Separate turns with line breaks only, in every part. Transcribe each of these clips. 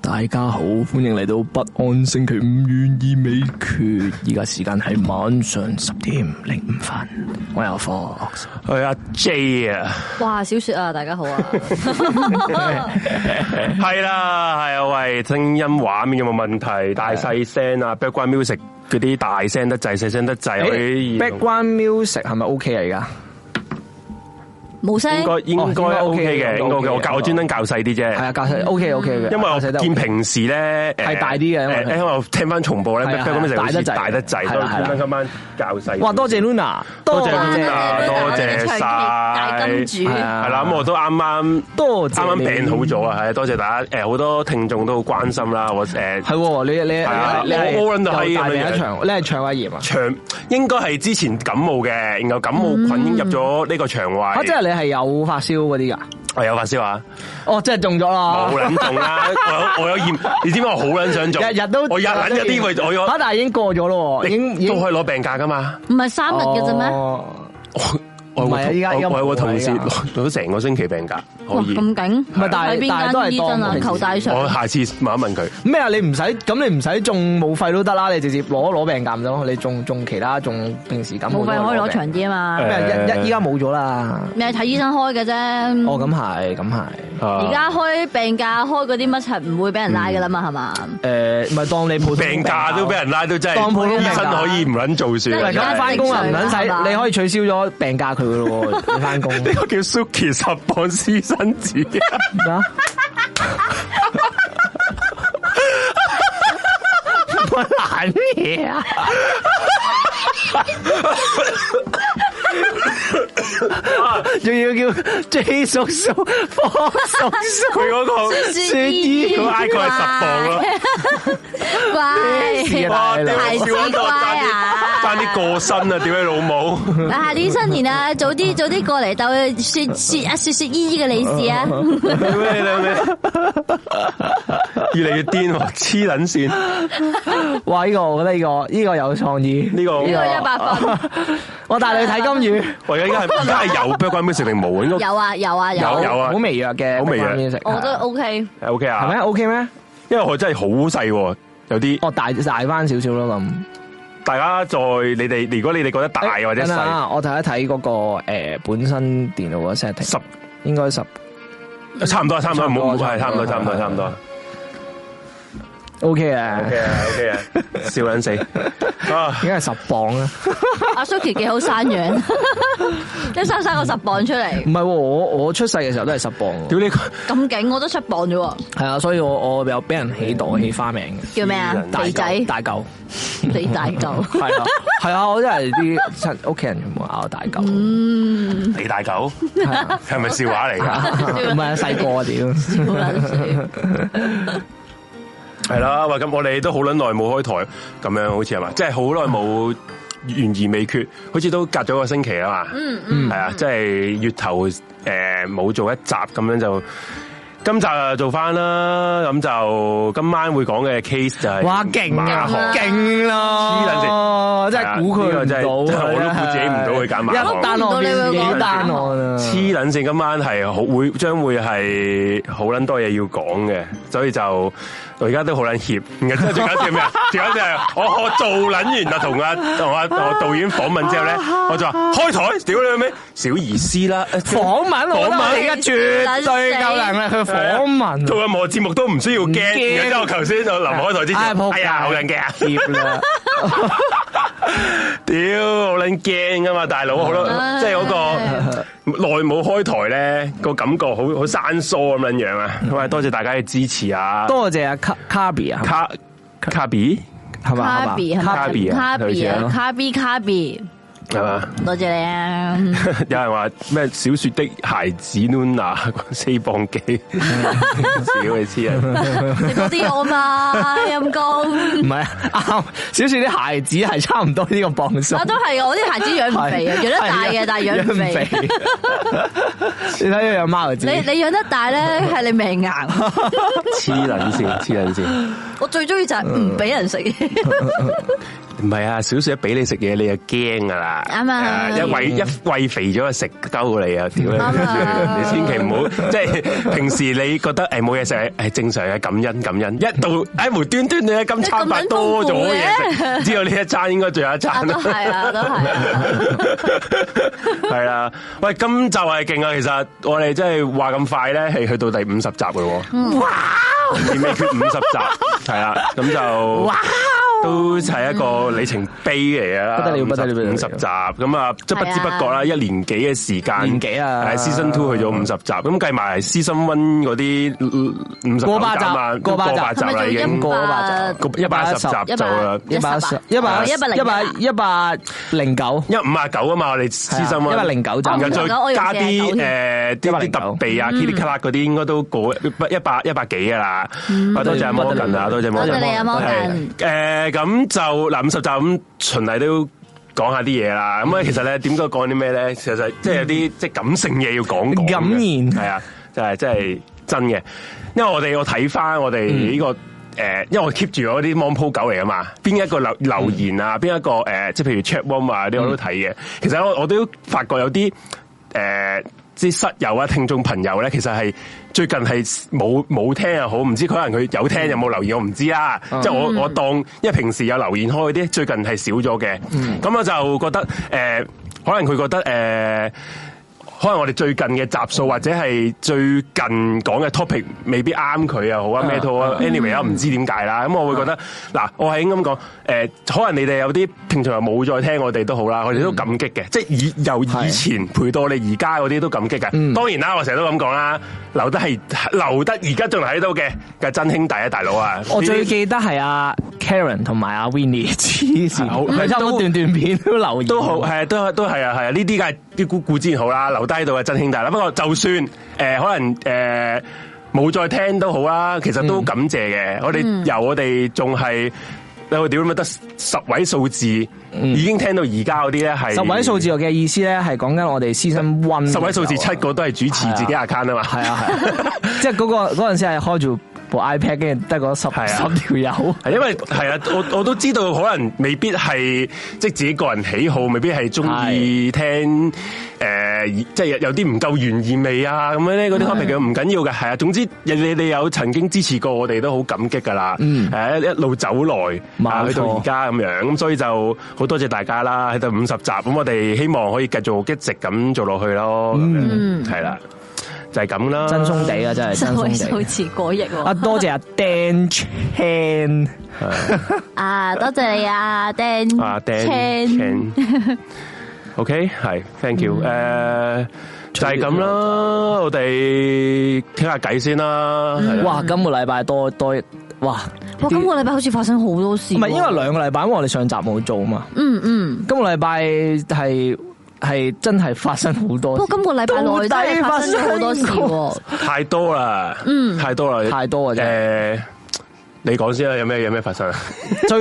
大家好，歡迎嚟到不安星期五懸疑未決，而家時間係晚上十點零五分，我有課，哎
係阿 J 啊，
哇！小雪啊，大家好啊，
係啦，係啊，喂，聲音畫面有冇問題？大細聲啊，background
哎
music 嗰啲大聲得滯，細聲得滯，可以
background music 係咪 OK 啊？而家
冇聲
應該應該
應該
OK
OK 嘅
嘅，應該 OK，我教我專登教細啲
係
啫。
啊，教
嗯
室 OK OK 嘅，
因為我
教室得
見
OK
平時咧
係大啲嘅因為
誒因為我聽翻重播咧
係啊
，background
係
music
啊
好似
大
大
得
得
滯
滯，
係啊
都
係啊
專登今晚教細。
哇，多謝 Luna，
多謝 Luna，
多
啊多謝
謝長期大
晒，
金主
係啊
係啦，咁我都啱啱。
多謝
啱啱
你
病好，咗啊！係多謝大家誒，好、多聽眾都好關心啦。我
係
誒、
喎，你你
係啊
你你
我屙撚到
係
閪啊
又
咁
大
樣
病一場，你係腸胃炎啊？
腸應該係之前感冒嘅，然後感冒菌已經入咗呢個腸胃。
啊，即係你係有發燒嗰啲噶？
我有發燒啊！
哦，即係中咗
冇
啦，
撚中啦！啊 我有我有驗，你知唔知我好撚想做？
日日都
我日撚有啲位，我有
啊，但係已經過咗咯喎，已經已
都
經
可以攞病假噶嘛？
唔係三日嘅啫咩？
哦
我我有個
唔係啊依家
我我有個
陰公嚟
同
㗎
事攞攞咗成個星期病假，可
哇，
以。
咁勁！唔
係但係但係都係
邊間醫生
當平？
啊
時
求大上
我下次問一問 佢。
咩啊？你唔使咁，你唔使中冇肺都得啦，你直接攞攞病假咪得咯。你中中其他中平時感冒
冇
都係
費可以攞
病
長
誒
啲啊嘛，
咩？一一依家冇咗啦。
咩睇醫生開嘅啫。
哦，咁係，咁係。
而
而家開病假開嗰啲乜柒唔會俾人
嗯
拉噶啦嘛，係嘛？
誒，咪當你普通
病假都俾人拉，都真
啊當普
係
通
醫
病假
生可以唔撚做算。
即係
喂。
而家
咁翻工啊，唔撚
正常啦
使，你可以取消咗病假佢噶咯 喎。你翻工
呢個叫 Suki 十磅私生 子。
咩啊？乜爛嘢 啊！啊仲要叫 J 叔叔、方叔叔，
佢嗰個
雪姨
佢嗌佢係十磅 咯。啊哇！
乖，
哦屌，
係
笑嗰度爭啲
啊
爭啲過身啊！屌你老母！
啊！啲新年啊，早啲 早啲過嚟鬥雪雪啊雪雪姨姨嘅利是 啊！
屌你老味！越嚟越癲喎，黐撚線！
哇！呢個我覺得呢個呢個有創意。
呢個
呢個一百分
我帶你去睇金魚，
我 而家係而家係有 background music 定冇？應該
有啊有啊
有有啊
好微弱嘅，啊
好微弱
我覺得 OK。
係 OK
係
啊
咩？？OK 咩？
因為我真係好細喎，有啲
哦，大大翻少少咯咁。
大家再你哋，如果你哋覺得大或者
等等
細，
啊我睇一睇嗰個誒本身電腦嘅 setting，
十
應該十
差唔多，
差
差唔多，
唔多
冇係差唔多，差唔多，差唔多。
OK 啊
OK 啊，OK 啊，笑撚死啊！
應該係十磅啊。
阿 Suki 幾好生 樣，一生生個十磅出嚟，
唔係喎，我我出世嘅時候都係十磅喎。
屌你 個！
咁勁我都出磅啫喎，
係啊，所以我我有俾人起朵起花名嘅。
叫咩啊？
大
肥
嚿
仔，
大嚿，
肥大嚿，
係啊，係啊，我真係啲親屋企人全部嗌我大嚿，
你大狗
係啊
係咪笑話嚟㗎？
唔係啊細個啊屌，
好 撚衰
係啦，喂，咁我哋都好撚耐冇開台，咁樣好似係嘛，即係好耐冇呃懸而未決，好似都隔咗個星期啊嘛。嗯嗯，係啊，即係月頭誒冇做一集咁樣就，今集就做翻啦。咁就今晚會講嘅 case 就係
哇勁
馬
啊
航
勁咯，真係估佢唔到，
係啊呢個真係真係我都估自己唔到佢揀馬
一
航
單案變幾單案啊！
黐撚線，今晚係好會將會係好撚多嘢要講嘅，所以就我而家都好撚怯。然後之後最搞笑係咩啊？最搞笑係我我做撚完啦，同阿同阿同我導演訪問之後咧，我就話開台，屌你老味，小儀師啦，
訪問我覺得
訪問
你而家絕對夠能啦，佢啊訪問
做任何節目都唔需要
嗯驚
驚。然後之後我頭先就臨開台之
唉仆街
前，哎呀好撚驚啊！
貼啦，
屌，好撚驚啊嘛，大佬，好啦，
唉
即係嗰個耐冇開台咧，個感覺好好生疏咁樣樣啊！喂，多謝大家嘅支持啊！
多謝阿卡卡比啊，
卡卡比
係嘛？
卡比係咪
卡比啊
卡
類
比
似
啊
啊，
卡比卡比，
係嘛？
多謝你啊！
有人話咩小雪的孩子 Luna 四磅幾， 屌你黐人！
你嗰啲我嘛 陰公，
唔係啊啱，小雪啲孩子係差唔多呢個磅數
我。啊都係我啲孩子養唔肥啊，養得大
係
嘅，但係養唔肥。。
你睇佢養貓就知
你。你養得大咧，係你命硬。
黐撚線，黐撚線，
嗯
嗯我最中意就係唔俾人食。
唔係啊，少少一俾你食嘢，你就驚噶啦。
啱啊
啊一喂一喂肥咗就食鳩你啊！屌
啊
你，你千祈唔好，即係平時你覺得诶冇嘢食係正常嘅，感恩感恩。一到诶無端端你一今餐飯多咗嘢食，之後呢一餐應該最後一
啊
餐
都
啦。
系啊，都系 啊，
系啦，啊喂，今集係勁啊！其實我哋真係話咁快咧，係去到第五十集嘅喎。哇！點解缺五十集？係啦，咁就都係一個里程碑嚟嘅啦。
不得了不得了不得了
五十集咁啊，即係不知不覺
係
啦，一年幾嘅時間。
年幾啊
係 season two 去咗五十集，咁計埋 season one 嗰啲五十
過百集
啊，
過百集
過集
係咪
啦
做
已經
一
過
百
百
一百一十集
一啊
就啦
百。
啊
哦
一百一十、一百
一啊百零
一百一百零九，
因为五啊九啊嘛，我哋私心啊，
109集
然後再加
我以為
啲
49
诶啲啲
109
特備啊、kitty 卡啦嗰啲，應該都過一百一百一百幾噶啦。啊，多謝阿
多謝
Morgan 啊，多
多
謝
多
Morgan
謝你啊
多謝
，Morgan，
诶，咁就嗱五十集咁循例都講下啲嘢啦。咁啊，其實咧點解講啲咩咧？其實即係有啲即係感性嘢要講 講嘅。
感言
係啊，就係真係真嘅。因為我哋我睇翻我哋呢個诶，因為我 keep 住我啲 mon 鋪狗嚟噶嘛，邊一個留留言啊，邊一個诶，即係譬如 chat room 啊啲我都睇嘅。其實我我都發覺有啲诶。啲室友啊、聽眾朋友咧，其實係最近係冇冇聽又好，唔知可能佢有聽有冇留言，我唔知啦。即係我我當，因為平時有留言開嗰啲，最近係少咗嘅。咁、我就覺得誒、呃可能佢覺得誒。呃可能我哋最近嘅集數或者係最近講嘅 topic 未必啱佢又好啊咩都好啊，anyway 啊啊唔知點解啦，咁我會覺得嗱，我係應該咁講，誒可能你哋有啲聽眾又冇再聽我哋都好啦，我哋都感激嗯嘅，即係嗯以由以前陪到你而家嗰啲都感激嘅。當然啦，我成日都咁講啦，留得係留得而家仲喺度嘅嘅真兄弟啊，大佬啊，
我最
呢啲
記得係阿啊 Karen 同埋阿 Winnie 黐線，
好
佢差唔
都
多段段片都留言，
都好，係都都係啊，係啊，呢啲梗係啲固固之然好啦，留低喺度嘅真兄弟啦。不過就算誒、呃可能誒。呃冇再聽都好啦，其實都
嗯
感謝嘅。我哋由我哋仲係，我屌咁啊得十位數字，已經聽到而家嗰啲咧係
嗯十位數字嘅意思咧係講緊我哋 season one
十位數字
嘅時候
七
啊
個都係主持自己 account 啊嘛，
係啊係啊，即係嗰個嗰陣時係開住部 iPad，跟住得嗰
係啊
十十條友。
係因為係啊，我我都知道可能未必係即係自己個人喜好，未必係中意聽誒、呃即係有有啲唔夠原意味啊咁樣咧，嗰啲 topic 嘅唔緊要嘅，係啊。總之你你哋有曾經支持過我哋都好感激噶啦，
嗯
係一一路走來
冇
啊，去到
錯
而家咁樣，咁所以就好多謝大家啦，喺度五十集，咁我哋希望可以繼續一直咁做落去咯，咁
嗯
樣係啦，就係咁啦，
真鬆地啊，真係真
十位
鬆
數
地。
字過億喎
啊，多謝阿 Dan Chan，
啊！多謝你啊，Dan
啊
Chan
Dan，OK 系，thank you，诶
嗯
就係咁啦，我哋傾下偈先啦，
嗯
係啦
哇！今個禮拜多多哇，
哇！今個禮拜好似發生好多事
唔
喎，
係因為兩個禮拜，因為我哋上集冇做嘛。
嗯嗯，
今個禮拜係係真係發生好多事，
不過今個禮拜內真係發生咗好多事喎，
太多啦，嗯，太多啦，
太多啊真係
诶，你講先啦，有咩有咩發生啊？
最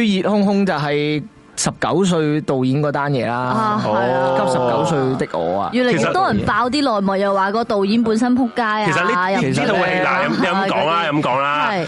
熱烘烘就係十九歲導演嗰單嘢
啊
啦，
係
《
啊
給十九
哦
歲的我》啊。
越嚟
其
越
實
多人爆啲內幕，又話個導演本身撲街啊，
其實呢
又唔
呢
知
套
道
戲嗱，有有咁
啊
講啦，有咁講啦，
係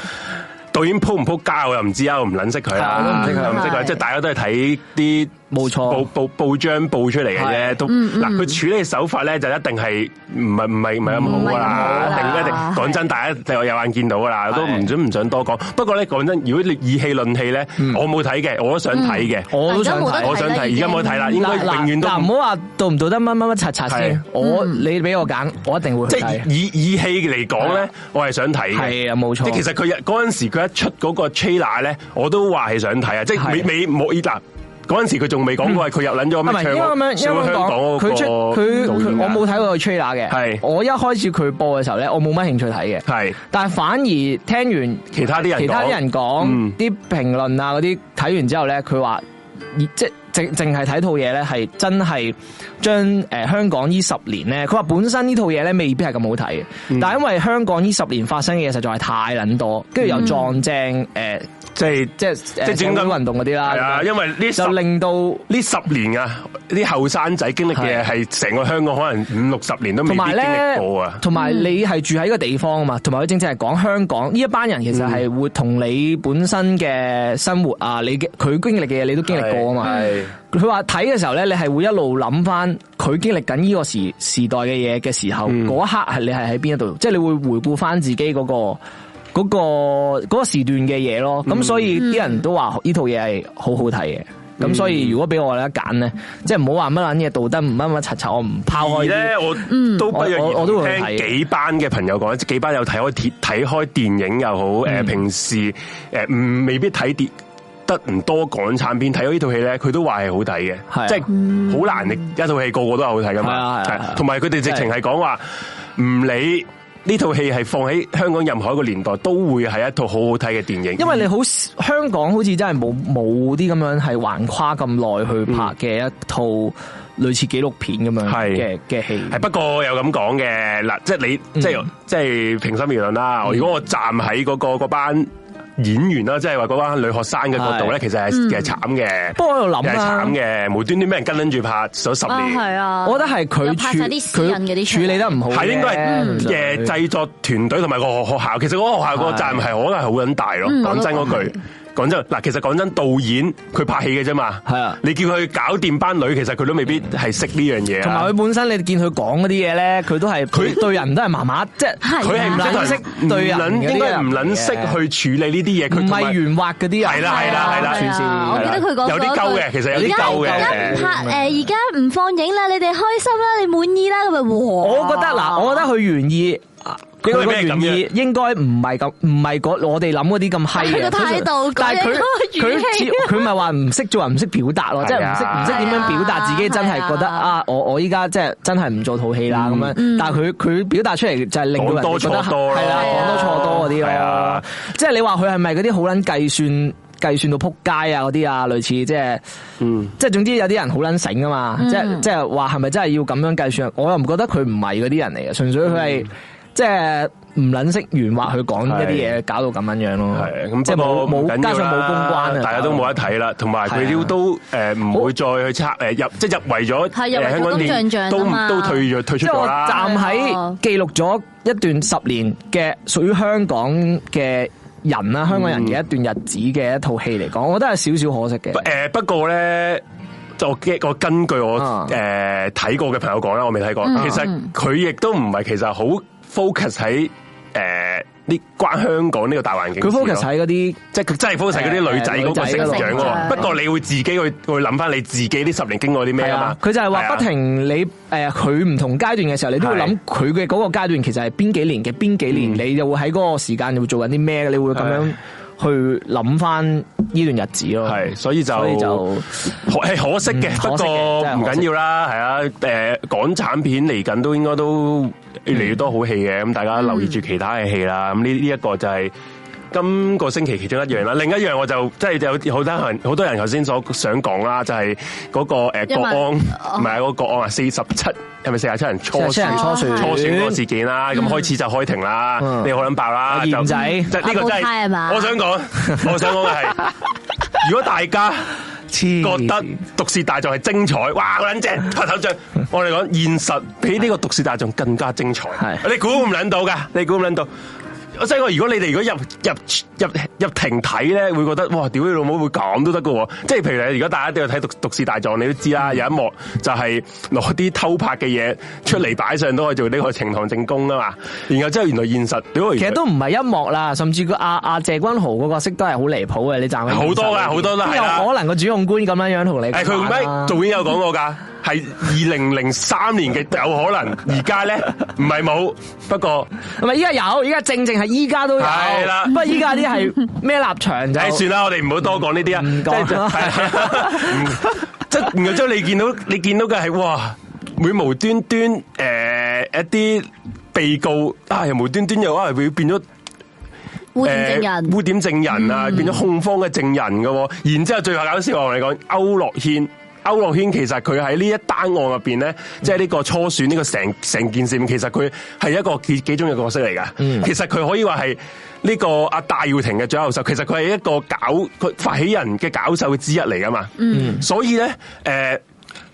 導演鋪唔鋪街我又唔知啊，我唔撚識佢
係
啦，
我都唔識佢
我唔識佢，
係
即係大家都係睇啲
冇錯
報報報章報出嚟嘅啫。
係
都嗱，佢處理手法咧就一定係唔係唔係
嗯
唔係咁好
唔係
噶
咁好
啦，
啦
一定一定
係
講真，大家就有眼見到噶啦，
係
都唔想唔想多講。不過咧講真，如果你以戲論戲咧，我冇睇嘅，我都想睇嘅，
嗯我都想
但而家冇
睇
啊
得
我想睇，而
已
家
經
冇得睇啦，應該
嗱嗱
永遠都
嗱，
唔
唔好話道唔道德乜乜乜柒柒
係
先。我你俾我揀，我一定會去
即
睇
係。以以戲嚟講咧，我係想睇嘅。
係啊，冇錯。
即係其實佢嗰陣時佢一出嗰個 trailer 咧，我都話係想睇啊！即係
係嗯
未
啊
未冇嗱。嗰陣時佢仲未講過係佢入撚咗
唔
咩
係，因
唱
為咁樣，因
上
為咁
香港
講
嗰個
佢出佢
導演啊
佢
㗎
我冇睇過個 trailer 嘅。
係
我一開始佢播嘅時候咧，我冇乜興趣睇嘅。
係
但係反而聽完
其他啲人
其他啲人講
嗯
啲評論啊嗰啲，睇完之後咧，佢話以即係淨淨係睇套嘢咧，係真係將誒香港呢十年咧，佢話本身呢套嘢咧未必係咁好睇
嗯
嘅，但係因為香港呢十年發生嘅嘢實在係太撚多，跟住又撞正誒
即
即系
係嗯即係
即系整
整緊
运动嗰啲啦。
係啊，
咁樣
因為呢十
就令到
呢十年啊，啲後生仔經歷嘅嘢係成個香港可能五六十年都
同
未必
埋
經歷
咧
過啊，。
同埋你係住喺個地方啊嘛，同埋佢正正係講香港呢一班人其實係會同你本身嘅生活啊，你嘅佢經歷嘅嘢你都經歷過啊嘛。
係
佢話睇嘅時候咧，你係會一路諗翻佢經歷緊呢個時時代嘅嘢嘅時候，嗰、
嗯
一刻係你係喺邊一度，即係你會回顧翻自己嗰、個。嗰、個嗰、個時段嘅嘢咯，
嗯
咁所以啲人都話呢套嘢係好好睇嘅，咁、
嗯
所以如果俾我有得揀咧，即係唔好話乜撚嘢道德唔乜乜柒柒，我唔拋開
而
呢啲
咧，我都不約
我我
而
我都會去
同聽
睇
幾班嘅朋友講，即係幾班有睇開鐵睇開電影又好，誒、
嗯
平時誒唔未必睇電得唔多港產片，睇咗呢套戲咧，佢都話係好睇
係啊
嘅，即係好難一套戲個個都係好睇
係
噶
啊
嘛
係啊係啊
係。同埋佢哋直情係講話唔理呢套戲係放喺香港任何一個年代，都會係一套好好睇嘅電影。
因為你好香港好似真係冇冇啲咁樣係橫跨咁耐去拍嘅一套類似紀錄片咁樣
嗯係
嘅嘅戲，
系不過又咁講嘅嗱，即係
嗯
你即係即系平心而論啦。如果我站喺嗰個嗰班演員啦，即係話嗰班女學生嘅角度咧，
啊係
其實係
嗯
其實係慘嘅，
不過我喺度
又係
諗啊啦
慘，嘅，無端端俾人跟跟住拍咗十
啊，系
年，
啊，
我覺得係
又
佢
拍晒啲
處
私隱嗰啲
佢
出
處
嚟
理得唔好啫，嗯
係應嗯該
嗯
係
其實
嘅製作團隊同埋個學學校。其實嗰個學校個
係
責任係可能係好撚大咯。
嗯
講真嗰
我都
句，講真嗱，其實講真，導演佢拍戲嘅啫嘛，
係啊
你叫佢搞掂班女，其實佢都未必係識呢樣嘢啊。
同埋佢本身你見佢講嗰啲嘢咧，佢都係
佢
佢對人都係麻麻，即係
係啊
佢係唔
唔撚
識
識對人
唔撚
嗰啲
應該唔撚
人嚟嘅
識去處理呢啲嘢，佢
唔
同
係
埋
圓滑嗰啲啊，
係啦係啦係啦
處
係
事
啊我記得佢講
有啲鳩嘅，其實有
而
啲鳩
家而家唔
嘅。
拍诶，而家唔放映啦，你哋開心啦，你滿意啦，咁咪
我覺得
啊
嗱，我覺得佢原意。啊佢
應該
個
咩咁
原意應該唔係咁，唔係嗰我哋諗嗰啲咁閪
佢
嘅。
個態度
但係
佢
佢
個語
佢
氣
似佢咪話唔識做人，唔識表達咯，即係
係
唔識唔
啊
識點樣表達自己，真係覺得
係啊嗯
啊，我我依家即係真係唔做套戲啦咁樣。但係佢佢表達出嚟就係令到人哋覺得
嗯講多錯多咯
係啦，講多錯多嗰啲
係
咯
啊。
即係你話佢係咪嗰啲好撚計算？計算到撲街啊嗰啲啊，類似即係，即係總之有啲人好撚醒啊嘛，
嗯
即係即係話係咪真係要咁樣計算？我又唔覺得佢唔係嗰啲人嚟嘅，純粹佢
嗯
係即係唔撚識圓滑去講一啲嘢，搞到咁樣樣咯。
係咁，
即係
不過
冇
唔
冇
緊要
加
啦
上冇公關啊，
大家都冇得睇啦。同埋佢
係
都
啊
都誒唔會再去測誒入，即係入圍咗
係入圍咗
誒香港
金像
電
獎
都
啊嘛
都退咗退
即
出
係
咗
我
啦。
站
係
喺
啊
記錄咗一段十年嘅屬於香港嘅人啦，香港人嘅一段日子嘅一套戲嚟講，我覺得係少少可惜嘅。
誒不過咧。就我我根據我
啊
誒睇過嘅朋友講啦，我未睇過。其實佢亦都唔係其實好 focus 喺誒呢關香港呢個大環境事
佢
咯。
focus 喺嗰啲
即係佢真係 focus 嗰
啊
啲女仔嗰個成長
女仔嗰
喎。
個
不過你會自己去去諗翻你自己呢十年經過啲咩
係
啊
啊
嘛，。
佢就係
係
話
啊
不停你誒佢唔同階段嘅時候，你都會諗佢嘅嗰個階段其實係邊幾年嘅邊幾
嗯
年，你就會喺嗰個時間你會做緊啲咩，你會咁樣去諗翻呢段日子咯。
係，所以就
所以就
可係可惜
嗯
嘅，不
可惜嘅
過
真係
唔
可惜
緊要啦，係啊。誒，港產片嚟緊都應該都越嚟越多好戲嘅，咁大家留意住其他嘅戲啦。咁呢呢一個就係。今個星期其中一樣啦，另一樣我就即係有好多人好多人頭先所想講啦，就係嗰個誒
因為
國安
哦
唔係嗰個國安啊，四十七係咪四十七人初
哦即係七
選
人初選
初選嗰個事件啦，咁開始就開庭啦，
嗯
你好撚爆啦，
阿賢仔
就即係呢個真
阿布泰係嘛
係，我想講，我想講嘅 係，如果大家覺
覺
得毒舌大狀係精彩，哇，好撚正，拍手掌，我哋講現實比呢個毒舌大狀更加精彩，
係
你估唔撚到㗎，你估唔撚到。我真係講，如果你哋如果入入入入庭睇咧，會覺得哇，屌你老母會咁都得嘅喎！即係譬如你而家大家都有睇《毒毒士大狀》，你都知啦，有一幕就係攞啲偷拍嘅嘢出嚟擺上，都可以做呢個呈堂證供啊嘛。然後之後原來現實，屌
其實都唔係一幕啦，甚至個阿阿謝君豪個角色都係好離譜嘅。你站喺
好多㗎
現實裏邊
好多都係啦
邊有可能個主控官咁樣樣同你啊
誒佢唔係導演有講過㗎，係二零零三年嘅有可能，而家咧唔係冇，不過
唔係依家有，依家正正係依家都有。
係啦
不過依家啲係咩立場就
唉，算啦，我哋唔好多講呢啲啊，
唔講
即係係即係然後之後你見到你見到嘅係哇，會無端端誒、呃一啲被告啊，又無端端又啊會變咗
污
誒
點證人
呃
嗯
污點證人啊，變咗控方嘅證人嘅喎，然之後最後搞笑我同你講，歐樂軒歐樂軒其實佢喺呢一單案入邊咧，即係呢個初選呢個成成件事，其實佢係一個幾幾中嘅角色嚟㗎。其實佢可以話係呢個阿戴耀廷嘅左右手，其實佢係一個搞佢發起人嘅搞手之一嚟㗎嘛。嗯，所以咧，誒、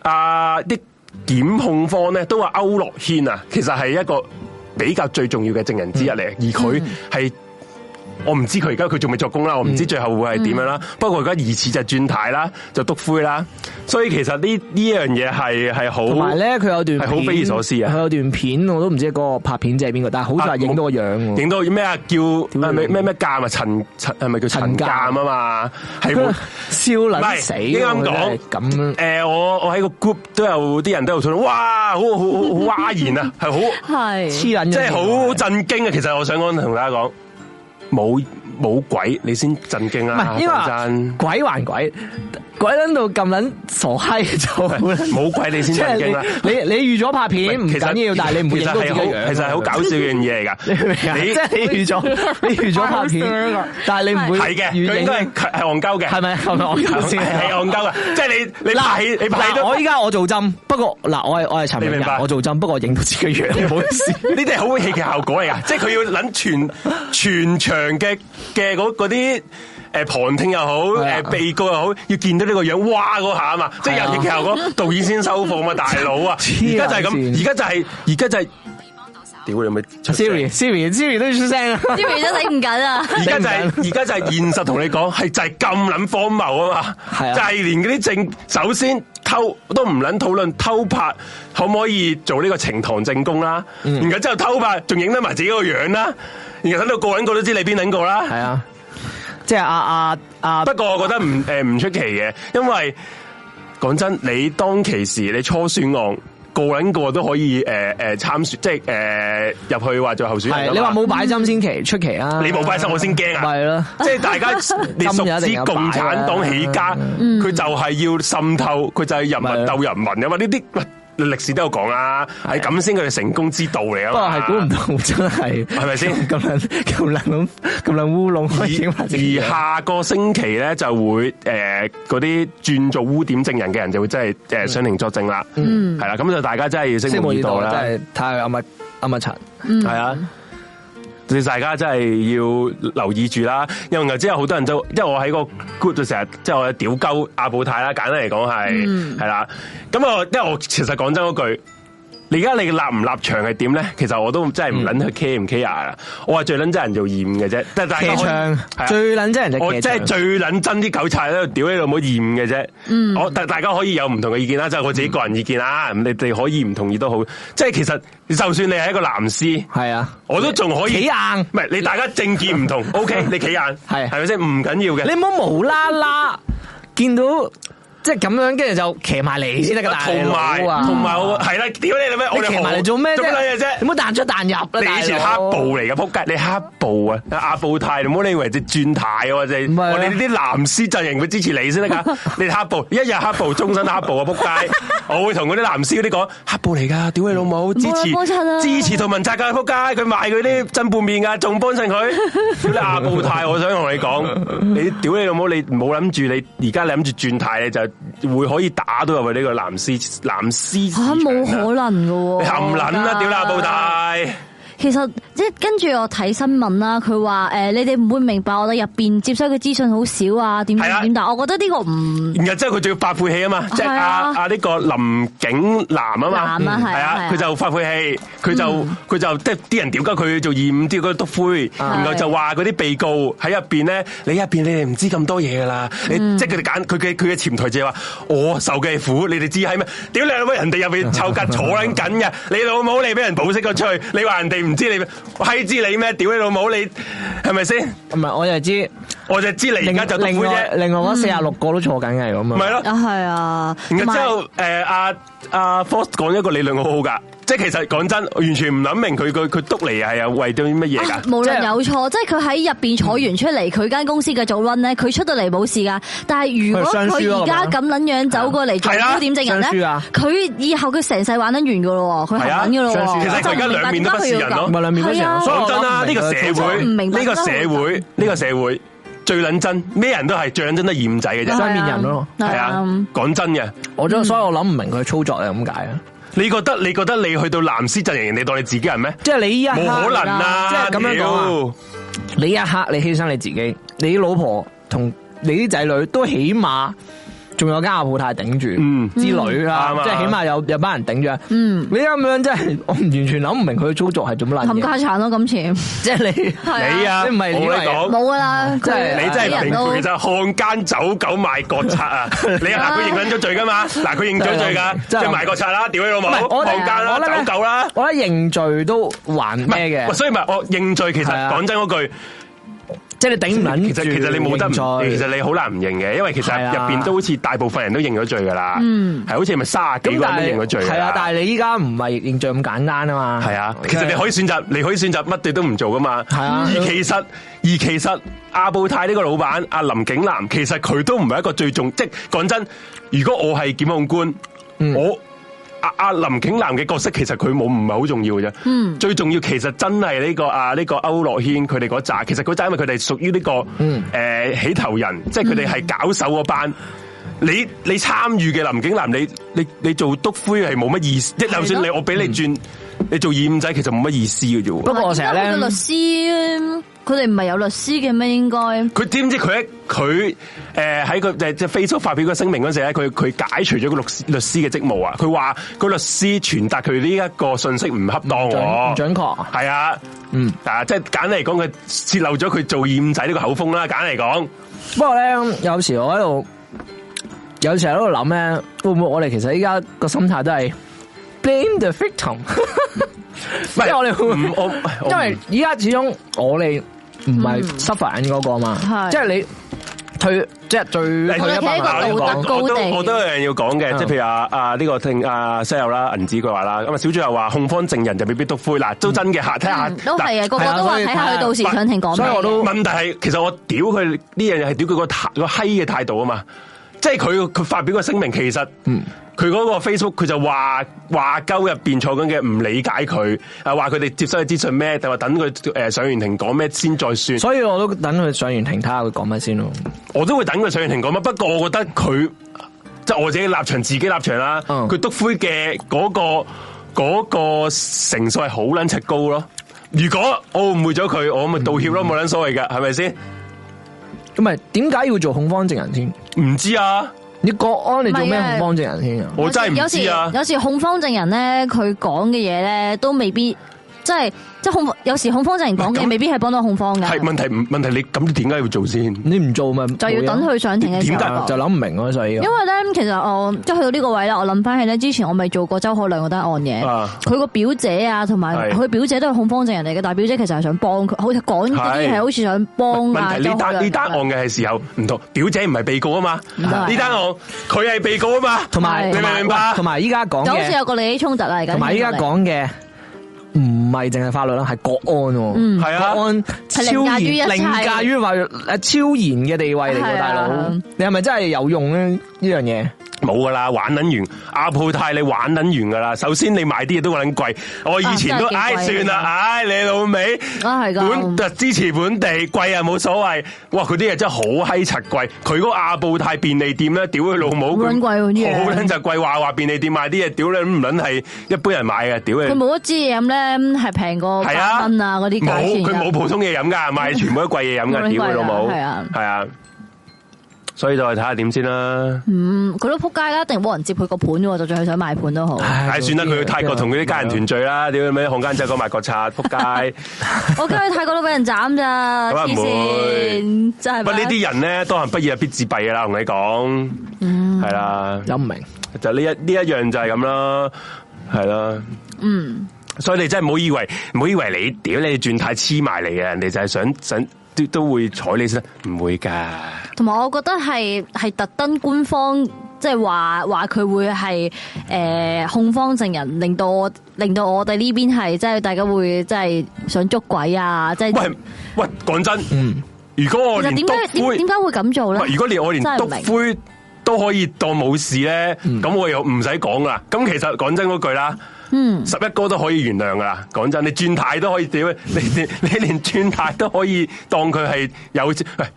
啊啲檢控方咧都話歐樂軒啊，其實係一個比較最重要嘅證人之一
嗯
嚟，而佢係。我唔知佢而家佢仲未作
嗯
供啦，我唔知最後會係點樣啦。不過而家疑似就轉軚啦，就督灰啦，所以其實呢呢樣嘢係係好
同埋咧，佢有段
係好
片
匪夷所思啊啊
佢有段片我都唔知嗰個拍片者係邊個，但係好似話影到個樣喎。
影到咩啊？叫
點
係咪咩咩鑑啊？陳陳係咪叫陳
陳鑑
鑑啊嘛？係冇
笑 撚死，
唔係應該咁
我
講
真係咁
誒、我我喺個 group 都有啲人都有討論，哇，好 好好好嘩然啊，係好。
系
黐撚咗線，
即係好震驚啊！其實我想講同大家講，冇冇鬼你先震驚
唔
啦，
係，因
啊講
為
真，
鬼還鬼，鬼撚到咁撚傻閪做咧。
冇鬼你 先
即
震驚啦。
係你你你預咗拍
喂
片唔
其實
緊要，但係你唔會
其
影
實
到自己
係好，
個樣。啊
其實係好搞笑嘅樣嘢嚟
你明唔明啊
㗎。
即係
你
你預咗，你預咗拍 片，但係你唔會
係
預
嘅，佢應
影
該係係戇鳩嘅，
係咪係咪我
係
搞啊先？
係戇鳩嘅，即係你你拍戲你拍戲
嗱，
都
我依家我做針，不過嗱，我係我係陳明
你明白
仁，我做針，不過我影到自己樣，唔好意思。
呢啲係好戲劇效果嚟噶，即係佢要諗全全場嘅嘅嗰嗰啲誒旁聽又好，
係啊
誒被告又好，要見到呢個樣，哇嗰下啊嘛，即係
係啊
有戲劇效果， 導演先收貨嘛，大佬啊！而
黐
家就係
線
咁，而家就係而家就係，屌你咪出聲
Siri 啊 Siri Siri 都要出聲啊！
，Siri 都頂唔緊啊！
而家就係、而家就係現實同你講，係就係咁撚荒謬啊嘛，
係啊
就係連嗰啲證，首先偷都唔撚討論偷拍可唔可以做呢個呈堂證供啦，
嗯
然後之後偷拍仲影得埋自己個樣啦，然後等到個撚個都知你邊撚個啦。
係啊，即係阿阿阿
不過我覺得唔 誒唔出奇嘅，因為講真，你當其時你初選案。個撚個都可以誒誒參選，即係誒入去話做候選人
係
㗎
你
嘛
話冇擺針先奇出奇啊！
你冇擺心，我先驚啊！
咪係咯
即係 大家你熟
今日一定
知
有擺啊嗯
共產黨起家，佢就係要滲透，佢就係人民
咪係咯
鬥人民啊嘛！呢啲喂歷史都有講啦，係咁先佢哋成功之道嚟啊
不過
嘛！
係估唔到真係
係咪先
咁啊撚咁撚咁 咁撚烏龍可以影埋自己
而
樣
而下個星期咧就會誒嗰啲轉做污點證人嘅人就會真係誒上庭作證啦，係啦，咁就大家真係要
嗯拭
拭
目
目
以
以
待
待
啦，
啦，
真係睇下阿乜阿乜陳。
係啊。你大家真係要留意住啦，因為然後之後好多人就，因為我喺個 group 度成日，即係我屌鳩阿布泰啦，簡單嚟講係係啦。咁我因為我其實講真嗰句，你而家你立唔立場係點咧？其實我都真係唔撚去 care 唔 care 啦。我係最撚憎人做厭嘅啫，但係大家
嗯騎
可以
唱
係啊
最撚憎人就
我
騎
真係
唱，
最撚憎啲狗柴喺度屌你老母厭嘅啫。我但大家可以有唔同嘅意見啦，就係我自己個人意見啦。咁你哋可以唔同意都好，即係其實就算你係一個藍絲。
係啊，
我都仲可以
企硬
唔係你大家政見唔 同，OK，你企硬
係
係咪先？唔緊要嘅，
你唔好無啦啦見到即係咁樣，跟住就騎埋嚟先得㗎，大
同埋
佬啊！
同埋我係啦，屌你老味，我
你
哋
騎埋
好
嚟做咩
做乜撚
啫？
嘢
你
啫
唔？好彈出彈入啦，
你以前黑
暴
暴嚟嘅，仆街！你黑暴啊，阿布泰，你唔好你以為隻轉態喎，即
唔係啊
我哋呢啲藍絲陣營會支持你先得 噶。你黑暴，一日黑暴，終身黑暴啊，仆街！我會同嗰啲藍絲嗰啲講，黑暴嚟噶，屌你老母，支持
幫襯啊
支持同文澤噶，仆街！佢賣佢啲真半面噶，仲幫襯佢。 屌你阿布泰，我想同你講，你屌你老母，你冇諗住你而家你諗住轉態，你就會可以打到入去呢個藍絲藍絲
吓冇
市場啊
可能噶喎，
你含撚啦，屌你阿布泰！
其實即係跟住我睇新聞啦，佢話诶，誒你哋唔會明白我哋入边接收嘅資訊好少啊，點
係啊
點點，但我覺得呢個唔
然後之後佢仲要發晦氣啊嘛，即係
係
阿
啊
阿呢個林景南啊嘛，
男啊
係
係啊係
啊
啊，
佢就發晦氣，佢就佢就即係啲人屌鳩佢做二五屌佢督灰，然後就話嗰啲被告喺入邊咧，你入邊你哋唔知咁多嘢噶啦，你即係佢哋揀佢嘅佢嘅潛台詞話我哦受嘅苦，你哋知係咩？屌你老母，人哋入邊臭格坐緊緊嘅，你老母你俾人保釋咗出去，你話人哋唔知你，我閪知你咩？屌你老母你係咪先？
唔係我就知，
我就知你而
另
家就督
另
灰
外
啫，嗯
另外嗰四廿六個都坐緊嘅係咁啊，
咪咯。
啊係啊，
然後之
同埋
後，誒阿阿 Force 講一個理論好好噶，即係其實講真，完全唔諗明佢佢佢督嚟係啊為咗啲乜嘢
啊
㗎？
無
即
論
係
有錯，即係佢喺入边坐完出嚟，佢間公司嘅做 run 咧，佢出到嚟冇事噶。但係如果
佢雙輸
佢
咯
而家咁撚樣走過嚟做
係啊
焦點證
雙
人
輸
咧
啊，
佢以後佢成世玩得完噶咯喎，佢
係啊
行緊噶咯
雙輸
喎。
其實
佢而家兩面都不是人咯
唔係兩面都成
係啊
日
講真啦，呢個社
我真係唔
會，
明白
呢個
真係
社
好
會，呢個社會最捻真，咩人都係最捻真都係二五仔嘅
真
啫，
係面人咯
係
係啊
啊，，
講真嘅，
我真係所以我諗唔明佢操作係咁解啊！
你覺得你覺得你去到藍絲陣營，人哋當你自己人咩？
即係你依一刻，
冇可能
即
啊！
係咁樣講啊
屌
你一刻你犧牲你自己，你老婆同你啲仔女都起碼仲有間阿鋪太頂住，
嗯
之類啦
嗯啱，啊
即係起碼有有班人頂住。啊
嗯，
你咁樣真係我唔完全諗唔明佢嘅操作係做乜
冚
撚嘢，
家產咯，今次
即係你
你啊，
你唔係
我
你
同
係
你講。
冇噶啦，
真係
你真係平
都
佢就漢奸走狗賣國賊啊！ 你嗱佢認緊咗罪噶嘛？嗱佢認咗罪噶，即
真係
係賣國賊啦，屌你老母，
唔係我
漢奸
我覺得
啦，
咧
走狗啦，
我覺得認罪都還
唔
咩
係，喂
嘅，
所以咪我認罪。其實
係啊
講真嗰句，
即係你頂唔撚
其實其實你冇得唔，
認
其
罪
實你好難唔認嘅，因為其實
係啊
入邊都好似大部分人都認咗罪噶啦，
嗯
係好似咪卅幾
咁
個
但
人都認咗
係
罪㗎啦
係啊，但係你依家唔係認罪咁簡單啊嘛，
係啊，其實你可以選擇，你可以選擇乜嘢都唔做噶嘛。
係啊
而其實而其實阿布泰呢個老闆阿林景南，其實佢都唔係一個最重，即係講真，如果我係檢控官，我阿阿林景南嘅角色其實佢冇唔係好重要嘅啫。
嗯
最重要其實真係呢個啊呢個歐樂軒佢哋嗰扎，其實嗰扎因為佢哋屬於呢個
嗯
誒起頭人，即係佢哋係搞手嗰班。你你參與嘅林景南，你你你做督灰係冇乜意思，即係就算你我俾你轉，你做二五仔其實冇乜意思嘅啫喎。
不過我成日咧
佢嘅律師，佢哋唔係有律師嘅咩？應該
佢知唔知佢佢誒喺個即即 Facebook 發表個聲明嗰陣時咧，佢佢解除咗個律師律師嘅職務啊！佢話個律師傳達佢呢一個信息唔恰當
唔準
喎，
唔準確
係啊，
嗯，
啊，即係簡單嚟講，佢泄漏咗佢做二五仔呢個口風啦。簡單嚟講，
不過咧，有時我喺度，有時喺度諗咧，會唔會我哋其實依家個心態都係 blame the victim？
唔
即係我哋會唔
唔
會
我我
因為依家始終我哋唔係
嗯
suffer 緊嗰個嘛，
係
即係你退，即係最
我哋
退一啊
企
百
喺
個
萬嚟
道德
講
高
我都
地
我都有樣要講嘅，
嗯
即係譬如啊啊呢個聽啊西友啦、銀子佢話啦，咁啊小豬又話控方證人就未必督灰，嗱都真嘅，下睇下
嗯都係嘅，個個
係啊
都話
所以
睇下佢到時上庭講
所以我
咩。
都
問題係，其實我屌佢呢樣嘢係屌佢個態個閪嘅態度啊嘛，即係佢佢發表個聲明，其實
嗯
佢嗰個 Facebook 佢就話話鳩入邊坐緊嘅唔理解佢，啊話佢哋接收嘅資訊咩，就話等佢誒上完庭講咩先再算。
所以我都等佢上完庭睇下佢講乜先咯。
我都會等佢上完庭講乜，不過我覺得佢即係我自己立場，自己立場啦。
嗯
佢督灰嘅嗰、個嗰、個成數係好撚尺高咯。如果我誤會咗佢，我咪道歉咯，冇撚所謂噶，係咪先？
咁咪點解要做控方證人先？
唔知啊。
你國安你做咩
唔係啊
控方證人先啊？
我真係唔
有時
知啊！
有時控方證人咧，佢講嘅嘢咧都未必，即係即係控，有時控方證人講
唔係
嘅
咁
未必係幫到控方
係
嘅，
問題唔問題，你咁你點解要做先？
你唔做咪就
就要等佢上庭嘅時
點解
候
就。諗唔明咯，所以
因為咧，其實我即係去到呢個位啦，我諗翻起咧，之前我咪做過周可亮嗰單案嘅，
啊
佢個表姐啊，同埋
係
佢表姐都係控方證人嚟嘅，但係表姐其實係想幫佢，好似講嗰啲
係
係好似想幫啊
問題
周
呢
可亮
單呢單案
咁樣
嘅係時候唔同，表姐唔係被告啊嘛，
唔係
呢單案佢係被告啊嘛，
同埋
你明唔明白
同？埋依家講
啊就好似
嘅，
有個利益衝突啦，啊而家
同埋依家講嘅唔係淨係法律啦，係國安喎。
嗯
係啊
國安超然
係凌駕於一切
凌駕於法律誒超然嘅地位
係
嚟喎，
啊
大
係
佬
啊，
你係咪真係有用咧？呢樣嘢
冇噶啦，玩捻完阿鋪太你玩捻完噶啦。首先你買啲嘢都捻貴，我以前都
啊
唉
真係幾貴
算啦，唉你老味，
啊係㗎
本就支持本地貴啊冇所謂。哇佢啲嘢真係好閪柒貴，佢嗰個阿布泰便利店咧，屌佢老母，
好撚貴喎啲嘢
好捻就貴，話話便利店買啲嘢，屌你唔捻係一般人買嘅，屌
佢
你。
冇一支嘢飲咧，係平過
係
八蚊啊嗰啲價
冇
錢㗎。
佢冇普通嘢飲噶，賣全部都貴嘢飲
冇
噶，
撚
屌佢
貴
老
啊
母，
係啊
係啊，所以就睇下點先啦。
嗯，佢都撲街啦，一定冇人接佢個盤喎，就算佢想賣盤 都好。
唉，算啦，佢去泰國同佢啲家人團
團。
聚啦，屌你咩漢奸仔講賣國賊， 仆街！
我今日泰國都俾人斬咋，
咁啊
黐
唔會
線真係。
不過呢啲人咧，當行不義啊必自斃噶啦，同你講，
嗯
係啦，
有唔明？
就呢一呢一樣就係咁啦，係啦，
嗯，
所以你真係唔好以為唔好以為你屌你轉態黐埋嚟嘅，人哋就係想想都都會睬你先，唔會噶，
同埋我覺得係係特登官方即係話話佢會係誒控方證人，令到我令到我哋呢邊係即係大家會即係想捉鬼啊，即係
喂喂，講真，
嗯，
如果我
其實
連
點
督
解點
灰
點。解會咁做
喂
咧？
如果連我連
真係
督
唔明
灰都可以當冇事咧，咁、我又唔使講啦。咁其實講真嗰句啦，嗯，十一哥都可以原諒噶啦。講真，你轉態都可以屌， 你你你連轉態都可以當佢係有，喂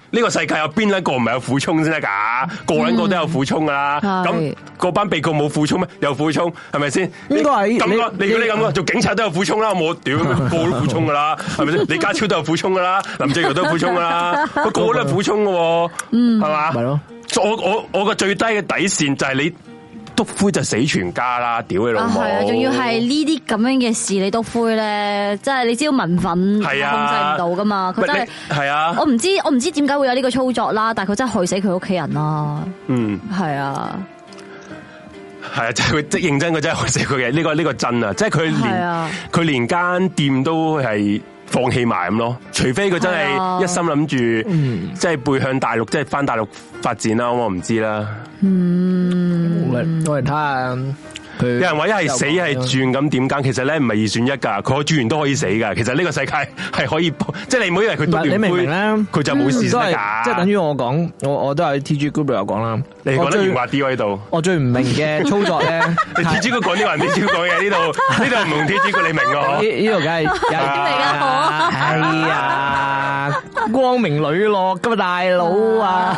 呢個世界有邊一個唔係有苦衷先得㗎？個撚個都有苦衷噶啦。
嗯係
咁嗰班被告冇苦衷咩？有苦衷係咪先？
應該係
咁講，
你
你叫你咁講，做警察都有苦衷啦，我屌個個都苦衷噶啦，係咪 先？李家超都有苦衷噶啦，林鄭月娥都有苦衷噶啦，個個都有苦衷嘅喎，
嗯
係嘛？
咪咯。
我我我個最低嘅底線就係你督灰就死全家啦，屌你老
啊，
母！
系啊，仲要係呢啲咁樣嘅事，你都灰咧，即係你知道民憤控制
係啊
唔到噶嘛，佢真係，
系啊，
我唔知我唔知點解會有呢個操作啦，但係佢真係害死佢屋企人啦，
嗯，
係 啊，
系啊，就係佢即係認真，佢真係害死佢嘅，呢個呢個真啊，即係佢
係
連
啊
佢連間店都係放棄埋咁咯，除非佢真
係啊
係一心諗住，
嗯
即係背向大陸，即係翻大陸發展啦，咁我唔知啦。
嗯
我嚟睇下
嗯
佢。有
有人話一係死一係轉咁點揀，其實咧唔係二選一噶，佢轉完都可以死噶。其實呢個世界 係可以，即係你唔好以為佢讀
唔係你
完
明唔
杯
明咧
佢就冇事先
都
得
係
㗎。
即係等於我講，我我都喺 T G group 度有講啦。
嗯你講
我
得啊
最
圓滑啲喎呢度。
我最唔明嘅操作咧，呢
你鐵珠哥講啲話，鐵珠講嘅呢度，呢度唔同鐵珠哥，你明我？
呢度梗係有
點嚟
㗎我
係啊，光明磊落噶嘛，大佬啊！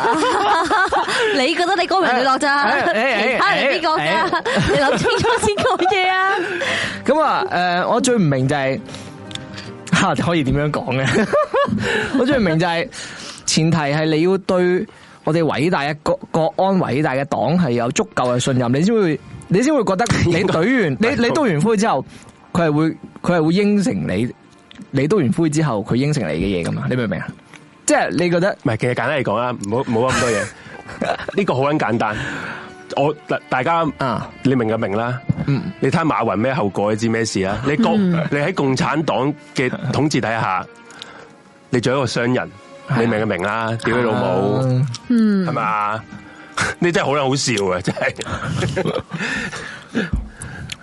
你覺得你光明磊落咋？
哎
其
誒誒誒
他人邊個
誒
噶？你諗清楚先講嘢啊！
咁啊，诶、我最唔明就係吓、可以點樣講嘅？ 我最唔明就係前提係你要對我哋偉大嘅國國安偉大嘅黨係有足夠嘅信任，你先會你先會覺得你隊完你你堆完灰之後，佢係會佢係會應承你，你堆完灰之後佢應承你嘅嘢噶嘛？你明唔明啊？即係你覺得
唔係，其實簡單嚟講啦，啊唔好唔好諗咁多 嘢。呢個好撚簡單，我大大家
啊，
你明就明啦。
嗯
你睇馬雲咩後果，你知咩事啦？你共你喺共產黨嘅統治底下，你做一個商人，你明就明啦。屌你老母，
啊
係咪啊？ 你真係好撚好笑啊！真係，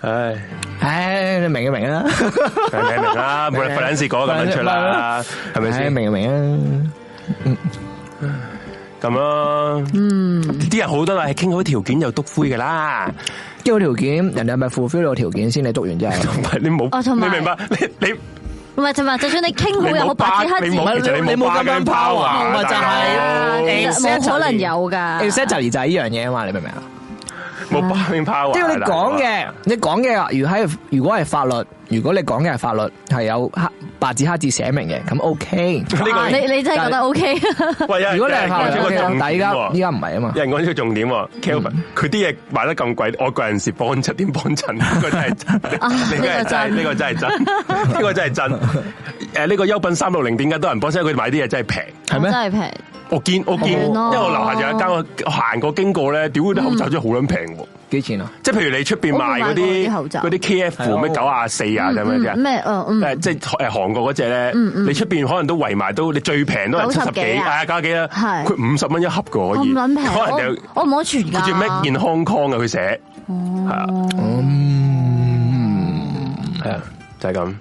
唉。
唉，你明嘅明啦，
明明啦，冇人費撚事講咁樣出啦，係咪
唉
先？
啊明嘅明啊，
咁咯，嗯，啲人好多啦，係傾好條件又篤灰噶啦，
呢個條件人哋係咪 fulfill 到條件先？你督完之後。
同埋你冇
哦，同
你
埋
明白？你你
唔係，同埋就算你傾好
你
又好
冇
白
巴，
紙黑
你
字，
冇，其實你冇
冇
巴
咁
跟
樣 power，
power，啊
咪就係
係啊其實冇可能有㗎
exactly 就係呢樣嘢啊嘛，你明唔明啊？
冇巴跟 power。啊
即係你講嘅，你講嘅，如果係如果係法律，如果你講嘅係法律係有黑白紙黑字寫明嘅，咁 OK。呢
個
啊你你真係覺得 O K？
喂，有人
如果你嗯係法
有人講
律
咗個重
嘅，
點
但係依家
喎
依家唔係啊嘛
有。人講呢個重點喎，Kelvin，佢啲嘢賣得咁貴，我個人是幫襯點幫襯，呢個真係真， 呢個真係，呢個真係真，呢個真係真。誒，呢個優品三六零點解多人幫襯？因為佢哋買啲嘢真係平。
係 咩
真係啊平，
我見我見，因為
係咯
我樓下有一間，我行過經過咧，屌啲口罩真係好撚平喎！
幾錢啊？
即係譬如你出邊賣嗰
嗯我冇買過啲
啲
口罩
嗰啲 K F 咩
係
九啊四啊咁樣
嗯
啫。
咩？哦嗯，
誒，即係誒韓國嗰只咧，你出邊可能都圍埋都，你最平都係七十
九十
幾，
幾啊
啊加幾啦，
係
佢五十蚊一盒嘅
我
可以，
唔諗平，
可能就
我我唔安全㗎。
佢叫
啊
咩健康康啊嘅佢寫，
哦
係啊，
嗯
係啊，就係咁。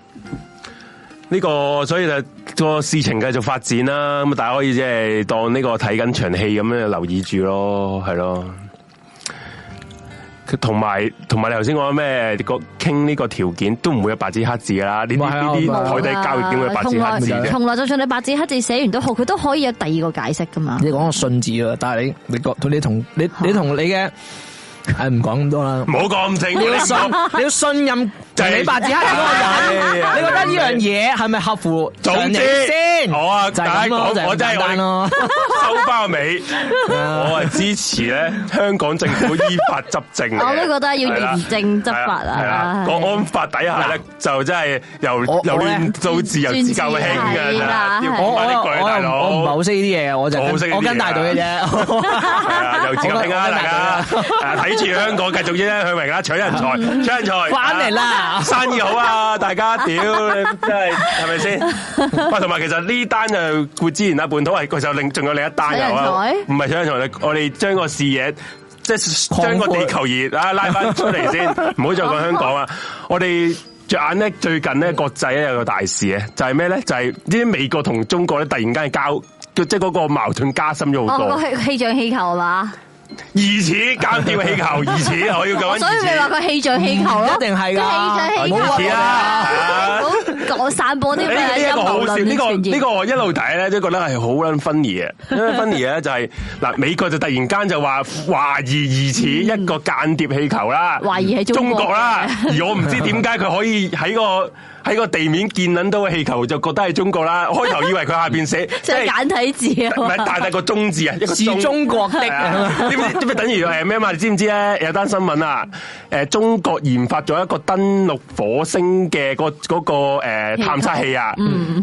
呢個所以就個事情繼續發展啦，咁大家可以即係當呢個睇緊場戲咁樣留意住咯，係咯。佢同埋同埋你頭先講咩個傾呢個條件都唔會有白紙黑字噶啦，呢
唔係
啲
啊
呢
冇啊
啲台底交易點會有白紙黑字
從
啫？
哦從來就算你白紙黑字寫完都好，佢都可以有第二個解釋 噶嘛。
你講個信字啊，但係你你講你同你你同你嘅，誒唔講咁多啦
唔。好咁正，
你要信，你要信任就係你白紙黑字嗰個 人，
就係啊
你覺得呢樣嘢係咪合乎
總
常理
之
先？
我啊，
就係
大
咁
家
咯，就
講，我
係咁
真係
簡
我
單咯。
收包尾，我係支持咧香港政府依法執政嘅。
我都覺得要嚴正執法啊
啊係啦，
係
國安法底下咧就真係由
我
由
我咧
亂到自由自救興嘅
係啦
真係要
係
我
講
我
翻呢句大
我又唔
佬。
我唔係好識呢啲嘢，我就
我好識呢啲
跟
嘢
我跟大隊嘅啫。
係啊，由自由興啊，
我
大家係啊睇住香港繼續啫，向明啦，搶人才，搶人才，
翻嚟啦
生意好啊，大家屌，你真係係咪先？喂，同埋其實呢單就顧之前啦，半島係佢就另仲有另一單嘅
搶人
唔係搶人才，我哋將個視野。即係將個
擴闊
地球儀啊拉翻出嚟先，唔好再講香港啦。我哋着眼咧最近咧國際咧有個大事嘅，就係咩咧？就係呢啲美國同中國咧突然間係交，即係嗰個矛盾加深咗好
哦，
多。
個氣氣象氣球啊嘛，
疑似間諜氣球，疑似我要講緊
所以咪話
疑
佢氣象氣球咯，
嗯
一定係㗎
佢氣象氣球
冇
似啦
唔好啊散播啲
似。
咩
呢呢一
陰
個
謀
好笑，
論
呢個
傳
呢
言
個我一路睇咧，都覺得係好撚 funny 嘅，因為 funny 咧就係嗱，美國就突然間就話懷疑疑似一個間諜氣球啦，
懷疑係中
中
國
國啦，而我唔知點解佢可以喺個喺個地面見撚到個氣球，就覺得係中國啦。開頭以為佢下 邊寫即
就係
係
簡體字啊
唔係
嘛，
大大個中字啊，一個
是中國的
係啊，知唔知？知唔知等於誒咩嘛？你知唔知咧？有單新聞啊，誒中國研發咗一個登陸火星嘅嗰嗰個誒探測器啊，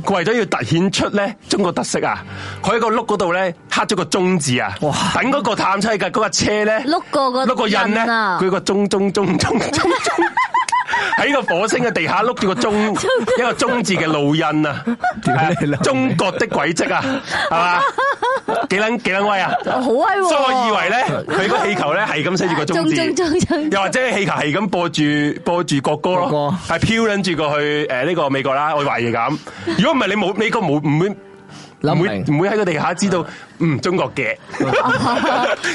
佢為咗要突顯出咧中國特色啊，佢喺個碌嗰度咧刻咗個中字啊，
哇
等嗰個探測器嘅嗰架車咧
碌過個
碌個印咧，
印啊
佢個中中中中中中。喺個火星嘅地下碌住個中一個中字嘅路印啊，
你老味
中國的軌跡啊，係嘛？幾撚幾撚威啊！
哦好威喎！
所以我以為 咧，佢個氣球咧係咁寫住個中字，
中中中中
又或者氣球係咁播住播住國歌
國
咯
歌，
係飄撚住過去誒呢個美國啦，我懷 疑咁。如果唔係你冇美國冇唔會。
諗
唔
唔
會
明
唔會喺個地下知道，嗯，中國 嘅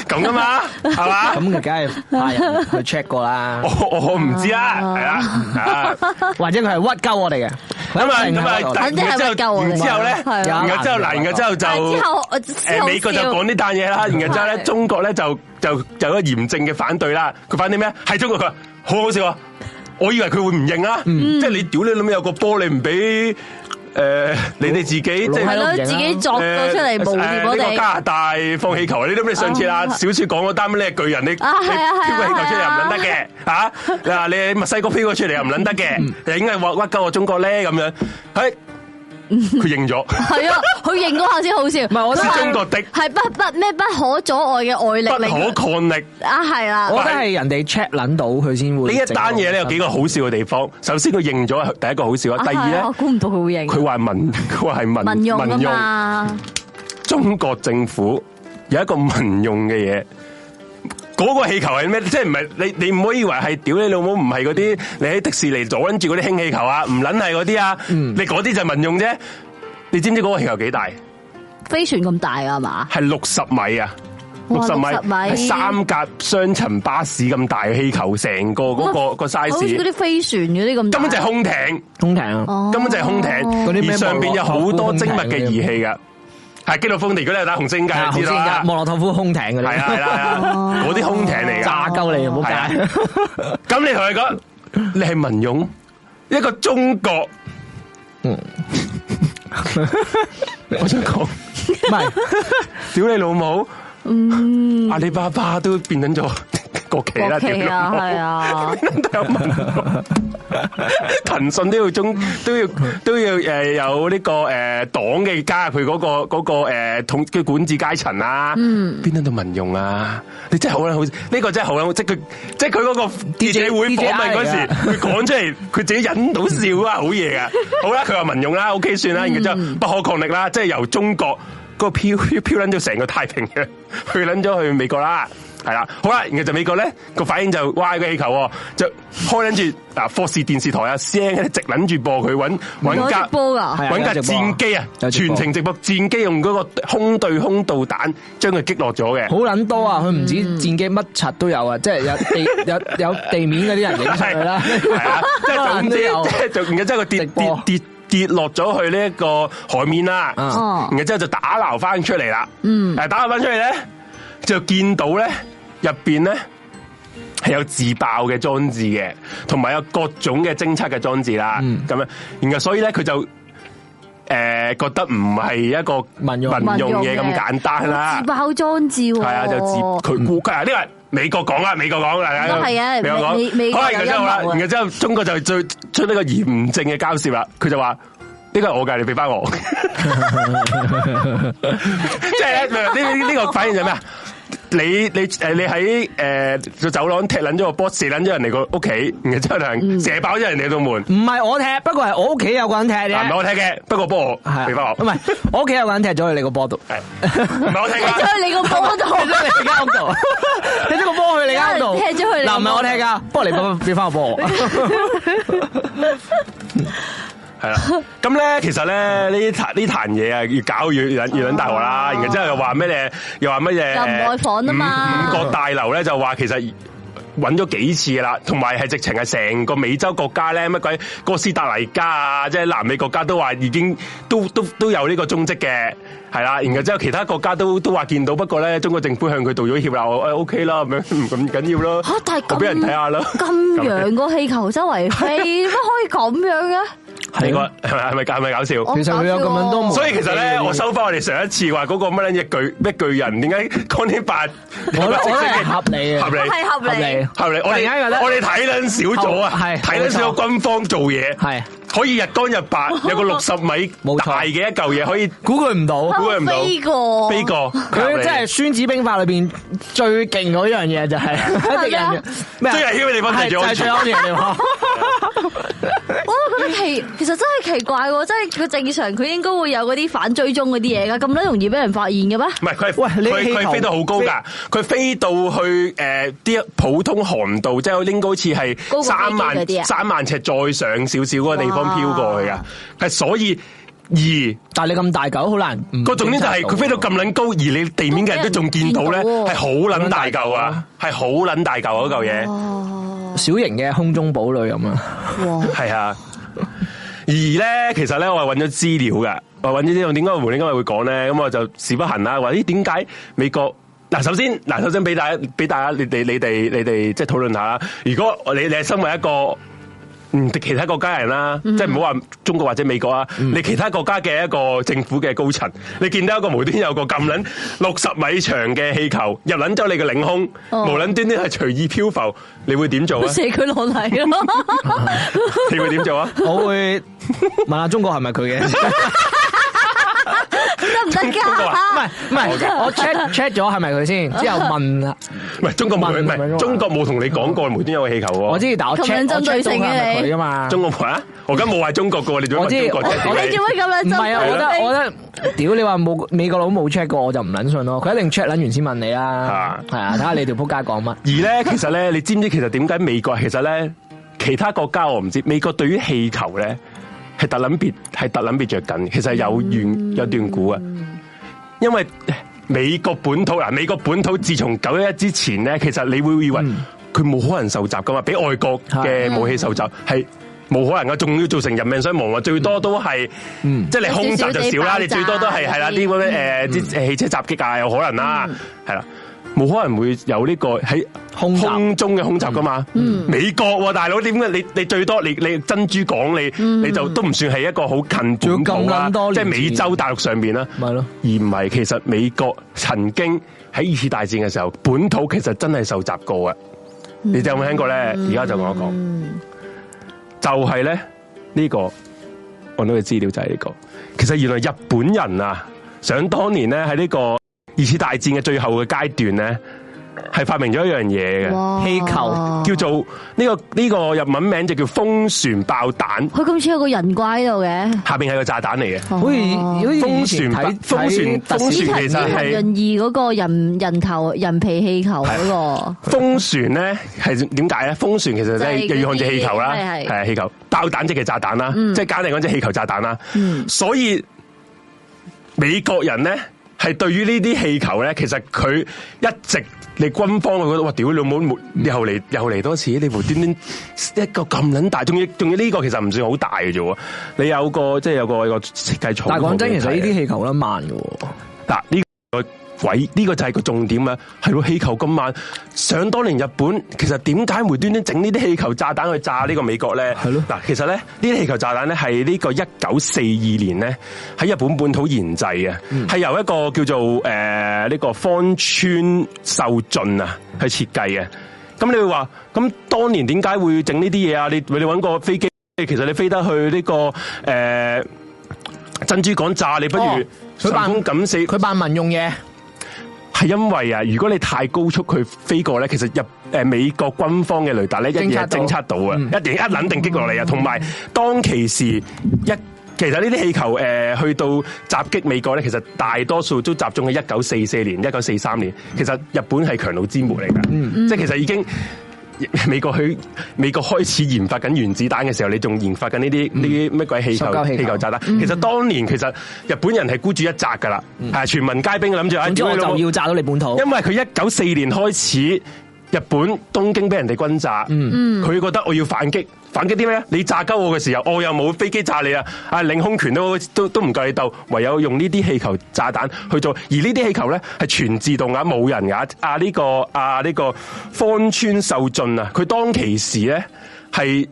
咁噶嘛，係 嘛？
咁就梗係派人去 check 過啦，
我我我唔知啦，係啦，啊
或者佢係屈鳩我哋嘅，
咁啊
一定係
咁啊
屈我哋，
肯定係
然後
屈鳩我哋
然之後咧，
係啊
然後之後嗱，然後之後就
但之後我
誒美國就講呢單嘢啦，然後之後咧
係
中國咧就就就有一個嚴正嘅反對啦，佢反對咩？係中國佢話好好笑啊！我以為佢會唔認啦，即係你屌你諗有個波你唔俾誒你哋自己即
老
係
係
係
咯
咯，
自
自
己
己作咗出嚟
誒
冒
誒
掂我
呢個加
哋，
拿大放氣球，你都唔知上次啦，
啊
小雪講嗰單咩？你係巨人，你你
啊係啊係
飄
啊
個氣球出嚟又唔撚得
係
嘅嚇，嗱你墨西哥飄個出嚟又唔撚得嘅，你應該話屈鳩我中國咧咁樣，係佢 認咗。
係啊，佢認嗰下先好笑。唔
係我覺得
是中國的
係不不咩不可阻礙嘅外力
不
令
可抗力。
啊，係啦
我，覺得係人哋 check 撚到佢先會
呢一單嘢咧有
整
幾個好笑嘅地方。首先佢認咗係第一個好笑啊，
啊
第二
係我
咧
估唔到佢會認
佢話民 佢話係民
民用啊
民用
嘛，
中國政府有一個民用嘅嘢。嗰個氣球係咩？即係唔係你你唔好以為係屌你老母，唔係嗰啲你喺迪士尼阻撚住嗰啲氫氣球啊，唔撚係嗰啲啊，
嗯
你嗰啲就係民用啫。你知唔知嗰個氣球幾大？
飛船咁大啊嘛，
係六十米啊！六
哇
十米，
60米
係三架雙層巴士咁大嘅氣球，成個嗰、個、個
好似
size
嗰啲飛船嗰啲咁大，
根本就係空艇，
空艇啊，
哦
根本就係空艇，
嗰啲咩
而上邊有好多精密嘅儀器噶。係基道峰地，如果你有打紅星界，
啊，
你
好
知
先
道啦
噶，。莫洛托夫空艇嗰啲，
係啊係啦係啦，嗰啲空艇嚟
炸
噶。
鳩你，唔好 假。
咁你同佢講，你係民用，一個中國，
嗯，
我想講，
唔係
屌你老母，阿里巴巴都變緊咗國企啦，
國
屌你
旗
老
啊，
母
係啊，
都有民騰訊都要中都要都要誒、呃有呢、個誒、呃、黨嘅加入佢嗰、個嗰、個誒統嘅管治階層啊，嗯，邊得到民用啊？你真係好撚好，呢、個真係好撚好，即係佢即係佢嗰個記
DJ
者會訪問嗰時，
嚟
佢講出嚟，佢自己忍到笑啊，好嘢噶。好啦，佢話民用啦，OK 算啦，然之後不可抗力啦，即係由中國嗰個飄飄撚咗成個太平洋， 去撚咗去美國啦。係啦，好啦，然後就美國咧個反應就哇個氣球喎就開撚住嗱霍士電視台啊 CNN 直撚住播佢揾揾
攞
架
隻波噶
係。啊
揾架
有直播啊
戰機啊，
有直播
全程直播戰機用嗰個空對空導彈將佢擊落咗嘅
好。撚多啊！佢唔止戰機，乜柒都有啊！即係有地有有地面嗰啲人影出去啦，
係啊，即係 總
都
之，即
有
係就然之後佢跌
直播
跌跌跌落咗去呢一個海面啦，
嗯
然之後就打撈翻出嚟啦，嗯，打撈翻出嚟咧，就見到咧入邊咧係有自爆嘅裝置嘅，同埋有各種嘅偵測嘅裝置啦，
嗯
咁樣，然後所以咧佢就。誒、覺得唔係一個
民用
民用嘢咁簡單啦
自，爆裝置喎，
係啊，就自佢估計啊，呢個係美國講啦，美國講啦，
都係啊
美國
美美美
講，
國
好啦，
有
然之後啦，
陰謀啊
然之後中國就最出呢個嚴正嘅交涉啦，佢就話。呢個係我㗎，你俾翻我。 即係呢呢呢個反應就係咩啊？你你誒你喺誒個走廊踢撚咗個波，射撚咗人哋個屋企，然之後就
嗯
射爆咗人哋道門。
唔係我踢，不過係我屋企有個人踢
嗱，唔係
啫。
我踢嘅，不過波我
係啊
俾翻我。
唔係我屋企有個人踢咗去你個 波度，
係唔係我踢
踢
㗎。
咗去你個 波
踢，
度
咗去你間屋度，踢咗個波去你間屋度，
有人踢咗去你
嗱，唔係我踢噶，不過你俾翻俾翻個波我。
系啦，咁 咧其實咧呢壇呢壇嘢啊，越搞越越越撚大鑊啦。然後之後又話咩咧，又話乜嘢？
啊又唔愛房啊
五
嘛
五角大樓咧就話其實揾咗幾次啦，同埋係直情係成個美洲國家咧乜鬼哥斯達黎加啊，即係南美國家都話已經都都都有呢個蹤跡嘅。係啦，然後之後其他國家都都話見到，不過咧中國政府向佢道咗歉啦，我誒哎 OK 啦，咁樣唔咁緊要咯，
吓，但系
我
咁
俾人睇下咯，
咁样个气球周围飞，乜可以咁样嘅？
你
係
個
咯
係咪係咪係咪搞笑？
我
其實佢有咁樣多門
所以其實咧，我收翻我哋上一次話嗰個乜撚嘢巨咩巨人，點解講啲白
我覺得我覺得係合理啊嘅，
合理
系合
合
理
理。
係咪？我
突然間覺得
哋我哋睇撚少咗啊，
係
睇撚少咗軍方做嘢，
係
可以日光日 白，有個六十米
冇錯
大嘅一嚿嘢可以
估佢唔到。
估佢唔到
飛過
飛過，
佢真係《孫子兵法》裏边最勁嗰樣嘢就係一隻人咩啊
最危險嘅地方就係
係
最
就
安
係
全
最安全嘅地方。
我都覺得奇，其實真係奇怪喎，真係佢正常佢應該會有嗰啲反追蹤嗰啲嘢噶，咁撚容易俾人發現嘅咩？
唔係佢係
喂你
佢
氣
佢
球
飛到好高㗎，佢飛到去誒啲、普通航道，即係應該好似
高過
係
飛機
三
嗰啲啊
萬三萬尺再上少少嗰個地方飄過去㗎，係所以而。
但系你咁大嚿，好難
嗯
唔
個重點就係佢飛到咁撚高，而你地面嘅人都仲見到咧，
啊都俾人見到喎
係
啊
好撚大嚿啊，係好撚大嚿嗰嚿嘢，
哦，
小型嘅空中堡壘咁啊！
哇！
係啊。而咧，其實咧，我係揾咗資料㗎，我揾咗資料，點解胡你今日會講咧？咁我就事不行啦，話咦點解美國？嗱，首先嗱，首先俾大家俾大家你哋你哋你哋即係討論下啦。如果你你係身為一個嗯其他國家人啦，即係唔好話中國或者美國啊，你其他國家嘅一個政府嘅高層，你見到一個無端有個咁撚六十米長嘅氣球入撚咗你嘅領空，
哦
無撚端端係隨意漂浮，你會 點做啊？
射佢落嚟咯，
你會點做啊？
我會問下中國係咪佢嘅？唔係唔
得唔得 㗎？
係，我 check check 咗係咪佢先，之後問
唔係中國冇，
問
唔
問
係中國冇同你講過無端有個氣球喎。
啊我知，但我
咁
check
樣
我 check
針對性
到
嘅
係咪
你
佢噶 嘛？
中國冇啊！我而家冇話中國嘅喎，你做
我知
乜中國
我
啫？
你做乜咁
唔
撚
係啊，我覺得
真？
我覺得，屌你話冇美國佬冇 check 過，我就唔撚信咯。佢一定 check 撚完先問你啦
啊，
係啊，睇下你條撲街講乜。
而咧，其實咧，你知唔知其實點解美國其實咧，其他國家我唔知，美國對於氣球咧係特撚別係特撚別着緊，其實係有緣有段故啊。因為美國本土嗱，美國本土自從九一一之前咧，其實你會以為佢冇可能受襲噶嘛，俾外國嘅武器受襲係。冇可能噶，仲要造成人命傷亡啊！最多都係，
嗯
即係你空襲就少啦，你
少
最
少地
多都係
爆炸
係啦啲咁嘅誒呃啲汽車襲擊啊，有可能啦，係啦，冇可能會有呢個
嗯
喺
空襲嗯
空中嘅空襲噶嘛。美國喎，大佬點解你你最多你你珍珠港你你就都唔算係一個好近本
嗯仲
土
要咁
啦
撚，多
即係
年
美
前
洲大陸上面啦。
咪咯，
而唔係其實美國曾經喺二次大戰嘅時候，本土其實真係受襲過嘅。
嗯
你哋有冇聽過咧？而家就講一講，就係咧呢個揾到嘅資料就係呢、個。其實原來日本人啊，想當年咧喺呢個二次大戰嘅最後嘅階段咧，係發明咗一樣嘢嘅，
哇
氣
哦
球
叫做呢、個呢、個日文名就叫風船爆彈，
佢咁似有個人怪喺度嘅，
下邊係個炸彈嚟嘅。
好似好似以前
風船
睇
風船
睇特
風
攝
船其實係
陳潤義嗰個人人頭人皮氣球嗰個，
風船咧係點解咧？風船其實即係
就係
又要看隻氣球啦，
嗰啲係係
係啊氣球爆彈即係炸彈啦，即係簡單嚟講即係氣球炸彈啦。所以美國人咧係對於呢啲氣球咧，其實佢一直你軍方佢覺得哇屌你老母，冇你後嚟又嚟多次，你無端端一個咁撚大，仲要仲要呢個其實唔算好大嘅啫喎。你有個即係有個有個設計草圖俾
但係講真，
你睇啊。
其實呢啲氣球咧慢嘅喎，
嗱呢個位呢、個就係個重點啊！係咯，氣球咁慢，想當年日本其實點解無端端整呢啲氣球炸彈去炸呢個美國咧？
係咯
嗱，其實咧呢啲氣球炸彈咧係呢個一九四二年咧喺日本本土研製嘅，係、
嗯
由一個叫做誒呢個方川秀俊啊去設計嘅。咁你會話，咁當年點解會整呢啲嘢啊？你你揾個飛機，其實你飛得去呢、個誒、呃珍珠港炸，你不如
哦佢
神
扮
風咁死，
佢扮民用嘢，
係因為啊，如果你太高速佢飛過咧，其實入诶美國軍方嘅雷達咧一
偵
嘢
測到
偵測到啊，
嗯
一定一撚定擊落嚟啊，同埋當其時一。其實呢啲氣球诶去到襲擊美國咧，其實大多數都集中
嗯
喺一九四四年、一九四三年。其實日本係強弩之末嚟㗎，即係其實已經 美國去美國開始研發緊原子彈嘅時候，你仲研發緊呢啲呢啲乜鬼氣
嗯塑
球
膠氣球嗯
氣球炸彈？其實當年其實日本人係孤注一擲噶啦，係全民皆兵諗住啊，
总之
屌
我
你老
就
母
要炸到你本土。
因為佢一九四年開始，日本東京俾人哋轟炸，佢覺得我要反擊，反擊啲咩？啊你炸鳩我嘅時候，哦我又冇飛機炸你啊！啊，領空權都都都唔夠你鬥，唯有用呢啲氣球炸彈去做。而呢啲氣球咧係全自動啊，冇人噶。啊呢、個啊呢、個方川秀俊啊，佢當其時咧係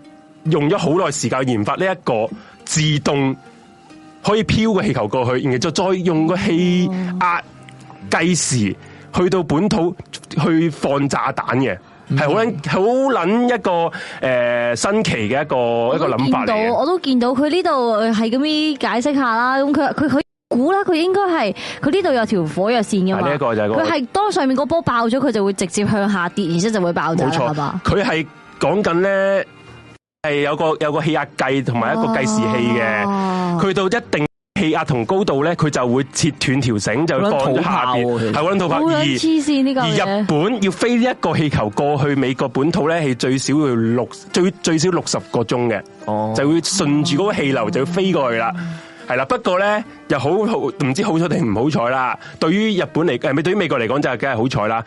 用咗好耐時間研發呢一個自動。可以飄個氣球過去，然後就再用個氣
嗯
壓計時去到本土去放炸彈嘅，
嗯
係好捻好捻一個诶、呃新奇嘅一個一個諗法嚟
我都見到
嘅。
我都見到佢呢度係咁樣解釋下啦。咁佢佢佢估啦，佢應該係佢呢度有條火藥線噶
係
嘛。
呢一個就係嗰個
啊佢係當上面嗰波爆咗，佢就會直接向下跌，然之後就會爆炸
冇
啦，係
錯
嘛，？
佢係講緊咧係有個有個氣壓計同埋一個
啊
計時器嘅，
哦
佢、到一定。氣壓同高度咧，佢就會切斷條繩，就
好撚
放咗下邊
土炮喎其實，
係温土
好
炮
撚
二。
黐線呢嚿
而日
嘢。
本要飛一個氣球過去美國本土咧，係最少要六最最少六十個鐘嘅，
哦
就會順住嗰個氣流就要飛過去啦。係啦，不過咧又好好唔知好彩定唔好彩啦。對於日本嚟誒，咪對於美國嚟講就係梗係好彩啦。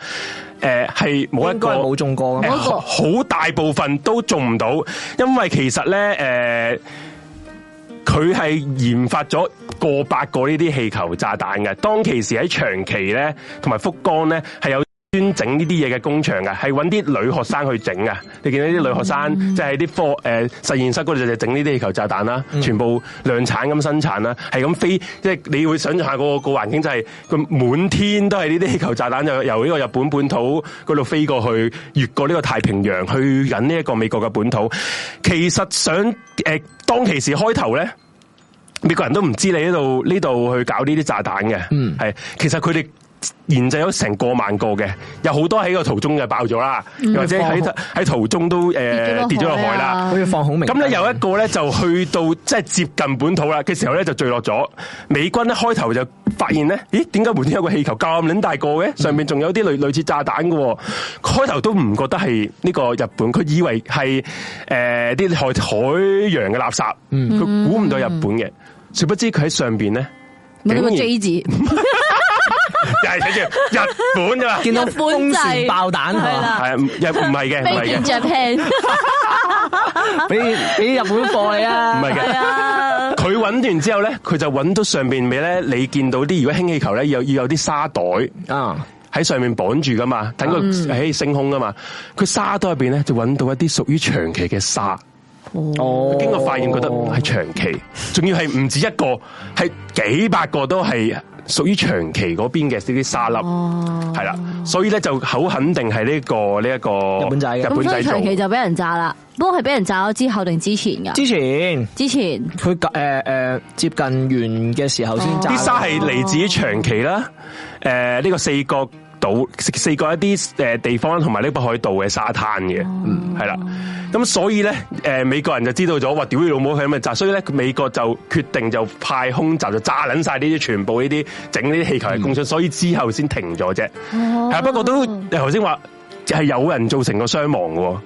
誒係冇一
應該
個
係冇中過㗎
誒
嘛
好啊好大部分都做唔到，因為其實咧誒。佢係研發咗過百個呢啲氣球炸彈嘅，當其時喺長崎咧，同埋福岡咧係有專整呢啲嘢嘅工場嘅，係揾啲女學生去整嘅。你見到啲女學生即係喺啲科誒、呃、實驗室嗰度就整呢啲氣球炸彈啦，全部量產咁生產啦，係咁飛，即係你會想象下個個環境就係佢滿天都係呢啲氣球炸彈，就由呢個日本本土嗰度飛過去，越過呢個太平洋去緊呢一個美國嘅本土。其實想誒、呃、當其時開頭咧。美國人都唔知你呢度呢度去搞呢啲炸彈嘅，
嗯
係其實佢哋研製咗成過萬個嘅，有好多喺個途中就爆咗啦，又或者喺喺途中都诶嗯跌
跌
咗
咗
落
落
海
海
啦
啊。
好似放孔明燈。
咁咧有一個咧就去到即係接近本土啦嘅時候咧就墜落咗。美軍一開頭就發現咧，咦？點解無端有個氣球咁撚大個嘅？上面仲有啲類類似炸彈嘅喎。開頭都唔覺得係呢個日本，佢以為係誒啲海海洋嘅垃圾，佢估唔到日本嘅。殊不知佢喺上邊咧，
咪呢
竟
個
然
J 字，
又 係睇住日本 咋嘛？
見到
日本
風
仔
船爆彈係
係
嘛
啦？
係啊唔日唔係嘅，唔係
飛
嘅
見。Japan
俾俾日本貨你啊！
唔係嘅
係啊，
佢揾完之後咧，佢就揾到上邊尾咧，你見到啲如果氫氣球咧，要要有啲沙袋
啊，
喺上面綁住噶嘛，等佢
嗯
喺升空噶嘛。佢沙袋入邊咧就揾到一啲屬於長期嘅沙，
哦，
經過化驗覺得係長期，仲要係唔止一個，係幾百個都係屬於長期嗰邊嘅呢啲沙粒，
哦
係啦、所以咧就好肯定係呢、個呢一、個
日本仔嘅
日
咁
本
所
仔
以
做
長期就俾人炸啦。不過係俾人炸咗之後定之前噶？
之前
之前
佢诶诶接近完嘅時候先炸
哦啲沙係嚟自於長哦崎啦，誒、呢、個四角島四四角一啲誒地方同埋呢北海道嘅沙灘嘅，嗯，係啦。咁所以咧，誒、美國人就知道咗，哇！屌你老母，佢咁嘅炸，所以咧美國就決定就派空襲就炸撚晒呢啲全部呢啲整呢啲氣球嘅工廠，所以之後先停咗啫。係啊不過都頭先話係有人造成個傷亡嘅喎。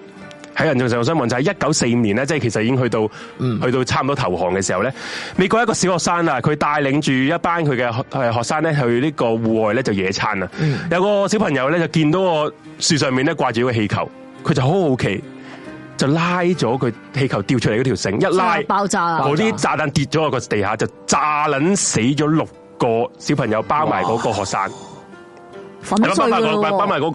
喺人造成個傷亡啊就係一九四五年咧，即係其實已經去到、
嗯
去到差唔多投降嘅時候咧，美國一個小學生啊，佢帶領住一班佢嘅學誒學生咧去呢個戶外咧就野餐啊，
嗯
有個小朋友咧就見到個樹上面咧掛住個氣球，佢就好好奇，就拉咗佢氣球掉出嚟嗰條繩，一拉
就爆炸啦。
嗰啲炸彈跌咗落個地下，就炸撚死咗六個小朋友，包埋嗰個學生。
粉
係
碎
啦，包埋
噶
嗰包
咯
埋嗰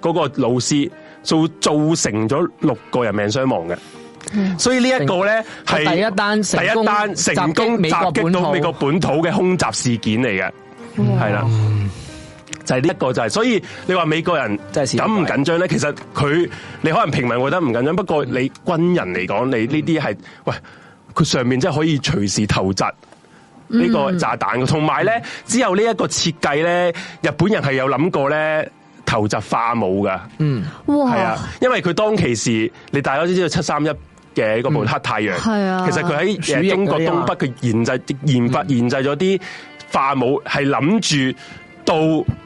個嗰個老師，造造成咗六個人命傷亡嘅。所以呢一個咧係
嗯第一單成
第
功
一單成功
襲
襲
擊美國本
擊到
土嗯
美國本土嘅空襲事件嚟嘅，係啦。就係呢一個就係、所以你話美國人
真係屎
緊唔緊張咧？其實佢你可能平民覺得唔緊張，不過你軍人嚟講，你呢啲係喂佢上面真係可以隨時投擲。呢個
嗯
炸彈嘅，同埋咧之後呢一個設計咧，日本人係有諗過咧投擲化武噶，
哇
係啊，因為佢當其時，你大家都知道七三一嘅嗰部黑太陽，
係啊
其實佢喺
鼠
呃
疫嗰啲啊
中
嗯
國東北佢研製研發研製咗啲化武，係諗住到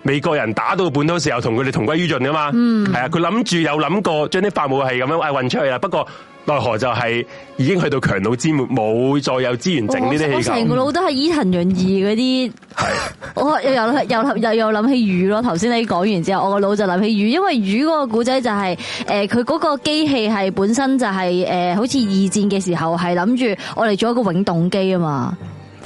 美國人打到本土時候，同佢哋同歸於盡噶嘛。嗯，係啊，佢諗住有諗過將啲法務係咁樣嗌運出去啦。不過奈何就係已經去到強弩之末，冇再有資源整呢
我
啲
我
氣
成個
球。
腦都係伊藤潤二嗰啲，我又又又又又諗起魚咯。頭先你講完之後，我個腦就諗起魚，因為魚嗰個古仔就係、誒，佢嗰個機器係本身就係、誒，好似二戰嘅時候係諗住我哋做一個永動機啊嘛，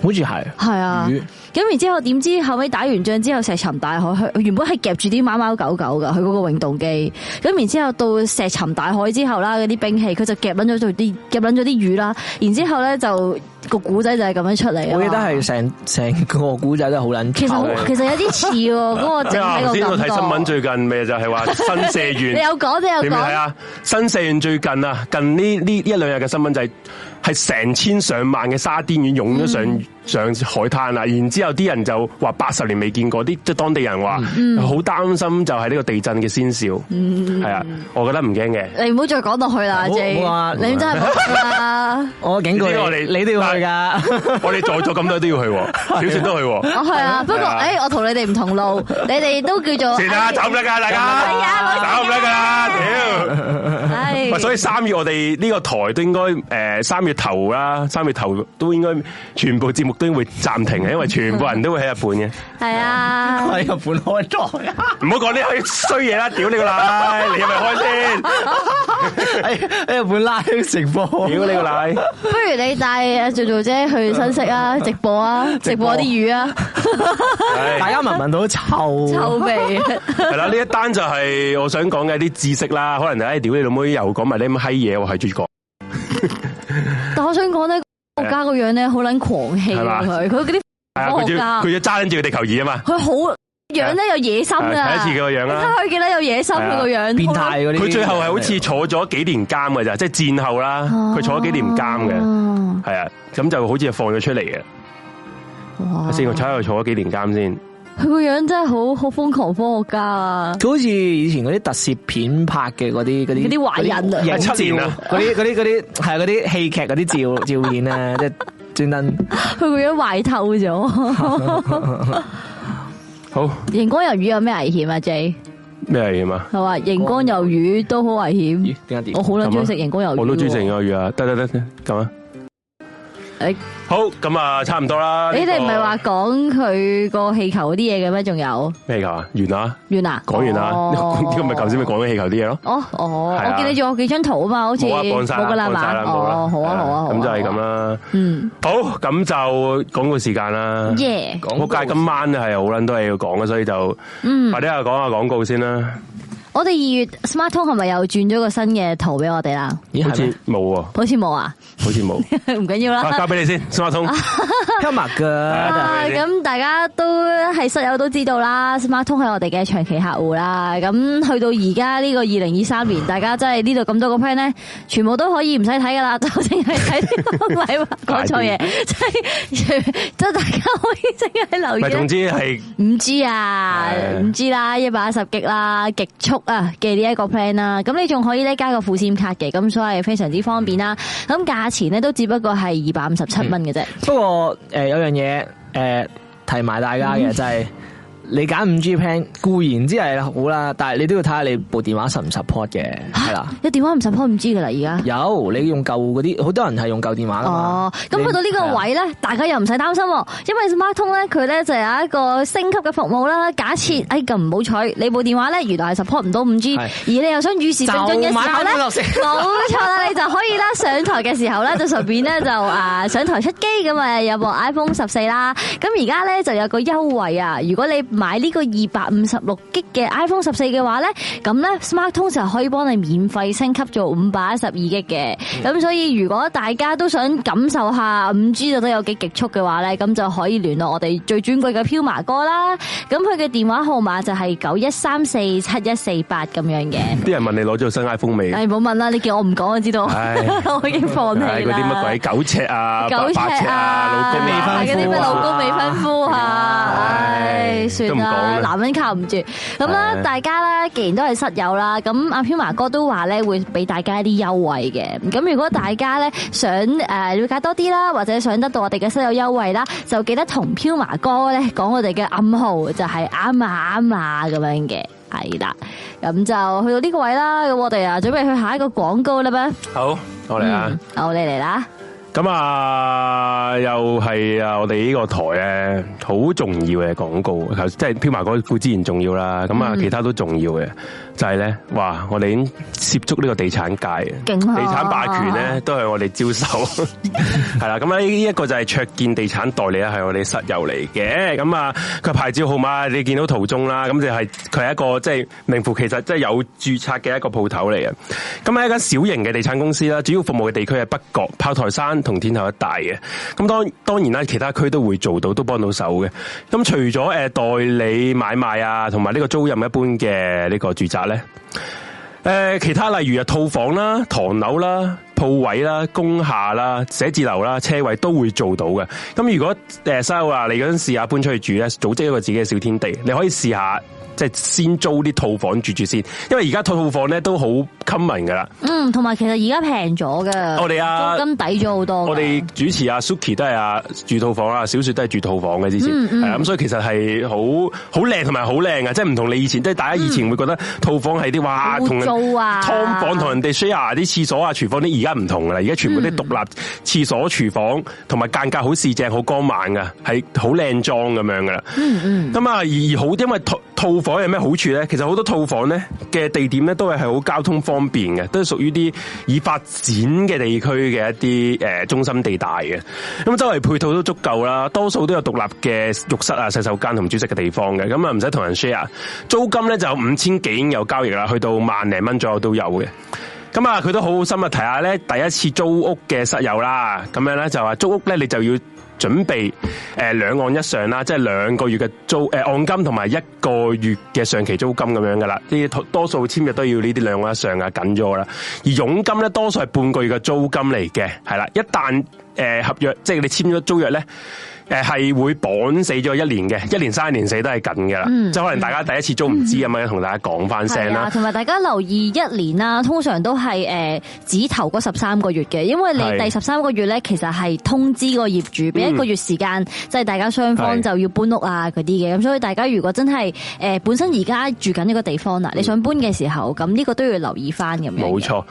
好似係
係啊
魚。
咁然之後點知後尾打完仗之後，石沉大海，佢原本係夾住啲貓貓狗狗噶，佢嗰個永動機。咁然之後到石沉大海之後啦，嗰啲兵器佢就夾撚咗做啲夾撚咗啲魚啦。然之後咧就個古仔就係咁樣出嚟啊嘛。
我記得係成成個古仔都好撚
其實好
臭嘅
其實有啲似 喎，嗰個
即
整
係頭啊
體
先
個
我睇
感覺。
新聞最近咪就係話新社
你
員。
有講，你
你
有
咪睇
講，
啊？新四縣最近啊，近呢呢一兩日嘅新聞就係係成千上萬嘅沙甸魚湧咗上、
嗯
上海灘啦，然之後啲人就話八十年未見過啲，即係當地人話
嗯
好擔心就係呢個地震嘅先兆，係、啊，我覺得唔驚嘅。
你唔好再講落去啦
好
，J，
好啊
你真係唔好
啊
啦。
我警告
呢啲我哋
你，你都要去噶。
我哋在座咁多都要去喎，小雪都去 喎，
我係啊，不過
係啊
誒，我同你哋唔同路，你哋都叫 做
算啦，走唔得噶，大
係啊
家，走唔得噶啦，屌！
唉
喂，所以三月我哋呢個台都應該誒三月頭啦，三月頭都應該全部節目都會暫停嘅，因為全部人都會喺日本 嘅。
係啊，
喺日哎本開台啊！
唔好講呢啲衰嘢啦，屌你個奶，你係咪 開先？
喺喺日哎本拉直播，
屌你個奶！
不如你帶阿做做姐去新潟 啊，直播啊，直播啲魚啊，
大
係
家聞唔聞到臭？
臭味。
係啦，呢一單就係我想講嘅一啲知識啦，可能唉，屌你老妹又講埋啲咁閪嘢，我係 主角。
但我想講咧，國家個樣咧好撚狂氣
係嘛
啊！佢佢嗰啲
係啊，佢
科學
要
家
佢要揸緊住個地球儀啊嘛，
佢好樣咧有野心
係睇
啊！
一次佢個樣
你
啦
睇。佢幾得有野心
係啊
佢個樣，
變態嗰啲。
佢最後係好似坐咗幾年監嘅咋，即係戰後啦，佢坐咗幾年監嘅，
嘅。
係啊，咁就好似係放咗出嚟嘅。
啊哇！
先，我睇下佢坐咗幾年監先。
佢個樣真係好好瘋狂科學家啊！
佢好似以前嗰啲特攝片拍嘅嗰啲嗰啲
嗰啲華人 啊
影
七年
照
啊，
嗰啲嗰啲嗰啲係嗰啲戲劇嗰啲照照片啊咧，即係專登
佢個樣壞透 咗。
好
熒光魷魚有咩危險啊？J
咩嚟嘅嘛？
佢話熒光魷魚都好危
咦
險。
點解
我
點？
好撚中意食熒光魷魚喎，
啊我都中意食個魚啊！得得得，咁啊，
誒
好咁啊，差唔多啦。
你哋唔
呢
係
個
話講佢個氣球嗰啲嘢嘅咩？仲有
咩球啊？完啦，
完啦，
講完啦。
哦
呢個咪頭先咪講緊氣球啲嘢咯。
哦哦，
係啊
我見你仲有幾張圖啊嘛，好似
冇啊，放晒啦
冇噶啦
放晒
嘛，
啦，冇啦。
哦，好啊好啊，好啊
咁就係咁，啦。
嗯，
好，咁就廣告時間啦。
耶，
仆街，今晚係好撚多嘢要講嘅，所以就
嗯
快，啲啊講下廣告先啦。
我哋二月 Smart Home 係咪又轉咗個新嘅圖俾我哋啦？
咦
好似
係咩
冇喎，
好似冇啊，
好似冇。
唔緊要
啊，
啦。
交俾你先，新馬通。
？Camera 噶，
啊咁大家都係室友都知道啦，Smart 通係我哋嘅長期客戶啦。咁去到而家呢個二零二三年，大家真係呢度咁多個 plan 咧，全部都可以唔使睇噶啦， 就淨係睇呢個禮物。講錯嘢， 即係即係大家可以淨係留
唔係，
意啦
總之係
五 G 啊，
係
五 G 啦，一百一十 G 啦，極速啊嘅呢一個 plan 啦，咁你仲可以咧加個副線卡嘅，咁所以非常之方便啦。咁價錢咧都只不過係二百五十七蚊嘅啫，
嗯
不過誒有樣嘢誒提埋大家嘅就係。你揀五 G plan 固然之係好啦，但係你都要睇下你部電話 support 唔 support 嘅，係 啦。
你電話唔 support 五 G 噶啦而家。
有你用舊嗰啲，好多人係用舊電話噶嘛啊
哦，咁去到呢個位咧，大家又唔使擔心喎，因為 Smart 通咧佢咧就有一個升級嘅服務啦。假設
嗯
哎咁唔好彩，你部電話咧原來係 support 唔到五 G，
係
而你又想與時並進嘅時候咧
就買翻落， 先
冇錯啦，你就可以啦上台嘅時候咧就順便咧就啊上台出機咁啊有部 iPhone 十四啦。咁而家咧就有個優惠啊，如果你買呢個二百五十六 G 嘅 iPhone 十四嘅話咧，咁咧 Smart 通就可以幫你免費升級做五百一十二 G 嘅。咁所以如果大家都想感受下五 G 到底有幾極速嘅話咧，咁就可以聯絡我哋最尊貴嘅飄麻哥啦。咁佢嘅電話號碼就係九一三四七一四八咁樣嘅。
啲人問你攞咗新 iPhone 未？
唉，哎唔好問啦，你叫我唔講，我知道，
唉
我已經放棄啦。
啊係嗰啲乜鬼九尺啊、
九
八
尺
尺啊、
啊，
老公
未
啊
婚夫啊
係嗰啲咩老公未婚夫啊，
唉
唉，算住
都唔
啦
講，啦
男人靠唔住。咁啦，
係
大家咧既然都係室友啦，咁阿 Puma 哥都話咧會俾大家一啲優惠嘅。咁如果大家咧想诶了解多啲啦，或者想得到我哋嘅室友優惠啦，就記得同 Puma 哥咧講我哋嘅暗號，就係啱啊啱啊咁樣嘅。係啦，咁就去到呢個位啦，咁我哋啊準備去下一個廣告啦咩？
好，我嚟啊！
好你嚟啦，
咁啊，又系啊，我哋呢個台咧好重要嘅廣告，頭即係飄埋嗰固之然重要啦，咁啊、其他都重要嘅，就係呢：「咧，哇！我哋已經涉足呢個地產界嘅，
勁啊
地產霸權咧都係我哋招手，係啦，咁咧呢一個就係卓建地產代理啦，啊係我哋室友嚟嘅，咁啊佢牌照號碼你見到途中啦，咁就係佢係一個即係名副其實即係有註冊嘅一個鋪頭嚟嘅，咁啊係一間小型嘅地產公司啦，主要服務嘅地區係北角、炮台山同天后一帶嘅，咁當當然啦，其他區都會做到，都幫到手嘅。咁除咗誒、呃代理買賣啊，同埋呢個租賃一般嘅呢個住宅咧。誒、其他例如啊，套房啦、唐樓啦、鋪位啦、工廈啦、寫字樓啦、車位都會做到嘅。咁如果誒收啊，你嗰陣試下搬出去住咧，組織一個自己嘅小天地，你可以試下。即係先租啲套房住住先，因為而家套房咧都好 common 噶啦。
嗯，同埋其實而家平咗嘅，
我哋啊
租金抵咗好多㗎，
我哋主持阿 Suki 都係啊住套房啦，小雪都係住套房嘅之前，
嗯嗯
係啊咁、所以其實係好好靚同埋好靚啊嘅，即係唔同你以前，即係大家以前會覺得套房係啲哇
污
同人
糟啊
劏房同人哋 share 啲廁所啊、廚房啲，而家唔同噶啦，而家全部啲獨立廁所、廚房同埋間隔好四正、好光猛嘅，係好靚裝咁樣噶啦。咁啊，而而好，因為套套房有咩好處咧？其實好多套房咧嘅地點咧都係係好交通方便嘅，都係屬於啲已發展嘅地區嘅一啲誒、呃中心地帶嘅。咁周圍配套都足夠啦，多數都有獨立嘅浴室啊、洗手間同煮食嘅地方嘅，咁啊唔使同人 share。租金咧就五千幾已經有交易啦，去到萬零蚊左右都有嘅。咁啊，佢都好好心啊，提下咧第一次租屋嘅室友啦，咁樣咧就話租屋咧你就要準備誒兩岸一上啦，即係兩個月嘅租誒、呃按金同埋一個月嘅上期租金咁樣噶啦，呢啲多數簽約都要呢啲兩岸一上啊，緊咗啦。而佣金咧多數係半個月嘅租金嚟嘅，係啦，一旦誒、呃合約即係你簽咗租約咧。誒係會綁死咗一年嘅，一年三年死都係緊噶啦，即係可能大家第一次租唔知咁樣，同大家講翻聲
嗯係
啦
啊，。同埋大家留意一年啦，通常都係诶只頭嗰十三個月嘅，因為你
係嗯
第十三個月咧，其實係通知個業主，俾一個月時間，即係大家雙方
係
就要搬屋啊嗰啲嘅。咁所以大家如果真係诶本身而家住緊一個地方啦，你想搬嘅時候，咁呢個都要留意翻咁樣
嗯
嘅。嗯
冇錯，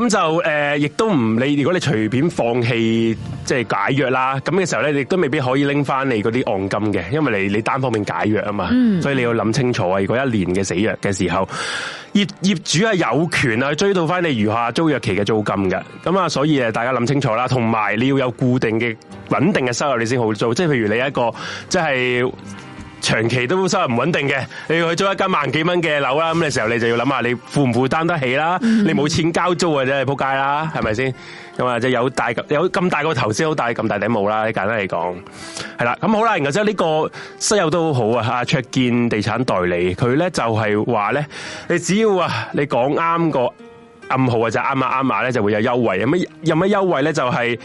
咁就誒，亦都唔你如果你隨便放棄即係解約啦，咁嘅時候咧，你亦都未必可以拎翻你嗰啲按金嘅，因為你你單方面解約啊嘛，
嗯
所以你要諗清楚啊。如果一年嘅死約嘅時候，業業主係有權啊去追到翻你餘下租約期嘅租金嘅，咁啊，所以誒大家諗清楚啦，同埋你要有固定嘅穩定嘅收入，你先好做，即係譬如你一個即係。長期都收入唔穩定嘅，你要去租一間萬幾蚊嘅樓啦，咁嘅時候你就要諗下你負唔負擔得起啦，你冇錢交租啊，真係仆街啦，係咪先？咁啊，即係有大有咁大個頭先好大咁大頂帽啦，簡單嚟講，係啦，咁好啦，然後之後呢個室友都好啊，阿卓健地產代理，佢咧就係話咧，你只要啊，你講啱個暗號啊，就啱啊啱啊咧，就會有優惠，有乜有乜優惠咧就係、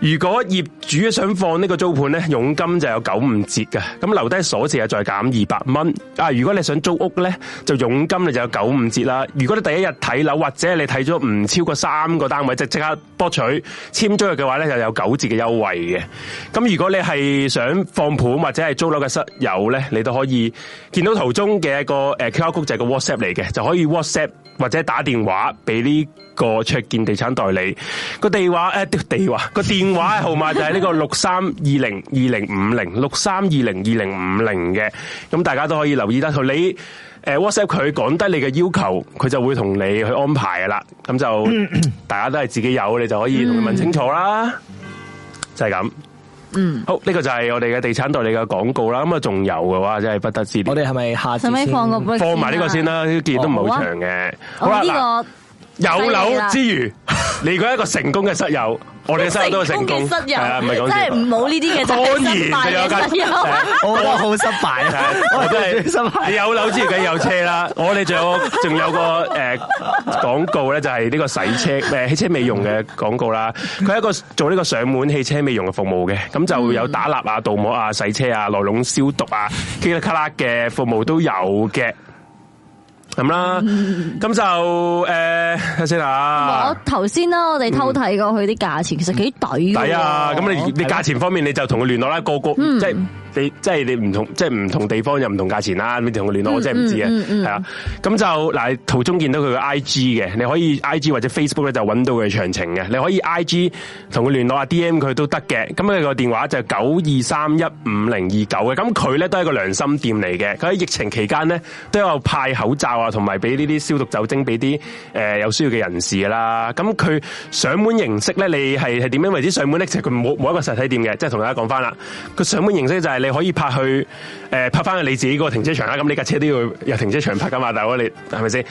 如果業主想放呢個租盤咧，佣金就有九五折嘅，咁留低鎖匙啊再減二百蚊。啊，如果你想租屋咧，就佣金你就有九五折啦。如果你第一日睇樓或者你睇咗唔超過三個單位，即即刻博取簽租約嘅話咧，就有九折嘅優惠嘅。咁如果你係想放盤或者係租樓嘅室友咧，你都可以見到圖中嘅一個誒 QR code 就係個 WhatsApp 嚟嘅，就可以 WhatsApp 或者打電話俾呢個卓建地產代理個地話誒、地地話個電話號碼就係呢個六三二零二零五零六三二零二零五零嘅，咁大家都可以留意得到你。誒 WhatsApp 佢講低你嘅要求，佢就會同你去安排噶啦。咁就大家都係自己有，你就可以同佢問清楚啦。就係咁。嗯，好，呢、個就係我哋嘅地產代理嘅廣告啦。咁啊，仲有嘅話真係不得之了
我。哋系咪下
使
次
唔使
先
放個啊 break
放埋呢個先
啊？
啦，呢件都唔係好長嘅。好
我
啦，
呢
嗱
個
有樓之餘，你如果一個成功嘅室友，我哋嘅室友都係成功，
嘅室友
係啊，唔係講
真係
笑。
唔冇呢啲嘅，
當
真係失敗
然就
嘅室
有。
友
間。
我覺得好失 敗 啊！
我真
失
係
敗
你有樓之餘梗有車啦，我哋仲有仲有個诶廣告咧，就係呢個洗車诶汽車美容嘅廣告啦。佢係一個做呢個上門汽車美容嘅服務嘅，咁就有打蠟啊、镀膜啊、洗車啊、內籠消毒啊、噼里咔啦嘅服務都有嘅。咁啦，咁就诶睇下先
我
啊。
頭先啦，我哋偷睇過佢啲價錢，其實幾抵㗎
抵啊！
喎
咁你你價錢方面你就同佢聯絡啦，個個
嗯
即係你即係你唔同即係唔同地方有唔同價錢啦，你同佢聯絡我真係唔知
嗯嗯
嘅，係啊。咁就嗱途中見到佢嘅 I G 嘅，你可以 I G 或者 Facebook 咧就揾到佢嘅詳情嘅，你可以 I G 同佢聯絡啊 D M 佢都得嘅。咁佢個電話就九二三一五零二九嘅，咁佢咧都係一個良心店嚟嘅，佢喺疫情期間咧都有派口罩啊，同埋俾呢啲消毒酒精俾啲誒有需要嘅人士啦。咁佢上門形式咧，你係係點樣為之上門咧？其實佢冇冇一個實體店嘅，即係同大家講翻啦。佢上門形式就係你可以拍去誒、呃拍翻去你自己個停車場啦。咁你架車都要有停車場拍噶嘛，大佬你係咪先？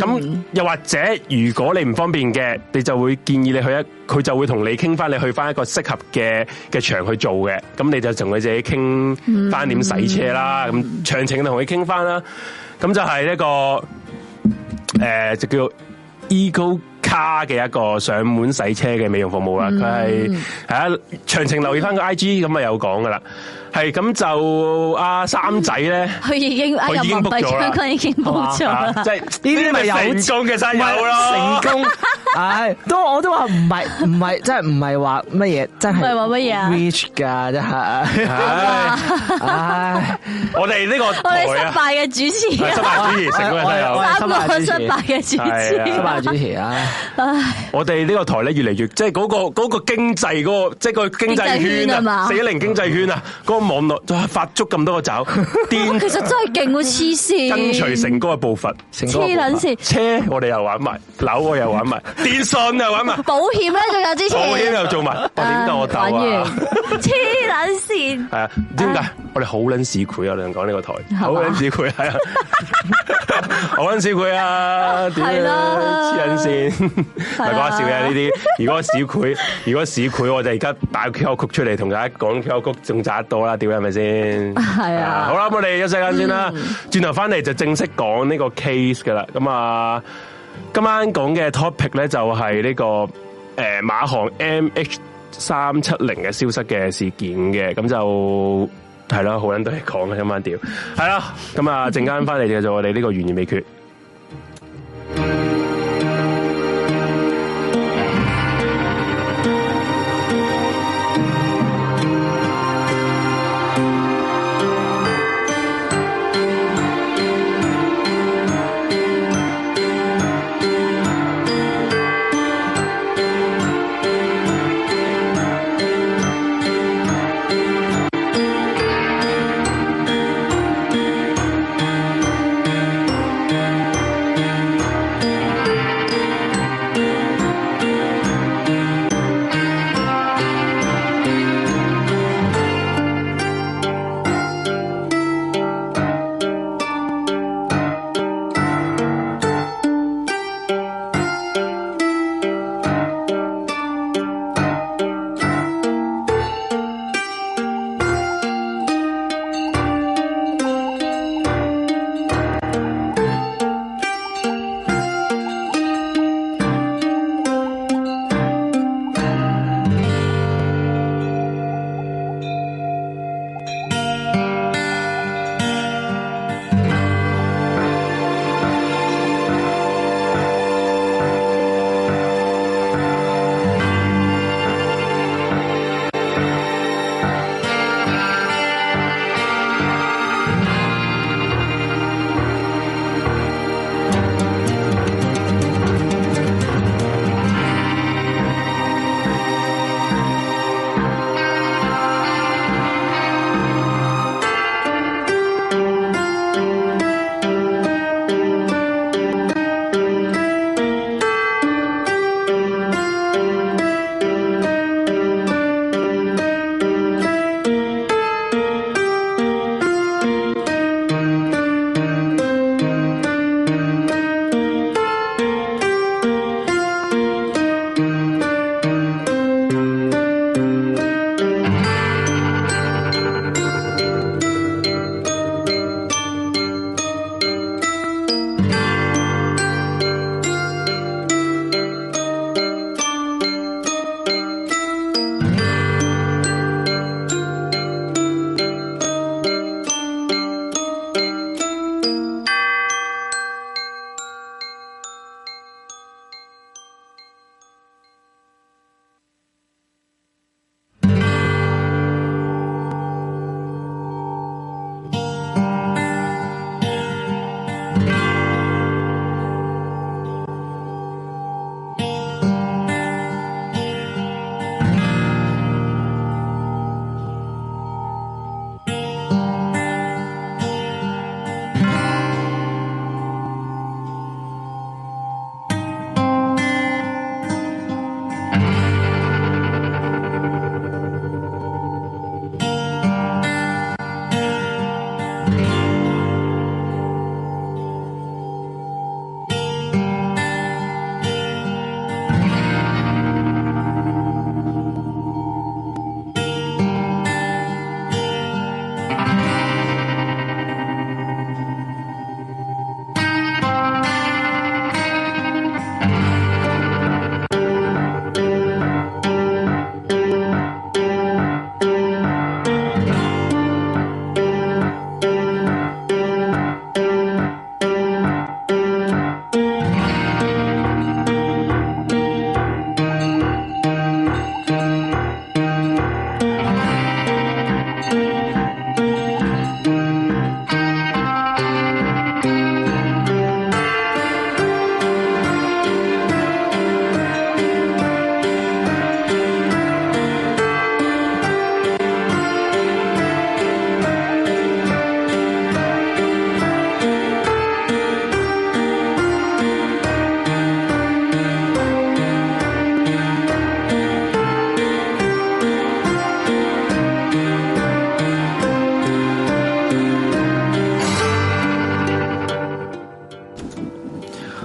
咁、又或者如果你唔方便嘅，你就會建議你去一佢就會同你傾翻，你去翻一個適合嘅嘅場去做嘅。咁你就同佢自己傾翻點洗車啦，咁詳情同佢傾翻啦。咁就係一個。誒、就叫 Eco Car 嘅一個上門洗車嘅美容服務啦。佢係係啊，詳情留意翻個 I G 咁啊有講噶啦。係咁就阿三仔咧。
佢已經啊，
佢
人
已
民
經 book
幣
咗啦
將軍已經冇咗
啊
啦。
即係呢啲咪
咪有
成功嘅山友咯，
成功，唉，都我都話唔係唔係，真係唔係話乜嘢，真係
唔係話乜嘢啊
reach 㗎真係，
唉，
唉，
我哋呢個
我哋失
台啊，
敗嘅主持
係失
啊，
敗主義成功嘅山
我
友
我。
三個失敗嘅主
係啊
失
持。
敗主持啊，
我哋呢個台咧越嚟越，即係嗰個嗰、個經濟嗰、個，即係個經濟
經濟圈啊
圈啊，
嘛
四一零經濟圈啊，嗰、個網絡哇發足咁多個爪，
哇
癲
其實真係勁喎，黐線。
跟隨成哥嘅步伐。
成功
黐撚 線。
車我哋又玩埋，樓我又玩 埋，電信又 玩埋，
保險咧，仲有之前。
保險又 做埋，我點到我鬥
玩完
啊？
黐撚線。
係啊，點解我哋好撚市儈啊？我哋講呢個 台，
嘛
好撚市儈係 啊，好撚市儈啊！ 點啊
係啦
黐撚線，唔係講啊下笑嘅呢啲。如果市儈，如果市儈，我哋而家打 Q 曲出嚟同大家講 Q 曲，仲賺得多啦，屌係咪先？
係啊嗯
好啦，咁我哋休息間先啦，轉頭翻嚟就正式講呢個 case 噶啦。咁啊，今晚講嘅 topic 咧就係呢、個诶、呃、马航 MH 三七零嘅消失嘅事件嘅，咁就。係啦，好撚多嘢講嘅今晚屌，係啦，咁啊陣間翻嚟就做我哋呢個懸而未決。
Hãy subscribe cho kênh Ghiền Mì Gõ Để không bỏ lỡ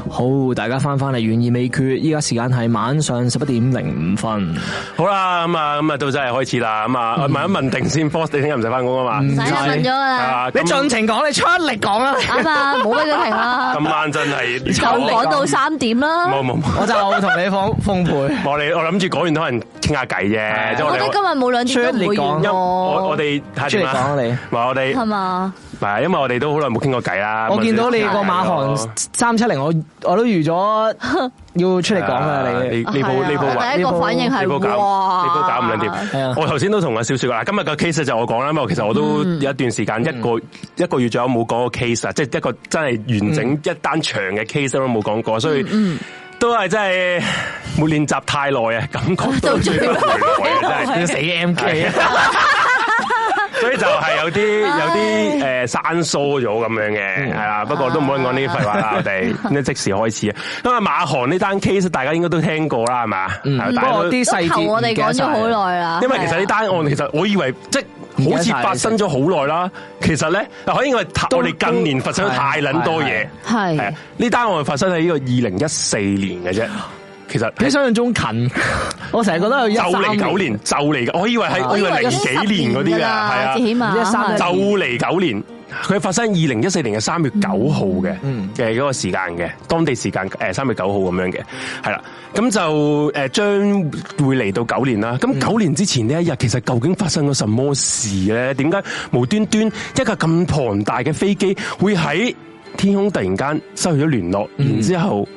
好，大家翻翻嚟悬而未决，依家时间系晚上十一点零五 分。
好啦，咁啊，咁啊，到真系开始啦，咁 啊，问一问定先，boss 你聽日唔使翻工啊嘛，
唔使啦，
唔使
問咗㗎
係
啦，
啊
你
咁
尽情讲，你出力讲啦。
啱啊，冇俾佢停 啦，
今晚真係
就
講
講到三點啦。
啊冇冇冇，
我就同你 奉奉陪。
我哋我諗住講完可能傾下偈啫，即係
我
我
覺得
哋
今日冇兩點都唔會完
出
因
喎。
我我哋睇下點
出嚟講啊
啦
你
唔係我哋
係嘛？
唔係，因為我哋都好耐冇傾過偈啦。咁啊
我見到你個馬
我
航
哋
三七零，我我都預咗要出嚟講啦，你
啊呢部呢部
係啊第一個反應
呢
係
波搞，
哇，
呢波搞唔撚
係啊
掂。我頭先都同阿小雪講啦，今日個 case 就我講啦，因為其實我都
嗯
有一段時間一個一個月左右冇講過 case 啊，即係一個真係完
嗯
整一單長嘅 case 都冇講過，所以都係真係冇練習太耐啊，感覺都
到最
回來啊真係
要死 M K 啊！
所以就係有啲有啲誒生疏咗咁樣嘅，係啦。不過都唔好講呢啲廢話啦，我哋咁即時開始啊。因為馬航呢單 case 大家應該都聽過啦，係嘛？係
不
大家
過
都
啲細
頭
節
我哋講咗好耐啦，
因為其實呢單案其實我以為即係好似發生咗好耐啦，其實啊咧，嗱，應該係
都
我哋近年發生咗太撚多嘢，
係
係啊呢單案發生喺呢個二零一四年嘅啫，其實
比想象中近，我成日覺得有一
就
三
嚟九年就嚟㗎，我以為係
啊
我以為
哦
零幾年嗰啲㗎，係啊
至。起碼
一三
係
就
就嚟九年，佢發生二零一四年嘅三月九號嘅
嗯
嘅嗰個時間嘅，當地時間誒三月九號咁樣嘅，係啦，咁就誒將會嚟到九年啦。咁九年之前呢一日，其實究竟發生咗什麼事咧？點解無端端一架咁龐大嘅飛機會喺天空突然間失去咗聯絡，然之後？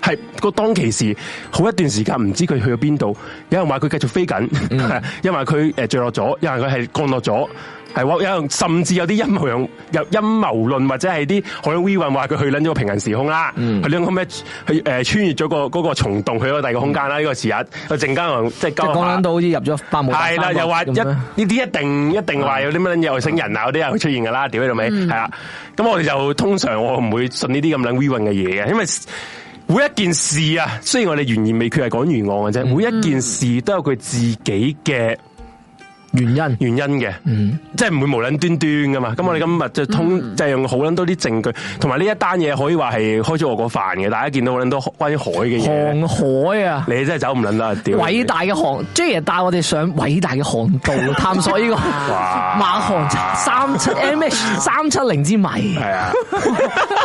係個當其時，好一段時間唔知佢去咗邊度。有人話佢繼續飛緊，
嗯
因為佢誒墜落咗，因為佢係降落咗，係話有人甚至有啲陰謀論，有陰謀論或者係啲海洋 V 運話佢去撚咗個平行時空啦，
嗯
去撚個咩去誒穿越咗個嗰個蟲洞去咗第二個空間啦。呢個時日，我陣間可能即係
即係
交
講緊到好似入咗百慕
啊係啦，又話一呢啲一定一定話有啲乜嘢外星人啊嗰啲人會出現噶啦，屌你老味，
嗯
係啦。咁我哋就通常我唔會信呢啲咁撚 we 運嘅嘢嘅，因為每一件事啊，雖然我哋懸而未決係講懸案嘅
嗯
啫，每一件事都有佢自己嘅
原因，
原因嘅，
嗯
即係唔會無撚端端噶嘛。咁我哋今日就通就係用好撚多啲證據，同埋呢一單嘢可以話係開咗我個飯嘅，大家見到好撚多關於海嘅嘢，
航海啊！
你真係走唔撚啦，屌！
偉大嘅航，J 爺帶我哋上偉大嘅航道，探索呢個
哇
馬航三 七 M H 三七零之謎
系。啊，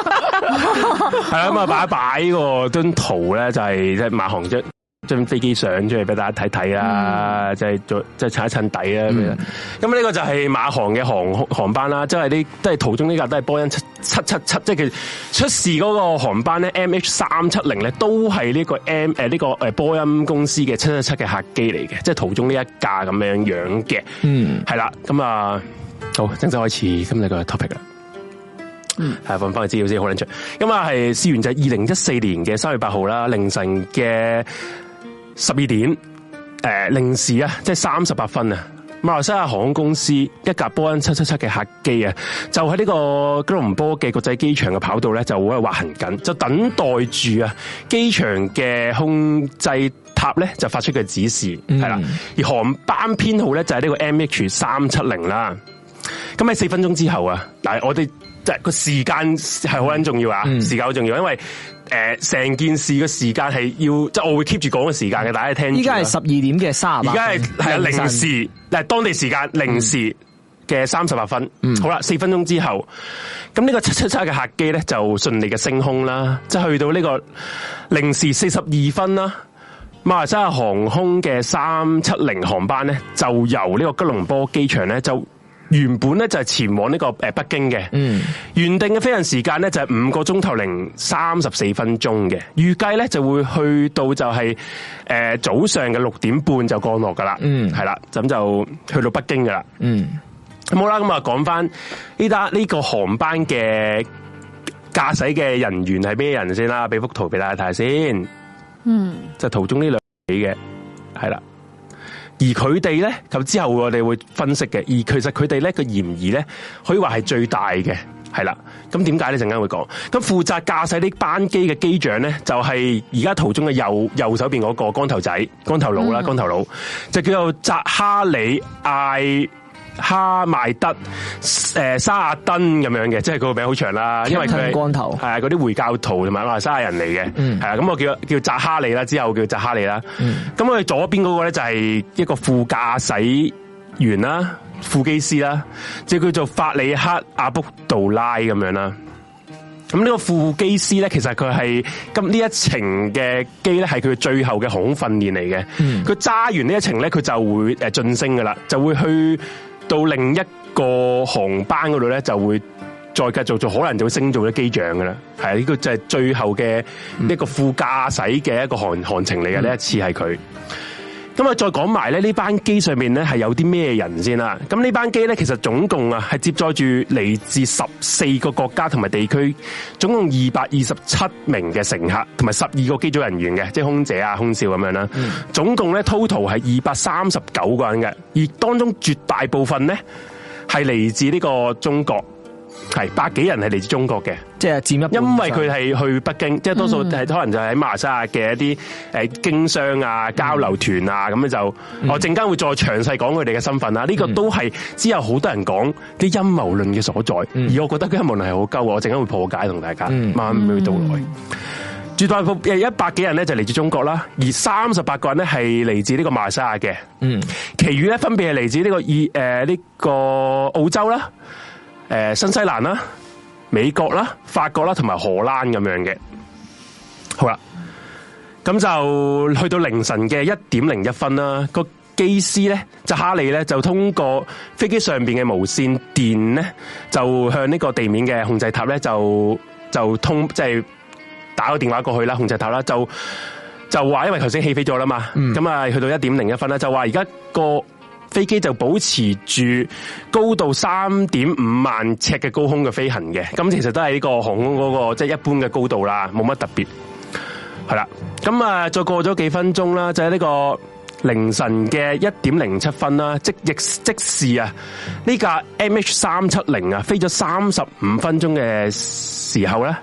系啦，咁啊摆一摆呢個張圖咧，就係即係馬航張張飛機相出嚟俾大家睇睇啦，即係做即係襯一襯底啊啦咁樣。咁呢個就係馬航嘅航空航班啦，即係呢都係途中呢架都係波音七七七七，即係佢出事嗰個航班咧，M H 三七零咧都係呢個 M 誒呢個誒波音公司嘅七七七嘅客機嚟嘅，即係途中呢一架咁樣樣嘅，
嗯，
係啦，咁啊，好正式開始今日嘅 topic 啦。系揾翻個資料先，好撚長。咁啊，係事源就係二零一四年嘅三月八號啦，凌晨嘅十二點，誒、零時啊，即係三十八分啊。馬來西亞航空公司一架波音七七七嘅客機啊，就喺呢個吉隆坡嘅國際機場嘅跑道咧，就喺度滑行緊，就等待住啊機場嘅控制塔咧就發出嘅指示，
嗯
係啦、而航班編號咧就係呢個 M H 三七零啦。咁喺四分鐘之後啊，嗱，我哋即係個時間係好撚重要
嗯
啊，時間好重要，因為誒成、件事嘅時間係要，即係我會 keep 住講個時間嘅，大家聽
嗯
住啦。啊
依家係十二點嘅三十嗯八分，
而家係係啊零時，嗱當地時間零時嘅三十八分。
嗯
好啦，四分鐘之後，咁呢個七七七嘅客機咧就順利嘅升空啦，即係去到呢個零時四十二分啦。馬來西亞航空嘅三七零航班咧，就由呢個吉隆坡機場咧就。原本咧就係前往呢個誒北京嘅，
嗯
原定嘅飛行時間咧就係五個鐘頭零三十四分鐘嘅，預計咧就會去到就係、呃早上嘅六點半就降落噶啦，
嗯
係啦，咁就去到北京噶啦。
嗯，
咁好啦，咁啊講翻呢單呢個航班嘅駕駛嘅人員係咩人先啦？俾幅圖俾大家睇先。嗯，就圖中呢兩起嘅，係啦。而佢哋咧，咁之後我哋會分析嘅。而其實佢哋咧個嫌疑咧，可以話係最大嘅，係啦。咁點解咧？陣間會講。咁負責駕駛呢班機嘅機長咧，就係而家途中嘅右右手邊嗰個光頭仔、光頭佬啦、光頭佬，就叫做扎哈里艾哈麥德、誒沙亞登咁樣嘅，即係佢個名好長啦，因為佢係
光頭
係啊，嗰啲回教徒同埋馬來西亞人嚟嘅，係啊，咁我叫叫扎哈利啦，之後叫扎哈利啦，咁佢左邊嗰個咧就係一個副駕駛員啦、副機師啦，即係叫做法里克阿卜杜拉咁樣啦。咁呢個副機師咧，其實佢係今呢一程嘅機咧，係佢最後嘅航空訓練嚟嘅。佢揸、完呢一程咧，佢就會誒晉升噶啦，就會去到另一個航班嗰度咧，就會再繼續做，可能就會升做咗機長噶啦。係啊，呢、個就係最後嘅一個副駕駛嘅一個航航程嚟嘅，呢、一次係佢。咁啊，再講埋咧，呢班機上面咧係有啲咩人先啦？咁呢班機咧，其實總共啊係接載住嚟自十四個國家同埋地區，總共二百二十七名嘅乘客同埋十二個機組人員嘅，即係空姐啊、空少咁樣啦。總共咧 total 係二百三十九個人嘅，而當中絕大部分咧係嚟自呢個中國，係百幾人係嚟自中國嘅。
即係佔一半以上，嗯
因為佢係去北京，即係多數係可能就係喺馬來西亞嘅一啲誒經商啊、交流團啊，
嗯
咁樣就我陣間會再詳細講佢哋嘅身份啦。呢個都係之後好多人講啲陰謀論嘅所在，而我覺得啲陰謀論係好鳩，我陣間會破解同大家
嗯
慢慢去到來。絕大部分一百幾人咧就嚟自中國啦，而三十八個人咧係嚟自呢個馬來西亞嘅，
嗯，
其餘咧分別係嚟自呢個意誒呢個澳洲啦、誒、新西蘭啦、美國啦、法國啦同埋荷蘭咁樣嘅。好啦，咁就去到凌晨嘅一點零一分啦，個機師咧就哈利咧就通過飛機上邊嘅無線電咧，就向呢個地面嘅控制塔咧就就通即係、打個電話過去啦，控制塔啦就。就話因為頭先起飛咗啦嘛，咁啊、去到一點零一分啦，就話而家個飛機就保持住高度三點五萬尺嘅高空嘅飛行嘅，咁其實都係呢個航空嗰、個即係、一般嘅高度啦，冇乜特別。係啦，咁啊，再過咗幾分鐘啦，就喺、呢個凌晨嘅一點零七分啦，即亦即時啊，呢架 MH 三七零啊，飛咗三十五分鐘嘅時候咧，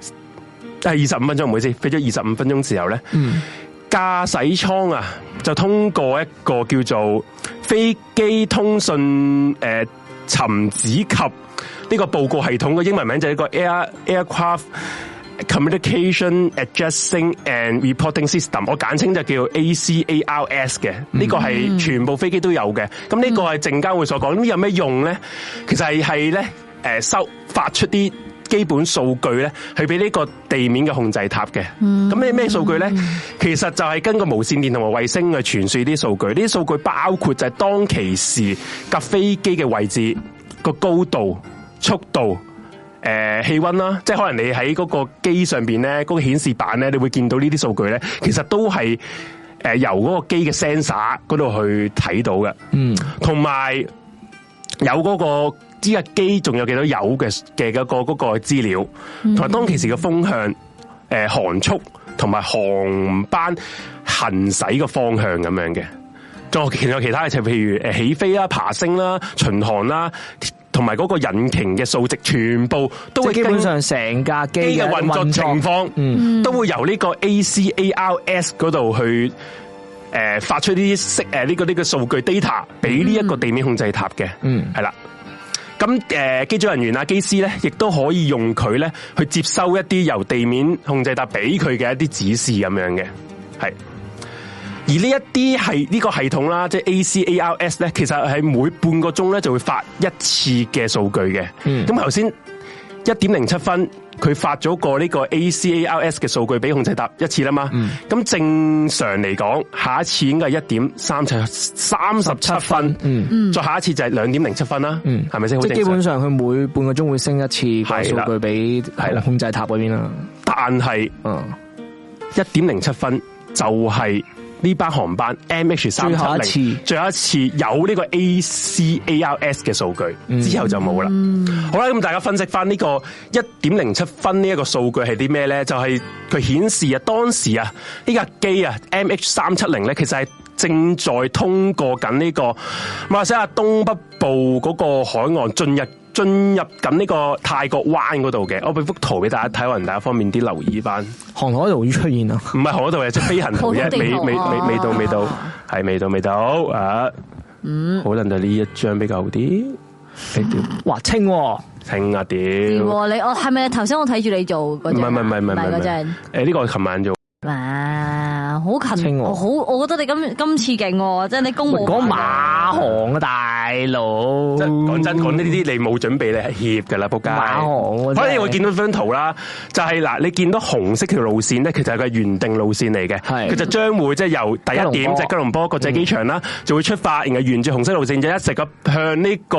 係二十五分鐘，唔好意思，飛咗二十五分鐘時候咧，駕駛艙啊，就通過一個叫做飛機通訊誒尋址及呢個報告系統嘅英文名就係一個 Air Aircraft。Communication Adjusting and Reporting System，我簡稱就叫 ACARS 嘅，呢個係全部飛機都有嘅。咁呢個係證監會所講，咁有咩用咧？其實係係咧，誒收發出啲基本數據咧，去俾呢個地面嘅控制塔嘅。咁你咩數據咧？其實就係根據無線電同埋衛星去傳輸啲數據。呢啲數據包括就係當其時架飛機嘅位置、個高度、速度。誒、氣温啦，即係可能你喺嗰個機上邊咧，嗰、個顯示板咧，你會見到呢啲數據咧，其實都係誒、呃由嗰個機嘅 sensor 嗰度去睇到嘅，嗯，同埋有嗰、個呢架機仲有幾多油嘅嘅嗰個嗰、個資料，
嗯
同埋當其時嘅風向、誒、航速同埋航班行駛嘅方向咁樣嘅。仲有其仲有其他嘅，就譬如誒起飛啦、爬升啦、巡航啦，同埋嗰個引擎嘅數值，全部
即
都
係
會
基
根
本上成架機
機嘅運作嗯情況，都會由呢個 ACARS 嗰度去誒、呃、發出呢啲息誒呢個呢、個數據 data 俾呢一個地面控制塔嘅，
嗯
係啦。咁誒機組人員啊、機師咧，亦都可以用佢咧去接收一啲由地面控制塔俾佢嘅一啲指示咁樣嘅，係。而呢一啲係呢個系統啦，即係 ACARS 咧，其實係每半個鐘咧就會發一次嘅數據嘅。咁頭先一點零七分，佢發咗個呢個 ACARS 嘅數據俾控制塔一次啦嘛。咁、正常嚟講，下一次應該係一點三七三十七分，嗯再下一次就係兩點零七分啦，係咪先？好
即係
正
基
常
本上佢每半個鐘會升一次個
係
數
啦
據俾
係啦
控制塔嗰邊啦。
但係
嗯，
一點零七分就係呢班航班 MH 三
最後一
七零
次
最後一次有呢個 ACARS 嘅數
嗯
據，之後就冇啦。好啦，咁大家分析翻呢個一點零七分呢一個數據係啲咩咧？就係佢顯示啊，當時啊呢架機啊 MH 三七零咧，其實係正在通過緊呢個馬來西亞東北部嗰個海岸進入。進入緊呢個泰國灣嗰度嘅，我俾幅圖俾大家睇，可能大家方便啲留意翻。
航海圖要出啊現啦，
唔係河道嘅，即係飛行圖啫，
普通地
未
圖
未未
啊嗯
未未到未到，係未到未到啊！可能就呢一張比較好啲。你屌，
哇清喎，
清啊屌！
掂
唔
喎你我系咪頭先我睇住你做嗰
係
陣啊
唔係唔係唔係
唔係嗰
唔係
陣，
誒呢個我琴晚做，
哇，好
清
勤，
喎
我好，我覺得你今今次勁喎，即係你公務
講馬航啊大佬，
即係講真講呢啲你冇準備你係怯㗎啦，仆街。
哦馬航啊
反正
真
我
係
見到張圖啦，就係嗱，你見到紅色條路線咧，其實係佢原定路線嚟嘅，
係
佢就將會即係由第
吉隆坡嗯
一點就係吉隆坡國際機場啦，就會出發，然後沿住紅色路線就一直咁向呢個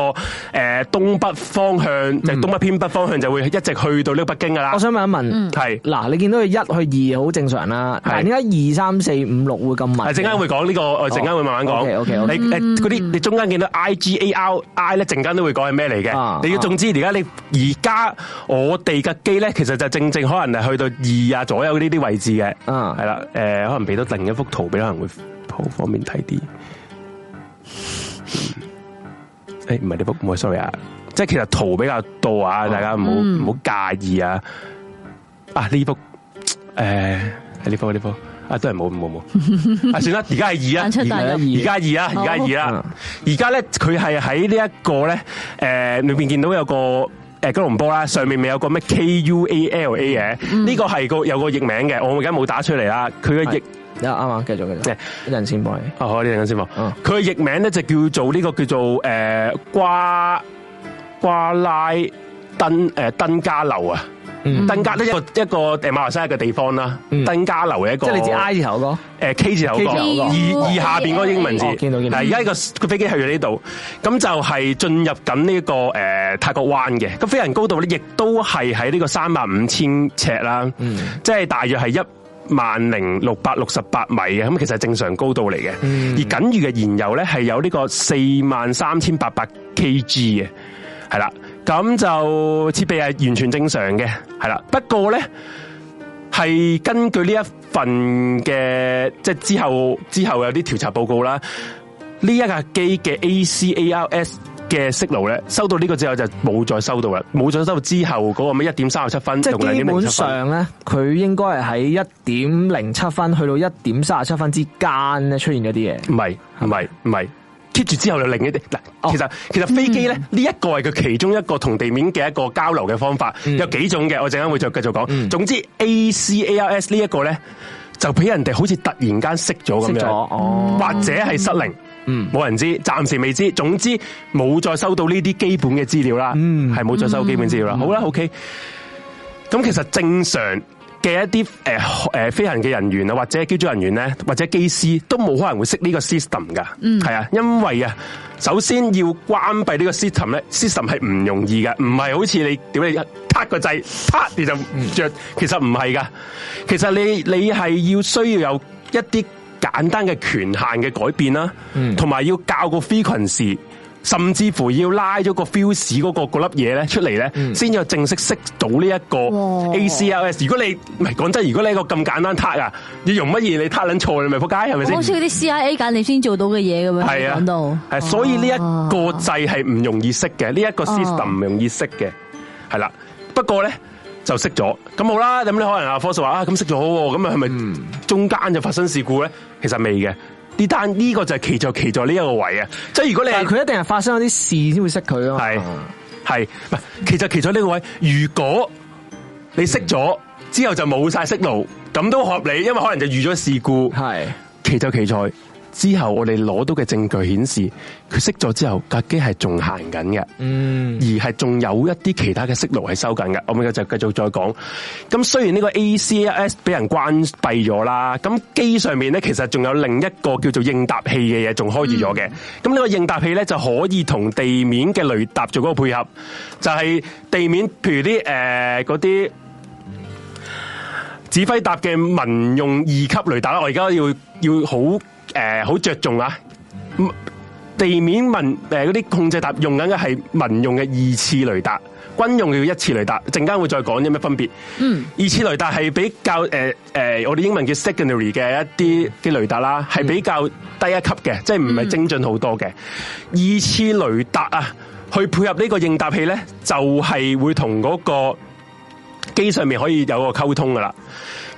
誒東北方向，就係東北偏北方向就會一直去到呢個北京噶啦
嗯我，想問一問，
係。
嗱你見到佢一去二好正常啦，但係點解二三四五六會咁密？
係陣間會講呢個，我陣間會慢慢講。
哦 OK，OK，OK 嗯
你誒嗰啲你中間見到 I G A R I 咧，陣間都會講係咩嚟
啊
嘅。你要總之而家你而家我哋嘅機咧，其實就正正可能係去到二啊左右呢啲位置嘅。
啊
係啦，誒可能俾多另一幅圖俾，可能會好方便睇啲。嗯誒唔係呢幅，唔係 sorry 啊，即係其實圖比較多
哦
啊，大家唔好
嗯
唔好介意啊。啊呢幅誒係呢幅呢幅啊都係冇冇冇啊算啦，而家係二啊，
彈出
而
彈
家
入
而家二啊，而家二啦
好，
而家咧佢係喺呢一個咧誒裏邊見到有個。誒吉隆坡啦，上面咪有個咩 K U A L A 嘅，呢個係個有個譯名嘅，我而家冇打出嚟啦。佢嘅譯
啊啱啱繼續繼續
誒，
一陣先幫你。
啊，好，你等陣先喎
嗯。
佢嘅譯名咧就叫做呢、個叫做誒、呃瓜瓜拉登誒、呃登嘉樓啊，
嗯
登嘉呢一個一個誒馬來西亞嘅地方啦，
嗯
登嘉樓嘅一個
即係你知 I 字頭嗰
誒呃 K 字頭嗰
K 字頭
嗰
個，
個
二二下邊嗰個英文字，
哦見到見到
嗱而家呢個個飛機係去呢度，咁就係進入緊呢個誒泰國灣嘅。咁飛行高度咧，亦都係喺呢個三萬五千尺啦，
嗯
即係大約係一萬零六百六十八米嘅，咁其實係正常高度嚟嘅。
嗯
而僅餘嘅燃油咧係有呢個四萬三千八百 kg 嘅，係啦。咁就設備係完全正常嘅，係啦。不過咧。係根據呢一份嘅，即係之後之後有啲調查報告啦。呢一架機嘅 ACARS 嘅 signal 咧，收到呢個之後就冇再收到啦，冇再收到之後嗰個咩一點三十七分，
即
同
係基
2.07
本
分
上咧，佢應該係喺一點零七分去到一點三十七分之間咧出現咗啲嘢。
唔係唔係唔係。keep 住之後就另一啲
哦嗯
嗱，其實其實飛機咧呢一個係佢其中一個同地面嘅一個交流嘅方法，
嗯
有幾種嘅，我陣間會再繼續講。總之 ACARS 呢一個咧就俾人哋好似突然間熄咗咁
熄咗
樣，
哦
或者係失靈，嗯，冇人知，暫時未知。總之冇再收到呢啲基本嘅資料啦，
嗯
係冇再收到基本資料啦。好啦，OK。咁其實正常嘅一啲呃誒誒飛行嘅人員啊，或者機組人員咧，或者機師都冇可能會識呢個 system 噶。嗯，係啊，因為啊，首先要關閉呢個 system 咧，system 係唔容易嘅，唔係好似你屌你撻個掣，撻你就着，其實唔係噶。其實你你係要需要有一啲簡單嘅權限嘅改變啦，同埋、要教個 frequency。甚至乎要拉咗個 fuse 嗰、個嗰粒嘢咧出嚟咧，先至正式識到呢一個
哇
ACLS。如果你唔係講真，如果你一個咁簡單撻啊，你用乜嘢你撻撚錯你咪仆街係咪
好似
先？
嗰啲 CIA 揀你先做到嘅嘢咁樣，
係
講到啊
啊，係所以呢一個掣係唔容易識嘅，呢、一個 system 唔容易識嘅，係啦。不過咧就識咗，咁好啦。咁你可能阿科叔話啊，咁識咗好喎，咁啊係
嗯
咪中間就發生事故咧？其實未嘅，呢單呢個就係奇在奇在呢一個位啊。即係如果你係
但係佢一定係發生咗啲事先會識佢啊嘛。
係
哦
系，唔係其實其咗呢個位，如果你識咗之後就冇晒息路，咁都合理，因為可能就遇咗事故。
係
奇就奇在之後，我哋攞到嘅證據顯示，佢熄咗之後，架機係仲行緊嘅，
嗯
而係仲有一啲其他嘅息路係收緊嘅。我咪就繼續再講。咁雖然呢個 ACS 俾人關閉咗啦，咁機上面咧其實仲有另一個叫做應答器嘅嘢仲開住咗嘅。咁呢、個應答器咧就可以同地面嘅雷達做嗰個配合，就係、地面譬如啲誒嗰啲。指揮塔嘅民用二級雷達啦，我而家要要好誒好着重啊！嗯地面民誒嗰啲控制塔用緊嘅係民用嘅二次雷達，軍用嘅要一次雷達。陣間會再講有咩分別。嗯，二次雷達係比較誒誒、呃我哋英文叫 secondary 嘅一啲啲雷達啦，係比較低一級嘅，即係唔係精進好多嘅。二次雷達啊，去配合呢個應答器咧，就係、會同嗰、個。機上面可以有個溝通噶啦。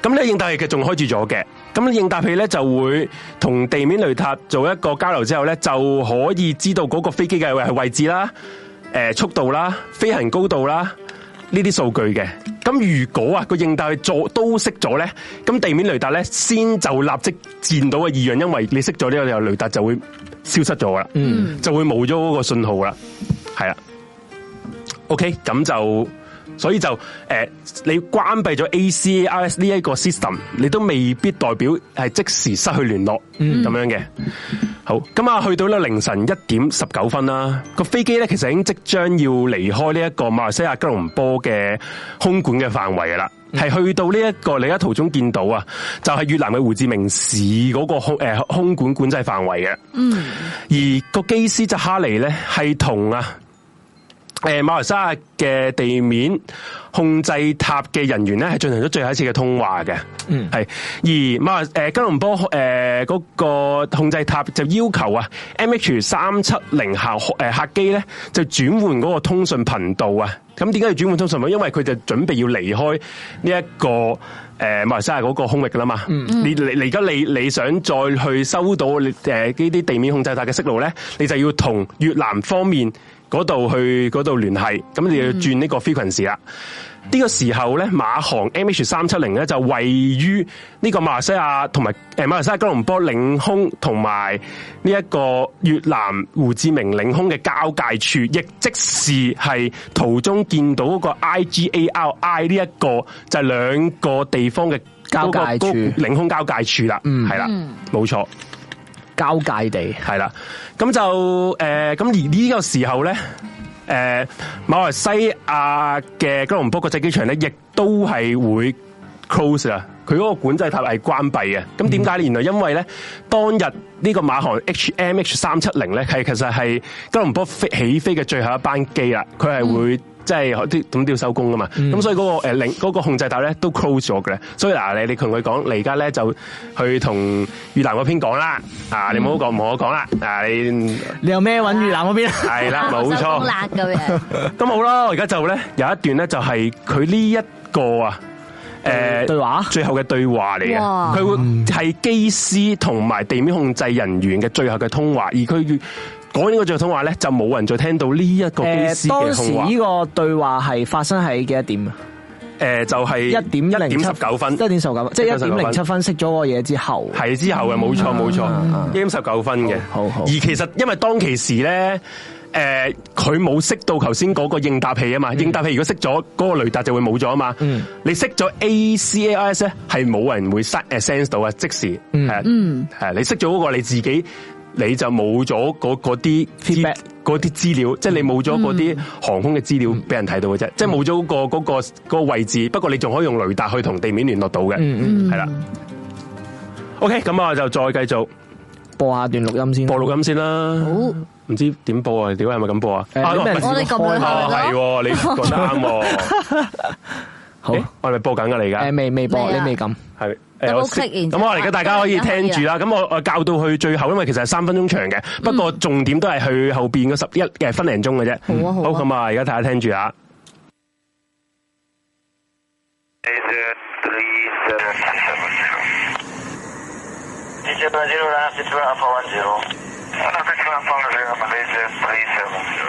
咁呢應答器嘅仲開住咗嘅，咁應答器咧就會同地面雷達做一個交流之後咧，就可以知道嗰個飛機嘅位位置啦、誒、速度啦、飛行高度啦呢啲數據嘅。咁如果啊個應答器做都熄咗咧，咁地面雷達咧先就立即見到嘅異樣，因為你熄咗呢個雷達就會消失咗噶啦，
嗯
就會冇咗嗰個信號啦，係啦。OK，咁就所以就诶、呃你關閉咗 ACRS 呢一個 system，你都未必代表係即時失去聯絡咁、樣嘅。好，咁啊，去到咧凌晨一點十九分啦，個飛機咧其實已經即將要離開呢一個馬來西亞吉隆坡嘅空管嘅範圍噶啦。係去到呢、一個你喺途中見到啊，就係越南嘅胡志明市嗰個空诶、空管管制範圍嘅。而個機師就哈尼咧，係同啊诶、馬呃來西亞嘅地面控制塔嘅人員咧，係進行咗最後一次嘅通話嘅。
嗯
係而馬來诶、吉隆坡诶嗰、個控制塔就要求啊 M H 三七零客诶客機咧，就轉換嗰個通訊頻道啊。咁點解要轉換通訊頻道？因為佢就準備要離開呢、一個诶、馬來呃西亞嗰個空域啦嘛。你你你而家你你想再去收到诶呢啲地面控制塔嘅息路咧，你就要同越南方面。嗰度去嗰度聯繫，咁你就要轉呢個 frequency 啦。呢、個時候咧，馬航 MH 三七零咧就位於呢個馬來西亞同埋誒馬來西亞吉隆坡領空同埋呢一個越南胡志明領空嘅交界處，亦即是係途中見到嗰個 IGARI 呢、一個就係兩個地方嘅
交界
嗰個
處
嗰個領空交界處啦，
嗯
係啦，冇錯。
交界地，
系啦，咁就诶，咁、而呢個時候咧，诶、馬來西亞嘅吉隆坡國際機場咧，亦都係會 close 啊，佢嗰個管制塔係關閉嘅。咁點解咧？原來因為咧，當日呢個馬航 HMH 三七零咧，係其實係吉隆坡飛起飛嘅最後一班機啦，佢係會。即係啲咁都要收工噶嘛，
嗯
咁、所以嗰、個誒令嗰個控制塔咧都 close 咗嘅，所以嗱你你同佢講，你而家咧就去同越南嗰邊講啦，啊
嗯
你唔好講唔好講啦，啊你
你有咩揾越南嗰邊啊？
係啦冇
收工
錯。
啦咁樣，
咁好啦，我而家就咧有一段咧就係佢呢一個啊，诶、
對話
最後嘅對話嚟嘅，
哇
佢會係機師同埋地面控制人員嘅最後嘅通話，而佢講呢個最後通話咧，就冇人再聽到呢一個機 師
誒，呃當
嘅啊
時
通話。
呢個對話係發生喺幾多點啊？
诶、呃就係
一點
一
零
点十九分
一，點十九，即係一點零七分熄咗嗰個嘢之後，
係之後嘅，
嗯
冇錯冇錯，一點十九分嘅。
好好
而其實因為當其時咧，诶、佢冇熄到頭先嗰個應答器啊嘛，應答器如果熄咗，嗰、個雷達就會冇咗啊嘛。
嗯
你熄咗 ACAIS 咧，係冇人會 s sense 到啊，即時
嗯
係係啊你熄咗嗰個你自己。你就冇咗嗰嗰啲資
Feedback 嗯
嗰啲資料，即係你冇咗嗰啲航空嘅資料俾人睇到嘅啫，即係冇咗個嗰個嗰個位置。不過你仲可以用雷達去同地面聯絡到嘅，
嗯
係啦。OK，咁我就再繼續
播下段錄音
嗯
先。
播錄音先啦。唔知點播啊？屌係咪咁播啊？
誒
啊
你咩
唔係
我哋撳
開
兩
哦，
下
係
咯，
喎，你講得啱喎。
好，
誒我係咪播緊㗎你而家
誒？未未播，
未
你
啊
未撳。
係誒，我
double click 然之
咁
後啊
我而家大家可以聽住啦。咁我我教到去最後，因為其實係三分鐘長嘅，
嗯
不過重點都係去後邊嗰十一誒分零鐘嘅啫。
好啊好啊
好咁啊，而家大家聽住啊。
Teacher Brazil, Rana Fitwa Alpha 10. Rana Fitwa Alpha 10, Malaysia 370.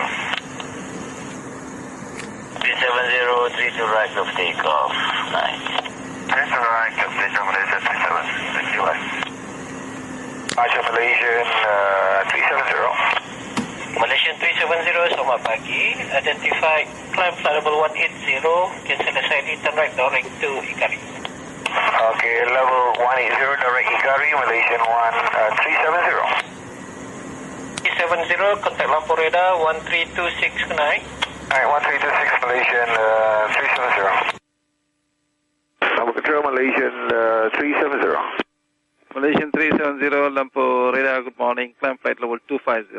370, 32 right of takeoff. Right. 32 right of takeoff, Malaysia 370. Thank you, right. Malaysia, Malaysian uh, 370. Malaysian 370, selamat pagi. Identify climb flightable 180, cancel SID, turn right, direct to Ikari. Okay, level 180, direct Ikari, Malaysian uh, 1370. 370, contact Lampung Radar 13269. Alright, 1326, Malaysian uh, 370. Lampung Control, Malaysian uh, 370.
Malaysian 370, Lumpur, radar, good morning. Climb flight level 250.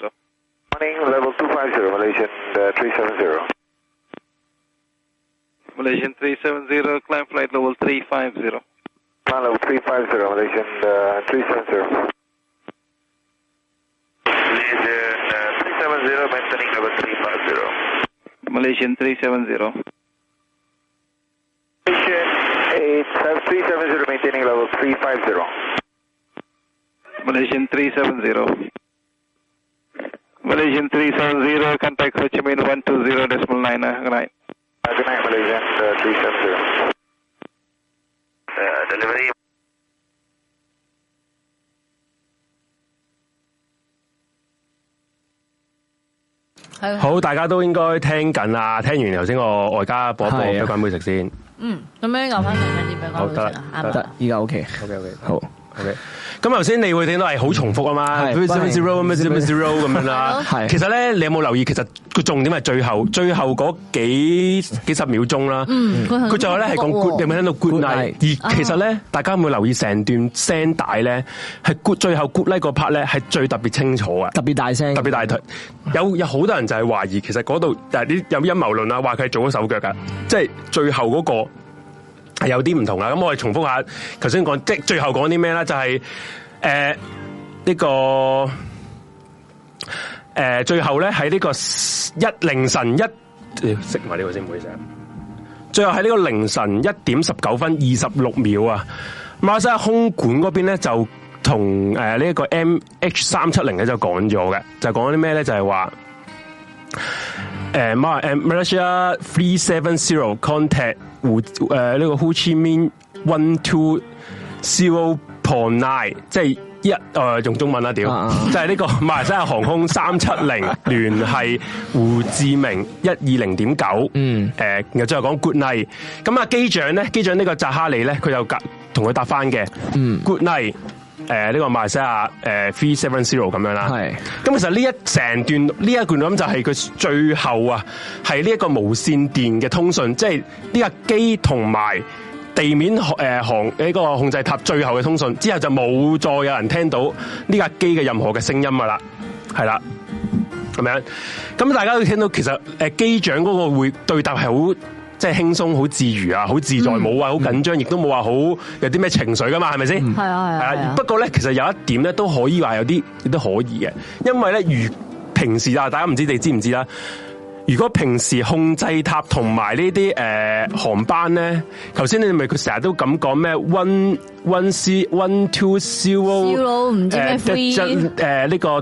Morning, level 250, Malaysian uh, 370.
Malaysian 370, climb flight level 350.
Plan level 350, Malaysian uh, 370. Malaysian uh, 370, maintaining level 350.
Malaysian
uh,
370.
370 maintaining level 350.
Malaysian 370. Malaysian 370, contact Ho Chi Minh 120.9. uh, Good night.
Uh, good night, Malaysian uh, 370. Uh, delivery
係
好，大家都應該聽緊啦。聽完頭先我外加播一播
係啊
俾關妹食先。
嗯， 咁樣留翻上面啲俾
好
我
得啦
啱
得
啦，
依家 OK，
OK OK
好。
OK。咁頭先你會聽到係好重複啊嘛
係
，zero zero zero zero 咁樣啦。
係
其實咧，你有冇留意？其實個重點係最後，最後嗰幾幾十秒鐘啦。
嗯，
佢
佢
最後咧係講 good，你有冇聽到 good
Good
night？
night
而其實咧，大家有冇留意成段聲帶咧？係 good 最後 good night 嗰 part 咧係最特別清楚啊！
特別大聲，
特別大腿，有有好多人就係懷疑，其實嗰度但係啲有陰謀論啊，話佢係做咗手腳噶，即係最後嗰、個係有啲唔同啦。咁我哋重複下頭先講，即係最後講啲咩啦？就係誒呢個誒、呃最後咧喺呢個一凌晨一，要熄埋呢個先，唔好意思啊。最後喺呢個凌晨一點十九分二十六秒啊，馬來西亞空管嗰邊咧就同誒呢一個 M H 三七零咧就講咗嘅，就講啲咩咧就係話。誒馬誒呃 Malaysia three seven zero contact 胡誒呢個 Ho Chi Minh one two zero point nine，即係一誒、呃用中文啦屌，
啊啊
就係呢個 馬來西亞航空三七零聯繫胡志明一二零點九，
嗯
誒、然後最後講 good night，咁啊機長咧，機長呢個扎哈利咧，佢就隔同佢答翻嘅，
嗯
good night，誒、呢、個馬來西亞誒 three seven zero 咁樣啦，
係
咁其實呢一成段呢一段咁就係佢最後啊，係呢一個無線電嘅通訊，即係呢架機同埋地面誒、呃航呢、個控制塔最後嘅通訊，之後就冇再有人聽到呢架機嘅任何嘅聲音噶啦，係啦。咁樣，咁大家都聽到其實誒機長嗰個會對答係好即係輕鬆、好自如啊、好自在，冇話好緊張，亦都冇話好有啲咩情緒噶嘛，係咪先？
嗯係啊係啊
係
係
啊
啊，
不過咧，其實有一點咧都可以話有啲亦都可以嘅，因為咧如平時啊，大家唔知你知唔知啦？如果平時控制塔同埋呢啲誒航班咧，頭先你咪佢成日都咁講咩 one one c one two zero
燒唔知咩
誒
free
誒呢個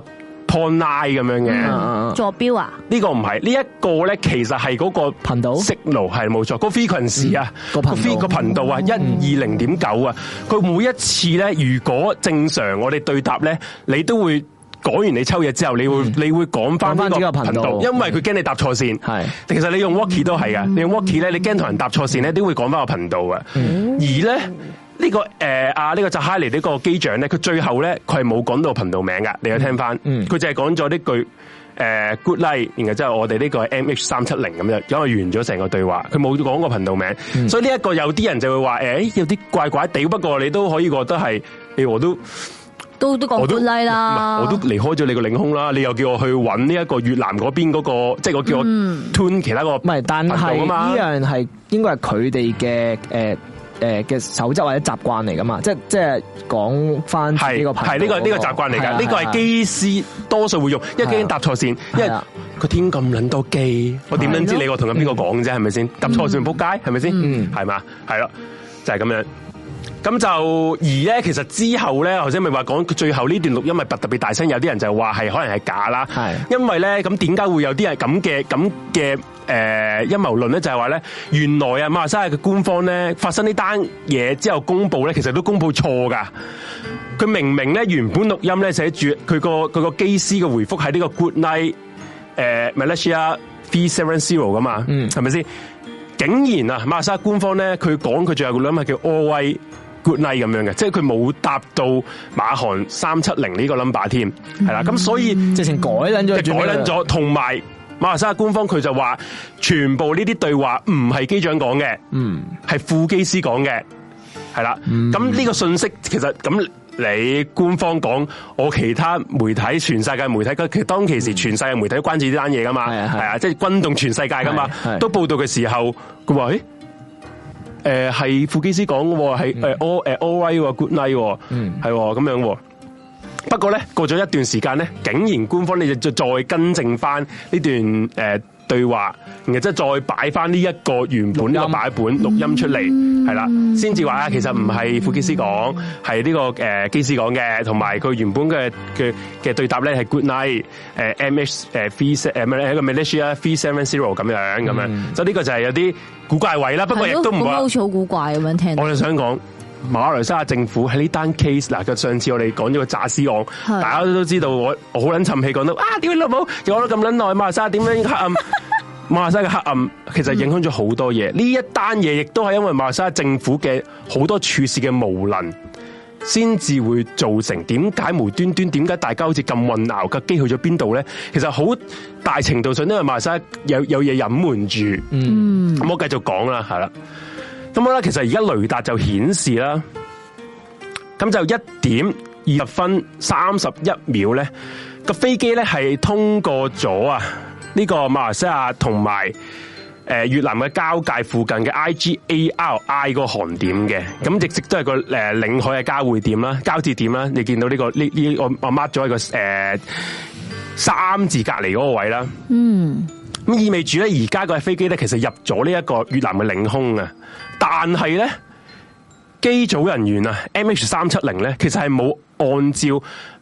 point nine 咁樣嘅。
啊
坐標啊，
呢個唔係，呢一個咧其實係嗰個
頻道
signal 係冇錯，個 frequency 啊，
個頻道嗯
fre- 個頻道啊，一二零點九啊，佢每一次咧，如果正常我哋對答咧，你都會。講完你抽嘢之後，你會、你會講翻呢
嗯講返
個
自己個頻
頻
道
道，因為佢驚你搭錯線。
係
其實你用 walkie 都係噶，你用 walkie 咧，你驚同人搭錯線咧，都會講翻個頻道嘅。而咧呢、個誒啊呢個扎哈尼呢個機長咧，佢最後咧佢係冇講到頻道名噶，你有聽翻？
嗯
佢就係講咗呢句。誒、good night，然後之後我哋呢個 M H 三七零咁樣，因為完咗成個對話，佢冇講過頻道名，
嗯
所以呢一個有啲人就會話誒、有啲怪怪地，不過你都可以覺得係，誒、我都
都都講
我都
good night 啦，
唔係我都離開咗你個領空啦，你又叫我去揾呢一個越南嗰邊嗰、個，即係我叫我 tune 其他個
唔係，但係
頻道啊嘛
呢樣係應該係佢哋嘅誒誒嘅守則或者習慣嚟噶嘛，即係即係講翻呢
係
個頻道
係呢個
嗰
呢個習慣嚟
係啊
㗎，呢個
係啊
係機師多數會用，因為
係
驚
啊
搭錯線，因為
係啊
佢天咁撚多機，我點撚知你我同緊邊個講啫？係咪先搭錯
嗯
線仆街？係咪先？係嘛？係咯，就係咁樣。咁就而咧，其實之後咧，頭先咪話講佢最後呢段錄音咪特別大聲，有啲人就話係可能係假啦。
係
因為咧，咁點解會有啲人咁嘅咁嘅誒陰謀論咧？就係話咧，原來啊馬來西亞嘅官方咧發生呢單嘢之後公佈咧，其實都公佈錯噶。佢明明咧原本錄音咧寫住佢個佢個機師嘅回覆係呢個 Good Night 誒、Malaysia V Seven Zero 噶嘛，
嗯
係咪先？竟然啊，馬來西亞官方咧，佢講佢最後個number 叫 All Way Good Night 咁樣嘅，即係佢冇答到馬航三七零呢個 number 添，係啦，咁所以。
直情改撚咗，
嗯即係改撚。咗，同埋馬來西亞官方佢就話，全部呢啲對話唔係機長講嘅，
嗯，
係副機師講嘅，係啦。咁呢、個信息其實咁。你官方講，我其他媒體，全世界媒體，佢其實當其時全世界媒體都關注呢單嘢噶嘛，
係啊係啊
係啊，即係轟動全世界噶嘛
係係，
都報道嘅時候，佢話誒。誒係副機師講嘅喎，係誒 all 誒 all right 喎，good night 喎，
嗯
係喎咁樣喎。不過咧過咗一段時間咧，竟然官方你就再更正翻呢段誒、呃、對對話，然後即係再擺翻呢一個原本呢個擺本錄音出
嗯
嚟，係啦，先至話啊，其實唔係副機師講，係呢、個誒、呃、機師講嘅，同埋佢原本嘅嘅嘅對答咧係 Good Night 誒 M H 呃誒 V 誒咩咧一個 Malaysia V Seven Zero 咁樣咁樣，所以呢個就係有啲古怪位啦，不過亦都唔
嗯係咯
話
好。似好古怪咁樣聽到
我。哋想講馬來西亞政府喺呢單 case 嗱，佢上次我哋講咗個詐屍
係
案，大家都知道我我好撚沉氣講到啊，屌你老母，又講咗咁撚耐，馬來西亞點樣黑暗？馬來西亞嘅黑暗其實影響咗好多嘢，呢、一單嘢亦都係因為馬來西亞政府嘅好多處事嘅無能。先至會造成點解無端端點解大家好似咁混淆嘅機去咗邊度咧？其實好大程度上都係馬來西亞有有嘢隱瞞住。嗯，咁我繼續講啦，係啦。咁好啦，其實而家雷達就顯示啦，咁就一點二十分三十一秒咧，個飛機咧係通過咗啊呢個馬來西亞同埋。誒越南嘅交界附近嘅 IGARI 個航點嘅，咁亦即都係個誒呃領海嘅交匯點啦、交接點啦。你見到呢、個呢呢、我我 mark 咗喺個誒、呃三字隔離嗰個位啦。
嗯，
咁意味住咧，而家個飛機咧其實入咗呢一個越南嘅領空啊，但係咧機組人員啊，MH 三七零咧，其實係冇按照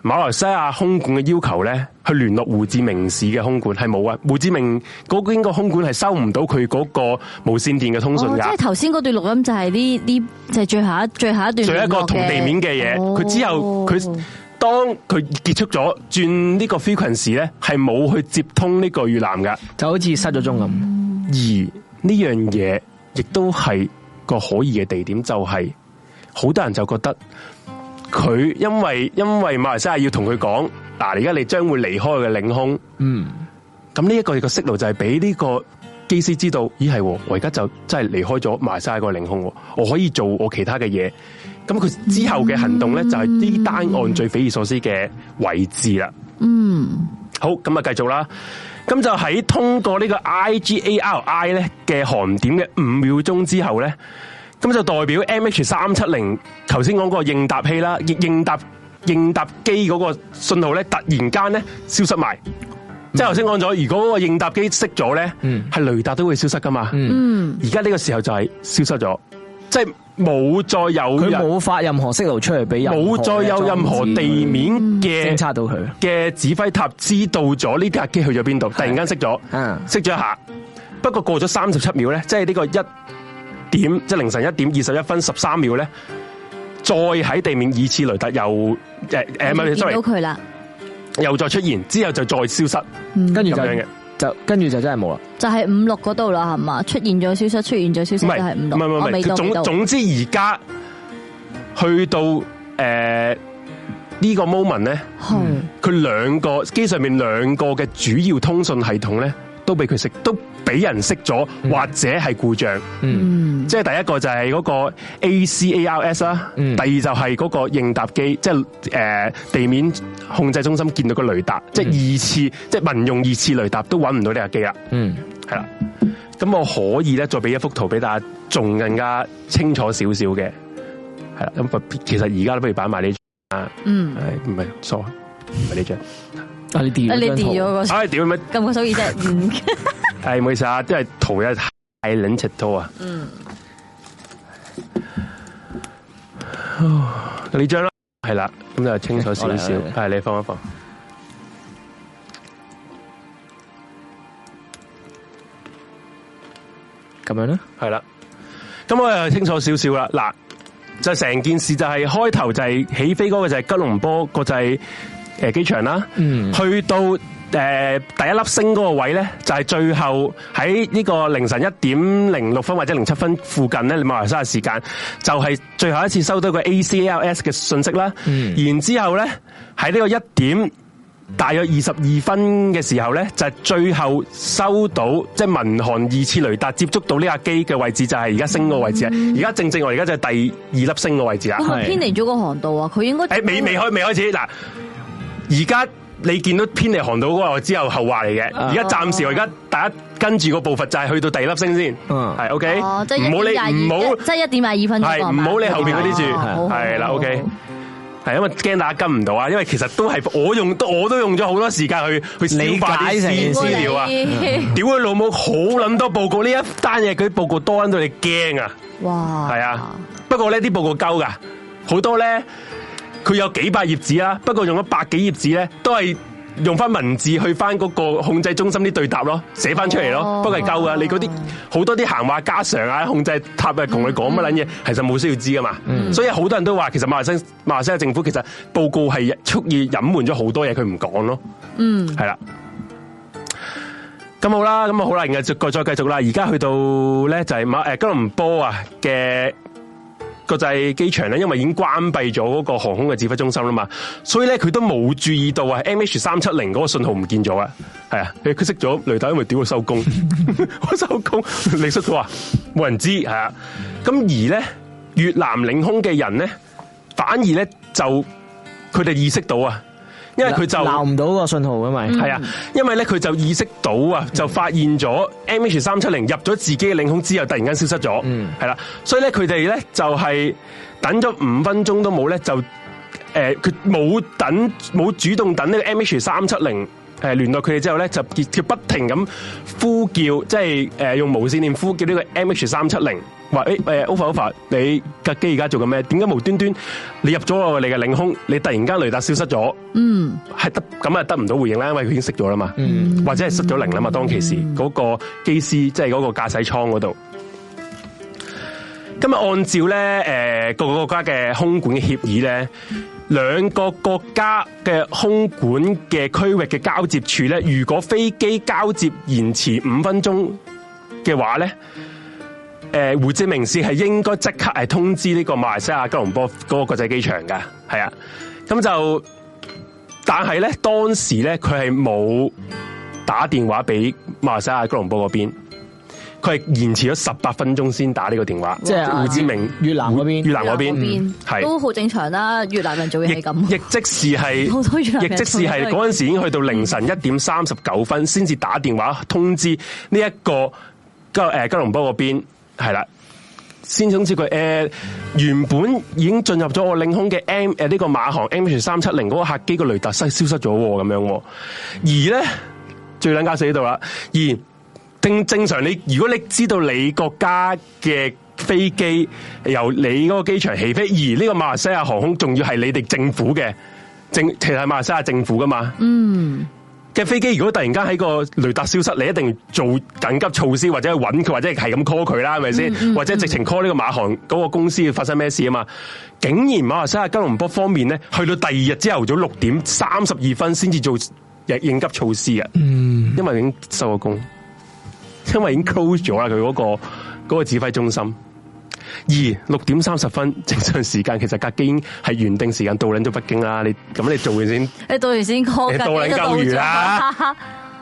馬來西亞空管嘅要求咧，去聯絡胡志明市嘅空管係冇啊，胡志明嗰邊個空管係收唔到佢嗰個無線電嘅通訊
哦，即
㗎。
係頭先嗰段錄音就係呢呢，就係最後一最後一段，哦
仲有一個同地面嘅嘢，佢、之後佢當佢結束咗轉呢個 frequency 咧，係冇去接通呢個越南㗎。
就好似失咗蹤咁。
而呢樣嘢亦都係個可疑嘅地點，就係、好多人就覺得佢因為因為馬來西亞要同佢講，嗱，而家你將會離開佢嘅領空，
嗯，
咁呢一個嘅息路就係俾呢個機師知道，咦係喎，我而家就真係離開咗馬來西亞個領空喎，我可以做我其他嘅嘢。咁佢之後嘅行動咧，就係呢單案最匪夷所思嘅位置啦。
嗯，
好，咁啊繼續啦。咁就喺通過呢個 IGARI 咧嘅航點嘅五秒鐘之後咧，咁就代表 MH 三七零頭先講嗰個應答器啦，應應答應答機嗰個信號咧，突然間咧消失埋。即係頭先講咗，如果嗰個應答機熄咗咧，係、
嗯
雷達都會消失噶嘛。
嗯
而家呢個時候就係消失咗，即係冇再有
佢
人
冇發任何息路出嚟俾任何
啊冇再有任何地面嘅
偵測到佢。啊
嘅指揮塔知道咗呢架機去咗邊度，突然間熄咗，
啊
嗯
熄咗一下。不過過咗三十七秒咧，即係呢個一點，即係凌晨一點二十一分十三秒咧，再喺地面二次雷達又誒誒，唔係
見到
，sorry，
佢啦，
又再出現，之後就再消失
跟住
咁樣嘅
就。就跟住就真係冇啦。
就係五六嗰度啦，係嘛？出現咗消失，出現咗消失
唔
就係
係
五
唔
六，
係唔
我
係
未
唔係，
到未
總
到。
總之而家去到誒、呃呢個 moment 咧，
係
佢兩個機上面兩個嘅主要通訊系統咧，都俾佢熄，都俾人熄咗，或者係故障。
嗯，
即係第一個就係嗰個 ACARS 啦，
嗯
第二就係嗰個應答機，即係誒、呃地面控制中心見到個
嗯
雷達，即係二次，即係民用二次雷達都揾唔到呢架機啦。
嗯，
系啦。咁我可以咧再俾一幅圖俾大家，仲更加清楚少少嘅。系啦，咁不其實而家都不如擺埋呢張啊，
嗯，
唉唔係，sorry，唔係呢張。
啊你跌
啊你跌咗個
唉，屌乜？
咁個手耳啫，嗯，
唉，唔好意思啊，因為圖有太撚赤套啊。嗯。呢張啦，係啦，咁就清楚少少。
我嚟我嚟
係你放一放。
咁樣咧，
系啦，咁我又清楚少少啦。嗱，就成件事就係開頭就係起飛嗰個就係吉隆坡國際诶机场啦，
嗯
去到诶、呃第一粒星嗰個位咧，就係最後喺呢個凌晨一點零六分或者零七分附近咧，馬來西亞時間就係最後一次收到個 ACLS 嘅信息啦。
嗯
然之后咧喺呢個一點。大約二十二分嘅時候咧，就係最後收到即係民航二次雷達接觸到呢架機嘅位置，就係而家升個位置啊！而家正正我而家就係第二粒升個位置啊！
會唔會
係
偏離咗個航道啊？佢應該
誒，未未開未開始嗱，而家你見到偏離航道嗰個之後後話嚟嘅，而家暫時我而家大家跟住個步伐就係去到第二粒星先，
嗯
係 OK，
哦，即係
唔好
一點廿
理
二，
唔好
即係一點廿二分嗰個
係
係
唔
嘛
好理後邊嗰啲
哦好
住，
好
係啦
好
，OK
好。
系因為驚大家跟唔到啊，因為其實都係我用，我都用咗好多時間去去消化啲
理解成件
資
事
資料啊！屌佢老母，好撚多報告，呢一單嘢佢報告多撚到你驚啊！
哇，
系啊，不過呢啲報告鳩噶，好多咧佢有幾百頁紙啦，不過用咗百幾頁紙咧，都係用翻文字去翻嗰個控制中心啲對答咯，寫翻出嚟
哦
咯，不過係鳩噶。你嗰啲好多啲閒話家常啊，控制塔啊，同佢講乜撚嘢，其實冇需要知噶嘛。所以好多人都話，其實馬來西馬來西亞政府其實報告係蓄意隱瞞咗好多嘢，佢唔講咯。嗯，係啦。咁好啦，咁啊好啦，然後再再繼續啦。而家去到咧就係馬誒吉隆坡啊嘅國際機場咧，因為已經關閉咗嗰個航空嘅指揮中心啦嘛，所以咧佢都冇注意到啊 MH 三七零嗰個信號唔見咗啊，係啊，佢佢熄咗雷達，因為屌我收工， 我收工，你叔佢話冇人知係啊，咁而咧越南領空嘅人咧，反而咧就佢哋意識到啊，因為佢就
闹唔到个信号，因
嗯
为
系啊，因為咧佢就意識到啊，就發現咗嗯 M H 三七零入咗自己嘅領空之後，突然間消失咗，
嗯
係啦、所以咧佢哋咧就係等咗五分鐘都冇咧，就诶呃佢冇等冇主動等呢個 M H 三七零。誒聯絡佢哋之後咧，就佢不停咁呼叫，即係誒、呃用無線電呼叫呢個 M H 三七零，話誒誒 over over，你架機而家做緊咩？點解無端端你入咗我哋嘅領空，你突然間雷達消失咗？
嗯，
系得咁啊，得唔到回應啦，因為佢已經熄咗啦嘛，
嗯
或者係失咗靈啦嘛。當其時嗰、個機師，即係嗰個駕駛艙嗰度。咁啊，按照咧诶、呃、各個國家嘅空管嘅協議咧，兩個國家嘅空管嘅區域嘅交接處咧，如果飛機交接延遲五分鐘嘅話咧。诶、胡志明市係應該即刻係通知呢個馬來西亞吉隆坡嗰個國際機場㗎，係啊，咁就但係咧，當時咧佢係冇打電話俾馬來西亞吉隆坡嗰邊，佢係延遲咗十八分鐘先打呢個電話，
即係
胡志明
越南嗰邊
越南嗰嗯邊
都
係。
好正常啦。越南人做嘢
亦
係咁，啊
亦即是係，
好多越南
亦
人
即是係嗰陣時已經去到凌晨一點三十九分，先至打電話通知呢、一個吉誒吉隆坡嗰邊係啦，先通知佢誒、呃原本已經進入咗我領空嘅 M 誒、呢、個馬航 M 三七零嗰個客機個雷達失消失咗喎咁樣喎，而咧最撚搞死呢度啦，而正正常你如果你知道你國家嘅飛機由你嗰個機場起飛，而呢個馬來西亞航空仲要係你哋政府嘅政，其實係馬來西亞政府噶嘛。
嗯，
嘅飛機如果突然間喺個雷達消失，你一定要做緊急措施，或者去揾佢，或者係咁 call 佢啦，係咪先？或者直情 call 呢個馬航嗰個公司發生咩事啊嘛？竟然馬來西亞吉隆坡方面咧，去到第二日朝頭早六點三十二分先至做應應急措施嘅，嗯，因為已經收咗工，因為已經 close 咗啦佢嗰個嗰、個指揮中心。二六點三十分 正常時間，其實架機已經係原定時間到撚咗北京啦。你咁你做完先
你到完先 call
你到
㗎
撚
你就到
鳩魚啦
咗。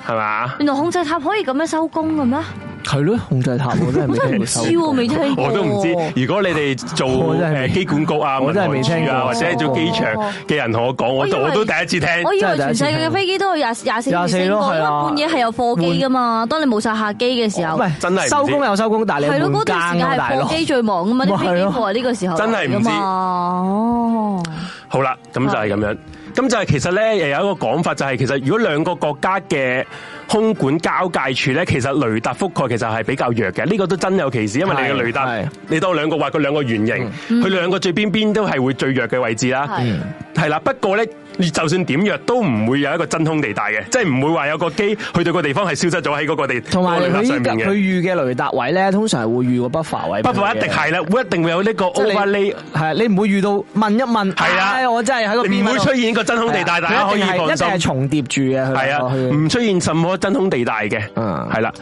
係嘛？
原來控制塔可以咁樣收工嘅咩？
系咯，控制塔我真 系未
我真係
聽過
唔知喎，未聽過。
我都唔知。如果你哋做
哦我真係未
誒機管局啊、
我
民
真係未
航
聽
處
過
啊，或者係做機場嘅人同我講，我都
我以為
我都第一次聽。
我以為
真係第一
全
次
世界嘅
聽
飛機都有廿廿四
廿四
升
咯
過，
係
因為
啊嗯哦
半夜係有貨機噶嘛。當你冇晒客機嘅時候
唔，係
真係唔知
收工有收工，但系你
係咯，
有
嗰
冇更
段時間
啊，
係
大佬
貨。機最忙噶嘛，啲
咪係
飛機
咯
貨係呢個時候
真係唔知
嚟㗎嘛。哦，
好啦，咁
啊
就係咁樣。咁就係其實咧，又有一個講法就係、其實如果兩個國家嘅空管交界處咧，其實雷達覆蓋其實係比較弱嘅。呢、個都真有其事，因為你嘅雷
係嗯係
達，你當兩個畫佢兩個圓形，佢兩個最邊邊都係會最弱嘅位置啦。
係
係啦，不過咧，你就算點弱都唔會有一個真空地帶嘅，即係唔會話有個機去到個地方係消失咗喺嗰個地
同埋
嗰個
佢
雷達上
依家
面
佢
嘅。
預嘅雷達位咧，通常係會預個 buffer 位俾佢嘅。
不過一定係啦，會一定會有呢個
即係你
overlay，
係啊你唔會遇到問一問，
係啦
唉我真係喺個
你
邊
唔會
嗰度
出現個真空地帶，
係啊
大家可以
佢一定係一
放
定
心
係。重疊住嘅，佢
系啊，
兩個佢
唔出現什麼真空地帶嘅，
嗯
係啦。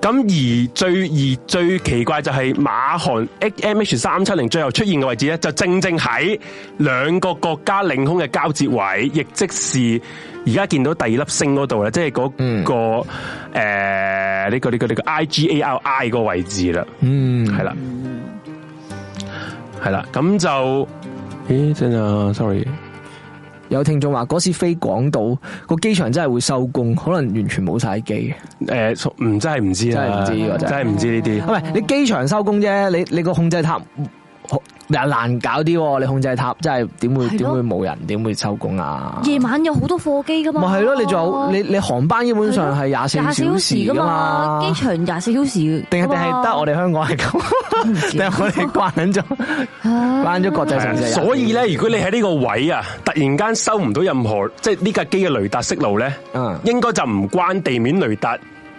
咁而最而最奇怪就係馬航 M H 三七零最後出現嘅位置咧，就正正喺兩個國家領空嘅交接位，亦即是而家見到第二粒星嗰度咧，即係嗰個誒呢個呢個呢個 I G A R I 個位置啦。
嗯
系啦，系啦，咁就，咦，真啊，sorry，
有聽眾話嗰時飛港島個機場真係會收工，可能完全冇晒機嘅。
诶，呃嗯唔真系唔知啦，
真係唔知呢個真係
真系唔知呢啲
唔。係你機場收工啫，你你個控制塔難難搞啲喎，你控制塔真係點
係
會
咯
點會冇人，點會收工啊？
夜晚有好多貨機噶嘛。
咪係咯，你仲有你你航班基本上係廿四小時
噶
噶嘛？
機場廿四小時㗎嘛。啊
定係定係得我
哋
哋香港係 咁，定係我哋慣緊咗慣咗國際城市人。
啊所以咧，如果你喺呢個位啊，突然間收唔到任何即係呢架機嘅雷達息路咧，
嗯
應該就唔關地面雷達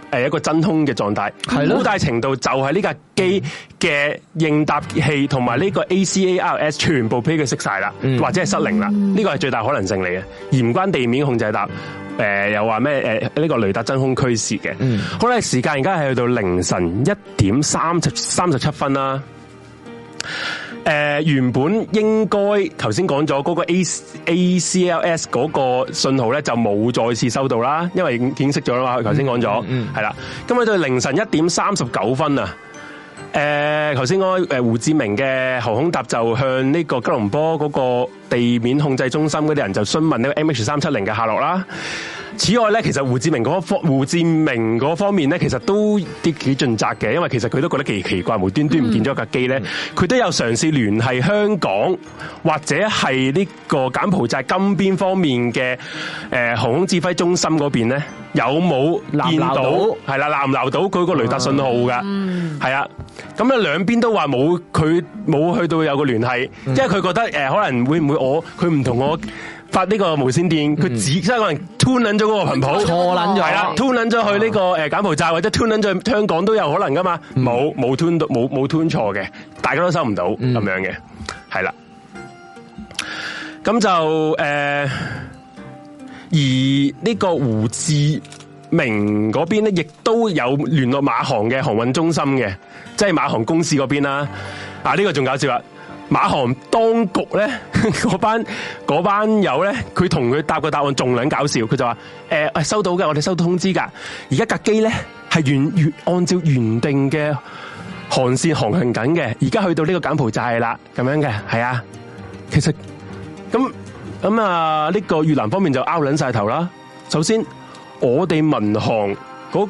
誒一個真空嘅狀態，
係咯嗯
好大程度就係呢架機嘅應答器同埋呢個 ACARS 全部俾佢熄晒啦，
嗯
或者係失靈啦，呢個係最大可能性嚟嘅，而唔關地面控制塔。誒、又話咩？誒呢個雷達真空驅事嘅，
嗯
好啦，時間而家係去到凌晨一點三十三十七分啦。誒、呃原本應該頭先講咗嗰個 A A C L S 嗰個信號咧就冇再次收到啦，因為已經已經熄咗啦嘛，頭先講咗
嗯嗯，
係啦、咁去到凌晨一點三十九分啊，誒呃頭先嗰個誒胡志明嘅航空塔就向呢個吉隆坡嗰個地面控制中心嗰啲人就詢問呢個 M H 三七零嘅下落啦。此外咧，其實胡志明嗰方胡志明嗰方面咧，其實都啲幾盡責嘅，因為其實佢都覺得幾奇怪，無端端唔見咗架機
嗯
咧，佢、都有嘗試聯繫香港或者係呢個柬埔寨金邊方面嘅誒、呃航空指揮中心嗰邊咧，有冇
鬧唔
見
鬧
到
到
係啦，鬧唔鬧到佢個雷達信號㗎？
嗯
係啊，咁咧兩邊都話冇佢冇去到有個聯繫，
嗯
因為佢覺得诶、呃可能會唔會我佢唔同我發呢個無線電，佢只即係可能 tune 撚咗嗰個頻譜，
嗯錯撚咗哦
係啦，tune 撚咗去呢個诶柬埔寨或者 tune 撚咗去香港都有可能噶嘛，
嗯
冇冇 tune 到冇冇 tune 錯嘅，大家都收唔到咁、
嗯
樣嘅，係啦，咁就诶。呃而呢個胡志明嗰邊咧，亦都有聯絡馬航嘅航運中心嘅，即係馬航公司嗰邊啦。啊，呢、個仲搞笑啦！馬航當局咧， 嗰班嗰班友咧，佢同佢答個答案仲撚搞笑，佢就話：誒、誒收到嘅，我哋收到通知㗎。而家架機咧係原原按照原定嘅航線航行緊嘅，而家去到呢個柬埔寨啦，咁樣嘅，係啊。其實咁咁啊，呢、個越南方面就拗撚晒頭啦。首先，我哋民航嗰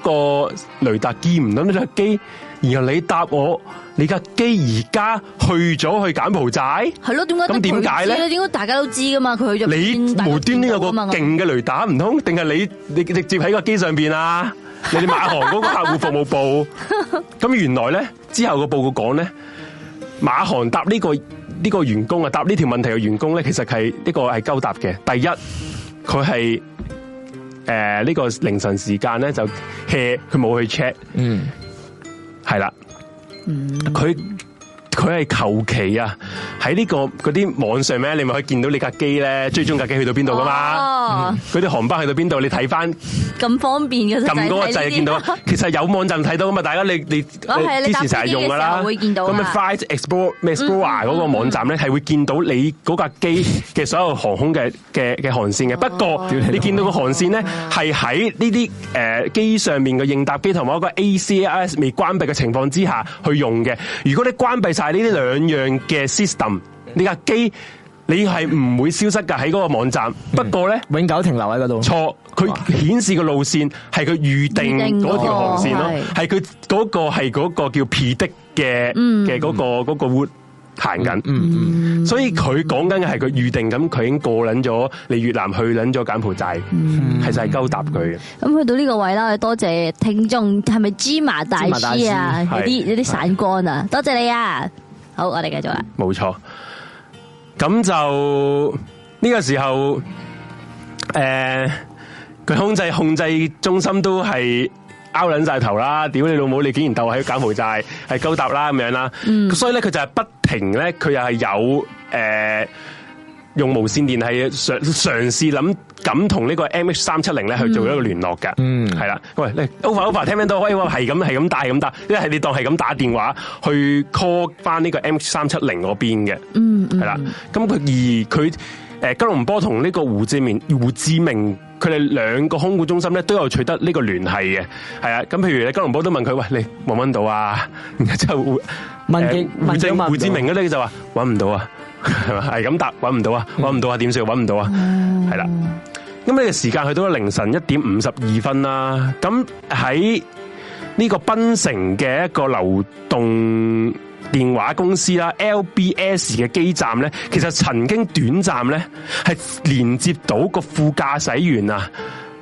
個雷達見唔到呢架機，然後你答我，你架機而家去咗去柬埔寨，
係咯，點解得
咁點解呢
佢知應該大家都知噶嘛，佢入
你無端端有個
勁。
勁嘅雷達，唔通定係你你直接喺個機上邊啊？你哋馬航嗰個客戶服務部，咁原來咧之後個報告講咧，馬航答呢、個呢、個員工啊，答呢條問題嘅員工咧，其實係呢、個係鳩答嘅。第一，佢係誒呃呢個凌晨時間咧就 hea，佢冇去 check。
嗯
係啦，佢佢係求其啊，喺呢、個嗰啲網上咩，你咪可以見到你架機咧，追蹤架機去到邊度噶嘛？
哦，
嗰啲航班去到邊度，你睇翻
咁方便嘅，
撳嗰個掣就見到
就係睇呢啲。，
其實有網站睇到噶嘛？大家你你
哦係你
之
搭
前成日用噶
飛機嘅時
啦，
候會見到
咁
啊嗯
咪 Flight Explorer 咩 Explorer 嗰個網站咧，係會見到你嗰架機 嘅所有航空嘅嘅嘅航線
哦
嘅。不過你見到個航線咧，係喺呢啲誒機上面嘅應答機同埋一個 ACS 未關閉嘅情況之下去用嘅。如果你關閉晒呢啲兩樣嘅 system，你架機你係唔會消失㗎喺嗰個網站。不過咧。
永久停留喺嗰度。
錯，佢顯示嘅路線係佢預定
預定嗰個
嗰條航線咯，係
係
佢嗰個係嗰個叫 P 的嘅
嗯
嘅嗰個嗰個 wood 行緊，嗯嗯，所以佢講緊嘅係佢預定咁，佢已經過撚咗你越南去撚咗柬埔寨，
嗯
其實係鳩搭佢嘅。
咁去到呢個位啦，我哋多謝聽眾，係咪芝麻大師啊？
芝麻大師
有
係
啲有啲散光啊！多謝你啊！好，我哋繼續啦。
冇錯。咁就呢、個時候，诶、佢控制控制中心都係拗撚晒頭啦！屌你老母，你竟然鬥喺柬埔寨係鳩搭啦咁樣啦，所以咧佢就係不停咧，佢又係有呃诶。誒用無線電係嘗嘗試諗咁同呢個 M H 三七零咧去做一個聯絡嘅，
嗯
係啦，喂你，over over 聽唔聽到？喂，喂係咁係咁打係咁打，即係你當係咁打電話去 call 翻呢個 M H 三七零嗰邊嘅，
嗯，
係啦，咁佢而佢誒吉隆坡同呢個胡志明胡志明佢哋兩個空管中心咧都有取得呢個聯繫嘅，係啊，咁譬如你吉隆坡都問佢，喂你揾唔揾到啊？然後之後胡
問幾
呃誒胡
問幾
志
問唔到啊
胡志明嗰啲就話揾唔到啊， 係嘛係咁答揾唔到啊，
嗯
揾唔到啊，點算？揾唔到啊，係啦。咁呢個時間去到凌晨一點五十二分啦，咁喺呢個檳城嘅一個流動電話公司啦 LBS 嘅基站咧，其實曾經短暫咧係連接到個副駕駛員啊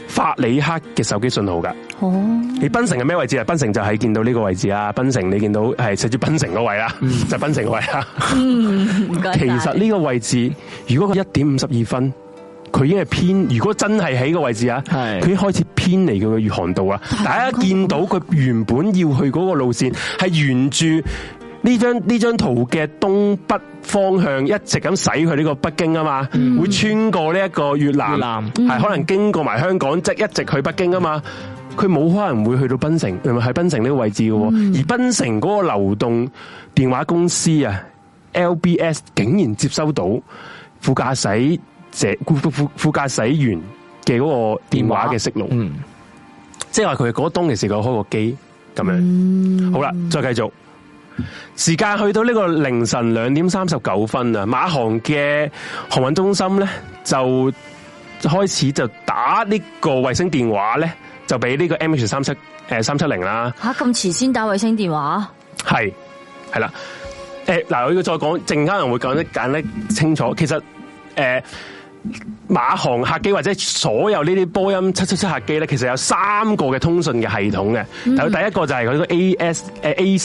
法里克嘅手機信號㗎。
哦，
你槟城係咩位置啊？槟城就係見到呢個位置啊，槟城你見到係食住槟城嗰位啦，就槟城嗰位啊啦。
唔該晒
其實呢個位置，如果佢一點五十二分，佢已經係偏。如果真係喺個位置啊，
係
佢已經開始偏離佢嘅月航道啊。大家見到佢原本要去嗰個路線係沿住。呢張呢張圖嘅東北方向一直咁駛去呢個北京啊嘛，會穿過呢一個越南，
嗯越南
係可能經過埋香港，即一直去北京啊嘛。佢冇可能會去到槟城，唔係喺槟城呢個位置嘅喎。
嗯
而槟城嗰個流動電話公司啊，LBS 竟然接收到副駕駛者副副副副駕駛員嘅嗰個電話嘅息錄，
嗯，
即係話佢嗰當其時佢開個機咁樣。好啦，再繼續。時間去到呢個凌晨兩點三十九分啊，馬航嘅航運中心咧就開始就打呢個衛星電話咧，就俾呢個 MH 三七誒三七零啦，
吓咁遲先打衛星電話，
係係啦。誒嗱、我要再講，陣間人會講得簡得清楚。其實誒、呃、馬航客機或者所有呢啲波音七七七客機咧，其實有三個嘅通訊嘅系統嘅。有第一個就係佢個 AS 誒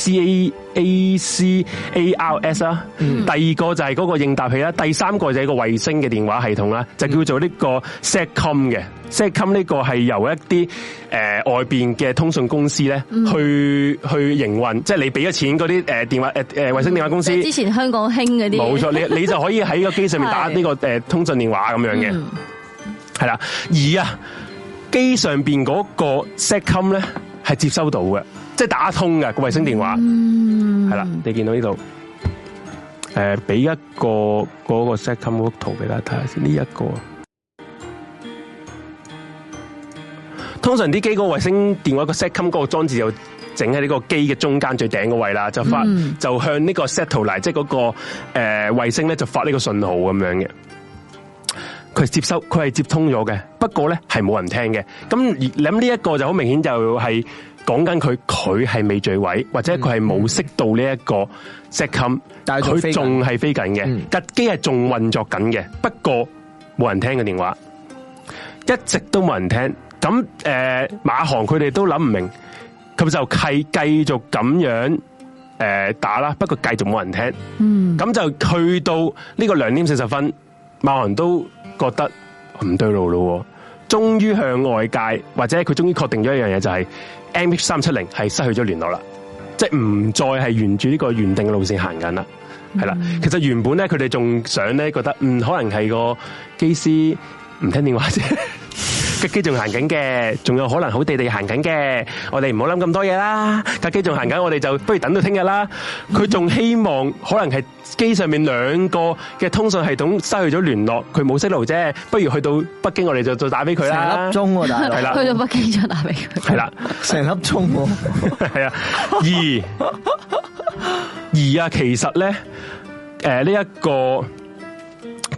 ACA ACARS 啦，第二個就係嗰個應答器啦，第三個就係個衛星嘅電話系統啦，就叫做呢個 SATCOM 嘅。SATCOM 呢個係由一啲誒、呃外邊嘅通訊公司咧、去去營運，即係你俾咗錢嗰啲呃誒電話誒誒衛星電話公司。
即係之前香港興嗰啲，
冇錯，你你就可以喺個機上面打呢、個誒、呃通訊電話咁樣嘅，係啦、而啊，機上邊嗰個 setcom 咧係接收到嘅，即係打通嘅個衛星電話，係啦、你見到呢度。誒，俾、一個嗰、個 setcom 幅圖俾大家睇下先，呢、一個。啊通常啲機個衛星電話個 setcom 嗰個裝置就整喺呢個機嘅中間最頂個位啦，就發、
嗯
就向呢個 satellite 即係嗰、個誒、呃、衛星咧就發呢個信號咁樣嘅。佢係接收佢係接通咗嘅，不過咧係冇人聽嘅。咁你諗呢一個就好明顯就係講緊佢佢係未墜毀，或者佢係冇識到呢一個 setcom，
嗯但係仲飛
佢
緊
仲係飛緊嘅
嗯，
架機係仲運作緊嘅，不過冇人聽嘅電話。一直都冇人聽。咁诶、呃馬航佢哋都諗唔明，佢就係繼續咁樣诶、呃打啦，不過繼續冇人聽。嗯，咁就去到呢個兩點四十分，馬航都覺得唔對路咯喎，終於向外界或者佢終於確定咗一樣嘢，就係 M H 三七零係失去咗聯絡啦。即系唔再係沿住呢個原定嘅路線行緊啦，係啦。
嗯
其實原本咧，佢哋仲想咧，覺得嗯，可能係個機師唔聽電 話啫，架機仲行緊嘅，仲有可能好地地行緊嘅。我哋唔好諗咁多嘢啦，架機仲行緊，我哋就不如等到聽日啦。
嗯
佢仲希望可能係機上面兩個嘅通訊系統失去咗聯絡，佢冇息路啫，不如去到北京，我哋就再打俾佢
成
啦
粒。鐘喎，大佬，
係啦
去到北京再打俾佢。
係啦。
成粒鐘喎，
系啊，而而啊，其實咧，诶呢一個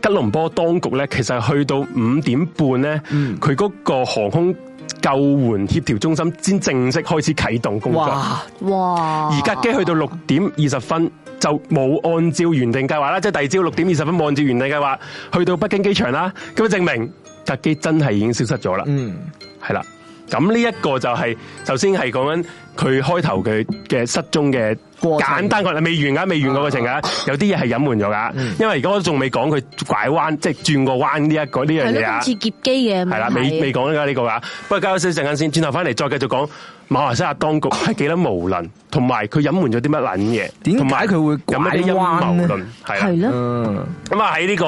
吉隆坡當局咧，其實去到五點半咧，佢嗰、個航空救援協調中心先正式開始啟動工作。
哇！
哇！
而架機去到六點二十分就冇按照原定計劃啦，即係第二朝六點二十分冇按照原定計劃去到北京機場啦，咁就證明架機真係已經消失咗啦。
嗯，
系啦。咁呢一個就係首先係講緊佢開頭佢嘅失蹤嘅
過程啊
簡單講，未完噶，未完個過程噶，有啲嘢係隱瞞咗噶。
嗯
因為而家我仲未講佢拐彎，即係轉個彎呢一個呢樣
係
嘢
咯，
啊。
今次劫機嘅
係啦，
問題
未未講緊呢個啊，不過交少陣間先，轉頭翻嚟再繼續講馬來西亞當局係幾多無能，同埋佢隱瞞咗啲乜撚嘢，
點解
同埋
佢會
有
拐
乜啲陰
彎
謀
呢
論係啦
係。咯，
嗯，
咁啊喺呢個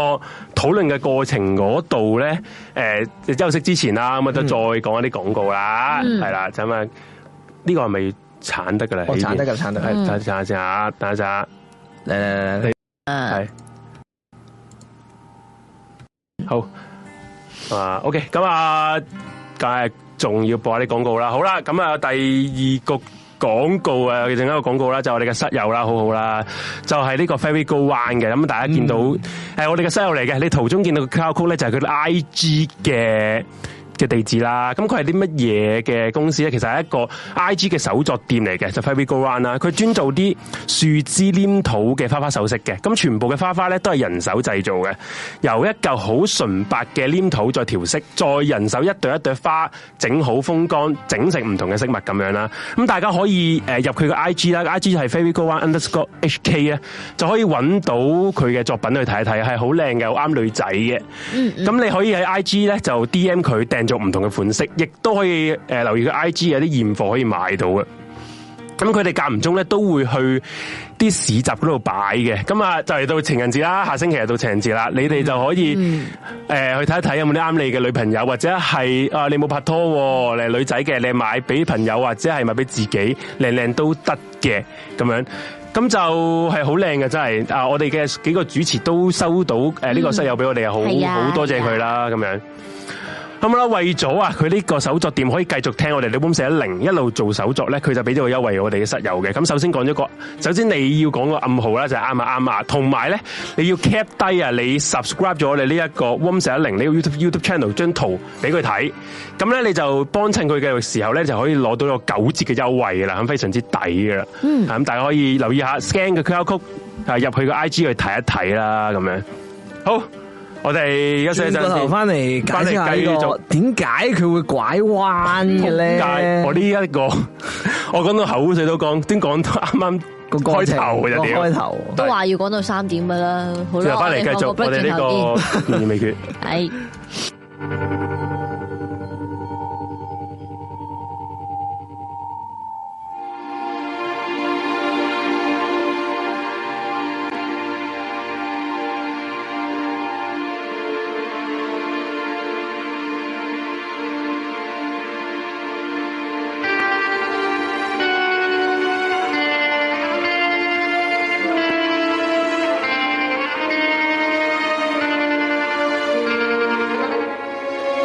討論嘅過程嗰度咧，誒、休息之前啦，咁啊
嗯
都再講一啲廣告啦，係啦、咁啊呢個係咪鏟得噶啦？
我哦鏟得
噶，
㗎，鏟得㗎，
係等下先啊，
嗯
等下先啊，
嚟嚟嚟嚟，
係好啊，OK，咁啊，梗係仲要播啲廣告啦。好啦，咁啊第二個。廣告啊，另一個廣告啦，就係我哋嘅室友啦，好好啦，就係、呢個 Very Go One 嘅，咁大家見到誒、我哋嘅室友嚟嘅，你途中見到佢 QR code 咧，就係佢 I G 嘅嘅嘅地址啦。咁佢係啲乜嘢嘅公司咧？其實係一個 I G 嘅手作店嚟嘅，就 f a b r Go Run 啦。佢專做啲樹枝黏土嘅花花首飾嘅，咁全部嘅花花咧都係人手製造嘅，由一嚿好純白嘅黏土再調色，再人手一朵一朵花整好風乾，整成唔同嘅飾物咁樣啦。咁大家可以誒、呃入佢嘅 I G 啦，I G 係 f a b r Go Run Underscore H K 咧，就可以揾到佢嘅作品去睇一睇，係好靚嘅，好啱女仔嘅。咁你可以喺 I G 咧就 D M 佢訂做唔同嘅款式，亦都可以誒、呃留意佢 I G 有啲現貨可以買到嘅。咁佢哋間唔中咧都會去啲市集嗰度擺嘅，咁啊就嚟到情人節啦，下星期就到情人節啦，你哋就可以誒、呃去睇一睇有冇啲啱你嘅女朋友，或者係啊你冇拍拖喎、你係女仔嘅，你買俾朋友或者係買俾自己，靚靚都得嘅咁樣。咁就係好靚嘅，真係啊！我哋嘅幾個主持都收到誒呢、個室友俾我哋，好
係
好、
啊
多謝佢啦咁樣。咁啦，為咗啊，佢呢個手作店可以繼續聽我哋 Album 四一零一路做手作咧，佢就俾咗個優惠我哋嘅室友嘅。咁首先講咗個，首先你要講個暗號啦，就係啱啊啱啊，同埋咧你要 cap 低啊，你 subscribe 咗我哋呢一個 Album 四一零呢個 YouTube YouTube channel 張圖俾佢睇，咁咧你就幫襯佢嘅時候咧就可以攞到個九折嘅優惠噶啦，咁非常之抵噶啦。嗯，咁大家可以留意下 scan 嘅 QR code 啊入去個 IG 去睇一睇啦，咁樣好。我哋休息一
轉
陣
個頭
先
翻嚟解釋下呢、
翻嚟繼續
個點解佢會拐彎嘅
但
咧？
我呢一個， 我講到口水都乾，先講到啱啱
個過
開
程
頭嘅
個
點。
開頭
都話要講到三點噶啦，好
之
啦，
後翻嚟繼續
我
我哋呢 個懸疑未決。
個係
好，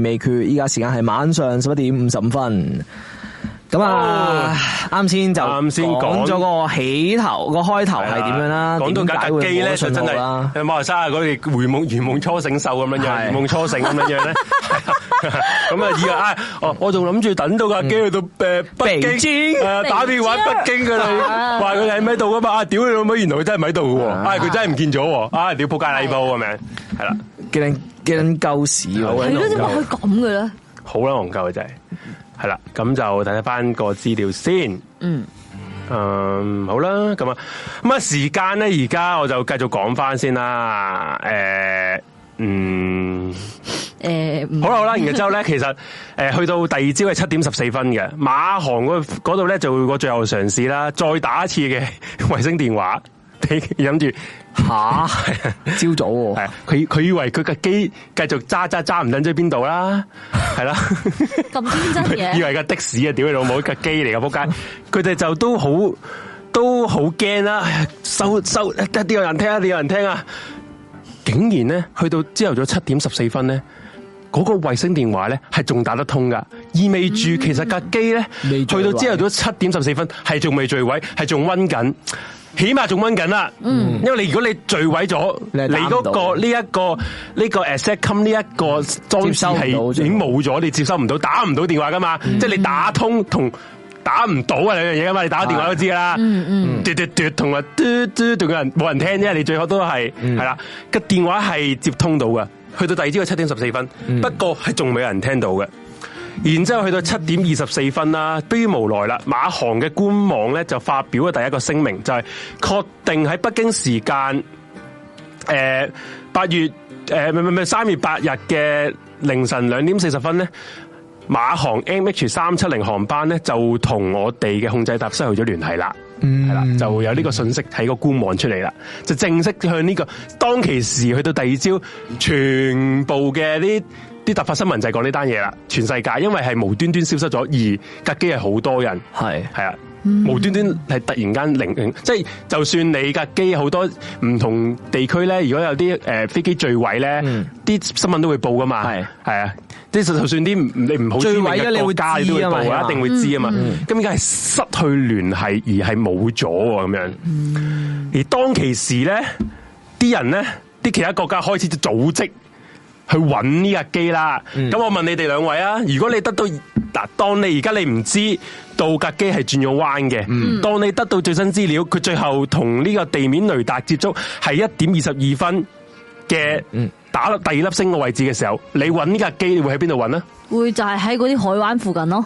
未決，依家時間係晚上十一點五十五分。咁啊，啱先就
哦啱先
講
講
咗個起頭，個開頭係點樣啦？
講到
點解
架
會
機
冇
咧，
咗
就
信
真
號
係
啦？
馬來西亞嗰啲回夢如夢初醒秀咁樣
係
樣，如夢初醒咁樣樣 咧。咁啊，以為啊，哦，我仲諗住等到架機去到誒
嗯北
北
京
京，誒打電話北京㗎啦，話佢喺咪度㗎嘛？啊，屌你老母，原來佢真係咪度喎！啊，佢真係唔見咗喎！啊，屌仆街禮包咁樣，係啦，
叫人叫人鳩屎喎！
好
係咯，
撚
點解
戇鳩
佢咁嘅咧？
好啦，戇鳩嘅真係。係啦，咁就睇睇翻個資料先。
嗯，
嗯，好啦，咁啊，咁啊，時間咧，而家我就繼續講翻先啦。誒、嗯，
诶，唔
好啦好啦，然之後咧，其實誒、呃去到第二朝係七點十四分嘅，馬航嗰嗰度咧就會個最後嘗試啦，再打一次嘅 衛星電話， 你諗住
吓，朝早喎
係啊佢佢以為佢架機繼續揸揸揸唔撚知邊度啦，係啦。
咁天真嘅，
以為架的士啊，屌你老母，架機嚟噶，仆街！佢哋就都好都好驚啦，哎呀收收，一啲有人聽，一啲有人聽啊！竟然咧，去到朝頭早七點十四分咧，嗰、個衛星電話咧係仲打得通噶，意味住其實架機咧，
嗯未
去
墜毀
到朝頭早七點十四分係仲未墜毀，係仲温緊。起碼仲温緊啦，因為你如果你墜毀咗，
嗯你
你
係打唔
嗰、
到
個呢一、個呢、個 asset com 呢一個裝
接
置
收唔到
係已
啫
經冇咗，你接收唔到，打唔到電話噶嘛，
嗯
即係你打通同。打唔到啊兩樣嘢噶嘛，你打個電話都知㗎啦，
嗯
嘟嘟嘟同埋嘟嘟同人冇人聽啫，你最後都係
嗯
係啦，個電話係接通到嘅，去到第二朝嘅七點十四分，
嗯
不過係仲未有人聽到嘅。然之後去到七點二十四分啦，迫於無奈啦，馬航嘅官網咧就發表咗第一個聲明，就係、確定喺北京時間誒呃八月誒唔唔唔三月八日嘅凌晨兩點四十分咧。馬航 MH 三七零航班咧就同我哋嘅控制塔失去咗聯繫啦，係啦、就有呢個信息喺個官網出嚟啦，就正式向呢、個當其時去到第二朝，全部嘅呢啲突發新聞就係講呢單嘢啦，全世界因為係無端端消失咗，而架機係好多人。
係
系啊，
嗯
無端端係突然間零零，即係就算你架機好多唔同地區咧，如果有啲诶飛機墜毀咧，
嗯
啲、新聞都會報噶嘛，
係
係啊，即係就算啲唔你唔好知
墜
名
毀咗你會
嘅國家，你都會
知啊嘛嗯
報啊，一定會知啊嘛。咁而家係失去聯繫而係冇咗喎咁樣，
嗯
而當其時咧，啲人咧，啲其他國家開始組織。去揾呢架機啦。咁、
嗯
我問你哋兩位啊，如果你得到嗱，當你而家你唔知道架機係轉咗彎嘅，
嗯
當你得到最新資料，佢最後同呢個地面雷達接觸係一點二十二分嘅。
嗯
打落第二粒星嘅位置嘅時候，你揾呢架機，你會喺邊度揾啊？
會就係喺嗰啲海灣附近咯。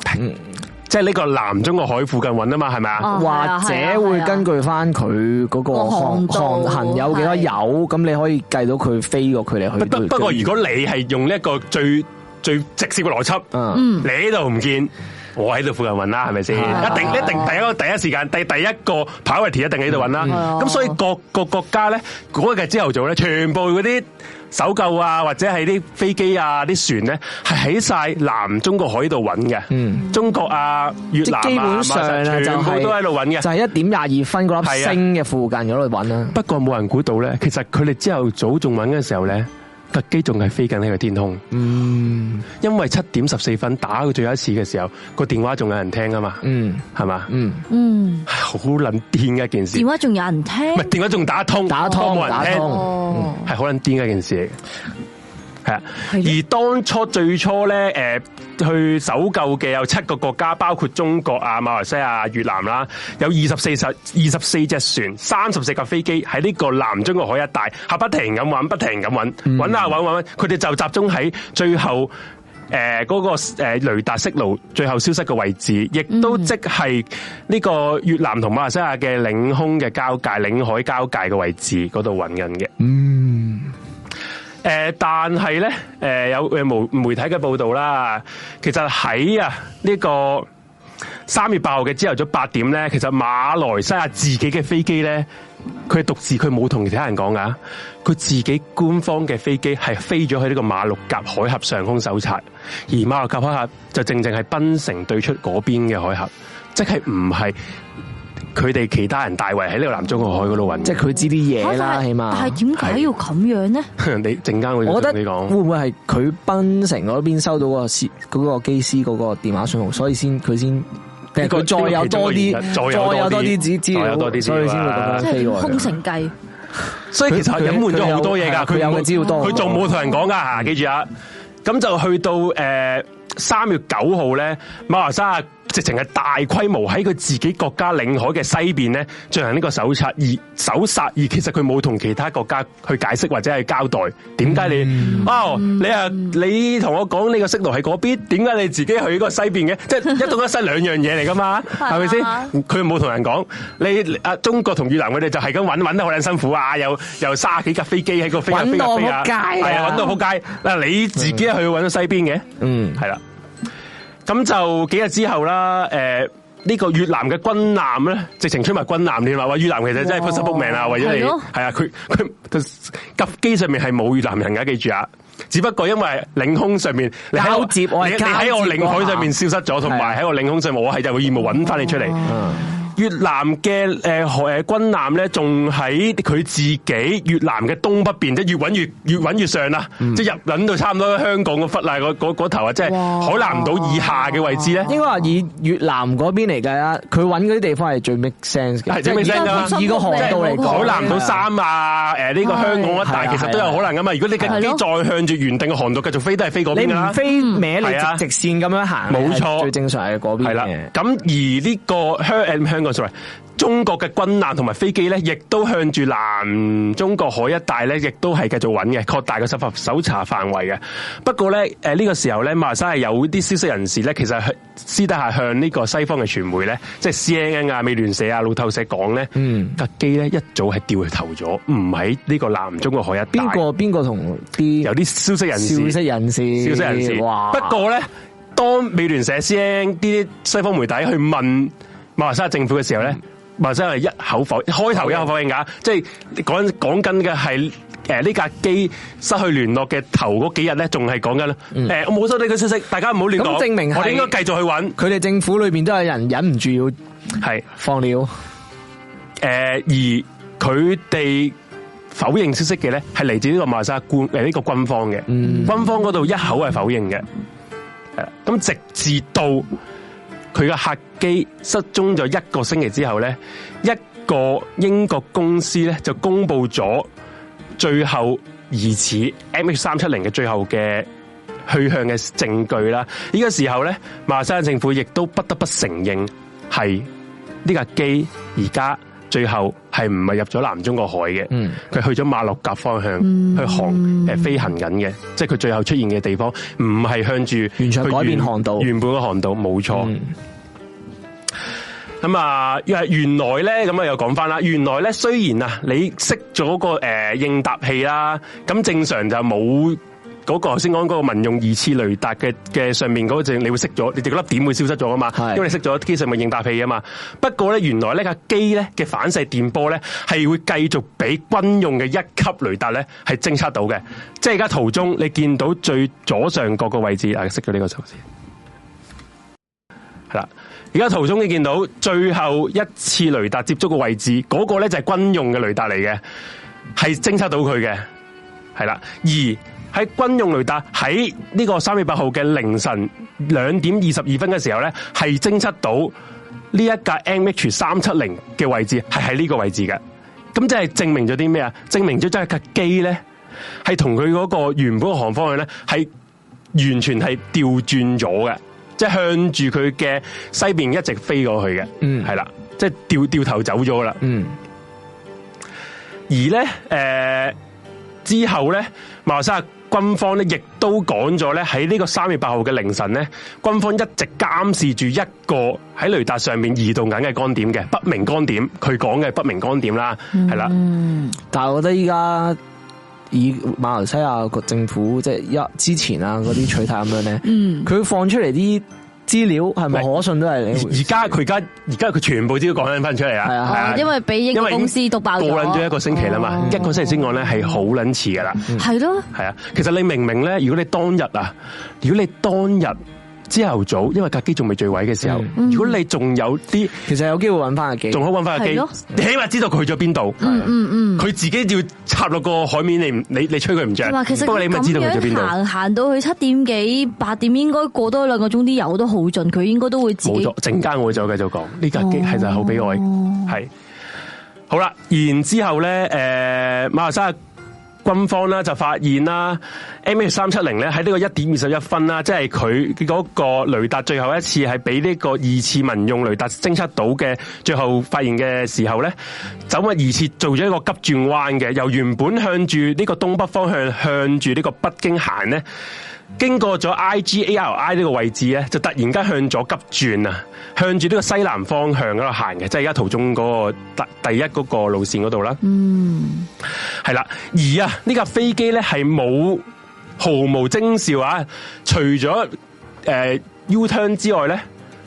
即係呢個南中國海附近揾啊嘛，係咪啊？
哦係啊
或
係啊
者會根據翻佢嗰個
個
航
航道
航行有幾多
係
油，咁你可以計到佢飛過距離去
不
到
不不過，如果你係用呢一個最最直接嘅邏輯，
嗯
你喺度唔見，我喺度附近揾啦，係咪先？
係
一定一定第一個第一時間，第第一個 priority 一定喺度揾啦。
嗯
咁所以各個國家咧，嗰日嘅朝頭早咧，全部嗰啲搜救啊，或者係啲飛機啊、啲船咧，係喺晒南中國海度揾嘅。
嗯
中國啊、越
即
南
係
啊、
基本上
馬來西
啊
亞
就
全部
係
都喺度揾嘅
就。係一點廿二分嗰粒
係啊
星嘅附近嗰度揾啦。
不過冇人估到咧，其實佢哋朝頭早仲揾嘅時候咧，特機仲係飛緊喺個天空。嗯，因為七點十四分打佢最後一次嘅時候，個電話仲有人聽啊嘛，
嗯
係嘛，
嗯，
嗯，
好撚癲嘅一件事
電，話仲有人聽
唔係。電話仲打得通，
打得通
不過冇
打
人
得
聽
通。
哦，
係好撚癲嘅一件事嚟嘅，係啊。而
係
當初最初咧，诶、去搜救嘅有七個國家，包括中國啊、馬來西亞、越南啦，有二十四隻二十四隻船、三十四架飛機喺呢個南中國海一帶，係不停咁揾，不停咁揾，揾下揾揾揾，佢哋就集中喺最後。誒嗰、個、呃、雷達息路最後消失嘅位置，亦都即係呢個越南同馬來西亞嘅領空嘅交界、領海交界嘅位置嗰度揾緊嘅。誒、呃但係咧，誒、有誒媒媒體嘅報道啦，其實喺啊呢個三月八號嘅朝頭早八點咧，其實馬來西亞自己嘅飛機咧，佢獨自佢冇同其他人講噶，佢自己官方嘅飛機係飛咗去呢個馬六甲海峽上空搜查，而馬六甲海峽就正正係檳城對出嗰邊嘅海峽，即係唔係佢哋其他人大圍喺呢個南中國海嗰度揾嘅，
即係佢知啲嘢啦，
但係
起碼。
但係點解要咁樣咧？
你陣間會
我覺
同你
得
講
會。唔會係佢檳城嗰邊收到個司嗰個機師嗰個電話信號，所以先佢先定係
個
佢再有多
呢個其
啲，
中
再
嘅原因再
有多
有多
啲
啲
資資
再有多
料，
啲啊
所以先會嗯咁
即係
樣飛
點
過去
空城計，
所以其實
佢佢
隱瞞咗好多嘢㗎，
佢有佢有
冇
嘅資料多
佢仲冇同人講㗎，記住啊！咁就去到誒三月九號咧，馬來西亞直情係大規模喺佢自己國家領海嘅西邊咧進行呢個搜查，而搜殺而其實佢冇同其他國家去解釋或者係交代點解你哦你啊你同我講你個息路喺嗰邊，點解你自己去嗰個西邊嘅？即係一東一西兩樣嘢嚟㗎嘛，係咪先？佢冇同人講，你啊中國同越南佢哋就係咁揾揾得好撚辛苦啊！又又卅幾架飛機喺個飛啊
揾
飛
到
啊飛啊，
仆街啊
係啊揾到撲街。嗱你自己去揾到西邊嘅，
嗯
係啦。咁就幾日之後啦，誒、呢、個越南嘅軍艦咧，直情出埋軍艦添啦。話越南其實真係 p 心 book 命啊，為咗你
係咯
係啊，佢佢佢架機上面係冇越南人噶，記住啊！只不過因為領空上面你喺
交接我係
你你喺我
交接
領海上面
嗰
消失咗，同
係啊哦
埋喺我領空上面，我係有義務揾翻你出嚟。越南嘅誒海誒軍艦咧，仲喺佢自己越南嘅東北邊，即係越揾越越揾越上啦，
嗯
即係入揾到差唔多香港個忽啦，嗰嗰嗰頭啊，即係
哇
海南島以下嘅位置咧。
應該話以越南嗰邊嚟計啦，佢揾嗰啲地方係最 make sense 嘅，
係最 make sense 啊㗎
即係以以個航道嚟講，
海南島三啊，誒呢個香港
係
一
啊
帶其實都有可能噶嘛。如果你架機
係咯
再向住原定嘅航道繼續飛，都嗯係飛嗰邊
你
㗎啦
唔。飛歪，
係啊
你直直線咁樣行，
冇錯
係最正常係嗰邊
係啦
嘅，。
咁而呢個香誒香港 sorry，中國嘅軍艦同埋飛機咧，亦都向住南中國海一帶咧，亦都係繼續揾嘅，擴大個搜查搜查範圍嘅。不過咧，誒、呢個時候咧，馬來西亞有啲消息人士咧，其實係私底下向呢個西方嘅傳媒咧，即係 CNN 啊、美聯社啊、路透社講咧，
嗯
架機咧一早係掉頭咗，唔喺呢個南中國海一帶。
邊個邊個同啲
有啲消息人士？
消息人士，
消息人士。
哇！
不過咧，當美聯社 CN 啲西方媒體去問馬來西亞政府嘅時候咧，
嗯
馬來西亞係一口否，開
啊
頭一口否認㗎，即係講講緊嘅係。誒呢架機失去聯絡嘅頭嗰幾日咧，仲係講緊咧。誒我冇收到佢消息，大家唔好亂講。
嗯咁證明係
我哋應該繼續去揾。
佢哋政府裏邊都有人忍唔住要
係
放料，
誒、呃而佢哋否認消息嘅咧，係嚟自呢個馬來西亞官呃誒呢個軍方嘅，軍方嗰度一口係否認嘅。係啦咁直至到佢嘅客機失蹤咗一個星期之後咧，一個英國公司咧就公布咗最後疑似 MH 三七零嘅最後嘅去向嘅證據啦。呢、個時候咧，馬來西亞政府亦都不得不承認係呢架機而家最後係唔係入咗南中國海嘅？
嗯
佢去咗馬六甲方向去航誒、呃飛行緊嘅，即係佢最後出現嘅地方，唔係向住
完全
佢
改變航道
原本嘅航道冇錯。
嗯
咁啊，因為原來咧，咁啊又講翻啦，原來咧雖然啊，你熄咗個誒、呃應答器啦，咁正常就冇。嗰個頭先講嗰個民用二次雷達嘅嘅上面嗰個掣，你會熄咗，你哋嗰粒點會消失咗啊嘛，
係
因為你熄咗機上面應答器啊嘛。不過咧，原來呢架機咧嘅反射電波咧係會繼續俾軍用嘅一級雷達咧係偵測到嘅，即係而家途中你見到最左上角個位置啊，熄咗呢個手先。系啦，而家途中你見到最後一次雷達接觸嘅位置，嗰、個咧就係軍用嘅雷達嚟嘅，係偵測到佢嘅，係啦。而喺軍用雷達喺呢個三月八號嘅凌晨兩點二十二分嘅時候咧，係偵測到呢一架 MH 三七零嘅位置係喺呢個位置嘅。咁即係證明咗啲咩啊？證明咗即係架機咧係同佢嗰個原本嘅航方向咧係完全係調轉咗嘅，即係向住佢嘅西邊一直飛過去嘅，
嗯
係啦，即係掉掉頭走咗啦。
嗯，
而咧，誒、之後咧，馬來西亞軍方咧亦都講咗咧，喺呢個三月八號嘅凌晨咧，軍方一直監視住一個喺雷達上面移動緊嘅光點嘅不明光點，佢講嘅係不明光點啦，係啦、
嗯但係我覺得依家以馬來西亞個政府即係一之前啊嗰啲取態咁樣咧，
嗯
佢放出嚟啲資料係咪
唔係
可信都係你
而而家佢而家而家佢全部資料講緊翻出嚟啦，
係啊
哦
係啊
因為俾英
因
國
為
公司讀爆
過
咗，哦
撚咗一個星期啦嘛，一個星期先講咧係好撚遲噶啦。
係咯，
系啊，其實你明唔明咧？如果你當日啊，如果你當日朝頭早，因為架機仲未墜毀嘅時候，
嗯
如果你仲有啲，
其實有機會揾翻架機
仲。好揾翻架機
係咯，
你起碼知道佢去咗邊度。
嗯嗯嗯。
佢自己要插落個海面，你唔你你吹佢唔着
同埋其。實
不過你咪知道佢去咗
咁
邊
樣
度，
行行到去七點幾八點，應該過多兩個鐘啲油都好盡，佢應該都會自
冇
己哦
咗。陣間我會再繼續講呢架機係就係好悲哀，係好啦。然之後咧，誒、馬來西亞軍方啦就發現啦，M H 三七零咧喺呢個一點二十一分啦，即係佢嗰個雷達最後一次係俾呢個二次民用雷達偵測到嘅，最後發現嘅時候咧，走物二次做咗一個急轉彎嘅，由原本向住呢個東北方向向住呢個北京行咧。經過咗 IGARI 呢個位置咧，就突然間向左急轉啊，向住呢個西南方向嗰度行嘅，即係而家途中嗰、個第第一嗰個路線嗰度啦。嗯，係啦，而啊呢架飛機咧係冇毫無徵兆啊，除咗誒、呃 U turn 之外咧，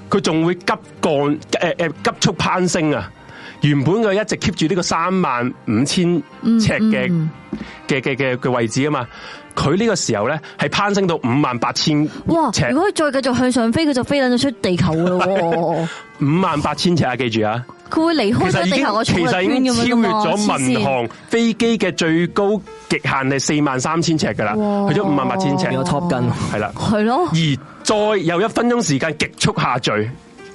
佢仲會急降誒誒、呃急速攀升啊！原本佢一直 keep 住呢個三萬五千
嗯
尺嘅嘅嘅嘅嘅位置啊嘛，佢呢個時候咧係攀升到五萬八千
哇！
尺
如，果佢再繼續向上飛，佢就飛撚咗出地球噶咯 喎！
五萬八千尺啊！記住啊，
佢會離
其實
開咗
已
地
經
球個重
其
力
實已
圈
經
咁
超
樣㗎
越
嘛
咗民
黐線
航飛機嘅最高極限係四萬三千尺噶啦，
哇
去咗五萬八千尺，
變
有
咗
Top Gun，
係啦，
係咯，
而再有一分鐘時間極速下墜，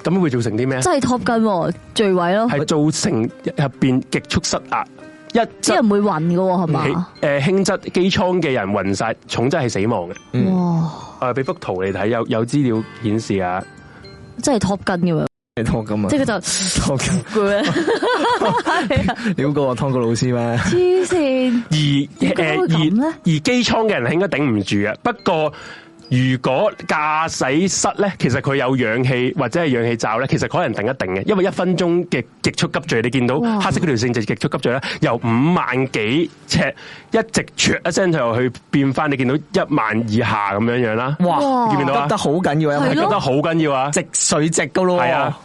咁會造成啲咩？
真係 Top Gun 喎墜毀咯，
係造成入邊極速失壓，一呃
啲
則
人會暈嘅喎，係嘛？
誒輕則機艙嘅人暈晒，重則係死亡嘅。
哇！
我俾幅圖你睇，有有資料顯示啊，
真係 Top Gun 咁樣，
你湯咁啊
即係佢就
湯咁，
佢係啊
你估過我湯過老師咩？
黐線。
而誒
解
而
會咁呢
而機艙嘅人係應該頂唔住啊嘅。不過如果駕駛室咧，其實佢有氧氣或者係氧氣罩咧，其實可能頂一頂嘅，因為一分鐘嘅極速急墜，你見到
哇
黑色嗰條線就係極速急墜啦，由五萬幾尺一直唰一聲就去變翻，你見到一萬以下咁樣樣啦，
哇，
見唔見到啊
急得好緊要啊，
係
因為
覺
咯
得好緊要啊！
直水直噶咯，
係啊，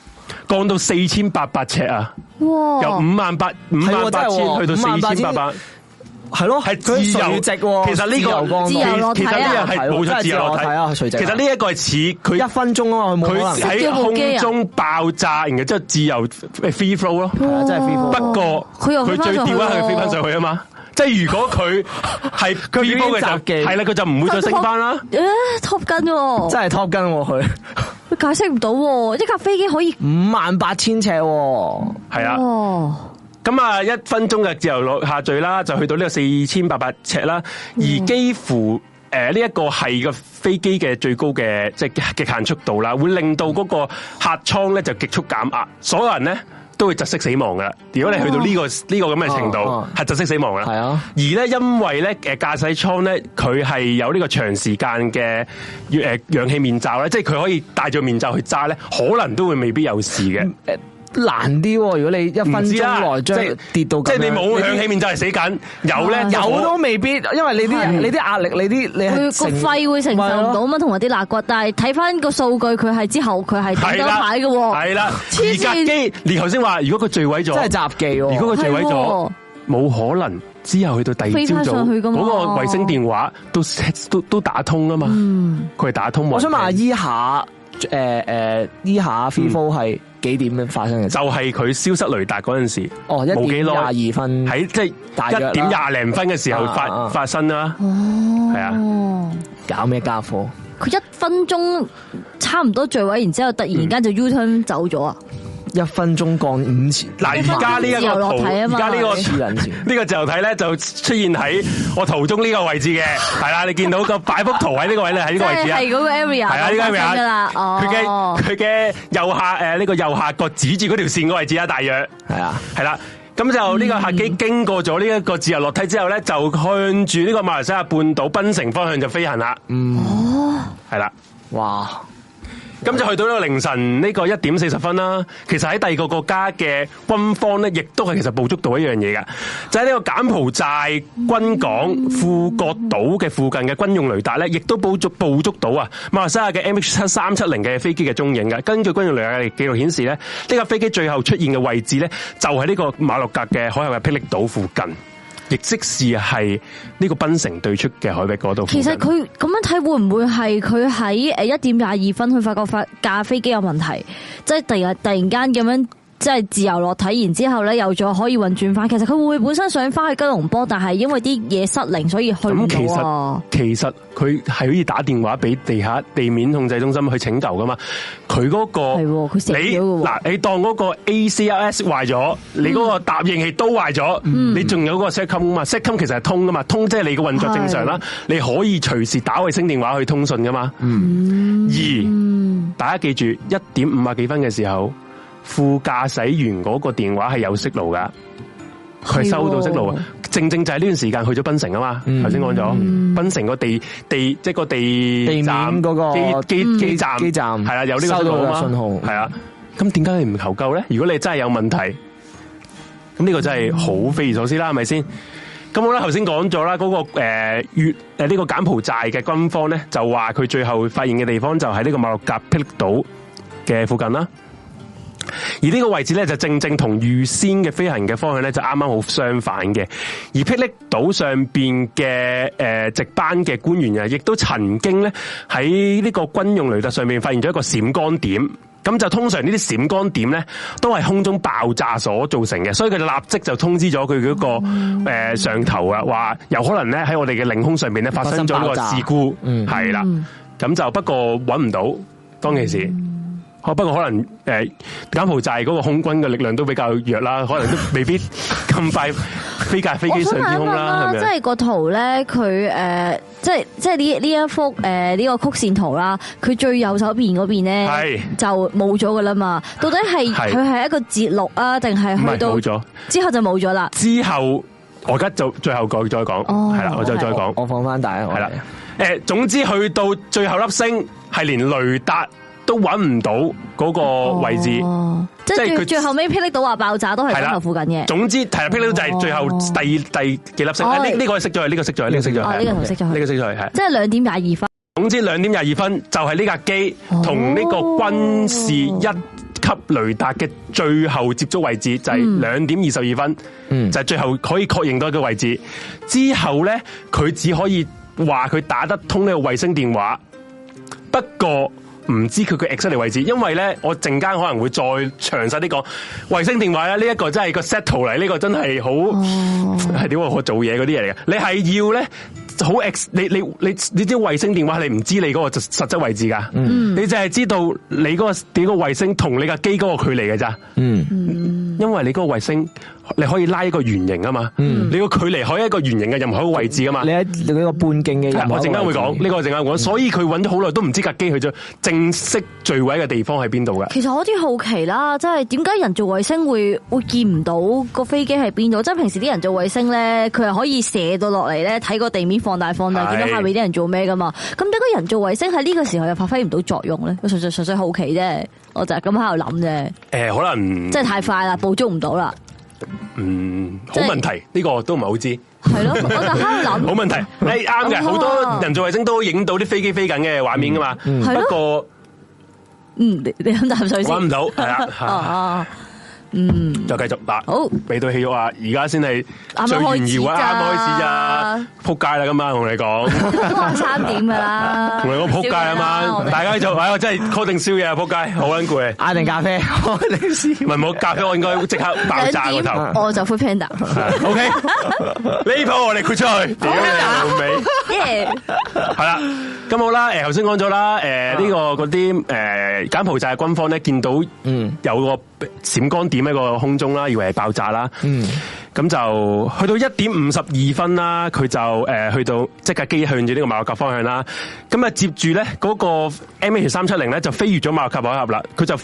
降到四千八百尺啊，
哇！
由五萬八五萬八千去到四千八百，
係咯，
係
佢
自由
垂直喎，
其實呢
自由
個
光
自由落
其
體
實
啊
呢個係冇
真
咗
係自
自由落體
由落體啊垂直啊
其實呢一個係似
一
佢
分鐘啊嘛，佢冇
佢
可能
喺
熄咗部機
空
啊
中爆炸，然後之後自由呃 free flow 咯。
係啊，真係 free fall
哦
不過
佢又
佢
飛
最
返
掉翻
上去
去
喎
飛翻上去啊嘛。即係如果佢 係佢
已經
free flow
襲
嘅就
擊
係啦，佢就唔會再升翻啦。
誒 Top Gun 喎，
真係 top 跟喎佢
佢解釋唔到喎，一架飛機可以
五萬八千尺喎，
係啊。
哦，
咁啊，一分鐘嘅自由落下墜啦，就去到呢個四千八百尺啦，
嗯
而幾乎誒呢一個係個飛機嘅最高嘅即係極限速度啦，會令到嗰個客艙咧就極速減壓，所有人咧都會窒息死亡噶啦。如果你去到呢、個呢、個咁嘅程度，係、
哦哦哦
窒息死亡噶啦。
係啊
而咧，因為咧，誒駕駛艙咧，佢係有呢個長時間嘅誒氧氣面罩咧，即係佢可以戴住面罩去揸咧，可能都會未必有事嘅。
難呃啲喎。如果你一分
唔知啦
鐘內將
即係
跌到咁
即
樣，
係
啊
你冇氧氣面罩係死緊，有咧
有都未必，因為你啲
係
你啲壓力，你啲你
佢個
係
肺會承受唔到嘛，同埋啲肋骨。但係睇翻個數據，佢係之後佢係
係
頂得
啦，
牌嘅喎，
係啦，
黐
而
線
架機，你頭先話如果佢墜毀
真係
咗，
雜技喎。
如果佢墜毀
係
咗
喎，
冇可能之後去到第二朝早
飛返上去㗎嘛
嗰個衛星電話都都都打通啊嘛，佢係打通冇
嗯
人聽。
我想問下，依下誒誒依下 free fall 係幾點發生嘅？
就係佢消失雷達嗰陣時，
哦，一
冇幾
點
耐
廿二分，
喺即係
大約啦
一點廿零分嘅時候
啊啊
發
啊
發生啦，係啊，
哦，
搞咩家伙？
佢一分鐘差唔多墜毀，然之後突然
嗯
間就 U turn 走咗啊！
一分鐘降五千，
嗱而家呢一
自由
個
落
圖，
體啊嘛
而家呢個
黐撚線。
呢個自由體咧就出現喺我圖中呢個位置嘅，係啦，你見到個擺幅圖喺呢個位咧，喺呢
即
個位
係
置啊
係。嗰個 area
係啊，呢個
發生
係
㗎啦，
佢嘅
哦，
佢嘅右下誒呢個右下角指住嗰條線嗰位置啊，大約
係啊，
係啦。咁就
嗯
呢個客機經過咗呢一個自由落體之後咧，就向住呢個馬來西亞半島檳城方向就飛行啦。嗯，
哦
係啦。
哇！
咁就去到呢個凌晨呢個一點四十分啦。其實喺第二個國家嘅軍方咧，亦都係其實捕捉到一樣嘢㗎，就喺呢個柬埔寨軍港富國島嘅附近嘅軍用雷達咧，亦都捕捉捕捉到啊馬來西亞嘅 MH 七三七零嘅飛機嘅蹤影㗎。根據軍用雷達嘅記錄顯示咧，呢架飛機最後出現嘅位置咧，就喺呢個馬六甲嘅海峽嘅霹靂島附近。亦即是係呢個檳城對出嘅海域嗰度附
其
近。
實佢咁樣睇會唔會係佢喺呃诶一點廿二分，佢發覺發架飛機有問題，即係突然突然間咁樣。即係自由落體，然之後咧又再可以運轉翻。其實佢會本身想翻去吉隆坡，但係因為啲嘢失靈，所以去唔
咁其
到
實
啊。
其實佢係可以打電話俾地下地面控制中心去拯救噶嘛。佢嗰、個
係喎佢死咗
你
㗎喎嗯
嗱，你當嗰個 ACLS 壞咗，你嗰個答應器都壞咗，你仲有嗰個 setcom 嘛？setcom 其實係通噶嘛，通即係你個運作正常啦，你可以隨時打衛星電話去通訊噶嘛。
嗯
二，大家記住一點五啊幾分嘅時候，副駕駛員嗰個電話係有息路噶。佢收到息路啊！正正就係呢段時間去咗檳城啊嘛，
嗯
頭先講咗檳城個地地即係個地
地面
站
嗰個
機機機站
機站
係啦，有呢個
收到
息路啊嘛
嘅信號
係啊。咁點解你唔求救咧？如果你真係有問題，咁呢個真係好匪夷所思啦，係咪先？咁好啦，頭先講咗啦，嗰、個誒越誒呃呢個柬埔寨嘅軍方咧，就話佢最後發現嘅地方就喺呢個馬六甲霹靂島嘅附近啦。而呢個位置咧就正正同預先嘅飛行嘅方向咧就啱啱好相反嘅。而霹靂島上邊嘅誒值班嘅官員啊，亦都曾經咧喺呢個軍用雷達上面發現咗一個閃光點。咁就通常呢啲閃光點咧，都係空中爆炸所造成嘅，所以佢就立即就通知咗佢嗰個誒、呃上頭啊，話有可能咧喺我哋嘅領空上邊咧發生咗呢個
發生爆炸
事故，
嗯
係啦、咁就不過揾唔到當其時。
嗯
哦，不過可能誒、呃柬埔寨嗰個空軍嘅力量都比較弱啦，可能都未必咁快飛架飛
我
機
想
上
問
天
一
空
問
啦，
啦，
係
即
咪？啊
係個圖咧，佢诶，即係即系呢呢一幅诶呢個曲線圖啦，佢最右手邊嗰邊咧
係
就冇咗噶啦嘛。到底係
係
佢係一個節錄啊，定係
唔
去
係
到
冇咗
之後就冇咗啦？
之後，我而家就最後講再講，
哦
係啦、我就再講。
我放翻大啊，
哦
我哋
系啦，诶、總之去到最後粒星係連雷達都揾唔到嗰個位置。
哦即
即係
係
佢
最最後尾霹靂到話爆炸都係
係啦
嗰頭附近嘅。
總之提入霹靂就係最後
哦
第第幾粒星？
哦
啊呢呢個識咗，呢個識咗，呢個識咗，
哦，呢個
係啊
圖識咗
呢
佢，
個識咗，係。啊
即係兩點廿二分。
總之兩點廿二分就係呢架機同呢個軍事一級雷達嘅最後接觸位置，就係兩點二十二分，
嗯
就係最後可以確認到一個位置。之後呢，佢只可以話佢打得通呢個衛星電話，不過。唔知佢嘅 exact 位置，因為咧，我陣間可能會再詳細啲講衛星電話啊咧。呢、一個真係個 set 圖嚟，呢、個真係好係點啊我做嘢嗰啲嘢嚟嘅。你係要咧好 ex，你你你你啲衛星電話，你唔知你嗰個實質位置㗎，你就係知道你嗰、個你個衛星同你架機嗰個距離㗎咋。
嗯
因為你嗰個衛星你可以拉一個圓形啊嘛，你個距離可以一個圓形嘅任何一個位置㗎嘛
你。喺你嗰個半徑嘅任何
啊我
一個
陣間會
位置
講呢、個我陣間
嗯
會講，所以佢揾咗好耐都唔知架機去咗正式墜毀嘅地方喺邊度㗎。
其實我啲好奇啦，即係點解人造衛星會會見唔到個飛機喺邊度？即係平時啲人造衛星咧，佢係可以射到落嚟咧，睇個地面放大放大，
係
見到下面啲人做咩噶嘛？咁點解人造衛星喺呢個時候又發揮唔到作用咧？我純粹純粹好奇啫，我就係咁喺度諗啫，
誒、可能
即係太快啦，捕捉唔到啦，
嗯好
即係
問題，呢、個都唔係好知。
係咯，我就喺度
冇
諗。
問題，你啱嘅，
啊
好多人造衛星都影到啲飛機飛緊嘅畫面噶嘛，
嗯係
不過
嗯，你你飲啖水先。
揾唔 到，係
哦
啦，
哦，嗯，
就繼續嗱，
好
俾到戲肉啊，而家先係
啱啱
最炫耀啊，啱啱
開
開始
始咋
咋，撲街啦今晚同你講，
都過三點噶啦。
同你講撲街啊
我
晚，
哋
大家就，哎我真係 call 定宵夜啊，撲街，好撚 攰，
嗌定咖啡， 我哋先
唔係我咖啡，我應該即刻爆炸個
兩
頭
點我就灰 panda。
係，OK，呢鋪我哋豁出去，屌你老味。
耶
系啦，咁好啦，诶，头先講咗啦，
啊
诶，呢個嗰啲诶柬埔寨軍方咧見到
嗯
有個閃光點喺個空中啦，以為係爆炸啦，
嗯
咁就去到一點五十二分啦，佢就诶去到即架機向住呢個馬六甲方向啦，咁啊接住咧嗰個 M H 三七零咧就飛越咗馬六甲海峽啦，佢就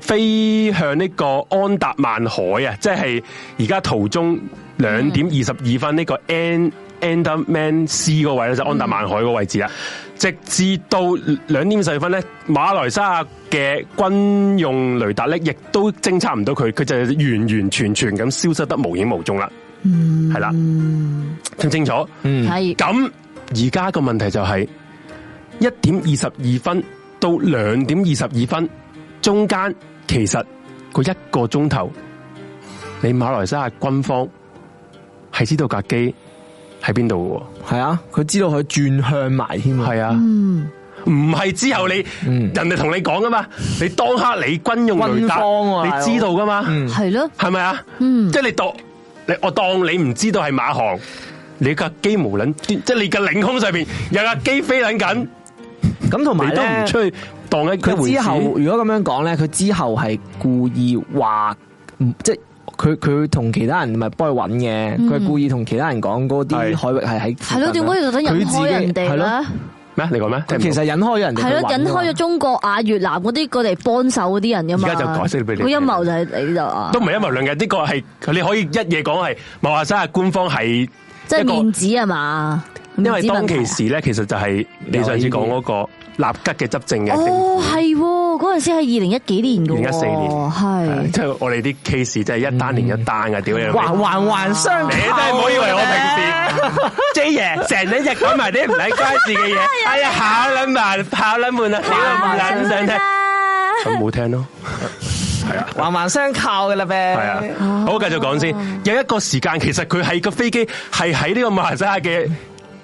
飛向呢個安達曼海啊，即係而家途中兩點二十二分呢個 N。Enderman C 嗰位咧，就安達曼海嗰位置啦。直至到兩點四分咧，馬來西亞嘅軍用雷達咧，亦都偵測唔到佢，佢就完完全全咁消失得無影無蹤啦。嗯，係啦，清唔清楚？
嗯，
係
咁而家個問題就係一點二十二分到兩點二十二分中間，其實個一個鐘頭，你馬來西亞軍方係知道架機喺邊度
系啊，佢知道佢轉向埋添
嘅
啊，
喎？係啊，唔係之後你人哋同你講噶嘛，你當刻你軍用雷達
嗯軍方啊
你知道噶嘛？
系咯，
係咪啊？
嗯
即係你當你我當你唔知道係馬航，你架機無撚，即係你架領空上边有架機飛撚緊，
咁同埋
你都唔
咧，
出去當一
佢之後
后。
如果咁樣講咧，佢之後係故意話，唔即係佢佢同其他人咪幫佢揾嘅，佢係故意同其他人講嗰啲
係
海域係喺啊
嗯系咯，点解要特登引開人哋
咧？
咧？
咩？你講咩？聽唔
佢其實引開咗人哋
系
去
咯
揾㗎，嘛，
引開咗中國啊、越南嗰啲過嚟幫手嗰啲人噶嘛。
而家就解釋俾你
個陰謀就係你就啊
到都，唔係一謀兩嘅，呢個係你可以一夜講係馬華沙嘅官方係
即係
一個
面子係嘛？
因為當
面子問題
其
啊
時咧，其實就係你上次講嗰個納吉嘅執政嘅政府
哦，係喎，嗰阵时係二零一幾年噶，
2014
年
即係我哋啲 case 真係一單連一單嘅，屌你老味！
環環環相
你真係唔好以為我平時 J 爺成日日講埋啲唔係關事嘅嘢，哎呀考撚埋考撚悶啦，屌唔撚想聽，咁冇聽咯。
環環相靠嘅啦
系
呗
啊，，好繼續講先。有一個時間，其實佢係個飛機係喺呢個馬來西亞嘅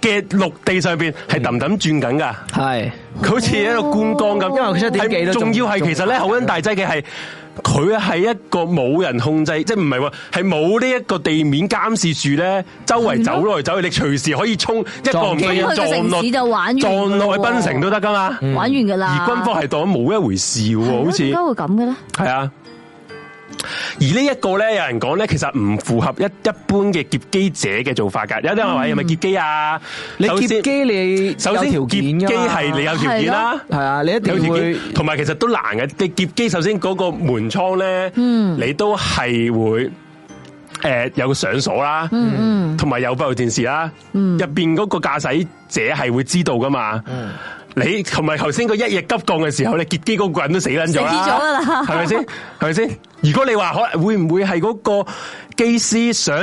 嘅陸地上边係揼揼轉緊噶，
係
佢好似喺度觀光咁。
哦因為佢一點幾都
係
仲
仲要係其實咧好撚大劑嘅係，佢係一個冇人控制，即系唔係喎，係冇呢一個地面監視住咧，周圍走來走去，你隨時可以衝一個唔
撞
對
機
意
衝去個
撞落
城市就玩完㗎
撞落去
喎
槟城都得噶嘛。
係玩完噶
而
啦。
軍方係當冇一回事喎，好似
點解。會咁嘅咧？
系啊。而呢一個咧，有人講咧，其實唔符合一一般嘅劫機者嘅做法㗎。有啲人話係
嗯
咪劫機啊？
你
首
劫
先，
機你
首
有
先
條
劫
件
機
㗎嘛
係你有條件啦，
係啊，你一
有
定
條
會
件，同埋其實都難嘅。你劫機首先嗰個門窗咧，
嗯
你都係會誒有個上鎖啦，
嗯
同埋有閉路電視啦，入邊嗰個駕駛者係會知道噶嘛。你同埋頭先個一夜急降嘅時候，你劫機嗰個人都死撚
死
咗啦，
咗㗎啦
係咪先？係咪先？如果你話可能會唔會係嗰個機師想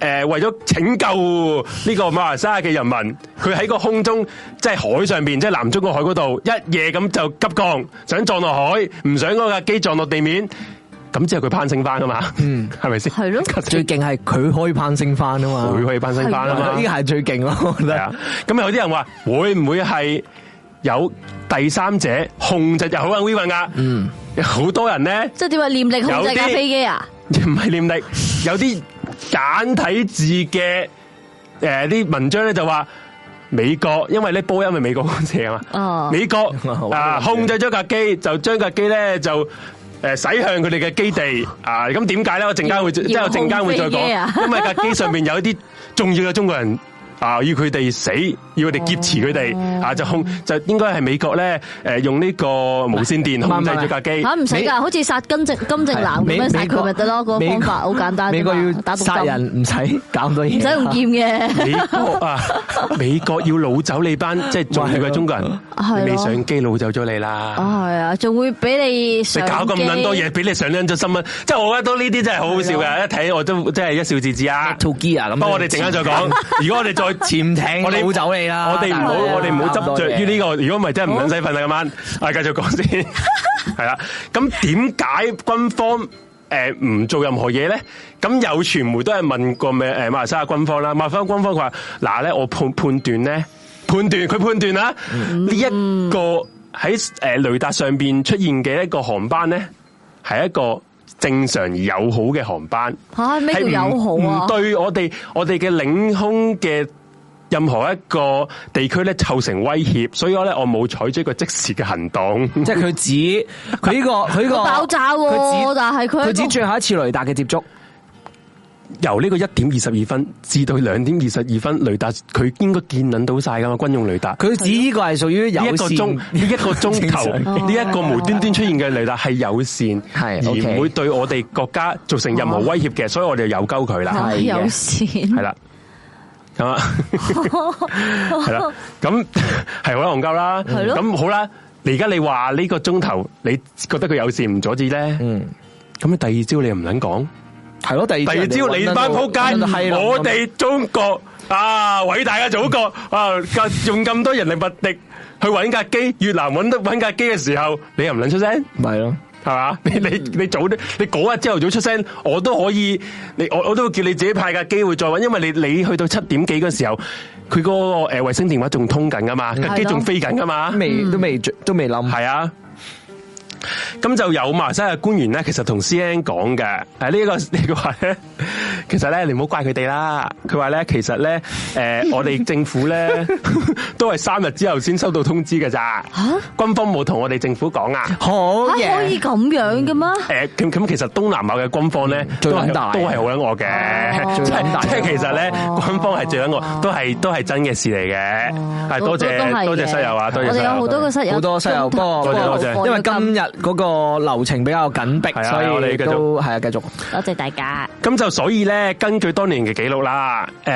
诶、呃、为咗拯救呢個馬來西亞嘅人民，佢喺個空中即係海上边，即係南中國海嗰度一夜咁就急降，想撞落海，唔想嗰架機撞落地面，咁之後佢攀升翻噶嘛？嗯，系咪先？
係咯
最勁係佢可以攀升翻啊嘛，
佢可以攀升翻啊嘛
呢個？係最勁咯，我覺
系
得
啊。，咁有啲人話會唔會係有第三者控制就好人 v 運噶？嗯，好多人咧。
即係點話念力控制
有
架
啲
飛機啊？
唔系念力，有啲簡體字嘅诶啲文章咧就話美國，因為咧波音係美國公司啊嘛，
哦
美國啊
玩嘢
控制咗架機，就將架機咧就。诶，驶向佢哋嘅基地啊！咁點解咧？我陣間會，即係我陣間會再
遙控飛機啊
講，因為架機上面有一啲重要嘅中國人啊，要佢哋死，要佢哋劫持佢哋啊，就控就應該係美國咧诶，誒用呢個無線電控制咗架機。
吓唔使
美
㗎，好似殺金正金正男咁
美
樣殺佢咪得咯？個
美
方
國
法好簡單
美
啫
國
嘛，打
要
毒針
殺人唔使 搞咁多嘢，啊
唔使用劍嘅，
美國 啊，美國要老走你班即係重要嘅中國人，
係咯
你未上機老走咗你啦。
啊係啊，仲會俾你
你
上
搞咁撚多嘢，俾你上撚咗新聞，即係我覺得呢啲真係好好笑嘅，一睇我都真係一笑置之 啊。
套 gear 咁樣。
不過我哋陣間再講，如果我哋再
潛艇
我哋
冇走你啦
我哋唔好
大佬
我哋唔好執着於呢個，如果唔係真係唔撚
好
使瞓啦今晚。啊，繼續講先，係啦。咁點解軍方诶唔、做任何嘢咧？咁有傳媒都係問過咩呃诶馬來西亞軍方啦，馬來西亞軍方佢話嗱咧，我判判斷咧，判斷佢判斷啦，呢一、個喺诶雷達上边出現嘅一個航班咧，係一個正常而友好嘅航班。
吓咩叫友好
係唔
啊
唔？對我哋我哋嘅領空嘅任何一個地區咧構成威脅，所以我咧我冇採取一個即時嘅行動。
即係佢指佢呢個佢呢個
佢爆炸喎
佢指
但係佢喺
佢指
個
最後一次雷達嘅接觸，
由呢個一點二十二分至到兩點二十二分，雷達佢應該見撚到晒噶嘛，軍用雷達。
佢指呢個係屬於
呢
有
一個
線
鐘，呢一個鐘頭，
正常
呢一個無端端出現嘅雷達係有線，
係
而
OK
唔會對我哋國家造成任何威脅嘅，所以我哋就有鳩佢啦。
係嘅
有線
系啦，咁 啊，系啦，咁 系好啦，戇鳩啦，
係咯
咁好啦，你而家你話呢個鐘頭，你覺得佢有事唔阻止咧？
嗯，
咁你第二朝你又唔捻講，
係咯。第
第二
二
朝你班仆街，我哋中國啊，偉大嘅祖國啊，用咁多人力物力去揾架機，越南揾得揾架機嘅時候，你又唔捻出聲，
咪咯，
系嘛？你你你早啲，你嗰日朝頭早出聲，我都可以，你我我都會叫你自己派架機會再揾，因為你你去到七點幾嗰時候，佢嗰個诶卫星電話仲通緊噶嘛，架機仲飛緊噶嘛，
嗯
未都未都未冧，
係啊。咁就有馬來西亞官員咧，其實同 C N 講嘅，誒呢一個呢個話咧，其實咧你唔好怪佢哋啦。佢話咧，其實咧，誒、我哋政府咧都係三日之後先收到通知嘅咋，軍方冇同我哋政府講啊。
好
吓可
嘢
以，咁样嘅咩？
誒咁咁，其實東南亞嘅軍方咧
嗯最
都係
撚大
都係好撚惡
哦
嘅， 即
最撚
係
大
即係其實咧
哦
軍方係最撚惡，都係都係真嘅事嚟
哦
嘅。嗯係多
都都係
謝
嘅
多謝室友啊，多謝
我
室
哋有好
友。
多個室友，
好多室友，不過不
多謝多謝
過因為今日嗰個流程比較緊迫，
係啊
所
我
以
哋繼續
都係啊繼續。
多謝大家。
咁就所以咧，根據當年嘅記錄啦，誒、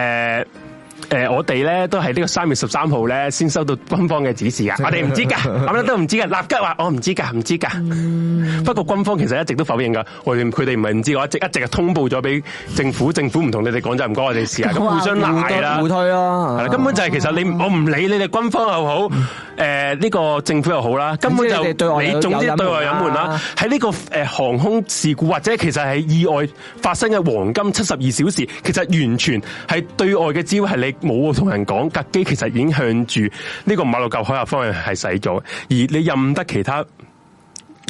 誒、我哋咧都係呢個三月十三號咧先收到軍方嘅 指示啊！我哋唔知噶，咁樣都唔知嘅。立吉話我唔知噶，唔知噶。
嗯
不過軍方其實一直都否認噶，我哋佢哋唔係唔知，我一直一直係通報咗俾政府，政府唔同你哋講就唔關我哋事啊，咁互相賴啦
互。推啦，
係啦，根本就係其實你
嗯
我唔理你哋軍方又好，诶呢個政府又好啦，根本
總之嗯你哋對
就
外有
你總之
有隱瞞啦啊
對外隱瞞啦。喺呢個诶航空事故或者其實係意外發生嘅黃金七十二小時，其實完全係對外嘅招係你冇同人講，架機其實已經向住呢個馬六甲海峽方向係駛咗，而你任得其他。
嗯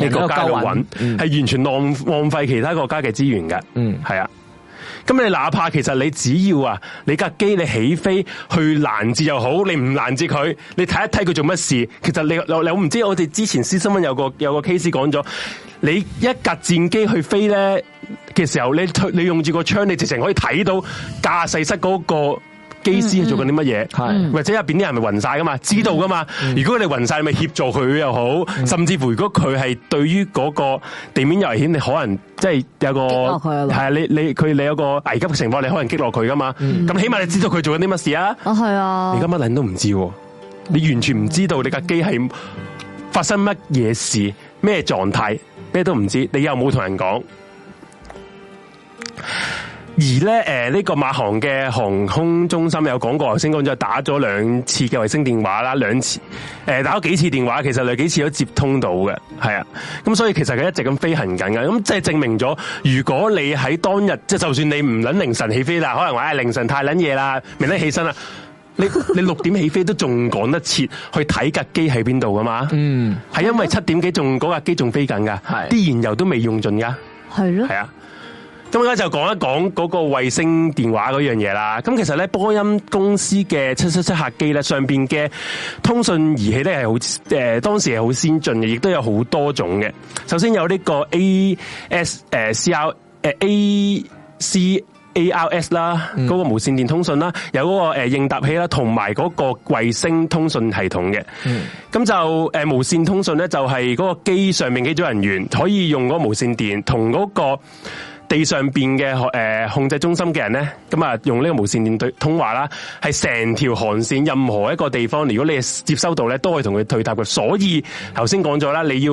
你國家去
人喺
揾
度，鳩揾
係完全浪浪費其他國家嘅資源嘅。
嗯
係啊。咁你哪怕其實你只要啊，你架機你起飛去攔截又好，你唔攔截佢，你睇一睇佢做乜事。其實你我我唔知，我哋之前私新聞有個有個 case 講咗，你一架戰機去飛咧嘅時候，你推你用住個窗，你直情可以睇到駕駛室嗰個機師係做緊啲乜嘢。
係
或者入邊啲人咪暈晒噶嘛，知道噶嘛。如果佢哋暈晒，你咪協助佢又好，甚至乎如果佢係對於嗰個地面有危險，你可能即係有個
落佢啊嘛
係啊，你你佢你有個危急嘅情況，你可能擊落佢噶嘛。咁、起碼你知道佢做緊啲乜事啊。
啊，係啊
你而，家乜撚都唔知喎，你完全唔知道你架機係發生乜嘢事，咩狀態，咩都唔知，你又冇同人講。而咧，诶、呢、個馬航嘅航空中心有講過，頭先講咗打咗兩次嘅衛星電話啦，兩次，诶、打咗幾次電話，其實你幾次都接通到嘅，係啊，咁所以其實佢一直咁飛行緊嘅，咁即係證明咗，如果你喺當日，即係就算你唔撚凌晨起飛啦，可能話唉凌晨太撚夜啦，明得起身啦。你你六點起飛都仲趕得切去睇架機喺邊度噶嘛？
嗯，
係因為七點幾仲嗰架機仲飛緊噶
係，
啲燃油都未用盡噶。
係咯
系，啊。咁而家就講一講嗰個衛星電話嗰樣嘢啦。咁其實咧，波音公司嘅七七七客機咧，上邊嘅通訊儀器咧係好誒，當時係好先進嘅，亦都有好多種嘅。首先有呢個 A S 誒 C R 誒 A C。ARS 啦，嗰個無線電通訊啦，有嗰個誒呃應答器啦，同埋嗰個衛星通訊系統嘅。咁就誒、呃、無線通訊咧，就係、嗰個機上面機組人員可以用嗰個無線電同嗰個地上邊嘅誒控制中心嘅人咧，咁啊用呢個無線電對通話啦，係成條航線任何一個地方，如果你係接收到咧，都可以同佢對答嘅。所以頭先講咗啦，你要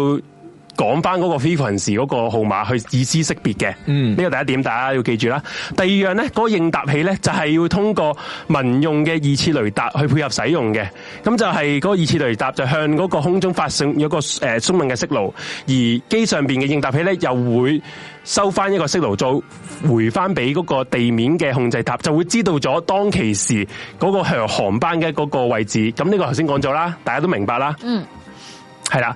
講翻嗰個 frequency 嗰個號碼去意思識別嘅，
嗯
呢個第一點大家要記住啦。第二樣咧，嗰、個應答器咧就係、要通過民用嘅二次雷達去配合使用嘅，咁就係嗰個二次雷達就向嗰個空中發送有個誒鬆敏嘅息路，而機上邊嘅應答器咧又會收翻一個息路，再回翻俾嗰個地面嘅控制塔，就會知道咗當其時嗰個航航班嘅嗰個位置。咁呢個頭先講咗啦，大家都明白啦。
嗯，
系啦。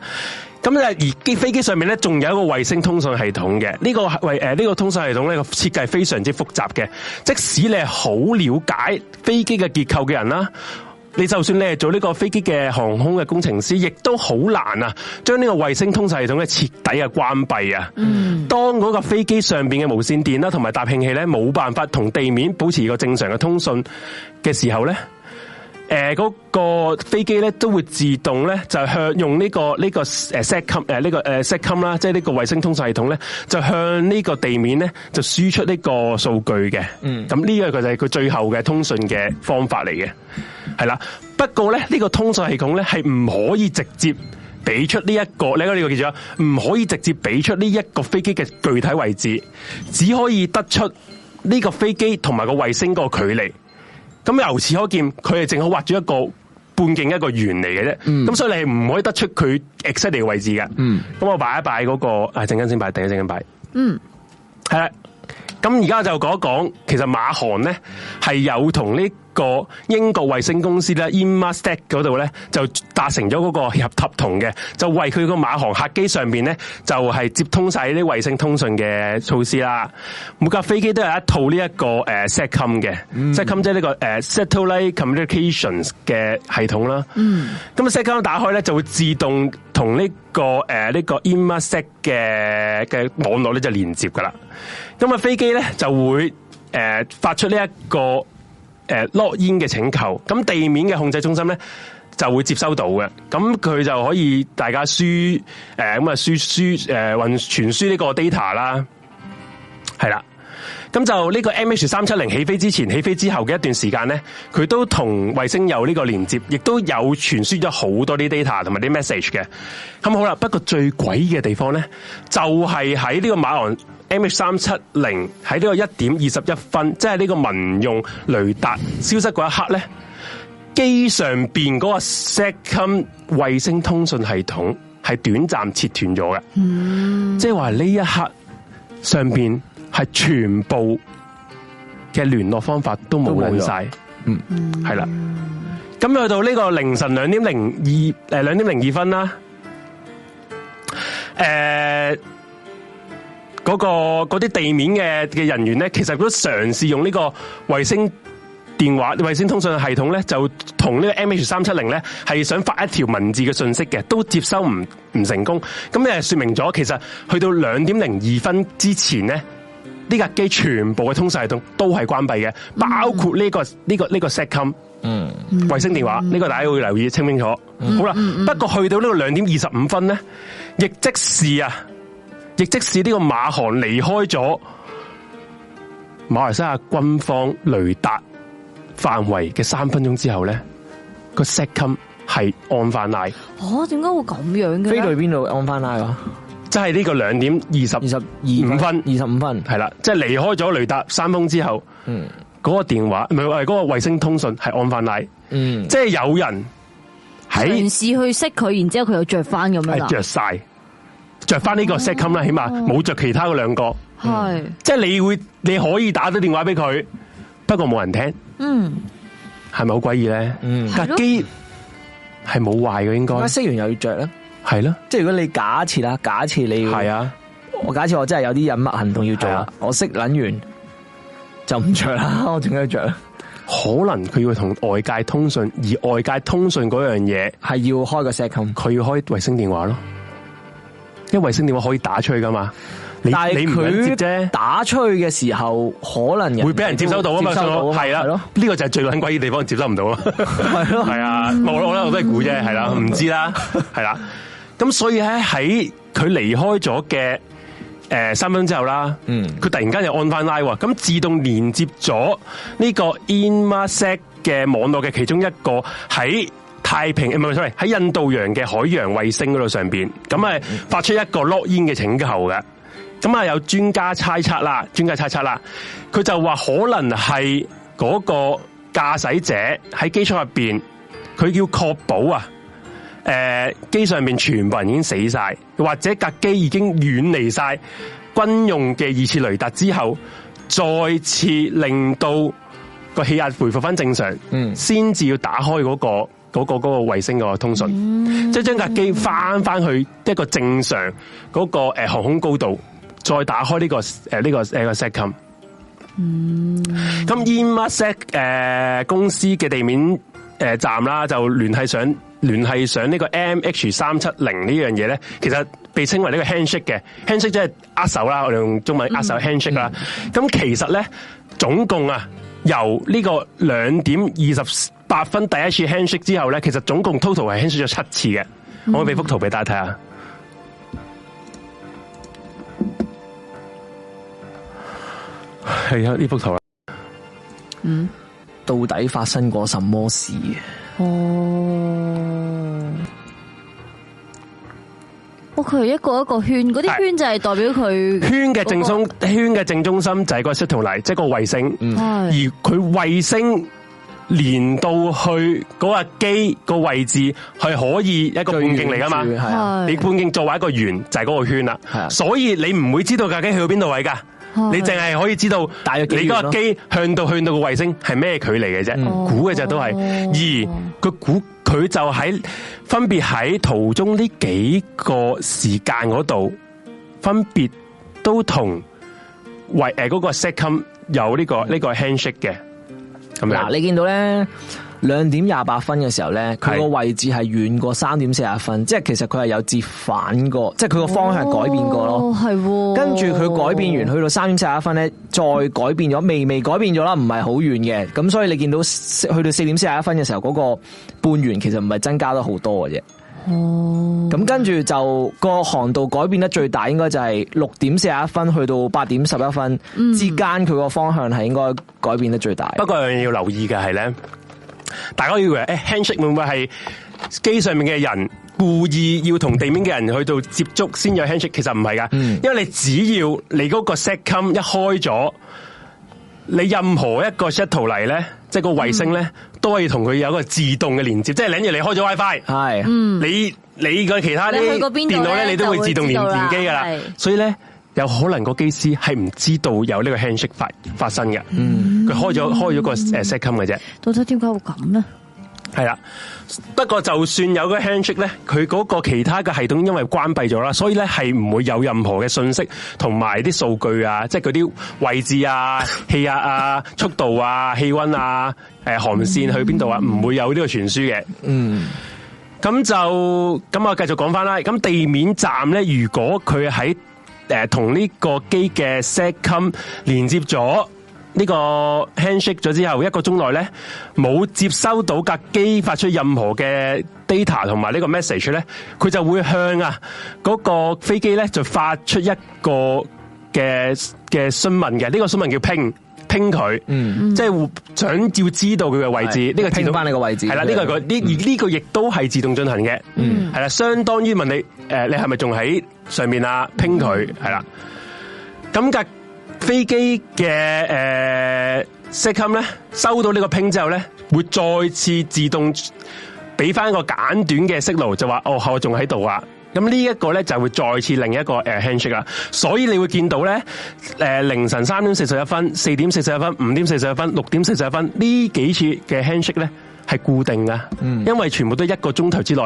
咁咧，而機飛機上面咧，仲有一個衛星通訊系統嘅。呢、個係為誒呢個通訊系統咧個設計非常之複雜嘅。即使你係好了解飛機嘅結構嘅人啦，你就算你係做呢個飛機嘅航空嘅工程師，亦都好難啊，將呢個衛星通訊系統嘅徹底啊關閉啊。嗯、當嗰個飛機上邊嘅無線電啦，同埋搭興器咧，冇辦法同地面保持一個正常嘅通訊嘅時候咧。誒呃嗰、個飛機咧都會自動咧就向用呢、個呢、個呃誒 satcom 誒呢個誒 satcom 啦，即係呢個衛星通訊系統咧，就向呢個地面咧就輸出呢個數據嘅。嗯，咁呢個就係佢最後嘅通訊嘅方法嚟嘅，係啦。不過咧，呢、個通訊系統咧係唔可以直接。俾出呢、一個，你睇呢個記住啊，唔可以直接俾出呢一個飛機嘅具體位置，只可以得出呢個飛機同埋個衛星個距離。咁由此可見，佢哋淨係畫咗一個半徑一個圓嚟嘅啫。咁、所以你係唔可以得出佢 exact 嘅位置嘅。咁、
嗯
我擺一擺嗰、個，啊陣間先擺，第一陣間擺。
嗯，
系啦，咁而家就講一講，其實馬航咧係有同呢個英國衛星公司咧 Inmarsat 嗰度咧就達成咗嗰個合合同嘅，就為佢個馬航客機上面咧就係接通晒啲衛星通訊嘅措施啦。每架飛機都有一套呢、一個誒 SATCOM 嘅 SATCOM 即係呢個誒 Satellite Communications 嘅系統啦。嗯，咁 SATCOM 打開咧就會自動同呢、個誒呢、個 Inmarsat 嘅嘅網絡咧就連接噶啦。咁啊飛機咧就會誒、呃、發出呢、一個誒 log in 嘅請求，咁地面嘅控制中心咧就會接收到嘅，咁佢就可以大家輸誒咁啊輸輸誒運傳輸呢個 data 啦，係啦。咁就呢個 MH 三七零起飛之前、起飛之後嘅一段時間咧，佢都同衛星有呢個連接，亦都有傳輸咗好多啲 data 同埋啲 message 嘅。咁好啦，不過最鬼嘅地方咧，就係喺呢個馬航 MH 三七零喺呢個一點二十一分，即係呢個民用雷達消失嗰一刻咧，機上邊嗰個 second 衛星通訊系統係短暫切斷咗嘅，即係話呢一刻。上邊係全部嘅聯絡方法都冇撚晒，
嗯，
係啦。咁去到呢個凌晨兩點零二诶兩點零二分啦，诶、嗰、個嗰啲地面嘅嘅人員咧，其實都嘗試用呢個衛星電話、衛星通訊系統咧，就同呢個 M H 三七零咧係想發一條文字嘅信息嘅，都接收唔唔成功。咁誒說明咗，其實去到兩點零二分之前咧。呢架機全部嘅通訊系統都係關閉嘅，包括呢、個呢、個呢、個 SATCOM
嗯，
衛星電話，呢、個大家會留意清清楚。好啦，不過去到呢個兩點二十五分咧，亦即是啊，亦即是呢個馬航離開咗馬來西亞軍方雷達範圍嘅三分鐘之後咧，個 SATCOM 係按翻嚟，
哦，點解會咁樣嘅
飛
咧？
到去邊度安翻拉噶？
即係呢個兩點二十
二十二
五分
二十五分，
係啦，即係離開咗雷達三分鐘之後，
嗯
嗰、個電話唔係嗰個衛星通訊係按翻嚟，
嗯，
即係有人喺
嘗。試去識佢，然之後佢又着翻咁樣啊
系
啦，
着晒，着翻呢
哦
個 set com 啦，起碼冇着其他嗰兩個，
係，
即係你會你可以打到電話俾佢，不過冇人聽，
嗯，
係咪好詭異咧？
嗯
架
係咯
機係冇壞嘅，應該
點解識啊完又要着咧？
係咯，
即系如果你假設啦，假設你要
係，啊，
我假設我真係有啲隱密行動要做
係
啦
啊，
我識捻完就唔着啦， 我點解要着咧？
可能佢要同外界通訊，而外界通訊嗰樣嘢，
係要開個 second，
佢要開衛星電話咯，因為衛星電話可以打出去噶嘛，你
但
你
係
唔
佢
肯接啫。
打出去嘅時候，可能
會俾人接收到啊嘛，
接收到啊嘛
係啦
係咯，
呢個就係最撚鬼嘅地方，接收唔到啊，係咯，係啊，冇啦，我咧我都係估啫，係啦，
嗯
唔知啦，係啦，咁所以咧喺佢離開咗嘅誒三分鐘之後啦，
嗯
佢突然間就按翻拉喎，咁自動連接咗呢個 Inmarsat 嘅網絡嘅其中一個喺。太平唔係 sorry 喺印度洋嘅海洋衛星嗰度上邊，咁
嗯
啊發出一個 login 嘅請求嘅，咁啊有專家猜測啦，專家猜測啦，佢就話可能係嗰個駕駛者喺機艙入邊，佢要確保啊，誒、機上面全部人已經死晒，或者架機已經遠離晒軍用嘅二次雷達之後，再次令到個氣壓回復翻正常，
嗯
先至要打開嗰、個嗰、個嗰、個衛星個通訊，即係將架機翻翻去一個正常嗰、個、呃、航空高度，再打開呢、個誒呢、呃個誒、個 SATCOM。咁 Inmarsat 誒公司嘅地面誒、呃站啦，就聯繫上聯繫上呢個 MH 三七零呢樣嘢咧，其實被稱為呢個 handshake 嘅 handshake 即係握手啦，我哋用中文握手 handshake 啦。咁、其實咧，總共啊，由呢個兩點二十八分第一次 handshake 之後咧，其實總共 total 係 handshake 咗七次嘅。我可以俾幅圖俾大家睇下。係啊，呢幅圖啦。
到底發生過什麼事？
哦，哦，佢係一個一個圈，嗰啲
係
圈就係代表佢
圈嘅正中
嗯
圈嘅正中心就係個 s a t e l 即係個衛星，
係
而佢衛星連到去嗰架機個位置係可以一個半徑嚟噶嘛？
係啊，
係
你半徑作為一個圓就係嗰個圈啦
係啊，哦
所以你唔會知道架機去到邊度位噶，
係
你淨係可以知道
大約幾
你
遠
嗰
咯
架機向到向到個衛星係咩距離嘅啫，
嗯哦
估嘅啫都係。而佢估佢就喺分別喺途中呢幾個時間嗰度，分別都同為誒嗰個 second 有呢、個呢、個 handshake 嘅咁
嗱，
樣。
你見到咧兩點廿八分嘅時候咧，佢個
係
位置係遠過三點四十分，即係其實佢係有折反過，即係佢個方向係改變過咯。
哦系喎。
跟住佢改變完，去到三點四十一分咧，再改變咗，微微改變咗啦，唔係好遠嘅。咁所以你見到四去到四點四十一分嘅時候，嗰、個半圓其實唔係增加得好多嘅啫。
哦，
咁跟住就個航道改變得最大，應該就係六點四十一分去到八點十一分、之間，佢個方向係應該改變得最大。
不過有樣嘢要留意嘅係咧，大家以為誒、handshake 會唔會係機上面嘅人故意要同地面嘅人去到接觸先有 handshake？其實唔係噶，
嗯
因為你只要你嗰個 second 一開咗，你任何一個 shuttle 嚟咧，即係個衛星咧，都可以同佢有一個自動嘅連接，即係例如你開咗 WiFi。
係，
你你個其他啲
嗯你去過邊度呢
電腦咧，你都會自動連
就會知道
連
啦
機噶啦
係，
所以咧有可能個機師係唔知道有呢個 handshake 發發生嘅，
嗯
佢開咗開咗個誒 second 嘅啫，
到底點解會咁咧？
係啦。不過就算有個 handshake 咧，佢嗰個其他嘅系統因為關閉咗啦，所以咧係唔會有任何嘅信息同埋啲數據啊，即係嗰啲位置啊、 氣壓啊、速度啊、氣温啊、誒航線去邊度啊，唔會有呢個傳輸嘅。
嗯，
咁就咁啊我繼續講翻啦。咁地面站咧，如果佢喺誒同呢個機嘅 SATCOM 連接咗呢個 handshake 咗之後，一個鐘內咧冇接收到架機發出任何嘅 data 同埋呢個 message 咧，佢就會向啊嗰、個飛機咧就發出一個嘅嘅詢問嘅。呢、個詢問叫拼拼佢，
嗯
即係想要知道佢嘅位置
係。
呢個自動
拼返你個位置
係啦，呢個係個呢呢個亦都係自動進行嘅，
嗯
係啦，相當於問你誒，你係咪仲喺上面啊？拼佢係啦，咁架飛機嘅誒 s e c o m 咧收到呢個拼之後咧，會再次自動俾翻個簡短嘅 signal，就話哦，我仲喺度啊。咁呢一個咧就會再次另一個誒 handshake 啦，所以你會見到咧誒、呃凌晨三點四十一分、四點四十一分、五點四十一分、六點四十一分呢幾次嘅 handshake 咧係固定噶，
嗯
因為全部都一個鐘頭之內。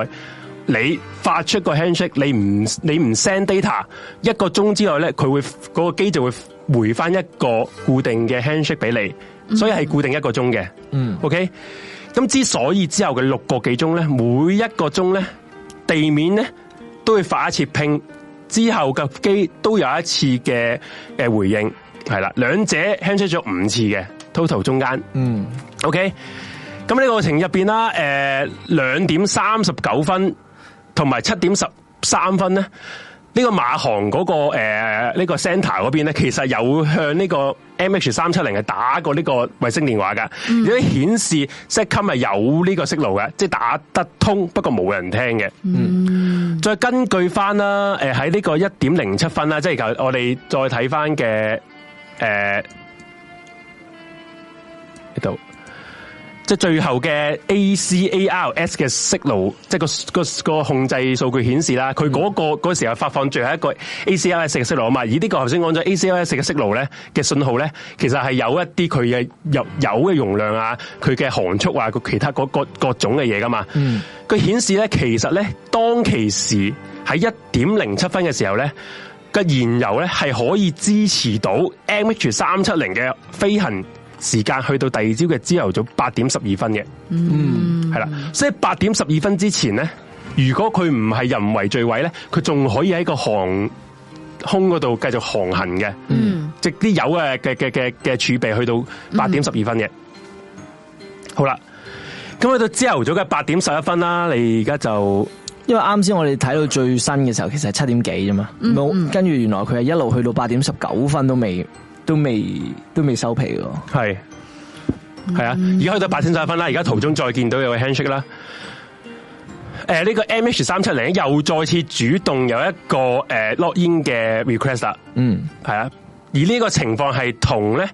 你發出個 handshake，你唔你唔 send data，一個鐘之內咧，佢會嗰、個機就會回翻一個固定嘅 handshake 俾你，所以係固定一個鐘嘅。
嗯
，OK。咁之所以之後嘅六個幾鐘咧，每一個鐘咧，地面咧都會發一次拼，之後嘅機都有一次嘅誒回應，係啦，兩者 handshake 咗五次嘅 total 中間。
嗯，
OK，咁呢個過程入邊啦，誒兩點三十九分同埋七點十三分咧，呢、呢個馬航嗰、個誒呢、個 centre 嗰邊咧，其實有向呢個 MH 三七零係打過呢個衛星電話噶，如果顯示 SATCOM 係有呢個 signal 嘅，即係打得通，不過冇人聽嘅。再根據翻啦，誒喺呢個一點零七分啦，即係求我哋再睇翻嘅誒呢度，即係最後嘅 ACARS 嘅 signal，即係個個個控制數據顯示啦，佢嗰、個嗰時候發放最後一個 ACARS 嘅 signal 啊嘛，而呢個頭先講咗 ACARS 嘅 signal 咧嘅信號咧，其實係有一啲佢嘅有有嘅容量啊，佢嘅航速啊，佢其他各各各種嘅嘢噶嘛，佢顯示咧，其實咧，當其時喺一點零七分嘅時候咧，個燃油咧係可以支持到 MH 三七零嘅飛行時間去到第二朝嘅朝頭早八點十二分嘅，嗯，係啦，所以八點十二分之前咧，如果佢唔係人為墜毀咧，佢仲可以喺個航空嗰度繼續航行嘅，嗯，即係啲油嘅嘅嘅嘅嘅儲備去到八點十二分嘅，好啦。咁去到朝頭早嘅八點十一分啦，你而家就
因為啱先我哋睇到最新嘅時候，其實係七點幾啫嘛，冇、跟住原來佢係一路去到八點十九分都未，都未，都未收皮喎。
係係啊，而家去到八點十一分啦，而家途中再見到有個 handshake 啦。誒、呃呢、個 MH 三七零又再次主動有一個誒 login 呃嘅 request 啦，
嗯，
係啊，而呢個情況係同咧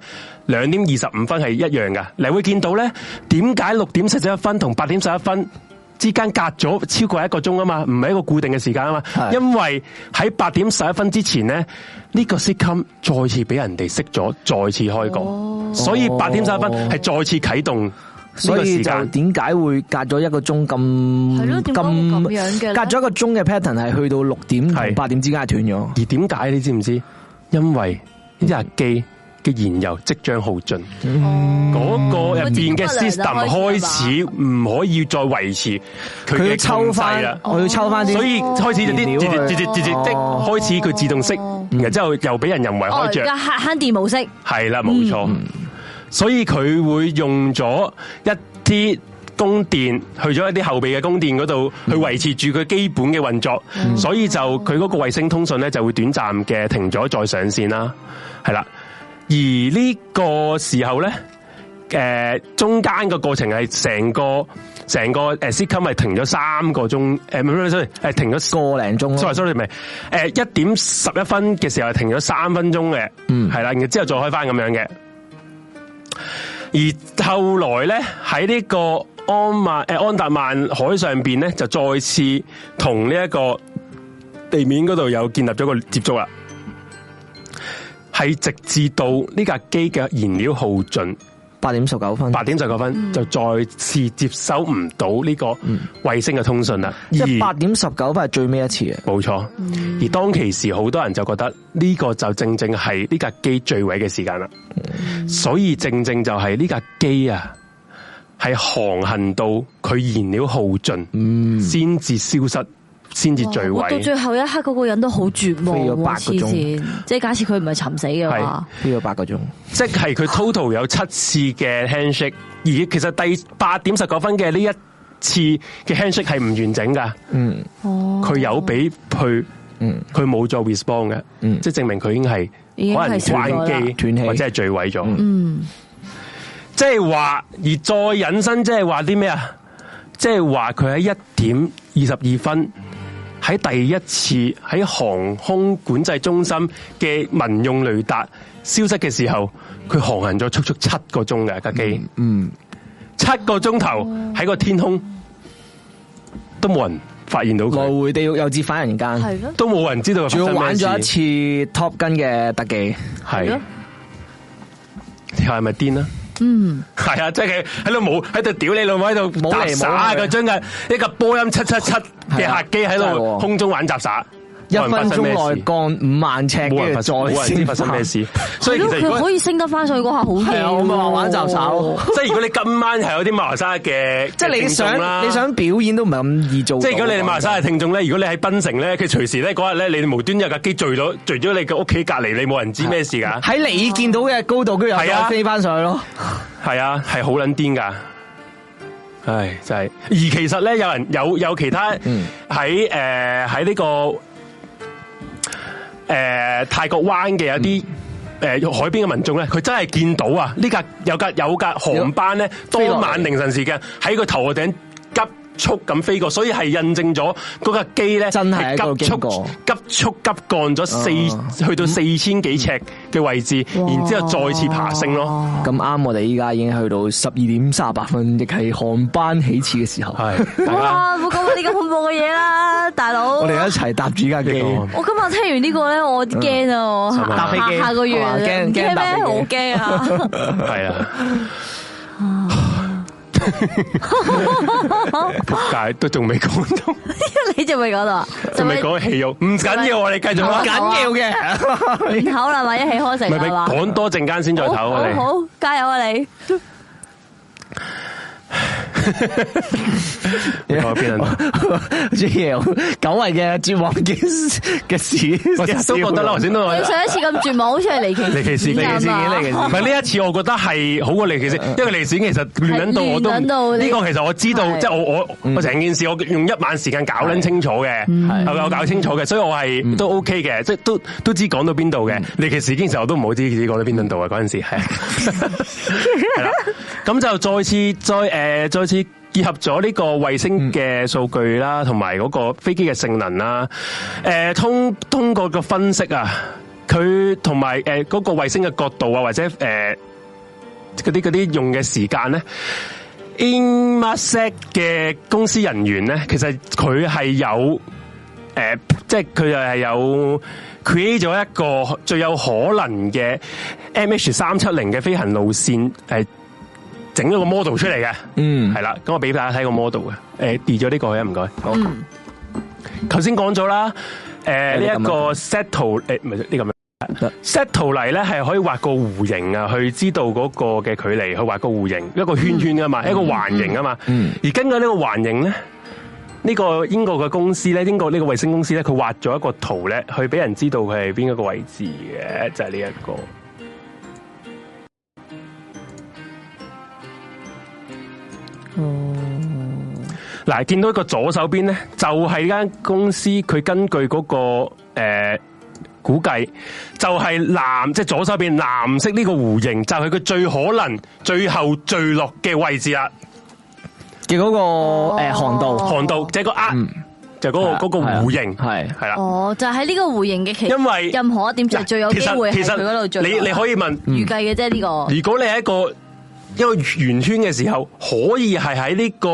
兩點二十五分係一樣噶。你會見到咧，點解六點四十一分同八點十一分之間隔咗超過一個鐘啊嘛？唔係一個固定嘅時間啊嘛。
係
因為喺八點十一分之前咧，呢、個 sitcom 再次俾人哋熄咗，再次開過，所以八點十一分係再次啟動呢
哦所
個
以
時
就
間。
點解會隔咗一個鐘咁
係咯點解會
咁
咁樣嘅咧
隔咗一個鐘嘅 pattern 係去到六點同
係
八點之間係斷咗。
而點解你知唔知？因為一日機嘅燃油即將耗盡。嗰個入邊嘅 system 開始唔可以再維持佢
佢要
嘅
抽
抽勢
翻
哦
啦，，
我要抽翻啲。
所以開始有
燃料
啲
啊
直直直直的
哦
開始佢自動熄，然之後又俾人人為
哦，
開
有
着，
慳慳電模式，
係啦，冇錯。所以佢會用咗一啲供電去咗一啲後備嘅供電嗰度去維持住佢基本嘅運作，所以就佢嗰個衛星通訊咧就會短暫嘅停咗再上線啦，係啦。而呢個時候咧，誒、中間個過程係成個成個誒 s i t c o m 係停咗三個鐘，誒唔係唔係 sorry，誒停咗
個零鐘
sorry
咯。
sorry 唔係，誒一點十一分嘅時候係停咗三分鐘嘅，
嗯
係啦，然之後再開翻咁樣嘅。而後來咧喺呢個安曼誒、安達曼海上邊咧，就再次同呢一個地面嗰度有建立咗個接觸啦。係直至到呢架機嘅燃料耗盡，
八點十九分，
八點十九
嗯
分就再次接收唔到呢個衛星嘅通訊啦。
即係
而
八點十九分係最尾一次嘅。啊
冇錯，
嗯
而當其時好多人就覺得呢個就正正係呢架機墜毀嘅時間啦，
嗯
所以正正就係呢架機啊，係航行到佢燃料耗盡，先至消失，先至墜
嗯哇到
毀。
最後一刻嗰個人都好絕望
飛咗八
喎，
個
黐
鐘
線！即係假設佢唔係尋死嘅話，
呢個八個鐘，
即係 佢 total 有七次嘅 handshake，而其實第八點十九分嘅呢一次嘅 handshake 係唔完整噶，
嗯，
哦，
佢有俾佢，
嗯
佢冇做 respond 嘅，
嗯
即係證明佢已經係
已經
可能
係死咗啦
關機
斷氣
或者係墜毀咗。
嗯，
即係話，而再引申，即係話啲咩啊？即係話佢喺一點二十二分喺第一次喺航空管制中心嘅民用雷達消失嘅時候，佢航行咗足足七個鐘嘅架機，
嗯，
七個鐘頭喺個天空都冇人發現到
嗯來
佢，
回地獄又至返人間，
係咯，
都冇人知道佢發
仲要
生
玩
咩事
咗一，次 Top Gun 嘅特技，
係
係
咯
係咪癲啦？
嗯，
系啊，即系喺度冇喺度屌你老母喺度
冇嚟
雜耍
冇去
佢將嘅一個波音七七七嘅客機
係啊真係
喺度
喎
空中玩雜耍，
一
冇人發
分
生咩
鐘內
事
降五萬尺，
冇人
跟
發
住
生
再
冇人知
先
發生咩事，所
係
以其實
咯，
如
佢
果
可以升得翻上去嗰下好
係啊
嘢，
我咪話玩就手
即係如果你今晚係有啲馬來西亞嘅，
即係你
聽眾啦
想你。想表演都唔係咁易做到。啊
即係如果你哋馬來西亞嘅聽眾咧，如果你喺檳城咧，佢隨時咧嗰日咧，你無端有架機墜咗，墜咗你嘅屋企隔離，你冇人知咩事㗎。
喺你見到嘅高度，跟住又
係
再
啊
飛翻上去咯。
系啊，系好捻癫噶。唉，真系。而其實咧，有人有有其他
嗯
喺诶喺呢個诶、呃泰國灣嘅有啲。
嗯
诶海邊嘅民眾咧，佢真係見到啊！呢架有架有架航班咧，
飛落嚟
當晚凌晨時間喺個頭頂急速咁飛過，所以係印證咗嗰架機咧
真係喺嗰度
係急速
經過
急速急降咗四、
哦
去到四千幾尺嘅位置，然之後再次爬升咯。
咁啱，我哋依家已經去到十二點三十八分，亦係航班起始嘅時候。
係大家。
哇！冇講過呢咁恐怖嘅嘢 啦，大佬
我。哋一齊搭住架機，
呢
我今日聽完呢個咧，我驚啊！我
係咪
嗯搭飛
下
機
下個月
哇驚
唔驚
驚搭飛機
咩？好驚啊！
系啊。 仆街都仲未讲 到，
你仲未 講到啊？
仲未
就
讲戲肉，唔緊要，我哋繼續
唔
啦。
緊要
咪
嘅。
唞啦，咪一起開
唔
成
係咪
啦嘛。
講多陣間先再
好
唞我哋。
好好加油啊你！
你講 邊啊？
J.L. 久違嘅絕望嘅嘅事，
我都覺得啦，頭先都
你
話
上一次咁絕望，好似係離奇
離奇事件
啊
離奇事
件
嘛
離奇事件
唔係呢一次，我覺得係好過離奇事，因為離奇事件其實亂撚到我都
係亂撚
唔
到你
呢個其實我知道，
係
即係我我我成件事我用一晚時間搞撚清楚嘅，
嗯
係咪我搞清楚嘅，所以我係都 OK 嘅，即係都都知講到邊度嘅。離奇事件其實我都唔好知自己講到邊撚度啊，嗰陣時係係啦。咁就再次再誒再次。結合咗呢個衛星嘅數據啦，同埋嗰個飛機嘅性能啦，誒、通通過個分析啊，佢同埋诶嗰個衛星嘅角度啊，或者诶嗰啲嗰啲用嘅時間咧。Inmarsat 嘅公司人員咧，其實佢係有诶、即係佢又係有 create 咗一個最有可能嘅 MH 三七零嘅飛行路線，诶、整咗個 model 出嚟嘅。
嗯
系啦，咁我俾大家睇個 model 嘅，诶 d 咗呢個去啊，唔該。好，頭先講咗啦，诶
有
呢
啲
一
咁
個
樣
settle 诶唔係呢咁樣
得
settle 嚟咧係可以畫個弧形啊，去知道嗰個嘅距離，去畫個弧形，一個圈圈噶嘛，一個環形啊嘛。
嗯
而根據呢個環形咧。呢個英國嘅公司咧，英國呢個衛星公司咧，佢畫咗一個圖咧，去俾人知道佢係邊一個位置嘅，就係呢一個。嗱，見到一個左手邊咧，就係間公司佢根據嗰、個呃估計，就係藍即係左手邊藍色呢個弧形，就係佢最可能最後墜落嘅位置啊啦，
嘅嗰個诶航
哦
道，
航道即係個呃，就嗰、個嗰、個弧形
係
係啦。
啊哦，就喺呢個回應嘅期，
因為
任何一點就最有機會
其
係
實
佢嗰度
其
最
實你你可以問，
嗯
預計嘅啫呢個。
如果你係一個一個圓圈嘅時候，可以係喺呢個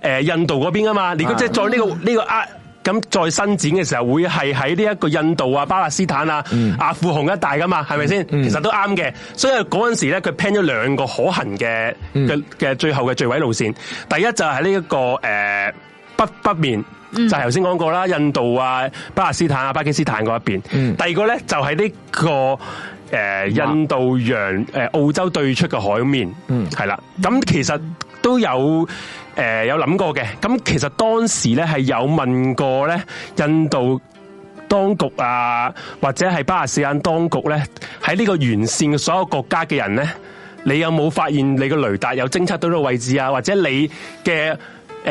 诶、呃印度嗰邊啊嘛。如果即係再呢、個呢、個呃咁再伸展嘅時候，會係喺呢一個印度啊、巴勒斯坦啊、阿富汗一帶噶嘛，係咪先？其實都啱嘅。所以嗰陣時咧，佢 plan 咗兩個可行嘅嘅嘅最後嘅墜毀路線。第一就係呢一個诶、呃北北面。
嗯
就係頭先講過啦，印度啊、巴勒斯坦啊、巴基斯坦嗰一邊。
嗯
第二個咧就係呢、個呃印度洋诶、呃澳洲對出嘅海面，
嗯
係啦。咁其實都有诶、呃有諗過嘅。咁其實當時咧係有問過咧印度。當局啊，或者係巴勒斯坦當局咧，喺呢個沿線嘅所有國家嘅人咧，你有冇發現你個雷達有偵測到呢個位置啊？或者你嘅诶、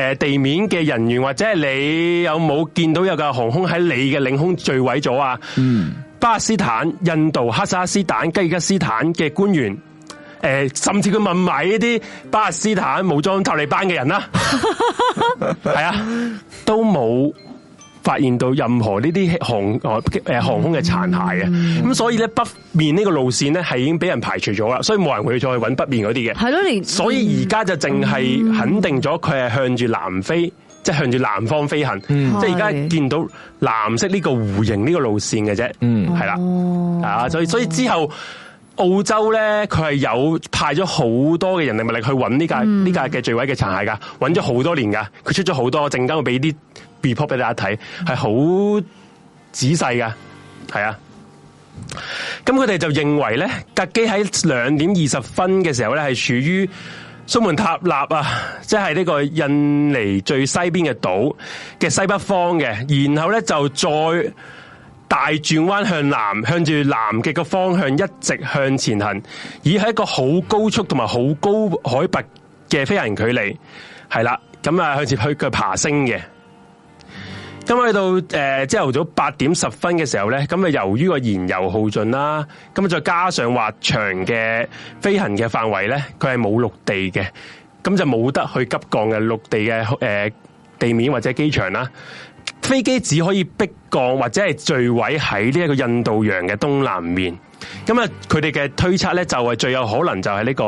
呃地面嘅人員，或者係你有冇見到有架航空喺你嘅領空墜毀咗啊？
嗯，
巴勒斯坦、印度、哈薩克斯坦、吉爾吉斯坦嘅官員，诶、呃甚至佢問埋呢啲巴勒斯坦武裝塔利班嘅人啦，係啊，都冇發現到任何呢啲航诶航空嘅殘骸嘅，啊咁、所以咧北面呢個路線咧係已經俾人排除咗啦，所以冇人會再去揾北面嗰啲嘅。
係咯，連
所以而家就淨係肯定咗佢係向住南飛，即係向住南方飛行。即係而家見到藍色呢個弧形呢個路線嘅啫。
嗯
係啦，啊，所以所以之後澳洲咧，佢係有派咗好多嘅人力物力去揾呢架呢架嘅墜毀嘅殘骸㗎，揾咗好多年㗎。佢出咗好多，陣間會俾啲 report 俾大家睇，係好仔細㗎，係啊。咁佢哋就認為咧，架機喺兩點二十分嘅時候咧，係處於蘇門塔納啊，即係呢個印尼最西邊嘅島嘅西北方嘅，然後咧就再大轉彎向南，向住南極嘅方向一直向前行，以喺一個好高速同埋好高海拔嘅飛行距離，係啦，咁啊向住去佢爬升嘅。咁去到誒朝頭早八點十分嘅時候咧，咁啊由於個燃油耗盡啦，咁再加上滑翔嘅飛行嘅範圍咧，佢係冇陸地嘅，咁就冇得去急降嘅陸地嘅誒、呃地面或者機場啦。飛機只可以逼降或者係墜毀喺呢一個印度洋嘅東南面。咁啊，佢哋嘅推測咧就係最有可能就係呢個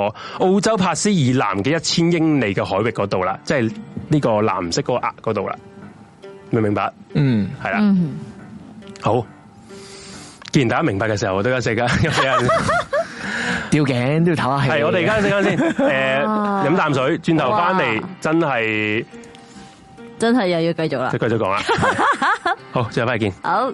澳洲帕斯以南嘅一千英里嘅海域嗰度啦，即係呢個藍色嗰個額嗰度啦，明唔明白？
嗯，
系啦，好。既然大家明白嘅時候，我都休息噶，休息下先
吊頸都要唞下氣。
係我哋而家休息間先，诶，飲啖水，轉頭翻嚟
哇
真係
真係又要繼續啦
即。係繼續講啦。好，最後翻嚟見。
好。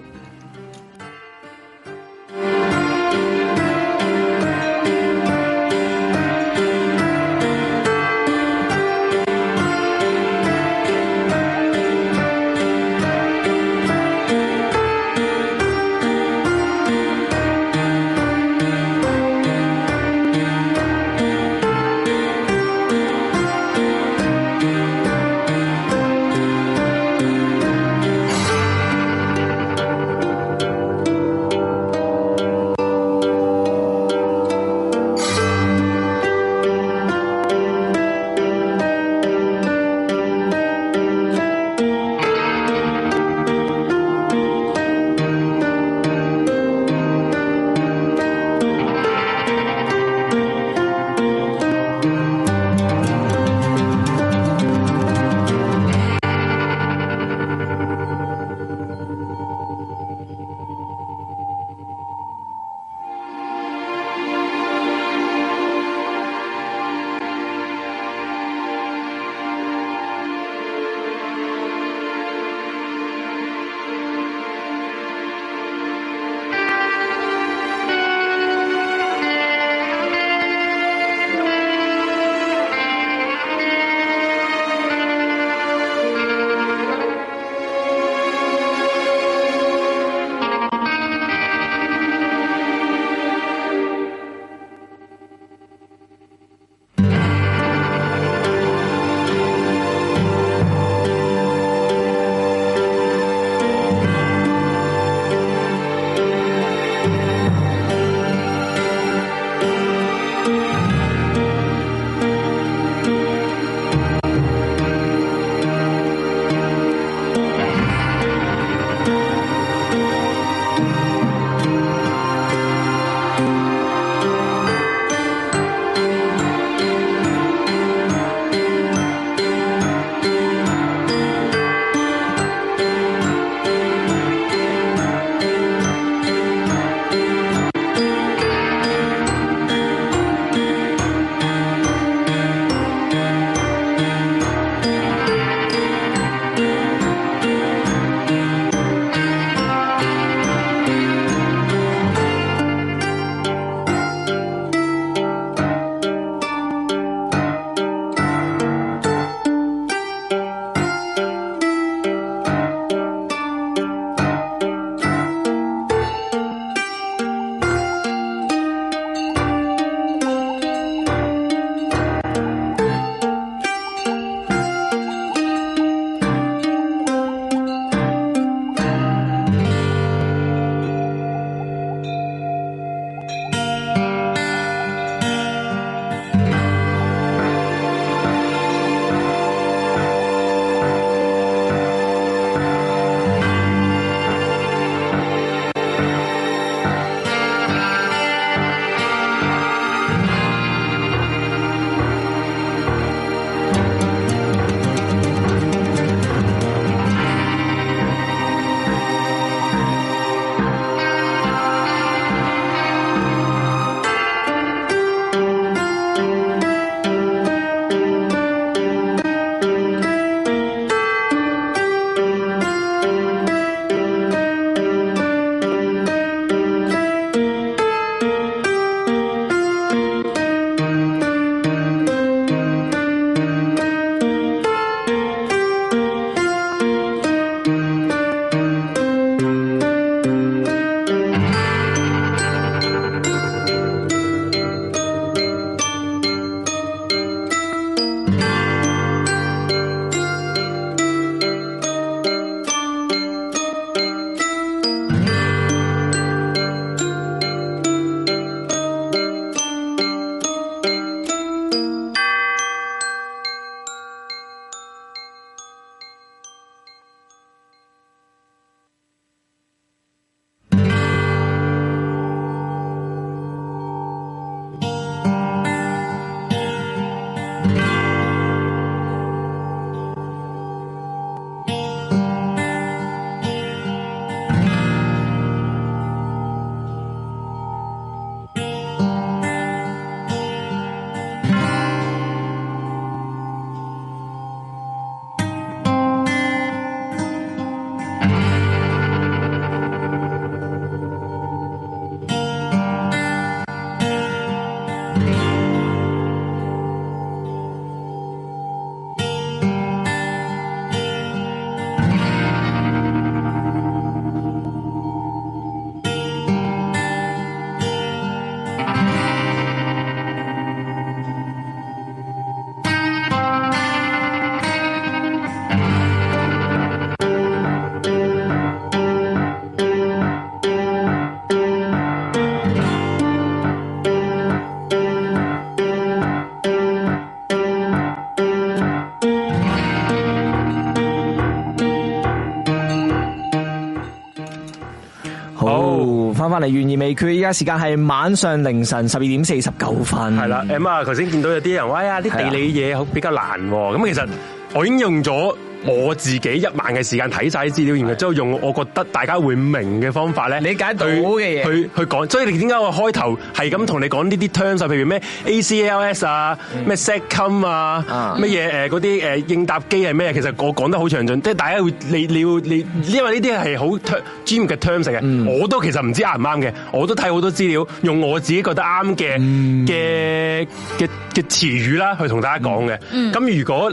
好，翻翻嚟悬而未决，依家時間係晚上凌晨十二點四十九分。
系啦，咁啊，頭先見到有啲人話哎呀，啲地理嘢好比較難喎。咁其實我已經用咗我自己一晚嘅時間睇晒啲資料，然後之後用我覺得大家會明嘅方法咧，
理解到嘅嘢
去去講。所以你點解我開頭係咁同你講呢啲 terms 啊，譬如咩 ACLS 啊，咩 SETCOM 啊
啊，
乜嘢誒嗰啲誒應答機係咩？啊其實我講得好詳盡，即係大家會你你要你，因為呢啲係好 ter- gym 嘅 terms 嚟嘅，我都其實唔知啱唔啱嘅，我都睇好多資料，用我自己覺得啱嘅嘅嘅嘅詞語啦，去同大家講嘅。咁如果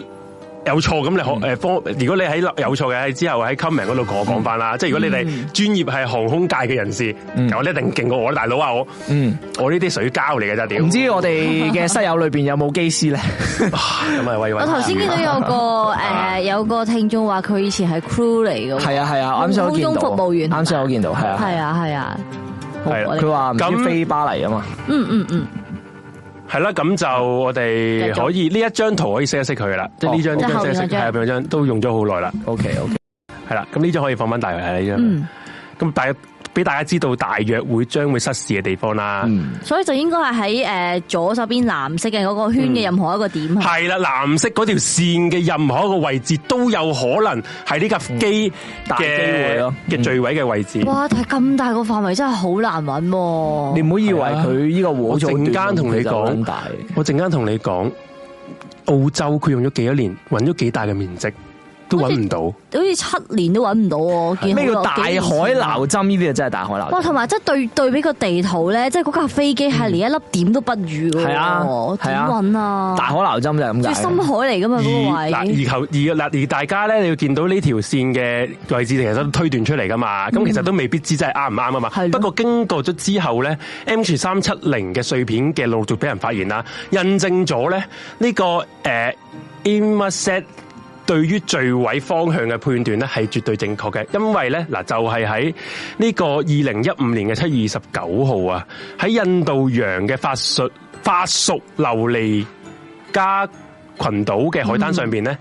有錯咁你
嗯
可誒方，如果你喺有錯嘅喺之後喺 comment 嗰度同我講翻啦。即係如果你哋
嗯
專業係航空界嘅人士，我一定勁過我啦，大佬啊我，
嗯，
我呢啲水膠嚟嘅咋屌。
唔知我哋嘅室友裏边有冇機師 咧？
咁啊喂喂，
我頭先見到有 個诶有個聽眾話佢以前係 crew 嚟嘅喎，
係啊係啊，啱先我
空
見
中
到。
服務員，
啱先我見到，係啊
係。啊係啊，好
係
我哋
哎佢話唔
咁
知飛巴黎啊嘛，
嗯嗯嗯，
係啦，咁就我哋可以呢一張圖可以識一識佢啦，即係呢張
哦
呢張識一識，
即係後
係後
面嗰張
面嗰張都用咗好耐啦，
，OK OK，
係啦，咁呢張可以放翻大佢係呢
嗯
張，咁大俾大家知道大約會將會失事嘅地方啦。
嗯，
所以就應該係喺诶左手邊藍色嘅嗰個圈
嗯
嘅任何一個點啊
係
係
啦，藍色嗰條線嘅任何一個位置都有可能係呢架機
大機會
嘅
咯
嘅墜毀嘅位置。
哇！但係咁大個範圍真係好難揾喎。
你唔好以為佢呢個
我
和做
陣間同你講
大，
我陣間同你講，澳洲佢用咗幾多年，揾咗幾大嘅面積都揾唔到。
好似七年都揾唔到喎，我見
咩叫
好
大海
耐幾年前
撈針？呢啲就真係大海撈
哇，
針。
同埋即係對對比個地圖咧，即係嗰架飛機係連一粒點都不如嘅喎，
係啊
點揾啊？
大海撈針就係咁
最
解。
深海嚟噶嘛
而
嗰個位，
嗱，而求而嗱，而大家咧，你要見到呢條線嘅位置，其實都推斷出嚟噶嘛。咁其實都未必知真係啱唔啱啊嘛
嗯係。
不
咯
過經過咗之後咧，M 三七零嘅碎片嘅陸續俾人發現啦，印證咗咧呢個誒 IMASET 對於墜毀方向嘅判斷咧係絕對正確嘅，因為咧嗱就係喺呢個二零一五年嘅七月二十九號啊，喺印度洋嘅法屬法屬流利加群島嘅海
嗯
灘上邊咧，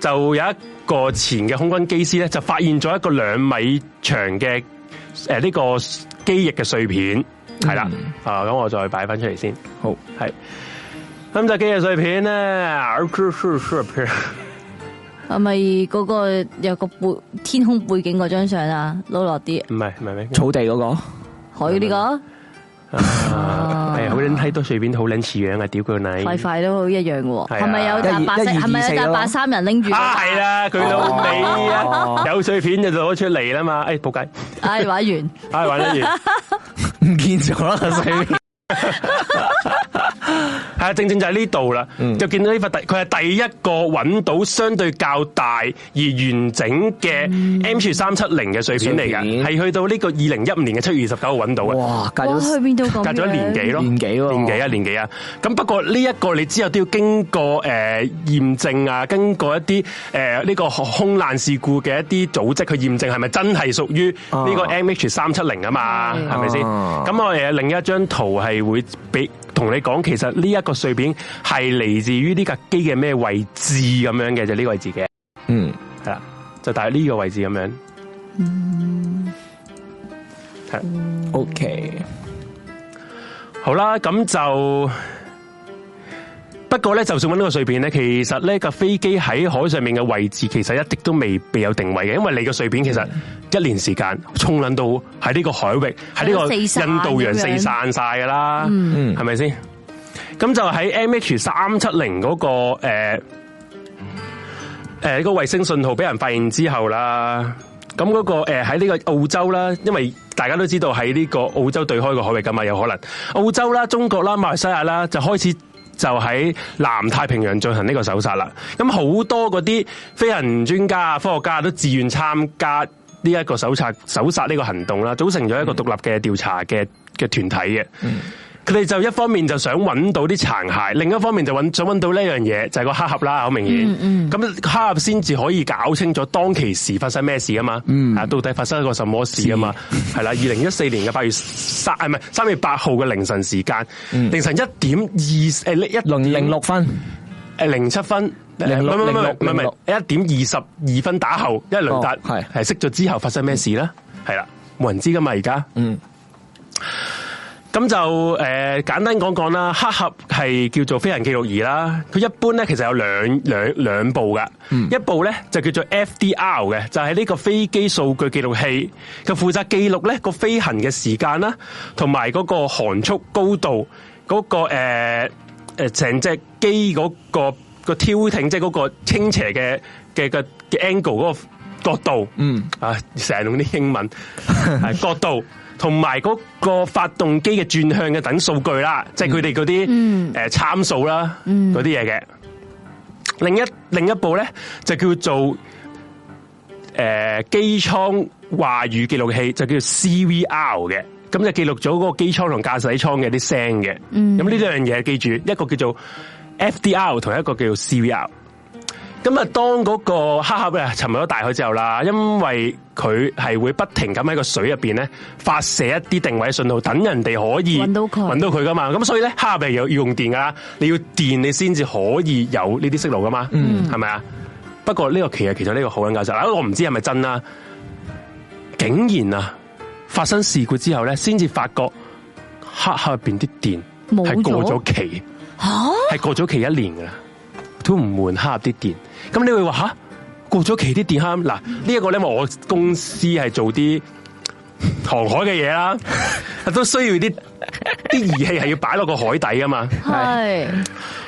就有一個前嘅空軍機師咧就發現咗一個兩米長嘅誒呢個機翼嘅碎片，係啦、啊咁我再擺翻出嚟先，
嗯好
係。咁就機翼碎片啊咧，
係咪嗰個有個背天空背景嗰張相啊？撈落啲
唔係唔係咩？
草地嗰個。
海呢個
啊係好撚閪多碎片，好撚似樣啊！屌佢你！
塊塊都好一樣嘅喎，
係啊
係咪有
一二
笪白色？
一二
係咪
二
有
四
笪
咯
白衫人拎住？
啊，係，啦，佢老味啊
哦，
有碎片就攞出嚟啦嘛！哎，仆街，
唉，玩完。
哎，玩得完。
唔見咗啦，死！
系啊，正正就喺呢度啦，
嗯
就見到呢塊第佢係第一個揾到相對較大而完整嘅 M 三七零嘅碎片
嗯碎
嚟
片
嘅，係去到呢個二零一五年嘅七月二十九號揾到嘅。
哇，隔
哇，去
咗
邊度咁樣？
隔咗年幾咯，
年幾喎
年幾啊，年幾啊。咁不過呢一個你之後都要經過誒、呃、驗證啊，經過一啲誒呢個空難事故嘅一啲組織去驗證係咪真係屬於呢個
啊
MH 三七零啊嘛，
嗯
係咪先？
啊
咁我誒另一張圖係會俾同你講，其實呢一個碎片係嚟自於呢架機嘅咩位置咁樣嘅，就呢個位置嘅。
嗯，
系啦，就大概呢個位置咁樣。係
OK，
好啦，咁就不過咧，就算揾呢個碎片咧，其實呢架飛機喺海上面嘅位置，其實一直都未被有定位嘅，因為你個碎片其實一年時間沖撚到喺呢個海域，喺呢個
啊四散
印度洋
咁
四
樣
散晒噶啦，
嗯
係咪先？咁就喺 M H 三七零嗰個呃诶呃诶個衛星信號俾人發現之後啦，咁嗰、個诶喺呢個澳洲啦，因為大家都知道喺呢個澳洲對開個海域噶嘛，有可能澳洲啦、中國啦、馬來西亞啦就開始。就喺南太平洋進行呢個搜殺啦，咁好多嗰啲飛行專家啊、科學家都自願參加呢一個搜查、搜殺呢個行動啦，組成咗一個獨立嘅調查嘅嘅團體嘅。佢哋就一方面就想揾到啲殘骸，另一方面就揾想揾到呢樣嘢，就係、個黑盒啦，好明顯。咁、黑盒先至可以搞清楚當其時發生咩事啊嘛，
嗯
啊到底發生一個什麼事啊嘛，係啦。二零一四年嘅八月三，啊唔係三月八號嘅凌晨時間，凌晨一點二誒一
零零嗯六分，
誒零七分，呃
零六
唔係唔係唔係
零
唔係
六
唔係一點二十二分打後，一輪達
哦係
係熄咗之後發生咩事啦？係啦，冇人知噶嘛而家。
嗯。
咁就誒、呃、簡單講講啦，黑盒係叫做飛行記錄儀啦。佢一般咧其實有兩兩兩部噶，一部咧就叫做 FDR 嘅，就係、呢個飛機數據記錄器，佢負責記錄咧個飛行嘅時間啦，同埋嗰個航速、高度嗰、個誒誒成隻機嗰、個、個挑挺，即係嗰個傾斜嘅嘅嘅嘅 angle 嗰個角度。
嗯，
啊，成日用啲英文 係角度，同埋嗰個發動機嘅轉向嘅等數據啦，即係佢哋嗰啲誒參數啦，嗰啲嘢嘅。另一另一部咧就叫做誒機艙話語記錄器，就叫 CVR 嘅。咁就記錄咗嗰個機艙同駕駛艙嘅啲聲嘅。
嗯
咁呢兩樣嘢記住，一個叫做 FDR 同一個叫做 CVR。咁啊，當嗰個黑盒咧沉入咗大海之後啦，因為佢係會不停咁喺個水入邊咧發射一啲定位信號，等人哋可以
搵到佢
搵到佢噶嘛。咁所以咧，黑盒係要要用電噶啦，你要電你先至可以有呢啲息路噶嘛，係咪啊？不過呢個其實其實呢個好撚搞笑，嗱我唔知係咪真啦，竟然啊發生事故之後咧，先至發覺黑盒入邊啲電
冇
係過
咗
咗期。
吓
系過咗期一年噶啦，都唔換黑盒啲電。咁你會話吓過咗期啲電黑盒嗱呢一個咧，因為我公司係做啲航海嘅嘢啦， 都需要啲啲儀器係要擺落個海底噶嘛。
係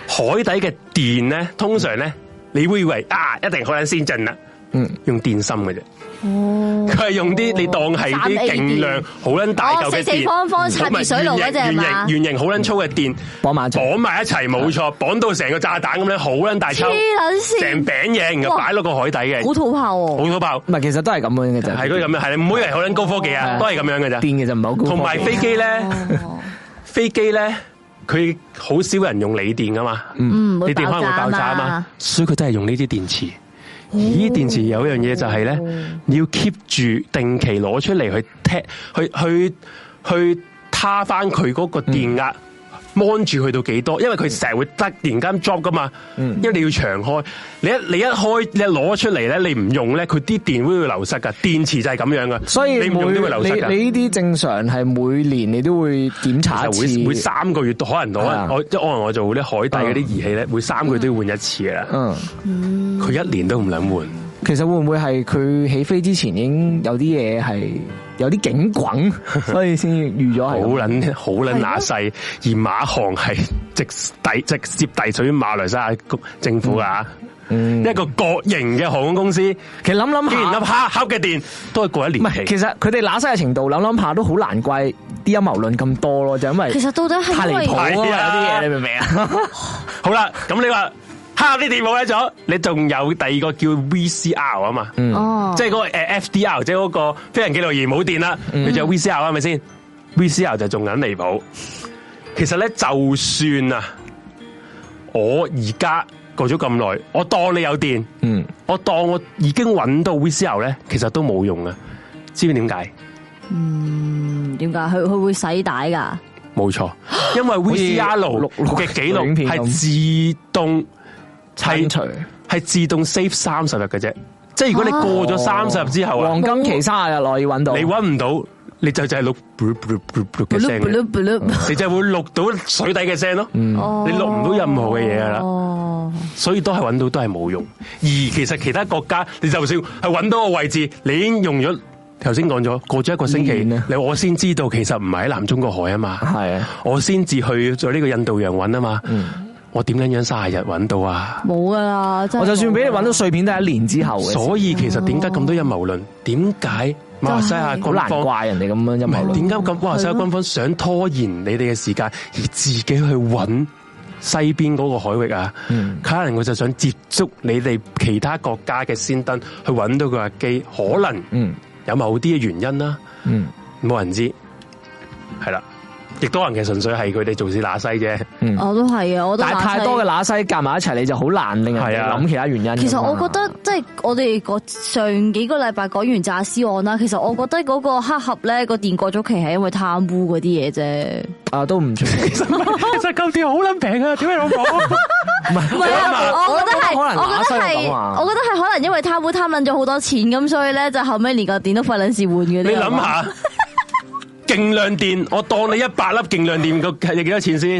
海底嘅電咧，通常咧你會以為啊一定好撚先進啦，
嗯，
用電芯嘅啫，
哦，
佢係用啲你當係啲
散 A
勁量好撚大嚿
哦
嘅
四
電，
四方方插熱水爐嗰隻係
圓
嘛
形圓形好撚粗嘅電。
綁埋一齊
綁埋一齊冇錯，綁到成個炸彈咁樣，好撚大抽
黐，撚
成
線，
餅嘢，然後
哇
擺落個海底嘅，
好土炮喎，哦
好土爆，
唔係其實都係咁樣嘅啫，
係嗰啲咁樣，係你唔好以為好撚高科技啊，
哦
都係咁樣嘅咋。
電其實唔係好高科技，
同埋飛機咧，
哎
飛機咧，佢好少人用鋰電噶嘛，
嗯，
你
會
電可能會爆炸啊嘛，，哦所以佢都係用呢啲電池。而呢啲電池有一樣嘢就係咧，你要 keep 住定期攞出嚟去 t 去去去他翻佢嗰個電壓。mon
嗯
住去到幾多，因為佢成日會突然間 drop 噶嘛，
嗯
因為你要長開，你一你一開你一攞出嚟咧，你唔用咧，佢啲電會流失噶，電池就係咁樣噶，
所以
你唔用都會流失噶。
你你呢啲正常係每年你都會檢查一次，
係會會三個月，可能
係
我
啊
我即係可能我做啲海底嗰啲儀器咧，每三個月都要換一次噶啦，
嗯，
佢一年都唔諗換。
其實會唔會係佢起飛之前已經有啲嘢係有啲警 滾，所以先預咗係
好
啊咁
撚好撚乸細，而馬航係直抵直接隸屬於馬來西亞政府噶，一個國營嘅航空公司，
其實諗諗
竟
嗯
然
下
粒。黑黑嘅電都係過一
唔
年
係，
期
其。實佢哋揦西嘅程度諗諗下都好難怪啲陰謀論咁多咯，就因為
其實到底
太
係因
離
為
譜啊嘛，有
係啊
啲嘢你明唔明啊？
好啦，咁你話黑黑啲電冇咗，你仲有第二個叫 VCR 啊嘛，
哦，
即係嗰個呃誒 FDR，即係嗰個飛行記錄儀冇電啦，
嗯
你仲有 VCR 啊係咪先？VCR 就仲緊離譜。其實咧，就算啊，我而家過咗咁耐，我當你有電，
嗯，
我當我已經揾到 VCR 咧，其實都冇用啊。知唔知點解？
嗯點解佢佢會洗帶㗎？
冇錯，因為 VCR
錄錄
嘅記
錄影
錄
片咁
係自動
清除
係係自動 save 三十日嘅啫。即係如果你過咗三十日之後啊
黃，金期卅日內揾到，
你揾唔到，你就就係錄嘅聲嘅。你就會錄到水底嘅聲咯。
你
你錄唔到任何嘅嘢㗎
嗯
啦
哦，
所以都係揾到都係冇用。而其實其他國家，你就算係揾到個位置，你已經用咗頭先講咗過咗一個星期
年啊，
你我先知道其實唔係喺南中國海啊嘛。
係啊，
我先至去咗呢個印度洋揾啊嘛。我點樣樣卅日揾到啊？
冇噶啦，真係
我就算俾你揾到碎片都係一年之後嘅事，
所以其實點解咁多陰謀論？點解馬來西亞
好
軍
難
方
怪人哋咁樣陰
唔
謀
係
論。
點解咁馬來西亞軍方想拖延你哋嘅時間，而自己去揾西邊嗰個海域啊？
嗯
可能佢就想接觸你哋其他國家嘅先登，去揾到佢嘅機，可能
嗯
有某啲嘅原因啦，
嗯，
冇人知。係啦，亦都可能其實純粹係佢哋做事乸西啫。
我都係啊，我都
但係
懶
太
係
多嘅乸西夾埋一齊，你就好難令人
係
哋
啊
諗其他原因。
其實我覺得即係我哋嗰上幾個禮拜講完詐屍案啦，其實我覺得嗰個黑盒咧個電過咗期係因為貪污嗰啲嘢啫。
啊，都唔出奇。
其實舊店好撚平啊，屌 你老母！
唔係啊，我覺得係，
可能
我
乸西
覺得係，
咁啊
我覺得係可能因為貪污貪撚咗好多錢咁，所以咧就後尾連個電都費撚事換嘅。
你諗
係嘛，
下，勁量電，我當你一百粒勁量電個係幾多錢先？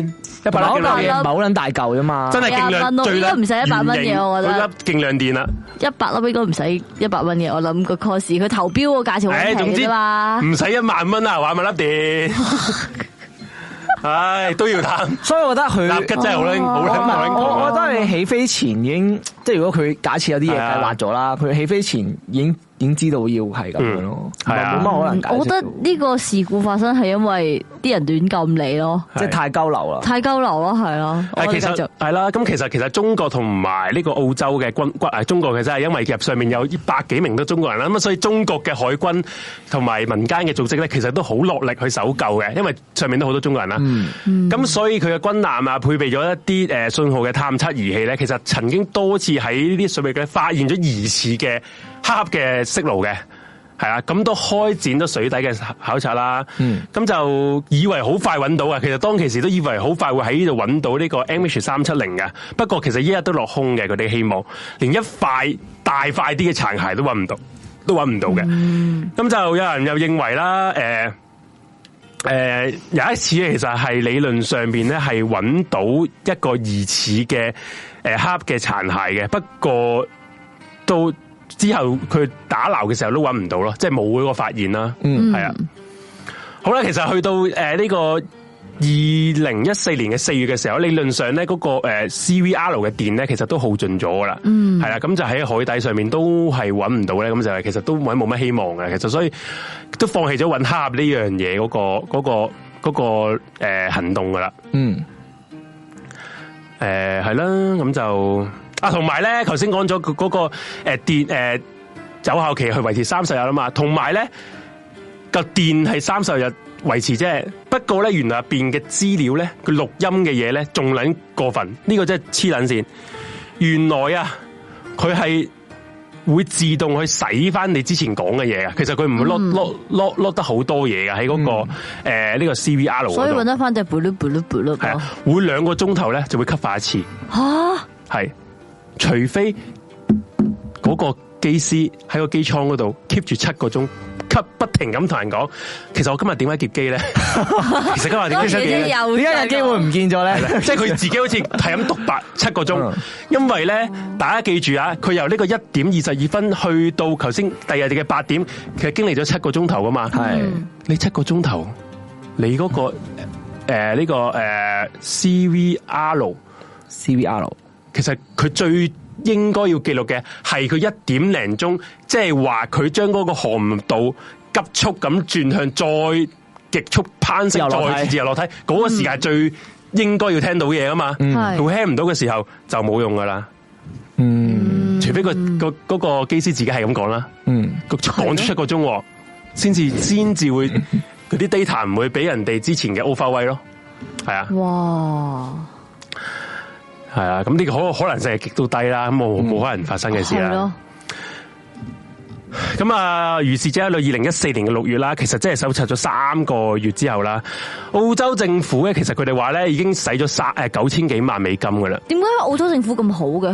一百粒
嗰
勁
嚿
量
嘢
電
唔係好撚大嚿啫嘛，
真係勁
哎呀問
量
我
最
應該唔使100蚊嘢我覺
原型
得
嗰粒勁量電啦。
一百粒應該唔使一百蚊嘅，我諗個 cost 佢投標個價錢好
唉，
平
總
嘅
之
啫嘛。
唔使一萬蚊啊，玩埋 粒電。唉，都要 貪，
所以我覺得佢
立吉真係好撚好撚好撚
我我我
狂
覺
啊！
得你起飛前已經，即係如果佢假設有啲嘢
係啊
計劃咗啦，佢起飛前已經已經知道要係咁樣咯，
嗯係啊
冇乜可能解釋到。
我覺得呢個事故發生係因為啲人亂禁你咯，
即係太交流啦。
太交流咯，係咯。我
係
哋
其
繼
實啊
續。
係啦，咁其實其實中國同埋呢個澳洲嘅軍軍誒中國嘅真係因為入上面有百幾名都中國人啦，咁啊所以中國嘅海軍同埋民間嘅組織咧，其實都好落力去搜救嘅，因為上面都好多中國人啦。
嗯
咁、所以佢嘅軍艦啊，配備咗一啲誒信號嘅探測儀器咧，其實曾經多次喺呢啲水域咧發現咗疑似嘅黑盒嘅色路嘅。係啦，咁都開展咗水底嘅考察啦。咁、就以為好快揾到啊，其實當其時都以為好快會喺呢度揾到呢個 MH 三七零嘅。不過其實一日都落空嘅，佢哋希望連一塊大塊啲嘅殘骸都揾唔到，都揾唔到嘅。咁、就有人又認為啦，誒、誒、有一次其實係理論上邊咧係揾到一個疑似嘅誒黑嘅殘骸嘅，不過到之後佢打撈嘅時候都揾唔到咯，即係冇嗰個發現啦。嗯，係啊。好啦，其實去到誒呢、個二零一四年嘅四月嘅時候，理論上咧嗰、呃個誒、CVR 嘅電咧，其實都耗盡咗噶啦。嗯，係啦，咁就喺海底上面都係揾唔到咧，咁就係其實都揾冇乜希望嘅。其實所以都放棄咗揾黑盒呢樣嘢嗰個嗰、個嗰、個誒、呃行動噶啦。
嗯，
诶系呃啦，咁就啊，同埋咧，頭先講咗嗰嗰個诶电诶有效期去維持三十日啦嘛，同埋咧個電係三十日維持啫。不過咧，原來入边嘅資料咧，佢錄音嘅嘢咧，仲撚過分，呢、個真係黐撚線。原來啊，佢係會自動去洗翻你之前講嘅嘢啊。其實佢唔會
嗯
lock lock lock lock 得好多嘢噶喺嗰個诶呢個 CVR
所以
嗰
揾
度，
得翻只 blue blue blue
係啊，每兩個鐘頭咧就會 cut 化一次。
吓
系，除非嗰個機師喺個機艙嗰度 keep 住七個鐘，吸不停咁同人講，其實我今日點解劫機咧？其實今啊日點解
當
劫機
然
咧？
有
點解有機會唔見咗咧？
即係佢自己好似係咁獨白七個鐘
嗯，
因為咧，大家記住啊，佢由呢個一點二十二分去到頭先第二日嘅八點，其實經歷咗七個鐘頭噶嘛。
係
你七個鐘頭，你嗰、個诶呢、呃個诶、CVR。
CVR
其實佢最應該要記錄嘅係佢一點零鐘，即係話佢將嗰個航道急速咁轉向，再極速攀升，
自由落
再
體
自由落體，嗰、個時間最應該要聽到嘢啊嘛。
嗯
係
佢聽唔到嘅時候就冇用噶啦。嗯，除非個個嗰個機師自己係咁講啦。
嗯，
個講咗七個鐘喎，先至先至會嗰啲 data 唔會俾人哋之前嘅 over 位咯。係啊。
哇！
系啊，咁呢個可可能性係極都低啦，咁冇冇可能發生嘅事啊
係
啦
咯。，
咁啊，如是者喺到二零一四年嘅六月啦，其實真係搜查咗三個月之後啦，澳洲政府咧，其實佢哋話咧已經使咗三诶九千幾萬美金噶啦，
點解澳洲政府咁好嘅？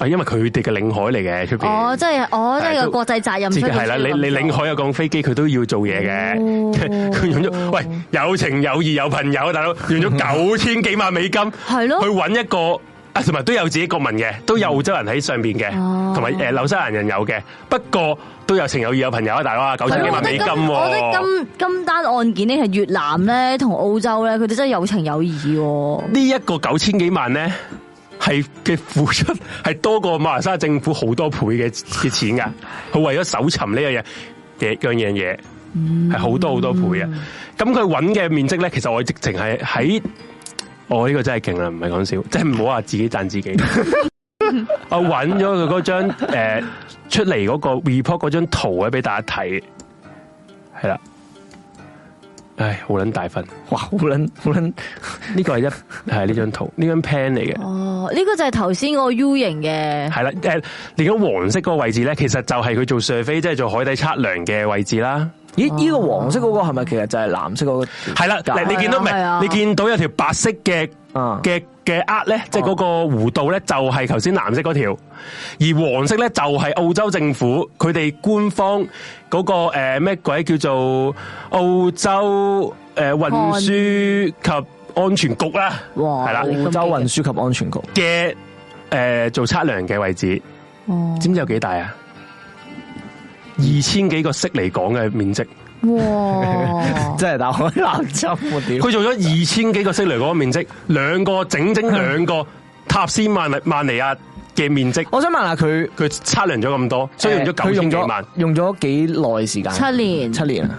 啊，因為佢哋嘅領海嚟嘅出边。
哦，即係哦，即係
係
個
都
國際責任
知
出
嘅係啦，你你領海有降飛機，佢都要做嘢嘅。
哦
佢用咗喂有情有義有朋友，大佬用 咗九千幾萬美金，
係咯
去揾一個啊，同埋都有自己國民嘅，都有澳洲人喺上邊嘅，
哦
同埋誒紐西蘭人有嘅。不過都有情有義有朋友啊，大佬啊，九
係
千幾
咯，我
萬
覺
美
得
金
今我覺得
喎。
今今單案件呢係越南咧同澳洲咧，佢哋真係有情有義喎。
呢一個九千幾萬咧。係嘅付出係多過馬來西亞政府好多倍嘅嘅錢㗎，佢為咗搜尋呢樣嘢嘅樣樣嘢，係好多好多倍啊！咁佢揾嘅面積咧，其實我直情係喺我呢個真係勁啦，唔係講笑，即係唔好話自己讚自己。我揾咗佢嗰張誒出啊嚟嗰個 report 嗰張圖咧，俾大家睇，係啦。唉，好撚大份。
哇，好撚好撚，
呢個係一係呢張圖，呢張 plan 嚟嘅。
哦，呢個就係頭先嗰個 U 型嘅，
係啦，诶，而家黃色嗰個位置咧，其實就係佢做 survey，即係做海底測量嘅位置啦。
咦？呢個黃色嗰個係咪其實就係藍色嗰個？
係啦，
係啊
嗱你見到
係啊
咪？你見到有條白色嘅
啊
嘅嘅呃咧，即係
啊
嗰個弧度咧，就係頭先藍色嗰條，而黃色咧就係澳洲政府佢哋官方嗰個诶咩鬼叫做澳洲诶运
岸
输及安全局啦，
哇
係啦
你咁
澳洲運輸及安全局，
嘅诶做測量嘅位置。
哦，
知唔知有幾大啊？二千幾個悉尼港嘅面積，
哇，
真係打開南針我屌！
佢做咗二千幾個悉尼港嘅面積，兩個整
嗯
整兩個塔斯曼尼曼尼亞嘅面積，
我想問下佢，
佢測量咗咁多，所以用
哦誒
咗
佢
九千
用
幾
咗
萬，
用咗幾耐時間？
七年
七年啊！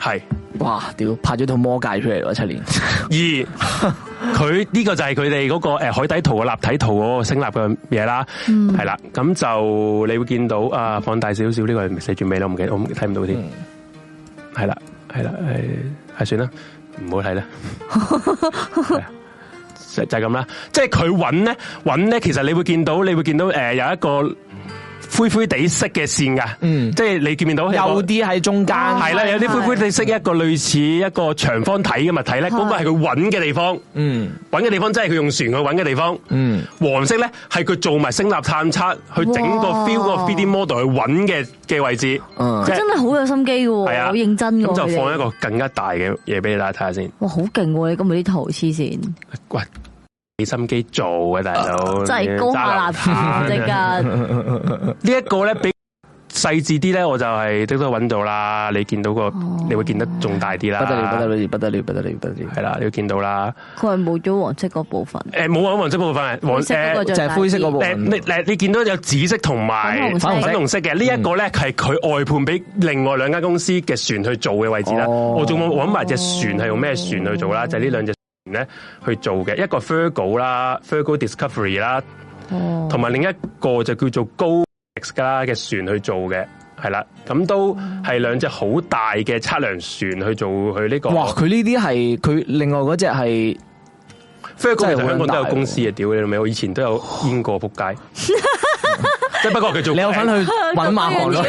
係。
哇，屌，拍咗套魔戒出嚟喎！七年，
而 佢呢個就係佢哋嗰個诶海底圖嘅立體圖嗰個升立嘅嘢啦，係啦、咁就你會見到啊，放大少少呢個係寫住咩啦，我唔記得，我唔睇唔到添，
嗯
係啦、係啦，係係算啦，唔好睇啦，係啊就就係咁啦，即係佢揾咧揾咧，其實你會見到，你會見到诶、呃有一個灰灰地色嘅線噶，
嗯
即係你見唔見到
有啲喺中間，
啊
系啦，有啲灰灰地色一個類似一個長方體嘅物體咧，嗰個係佢揾嘅地方，
嗯
揾嘅地方即係佢用船去揾嘅地方。
嗯，
黃色咧係佢做埋聲納探測，去整個
哇
feel 個 3D model 去揾嘅嘅位置。
嗯
即
佢
係
真係好有心機嘅
係
喎，
啊，
好認真嘅喎。
咁就放一
佢哋
個更加大嘅嘢俾大家睇下先。
哇，好勁喎！你今日啲圖黐線，
喂，俾心機做嘅大佬，
真係高下立判啊即刻。
呢一個咧比細緻啲咧，我就係都都揾到啦。你見到個，
哦
你會見得仲大啲啦。
不得了，不得了，不得了，不得了，不得了
係，啦，你會見到啦。
佢係冇咗黃色嗰部分，
诶，冇啊，黃色部分係黃呃
灰色嗰
诶
個。
就係灰色嗰部
誒你
分。
誒你見到有紫色同埋
粉紅色
粉紅色嘅呢一個咧，係佢外判俾另外兩間公司嘅船去做嘅位置啦。
哦
我仲冇揾埋隻船係用咩船去做啦，就係呢兩隻船咧去做嘅，一個 Fergo 啦，Fergo Discovery 啦，
哦，
同埋另一個就叫做 Go X 啦嘅船去做嘅，係啦，咁都係兩隻好大嘅測量船去做佢呢個。
哇！佢呢啲係佢另外嗰只係真係
Fergo 其實香
好撚
港都有
大喎
公司嘅，屌你老味，我以前都有煙過仆 街，即係不過佢做
你有份去 揾馬航咯，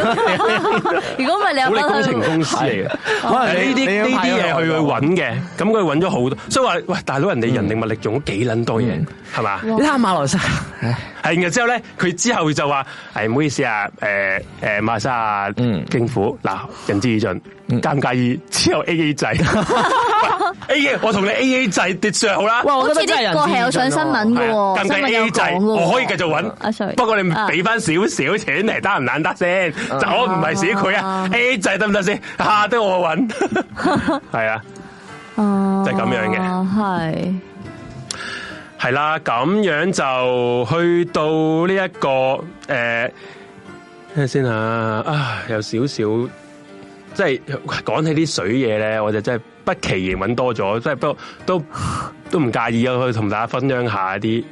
如果唔係你有
鼓力工
分
程
去
公司嚟嘅。
可能
呢
你
啲
你
呢
派
啲
咗
嘢
落
佢去
去
揾嘅，咁佢揾咗好多，所以話喂大佬人哋人力物力用咗幾撚多嘢
嗯，
係嘛？
你睇下馬來西亞，唉
係然之後咧，佢之後就話：，誒唔好意思啊，誒誒馬來西亞
嗯
政府嗱人之以盡，介唔介意之後 A A 制 ？A A 我同你 A A 制跌上好啦。
哇！
好
我覺得
似呢
真係人
個係
之
有上
常
新
情
聞嘅
係啊
喎，
介唔
新聞
介意 A
有
A 制
講嘅？喎。
我可以繼續
啊
揾
，sorry，
不過你
啊
俾翻少少錢嚟得唔難得先？就我唔係少佢啊
啊
，A A 制得唔得先？下得我 揾，係啊。
哦，
就係咁樣嘅
係
系啦，咁樣就去到呢、一個诶，睇、下先吓，啊，有少少即係講起啲水嘢咧，我就真係不其然揾多咗，即係不過都都唔介意啊，去同大家分享下啲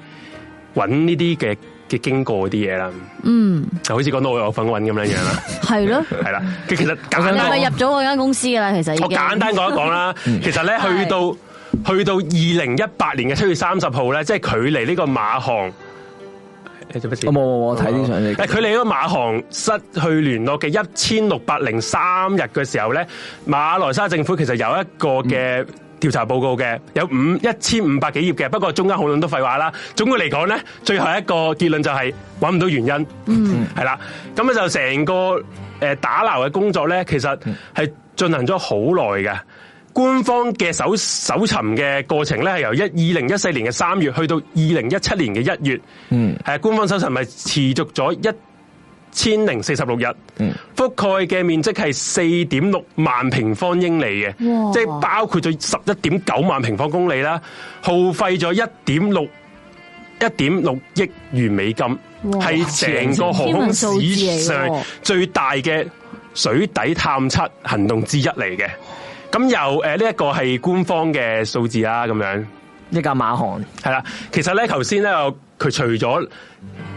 揾呢啲嘅嘅經過啲嘢啦，
嗯，
就好似講到我有份揾咁樣樣啦，
係咯。
係啦，其實簡單
你係咪入咗嗰間公司㗎啦？其實已
我
經
簡單講一講啦，其實咧
係
去到去到二零一八年嘅七月三十號咧，即係距離呢個馬航。誒做乜事
我冇冇冇睇啲相啫
誒距離呢個馬航失去聯絡嘅一千六百零三日嘅時候咧，馬來西亞政府其實有一個
嗯
嘅調查報告嘅，有五一千五百幾頁嘅，不過中間好撚多廢話啦。總括嚟講咧，最後一個結論就係揾唔到原因，嗯，係啦。咁咧就成個誒、呃打撈嘅工作咧，其實
嗯
係進行咗好耐嘅。官方嘅搜搜尋嘅過程咧，係由一二零一四年嘅三月去到二零一七年嘅一月，
嗯
係呃官方搜尋係持續咗一千零四十六日，
嗯
覆蓋嘅面積係四點六萬平方英里嘅，
哇
即係包括咗十一點九萬平方公里啦，耗費咗一點六一點六億元美金，
哇
係成個航空史
天文數字嚟
上
喎
最大嘅水底探測行動之一嚟嘅。咁由誒呢一個係官方嘅數字啦，咁樣。
一架馬航，
系啦，其實咧，頭先咧，我佢除咗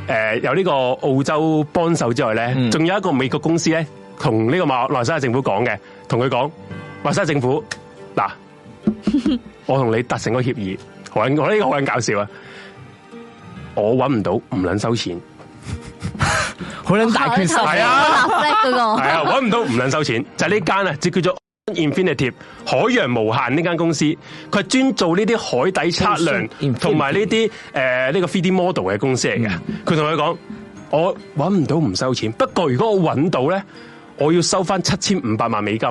诶、呃有呢個澳洲幫手之外咧，
嗯
仲、有一個美國公司咧，同呢個馬來西亞政府講嘅，同佢講，馬來西亞政府，嗱，我同你達成個協議，好撚我呢個好撚搞笑啊！我搵唔到，唔撚收錢，
好撚大決心，
係啊
立 flag 嗰
係
個
啊，搵唔到唔撚收錢，就係呢間啊，即叫做 Infinity 海洋無限呢間公司，佢係專做呢啲海底測量
Infinity 嗯
同埋呢啲誒呢個 3D model 嘅公司嚟嘅。佢同佢講：我搵唔到唔收錢，不過如果我搵到咧，我要收翻七千五百萬美金，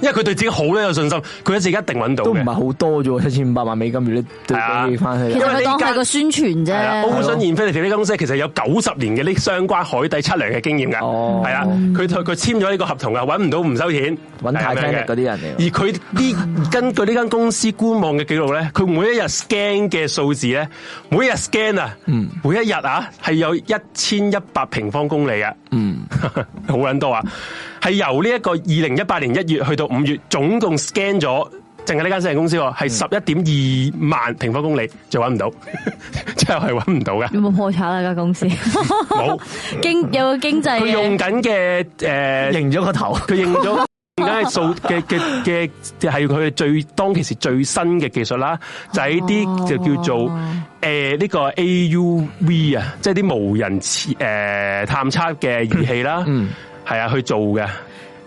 因為佢對自己好咧有信心，佢一直一定搵到
都唔
嘅
係。好多啫喎，七千五百萬美金，如果對
啊
比翻
其
去
因
實
為呢
佢當係個宣傳
係啊啦
啫，
，Ocean Infinity 呢間公司其實有九十年嘅呢相關海底測量嘅經驗㗎，
哦
係啦，佢佢簽咗呢個合同啊，揾唔到唔收錢，
揾
係咁樣
Titanic
嘅
嗰啲人嚟
而佢呢根據呢間公司官網嘅記錄咧，佢每一日 scan 嘅數字咧，每一日 scan 啊，每一日啊係有一千一百平方公里啊，嗯， 好撚多啊，係由呢一個二零一八年一月去到五月，總共 scan 咗。淨係呢間私人公司喎，係十一點二萬平方公里，就揾唔到， 即係係揾唔到嘅，
有冇破產啊間公司？
冇。
經有個經濟哦
佢用
嘅
緊嘅誒
認咗個頭，
佢認 咗而家係數嘅嘅嘅，就係佢最當其時最新嘅技術啦，就係呢啲就叫做誒呢個 AUV 啊，即係啲無人誒、呃探測嘅儀器啦，係啊去做嘅。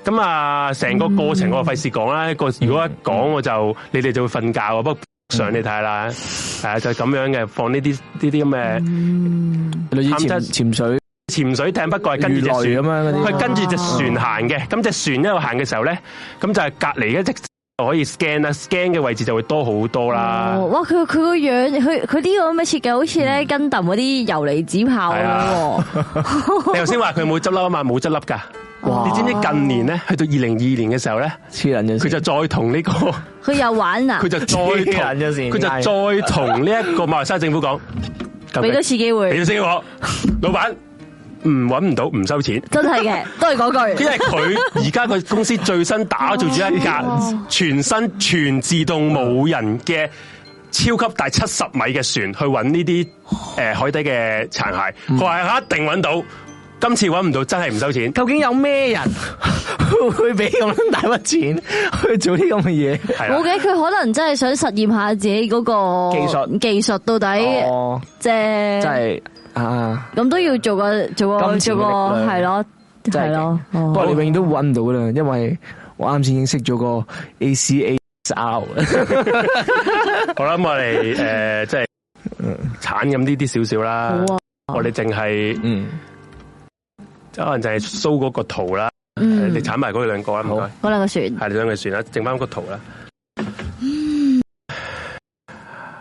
咁啊，成個過程我費事講啦，個如果一講我就你哋就會瞓覺啊，不過上你睇下啦，係啊就係咁樣嘅，放呢啲呢啲咁嘅
類似潛
探測
潛水
潛水艇，不過係跟住隻
魚
船
類咁樣嗰啲，
佢跟住隻船啊行嘅，咁隻船一路行嘅時候咧，咁就係隔離一隻就可以 scan 啦，scan 嘅位置就會多好多啦。
哦，哇！佢佢個樣，佢佢呢個咁嘅設計，好似咧跟揼嗰啲游離子
嗯
炮咁
係啊
樣喎。
你頭先話佢冇執笠啊嘛，冇執笠㗎。
哇
你知唔知近年咧，去到二零二二年嘅時候咧，
黐撚咗線，
佢就再同呢、個，
佢又玩啊
佢，就再
黐
同
撚咗線
佢就再同呢一個馬來西亞政府講，咁
俾多
你
次機
俾
會，
咗先我，老闆唔揾唔到唔收錢。
真係嘅，都係嗰
因
句。
為佢而家佢公司最新打造咗一架全新全自動無人嘅超級大七十米嘅船去揾呢啲誒海底嘅殘骸，
嗯
佢話一定揾到，今次揾唔到真係唔收錢。
究竟有咩人 會俾咁撚大筆錢去做啲咁嘅嘢？
係
冇
啦，
嘅，佢可能真係想實驗下自己嗰
技
個
術
技術到底
哦，
即
真係
係
啊，
咁都要做個做個
金錢嘅
做個
力量
係咯
真係
係咯。
不
哦
過你永遠都揾唔到啦，因為我啱先已經識咗個 ACAR，
好啦，咁我哋誒即係鏟咁呢啲少少
好
啦，
啊，
我哋淨 係
嗯，
可能淨係 show 嗰個圖啦，
嗯
呃你，鏟埋嗰兩個啦，唔該。
嗰兩個船
系兩句船啦，剩翻個圖啦。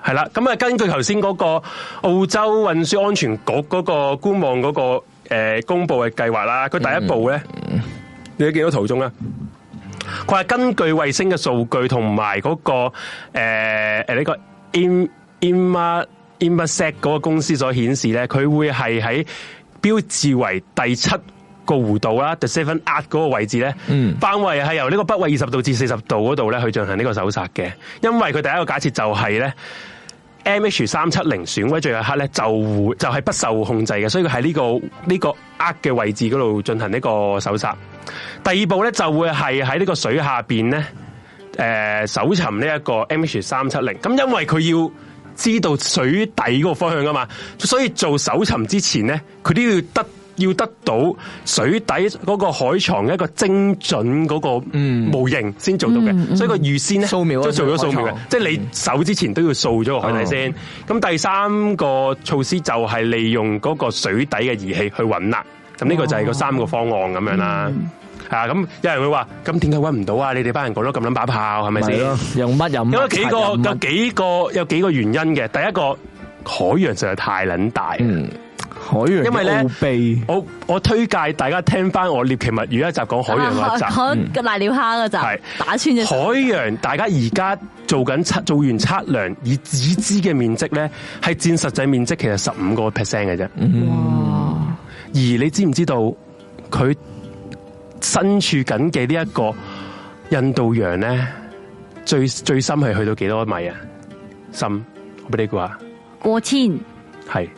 係啦，咁啊，根據頭先嗰個澳洲運輸安全局嗰個官網嗰、個呃公佈嘅計劃啦，佢第一步咧，你都見到圖中啊啦。佢係根據衛星嘅數據同埋嗰個誒誒呢個 im ima imasec 嗰個公司所顯示咧，佢會係喺標誌為第七個弧度啦，the seven art 嗰個位置咧，
嗯
範圍係由呢個北緯二十度至四十度嗰度咧去進行呢個搜殺嘅，因為佢第一個假設就係咧。M H 三七零選威最後一刻咧，就會就係、不受控制嘅，所以佢喺呢個呢、個呃嘅位置嗰度進行呢個搜殺。第二步咧就會係喺呢個水下邊咧，誒、搜尋呢一個 M H 三七零。咁因為佢要知道水底嗰個方向噶嘛，所以做搜尋之前咧，佢都要得要得到水底嗰個海床嘅一個精準嗰個模型先做到嘅，所以佢預先咧
嗯掃描嗰啊
都做咗掃
個
描
海
嘅
床，哦
即係你手之前都要掃咗個海底先。咁、第三個措施就係利用嗰個水底嘅儀器去揾啦。咁呢個就係個三個方案咁樣啦。係啊，咁有人會話：咁點解揾唔到啊？你哋班人講到咁撚把炮，係咪
咪
先？
咯，啊用乜有乜，
有幾個
拆有乜
有幾個有幾個原因嘅。第一個海洋實在太撚大，
嗯，海洋
因為咧
奧秘
我我推介大家聽翻我獵奇物語一集講海洋嗰一 集。嗯
啊講瀨尿蝦嗰集，
係
打穿隻手
海洋，大家而家做緊測做完測量，以已知嘅面積咧，係佔實際面積其實十五個 percent 嘅啫。
哇！
而你知唔知道佢身處緊嘅呢一個印度洋咧，最最深係去到幾多米啊？深，我俾你估下，
過千
係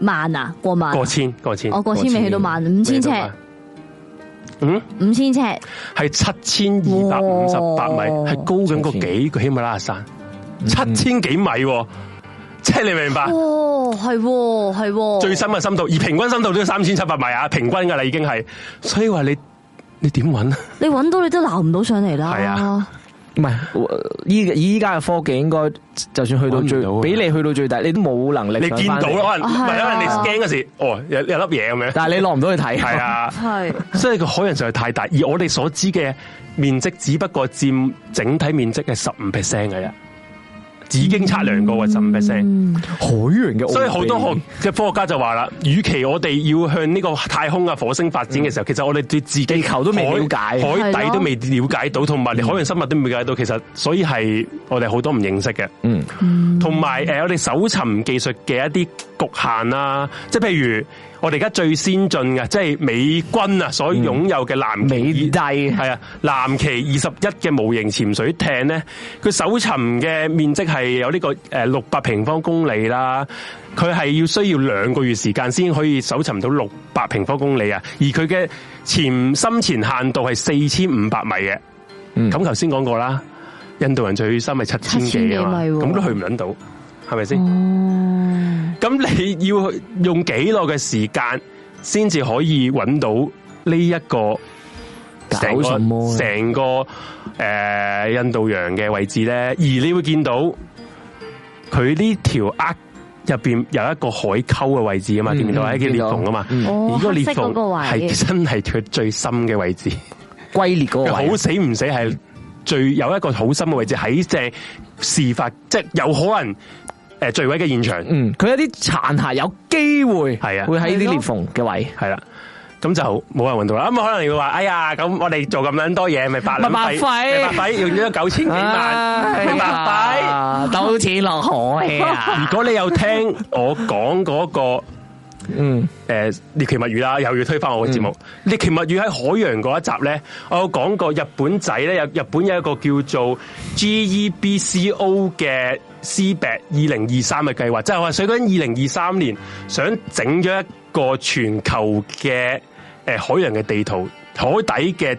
萬啊，過萬啊，哦
過千，過千，
我過千未去到萬，五千尺，
未到萬嗯，
五千尺，
系七千二百五十八米，
哇
係高緊過幾個喜馬拉雅山，七千幾米喎，即係你明白？
哦，系系
啊最深嘅深度，而平均深度都三千七百米啊，平均噶啦已經係，所以話你你點揾啊？
你揾到你都撈唔到上嚟啦。
係啊，
唔係依依家嘅科技應該就算去到最
搵唔到，啊
俾你去到最大，你都冇能力。
你見到啦，，可能唔
啊
係
係
因
啊
為你驚嗰時，哦有有粒嘢咁樣，
但係你落唔到去睇。
係，啊。
係
所以個海洋實在太大，而我哋所知嘅面積只不過佔整體面積嘅十五 percent 嘅啫，已經測量過嘅十五 percent。
海洋嘅奧秘，
所以好多學嘅科學家就話啦，與其我哋要向呢個太空啊火星發展嘅時候，其實我哋對自己
嗯地球都未了解
海
係
底
咯
都未了解到，同埋你海洋生物都未了解到，其實所以係我哋好多唔認識嘅。
嗯，
同埋誒，我哋搜尋技術嘅一啲局限啦，即係譬如我哋而家最先進嘅，即係美軍啊所擁有嘅藍
嗯美帝
旗係啊藍旗二十一嘅模型潛水艇咧，佢搜尋嘅面積係有呢個誒六百平方公里啦，佢係要需要兩個月時間先可以搜尋到六百平方公里啊，而佢嘅潛深潛限度係四千五百米嘅，
嗯
咁頭先講過啦。印度人最深係七千幾啊嘛，
7000幾米喎
咁都去唔撚到，係咪先？咁你要用幾耐嘅時間先至可以揾到呢一個成
搞
個
什麼啊
成個诶、呃印度洋嘅位置咧？而你會見到佢呢條呃入边有一個海溝嘅位置啊嘛，
嗯
見唔見到係
嗯
一個
見
裂
到
縫啊嘛，
嗯
而個裂
哦黑色嗰個
縫
位
係真係佢最深嘅位置。
龜裂嗰個
佢
位
好死唔死係最有一個好深嘅位置喺正事發，即係有可能诶坠毁嘅現場，
嗯，佢有啲殘骸有機會
係啊
會喺呢啲裂縫嘅位。
係啦。咁就冇人揾到啦。咁可能要話：哎呀，咁我哋做咁撚多嘢，咪白撚
咪白費
咪白費，用咗九千幾萬，咪白費。
啊，兜錢落海啊！
如果你有聽我講嗰個
嗯，
诶獵呃奇物語啦，又要推翻我嘅節目。獵奇物語喺海洋嗰一集咧，我有講過日本仔咧，有日本有一個叫做 E GEBCO 嘅 c b 二零二三嘅計劃，即係話水緊二零二三年想整咗一個全球嘅诶海洋嘅地圖、海底嘅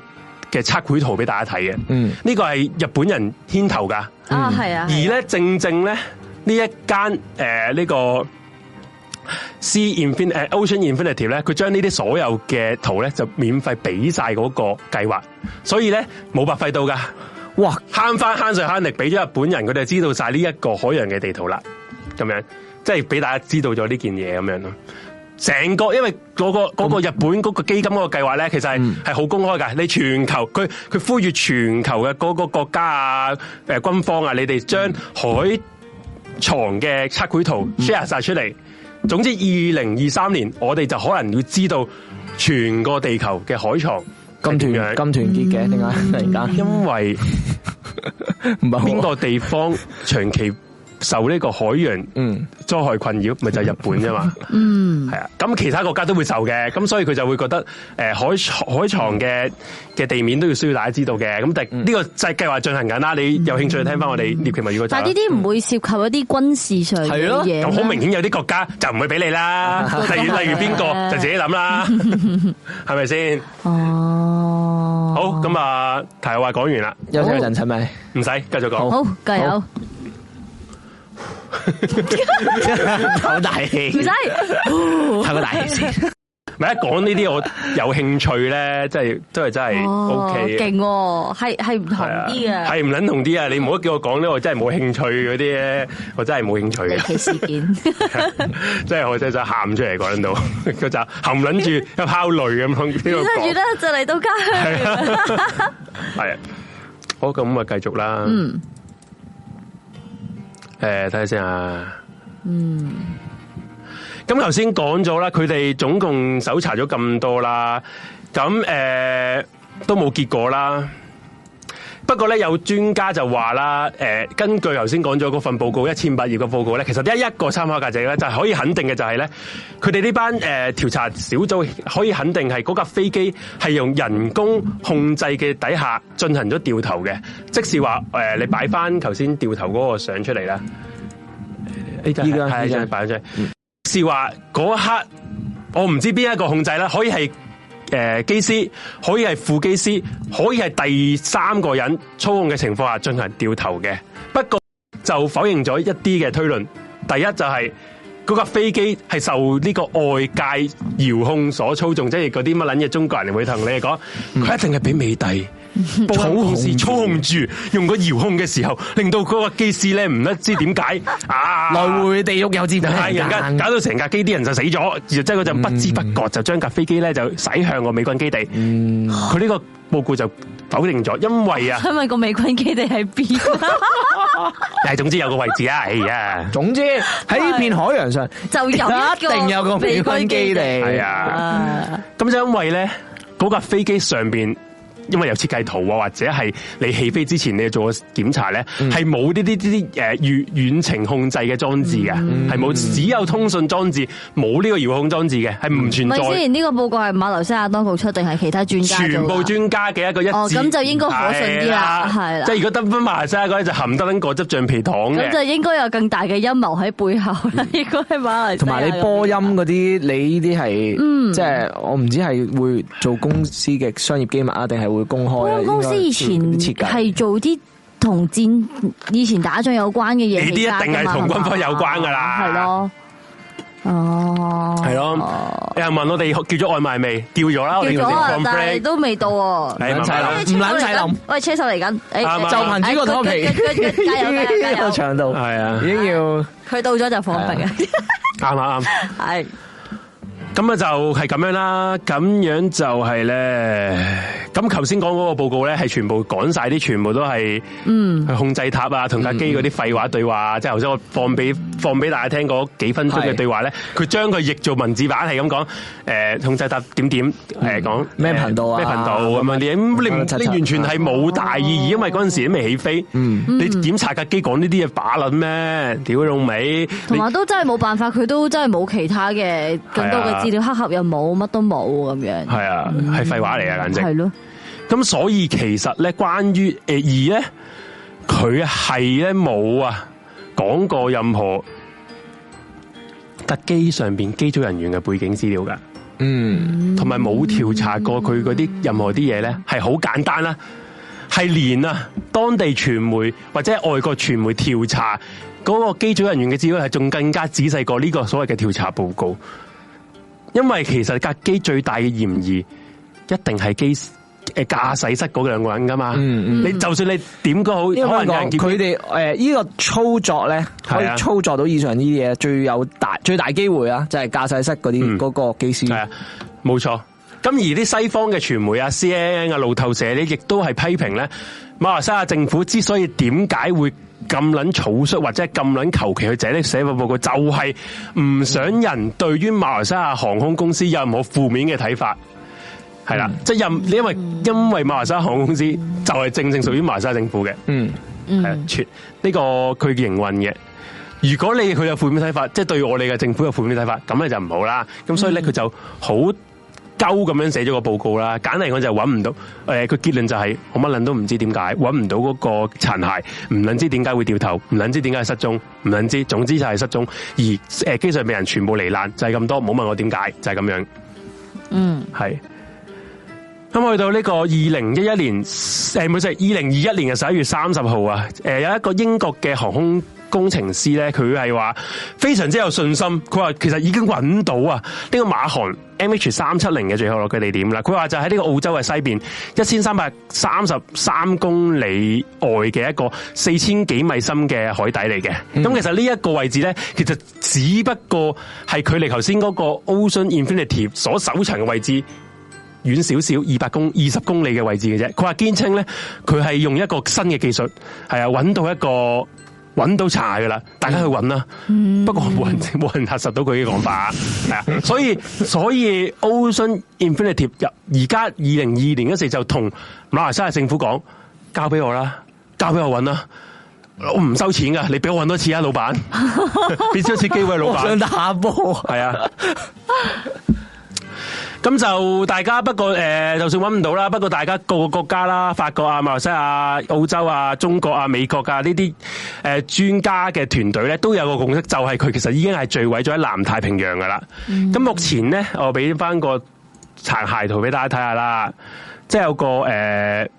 嘅測繪圖俾大家睇嘅。
嗯，
呢個係日本人牽頭㗎。
啊，係啊，
而咧正正咧呢一間誒呢個 C Infin 誒 Ocean Infinity 咧，佢將呢啲所有嘅圖咧就免費俾晒嗰個計劃，所以咧冇白費到噶，
哇，
慳翻慳水慳力，俾咗日本人佢哋就知道晒呢一個海洋嘅地圖啦，咁樣即係俾大家知道咗呢件嘢咁樣咯。成個因為嗰、個嗰個日本嗰個基金嗰個計劃咧，其實係係好公開㗎。你全球佢佢呼籲全球嘅嗰個國家啊、誒、軍方啊，你哋將海床嘅測繪圖 share 晒出嚟。總之，二零二三年我哋就可能要知道全個地球嘅海床
咁團
係點
咁
樣
團結嘅，點解突然間？
因為
唔係
邊
邊
個地方 長期受呢個海洋
嗯
災害困擾，咪就係日本啫嘛。嗯，係啊，咁其他國家都會受嘅，咁所以佢就會覺得誒、呃海海床嘅嘅地面都要需要大家知道嘅。咁但係呢個就係計劃進行緊啦。你有興趣聽翻我哋獵奇物語嗰集
但係呢
啦。
啲唔會涉及一啲軍事上嘅
係咯
嘢啦，
咁好明顯有啲國家就唔會俾你啦，
都
例如
係
例如邊個就自己諗啦，係咪先？
哦。
好，咁啊，題外話講完啦，
休息一陣，係咪？
唔使繼續講。
好，加油，
好
唔
唞大氣，
使
唞 個大氣先。
咪一講呢啲我有興趣咧，即係都係真係 O
哦
K 嘅。
勁喎，係係唔同
啊係啊，
啲嘅
係唔撚同啲啊！你唔好叫我講呢，我真係冇興趣嗰啲咧，我真係冇興趣
離
嘅，
奇事 件。
真係我真係想喊出嚟講到，佢就含撚住一泡淚咁樣呢度
跟住
講
咧，就嚟到家鄉，
係啊，好咁啊，繼續啦。
嗯，
诶，睇下先啊。嗯。咁頭先講咗啦，佢哋總共搜查咗咁多啦，咁诶、呃都冇結果啦。不過咧，有專家就話啦，诶、根據頭先講咗嗰份報告一千八頁嘅報告咧，其實得一個參考價值咧，就係可以肯定嘅就係咧，佢哋呢班诶調查小組可以肯定係嗰架飛機係用人工控制嘅底下進行咗掉頭嘅，即是話诶、呃你擺翻頭先掉頭嗰個相出嚟啦，呃呢張
依家
係
依家
係擺咗出嚟，是話嗰一刻我唔知邊一個控制啦，可以係。誒、诶呃机師，可以係副機師，可以係第三個人操控嘅情況下進行掉頭嘅。不過就否認咗一啲嘅推論。第一就係嗰架飛機係受呢個外界遙控所操縱，即係嗰啲乜撚嘢中國人會同你哋講，
嗯
佢一定係俾 美帝。操控是操控住，用個遙控嘅時候，令到嗰個機師咧唔知點解啊
来回地狱有自哎
系哎人家
間
搞到成架機啲人就死咗，而即係嗰陣不知不覺就將架飛機咧就駛向個美軍基地。佢呢個報告就否定咗，因為 啊，
因为个美军基地喺边，
係總之有個位置啊，哎 呀，
總之喺呢片海洋上
就有一個
一定有個美軍基地，
係
係
啊，
啊
咁就因為咧嗰架飛機上邊。因為有設計圖啊，或者係你起飛之前你做個檢查咧，係冇呢啲啲誒遠遠程控制嘅裝置嘅，係冇、只有通訊裝置，冇呢個遙控裝置嘅，係唔存
咪
在。
先？呢個報告係馬來西亞當局出定係其他專家做㗎啊
全部專家嘅一個一致，嗯
哦咁就應該可信啲啦係啦
即係如果得翻馬來西亞嗰啲就含得拎果汁橡皮糖
咁就
嘅，
應該有更大嘅陰謀喺背後
嗯
啦。應該係馬來西亞
同埋你波音嗰啲，你呢啲係
嗯
即係我唔知係會做公司嘅商業機密啊，定係會公開
保
啊？
哦安公司以前
應該設計
係做啲同戰以前打仗有關嘅嘢，
你啲一定係同軍方有關㗎啦
係咯。哦，
係咯。有人問我哋叫咗外賣未？叫咗啦，
叫
我哋哦
咗
用啲
啊
from，
但係
break，
都未到喎。
係
唔撚
慢慢
齊
啦
諗唔撚使諗，
喂，車手嚟緊，誒
啱啊
就憑呢個拖皮，
誒加油加油加
呢
油
個！長度
係啊
已經要
佢到咗就放屁啊！
啱啊啱。
係
咁啊就係咁樣啦，咁樣就係咧，咁頭先講嗰個報告咧，係全部講晒啲，全部都係嗯控制塔啊，同架
嗯
機嗰啲廢話對話啊，即係頭先我放俾放俾大家聽嗰幾分鐘嘅
係
對話咧，佢將佢譯做文字版係咁講，诶控制塔點點诶講
嗯
呃
咩頻道啊啊
咩頻道咁樣啲嘢，咁你唔
乜柒柒
你完全係冇大意義，因為嗰陣時都未起飛，
嗯
你檢查架機講呢啲嘢把撚咩？屌你老味，
同
你
埋都真係冇辦法，佢都真係冇其他嘅更多嘅資料，黑盒又冇，乜都冇咁樣。
係啊係廢話嚟啊，簡直
係。咯，
咁所以其實咧，關於诶呃二咧，佢係咧冇啊講過任何特機上边機組人員嘅背景資料噶，
嗯
同埋冇調查過佢嗰啲任何啲嘢咧，係好簡單啦，係連啊當地傳媒或者係外國傳媒調查嗰個機組人員嘅資料係仲更加仔細過呢個所謂嘅調查報告，因為其實架機最大嘅嫌疑一定係機诶駕駛室嗰兩個人噶嘛。
嗯嗯。
你就算你點都好，
因
可
為
能有
講
人見
佢哋誒呢個操作咧，
係啊
可以操作到以上呢啲嘢，最有大最大機會啊，就係駕駛室嗰啲
嗯
嗰個機師
係啊，冇錯。咁而啲西方嘅傳媒啊、CNN 啊、路透社咧，亦都係批評咧，馬來西亞政府之所以點解會咁撚草率或者係咁撚求其去寫呢寫份報告，就係唔想人對於馬來西亞航空公司有任何負面嘅睇法。係啦，即係任因為因為馬來西亞航空公司就係正正屬於馬來西亞政府嘅，
嗯。
系全呢個佢營運嘅。如果你佢有負面睇法，即係對我哋嘅政府有負面睇法，咁咧就唔好啦。咁所以咧，佢就好鳩咁樣寫咗個報告啦。簡單嚟講就係揾唔到，誒、佢結論就係、我乜撚都唔知點解，揾唔到嗰個殘骸，唔撚知點解會掉頭，唔撚知點解失蹤，唔撚知，總之就係失蹤。而誒、機上面人全部罹難，就係、咁多，唔好問我點解，就係、咁樣。
嗯，
係。咁去到呢個二零一一年，誒唔係二零二一年嘅十一月三十號啊，誒、有一個英國嘅航空工程師咧，佢係話非常之有信心，佢話其實已經揾到啊呢、個馬航 MH 三七零嘅最後落腳地點啦。佢話就喺呢個澳洲嘅西邊一千三百三十三公里外嘅一個四千幾米深嘅海底嚟嘅。咁、其實呢一個位置咧，其實只不過係距離頭先嗰個 Ocean Infinity 所首層嘅位置。遠少少二百公二十公里嘅位置嘅啫。佢話堅稱咧，佢係用一個新嘅技術，係啊揾到一個揾到查噶啦，大家去揾啦。不過冇人 冇人核實到佢嘅講法，係啊。所以所以 Ocean Infinity 入而家二零二年嗰時就同馬來西亞政府講，交俾我啦，交俾我揾啦。我唔收錢噶，你俾我揾多次啊，老闆！俾多次機會，老
我
闆
想。打波啊！
系啊。咁就大家不過诶、呃就算揾唔到啦，不過大家各個國家啦，法國啊、馬來西亞、澳洲啊、中國啊、美國啊呢啲诶專家嘅團隊咧，都有個共識，
嗯
就係佢其實已經係墜毀咗喺南太平洋噶啦。咁、目前咧，我俾翻個殘骸圖俾大家睇下啦，即係有個诶、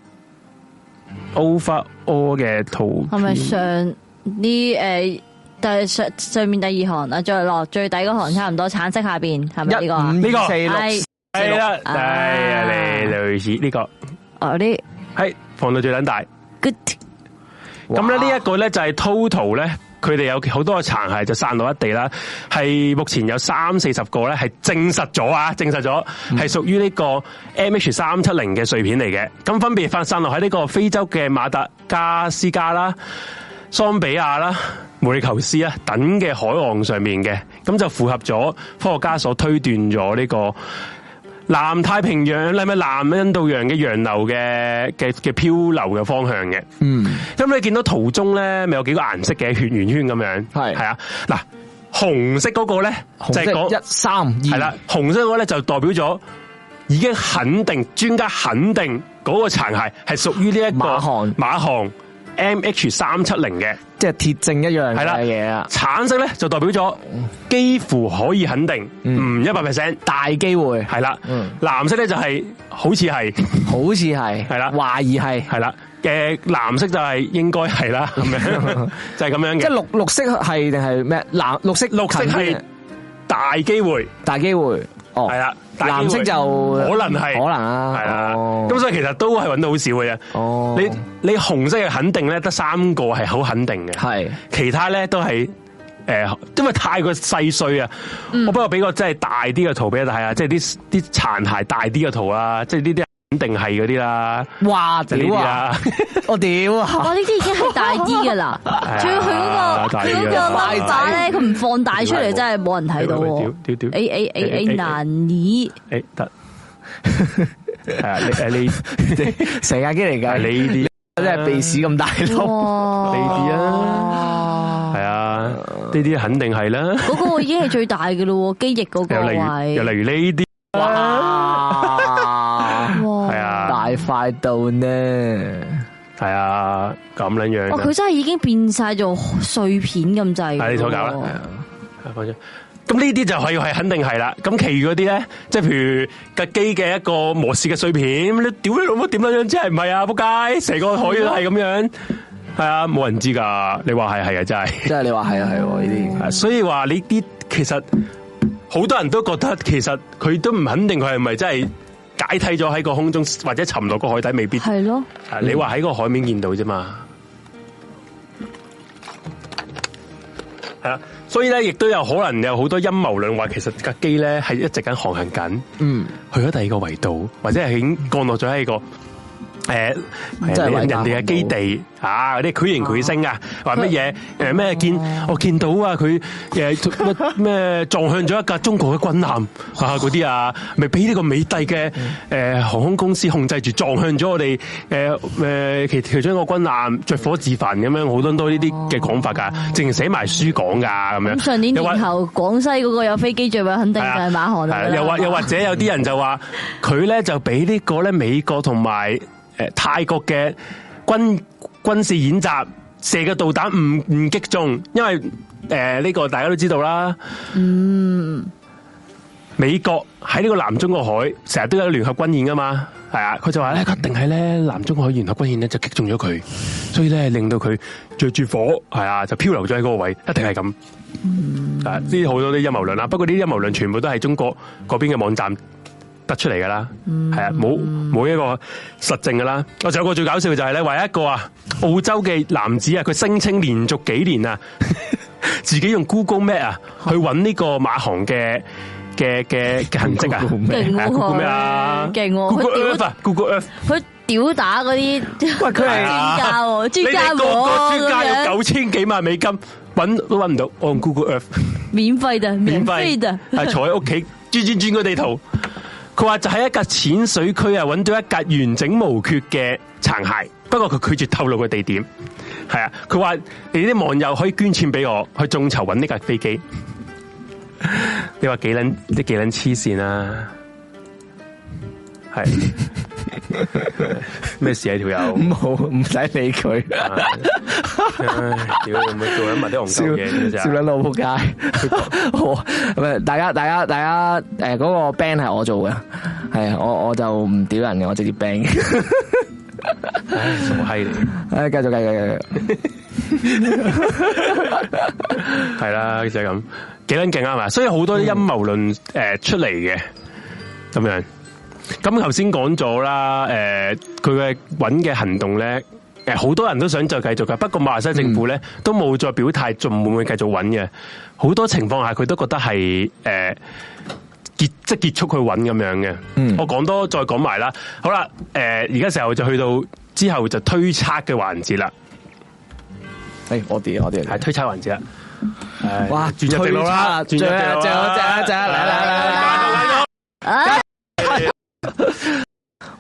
呃、over all 嘅圖
系
片，
咪上呢诶？第上上面第二行啊，再落最底嗰行差唔多，橙色下边系咪呢個啊？
一五
個
二四六
係
係啦，
啊
係啊，你類似呢、個
哦啲
係放到最撚大。
good
咁咧呢一個咧就係 total 咧，佢哋有好多嘅殘骸就散落一地啦。係目前有三四十個咧係證實咗啊，證實咗係屬於呢個 MH 三七零嘅碎片嚟嘅。咁分別發散落喺呢個非洲嘅馬達加斯加啦、桑比亞啦、毛里求斯啊等嘅海岸上面嘅，咁就符合咗科學家所推斷咗呢個。南太平洋咧，咪南印度洋嘅洋流嘅嘅嘅漂流嘅方向嘅，
嗯，
咁你見到途中咧，咪有幾個顏色嘅圈圓圈咁樣，
係
係啊，嗱，紅色嗰個咧
紅
就係講
色一三二，
係啦，，紅色嗰個咧就代表咗已經肯定，專家肯定嗰個殘骸係屬於呢一個
馬航
馬航 M H 三七零嘅，
即係鐵證一樣
係啦
嘅嘢啊啦，
橙色咧就代表咗幾乎可以肯定，唔一百 percent，
嗯大機會
係啦
嗯，
藍色咧就係好似係。
好似係，
係啦
懷疑係，
系啦，嘅藍色就係應該係 啦，咁樣就係咁樣
即係
嘅。
綠綠色係定係咩？藍綠色
綠色
近啲啊
係大機會，
大機會，哦，
係啦大機會
藍色就
可能係
可能啊，
係啦。
哦
咁所以其實都係揾到好少嘅啫。
哦
你你紅色嘅肯定咧，得三個係好肯定嘅，
係
其他咧都係诶、呃因為太過細碎啊。
嗯
我不過俾個真係大啲嘅圖俾你睇下，即係啲啲殘骸大啲嘅圖啦，即係呢啲肯定係嗰啲啦，
哇
就呢
屌
啲
啊！
啦。
我屌啊！
哇！呢啲已經係大啲噶啦，仲要佢嗰個
啊大啲
佢嗰
㗎
個 number 咧，佢唔放大出嚟，真係冇人睇到
屌
喎。哎
屌屌！
诶诶诶诶，難以
诶得， 係啊，你誒
成架機嚟
你
㗎，
係你呢啲。啊
真係鼻屎咁大窿。
哇！
呢啲
啊
係啊，呢啲肯定係啦。
嗰個已經係最大嘅咯喎，肌翼嗰個
又例如，又
位。
例如呢啲，
哇！
哇
係！啊
大塊到呢，
係啊，咁樣樣
哇！
嘅
哦佢。真係已經變晒做碎片咁滯㗎喎。
係你所搞啦啊放咗咁呢啲就係係肯定係啦。咁其餘嗰啲咧，即係譬如架機嘅一個磨蝕嘅碎片，你屌你老母點樣樣？即係唔係啊？仆街，成個海都係咁樣。係啊，冇人知㗎。你話係係啊，真係。
即係你話係啊係喎呢
啊所以話呢啲其實好多人都覺得其實佢都唔肯定佢係咪真係解體咗喺個空中或者沉落個海底，未必。
係咯，
啊你話喺個海面見到啫嘛，係啊，所以咧亦都有可能有好多陰謀論話，其實架機咧係一直緊航行緊，
啲，嗯，
去咗第二個維度，或者係已經降落咗喺個。诶，
即係
人
偉
人
大
哋呃嘅基地啊，嗰啲巨型巨星啊，話乜嘢？诶
嗯
咩見我見到啊，佢诶 乜咩撞向咗一架中國嘅軍艦啊嗰啲啊，咪俾呢個美帝嘅
嗯
诶航空公司控制住，撞向咗我哋诶诶其其中一個軍艦着火自焚咁樣，好多多呢啲嘅講法㗎，淨係寫埋書講㗎咁樣。
哦咁上年
又話
年後廣西嗰個有飛機墜毀，肯定就
係啊
係馬航
係
啦
啊。又或又或者有啲人就 話佢咧就俾呢個咧美國同埋诶泰國嘅軍軍事演習射嘅導彈唔唔擊中，因為诶呢個大家都知道啦。美國喺呢個南中國海成日都有聯合軍演噶嘛，係啊，佢就話咧一定係咧南中國海聯合軍演咧就擊中咗佢，所以咧令到佢着住火係啊就漂流咗喺嗰個位，一定係咁。啊！呢啲好多啲陰謀論啦，不過呢啲陰謀論全部都係中國嗰邊嘅網站得出嚟噶啦，
嗯
係啊，冇冇一個實證噶啦。我仲有個最搞笑嘅就係咧，唯一一個啊澳洲嘅男子啊，佢聲稱連續幾年啊， 自己用 Google Map 啊去揾呢個馬航嘅。嘅嘅嘅痕跡啊，
Map
係啊 Google Map 啊，
勁喎佢
Google
屌
Earth 啊，Google Earth，啊
佢屌打嗰啲
喂佢係
專家喎，專家
你哋個個專家有
我咁樣
九千幾萬美金，揾都揾唔到，我用 Google Earth。
免費的，
免
免
費
費的，
係坐喺屋企轉轉轉個地圖。佢話就喺一架淺水區啊，揾到一架完整無缺嘅殘骸，不過佢拒絕透露個地點。係啊，佢話你啲網友可以捐錢俾我去眾籌揾呢架飛 機。你話幾撚你幾撚黐線啊？ 係咩事啊條友？
唔好唔使理佢，
唉屌，唔會做緊埋啲戇
笑
鳩嘢嘅
笑
咋？
撚到 仆街。我唔係大家大家大家誒嗰個 band 係我做嘅，系啊，我我就唔屌人嘅，我直接 ban。
傻閪嚟。
诶，继续继续继续。
系啦，就系咁，几捻劲啊係嘛！所以好多啲陰謀論诶呃出嚟嘅咁樣。咁頭先講咗啦，诶佢嘅揾嘅行動咧，诶、好多人都想再繼續嘅，不過馬來西亞政府咧、都冇再表態，仲會唔會繼續揾嘅？好多情況下佢都覺得係诶。誒結即係結束去揾咁樣嘅。
嗯
我講多再講埋啦。好啦，誒而家時候就去到之後就推測嘅環節啦，
诶，哎我哋我哋
係推測環節啦。誒
哇，
轉入地牢啦，轉
最
入
正
地
啊
牢
正啊
啦，
正啊正啊，嚟嚟嚟嚟嚟！
啊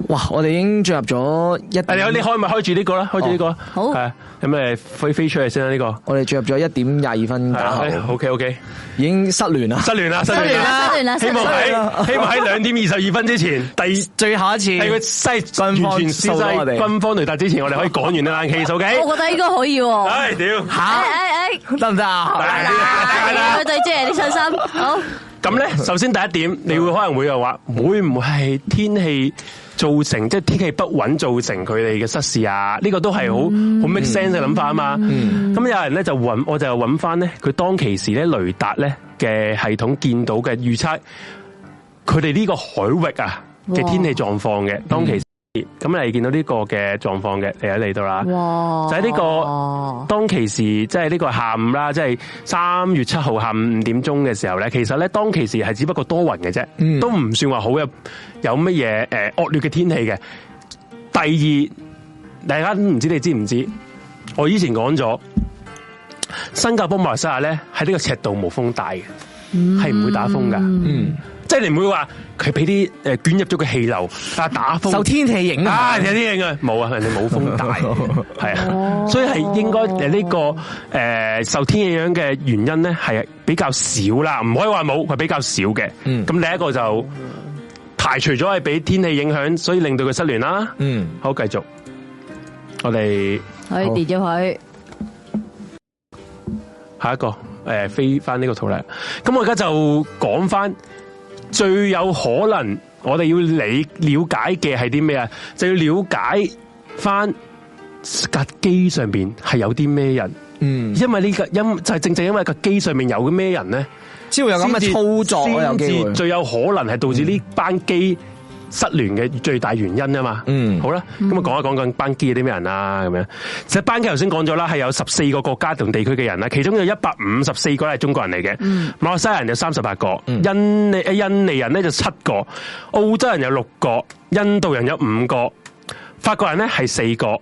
哇，我哋已经進入咗一
誒你
點，
可你開咪開住呢個啦，開住呢個啦，
哦
好
係啊有咩飛飛出嚟先啦？呢個哎
我哋進入咗一點廿二分打後，
o k OK，
已經失聯啦，
啊失聯啦，失聯啦，
失聯啦
希望
失聯啦
喺希望喺兩點二十二分之前，第系
最後一次
佢西
軍方
完全
掃咗我哋
西軍方雷達之前，我哋可以講完呢冷氣手機。
我覺得應該可以喎。
唉，屌！
诶
吓
诶诶，
得唔得啊？
哎係啦係啦
佢對 J 你信心好。
咁咧， 首先第一點，你會可能會又話，會唔會係天氣造成，即係天氣不穩造成佢哋嘅失事啊？呢、個都係好
嗯
好 make sense 嘅諗法啊嘛。咁、有人咧就揾，我就揾翻咧，佢當其時咧雷達咧嘅系統見到嘅預測，佢哋呢個海域啊嘅
哇
天氣狀況嘅，當其時咁你見到呢個嘅狀況嘅，你喺嚟到啦。
哇！
就喺呢
哦
哦
個當其時，即係呢個下午啦，即係三月七號下午五點鐘嘅時候咧，其實咧當其時係只不過多雲嘅啫，
嗯
都唔算話好有有乜嘢誒惡劣嘅天氣嘅。第二，大家唔知你知唔知？我以前講咗，新加坡馬來西亞咧係呢個赤道無風帶嘅，係唔、會打風噶。
嗯，
即係你唔會話佢俾啲誒捲入咗個氣流啊打風
受天氣影
啊！
響
有啲嘢嘅冇啊，人哋冇風大，係啊，所以係應該誒呢個誒、呃受天氣影響嘅原因咧係比較少啦，唔可以話冇，係比較少嘅。咁、
嗯
第一個就排除咗係俾天氣影響，所以令到佢失聯啦。
嗯，
好，繼續，我哋
可以
好
跌咗佢。
下一個誒、呃、飛翻呢個圖咧。咁我而家就講翻最有可能我哋要理了解嘅係啲咩啊？就要了解翻架機上邊係有啲咩人，
嗯，
因為呢、個因就係、正正因為架機上面有啲咩人咧，
只要有咁
先至
嘅操作啊有機
先
會
至。最有可能係導致呢班機。失聯嘅最大原因啊嘛，
嗯
好啦，咁啊講一講緊班機有啲咩人啦，咁樣，其實班機頭先講咗啦，係有十四個國家同地區嘅人啦，啊其中有一百五十四個係中國人嚟嘅，馬來西亞人有三十八個，
嗯
印尼呃印尼人咧就七個，澳洲人有六個，印度人有五個，法國人咧係四個，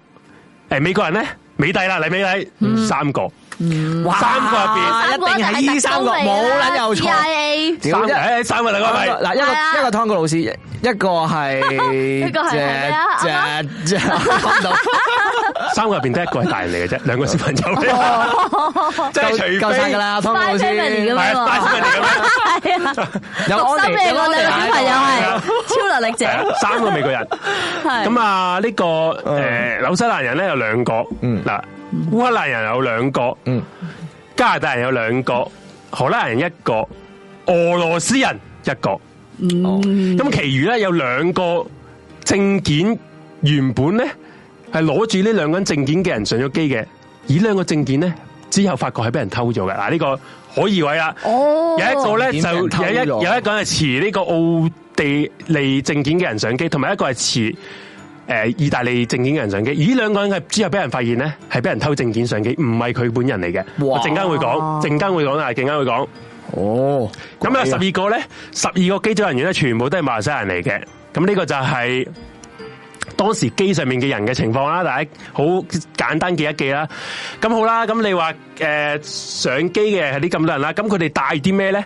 誒美國人咧美帝啦，嚟美帝、三個，
哇
三個入邊
一定係呢三個，冇撚有錯。
CIA
屌
三
一
個，誒三個嚟個咪。
嗱一
係啊
個一個湯告老師，一個係
一個係係咩啊啱
只只諗 到，
三個入邊得一個係大人嚟 嘅啫，兩個小朋友嚟， 即係除非
哦夠晒㗎，啦，湯告老師
Spy family 咁
係
樣
啊大小朋友嚟嘅
係啊，
有
讀
安
心
妮，
理
有
嗰
安
兩個小朋友
妮
係超能力者，
係啊三個美國人。
係
咁啊，呢個誒紐西蘭人咧有兩個，
嗯
嗱烏克蘭人有兩個，
嗯
加拿大人有兩個，荷蘭人一個，俄羅斯人一個。
嗯
咁其餘咧有兩個證件原本咧係攞住呢兩個人證件嘅人上咗機嘅，而呢兩個證件咧之後發覺係俾人偷咗嘅。嗱，呢個可疑位啊啦。
哦，
有一個咧就有
點解
一
人偷咗
有一個係持呢個奧地利證件嘅人上機，同埋一個係持诶、呃意大利證件嘅人上機。而呢兩個人係之後俾人發現咧，係俾人偷證件上機，唔係佢本人嚟嘅。
哇
我陣間會講，陣間會講啦，陣間會講。
哦，
咁有十二個咧，十二個機組人員咧，全部都係馬來西亞人嚟嘅。咁呢個就係當時機上面嘅人嘅情況啦，大家好簡單記一記啦。咁好啦，咁你話诶、呃上機嘅係啲咁多人啦，咁佢哋帶啲咩咧？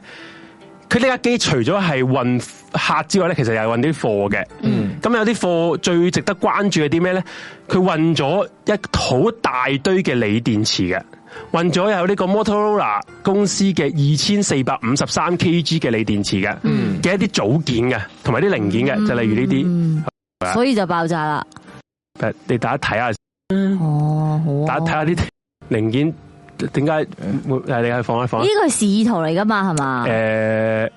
佢呢架機除咗係運客之外咧，其實又係運啲貨嘅。嗯，咁有啲貨最值得關注係啲咩咧？佢運咗一好大堆嘅鋰電池嘅，運咗有呢個 Motorola 公司嘅二千四百五十三 kg 嘅鋰電池嘅，嘅、一啲組件嘅，同埋啲零件嘅，就例如呢啲。
嗯
啊
所以就爆炸啦。
誒你大家睇下，
哦，嗯好啊
大家睇下啲零件點解會誒？你係放一放一啊
啊呢個係示意圖嚟噶嘛，係嘛？
诶、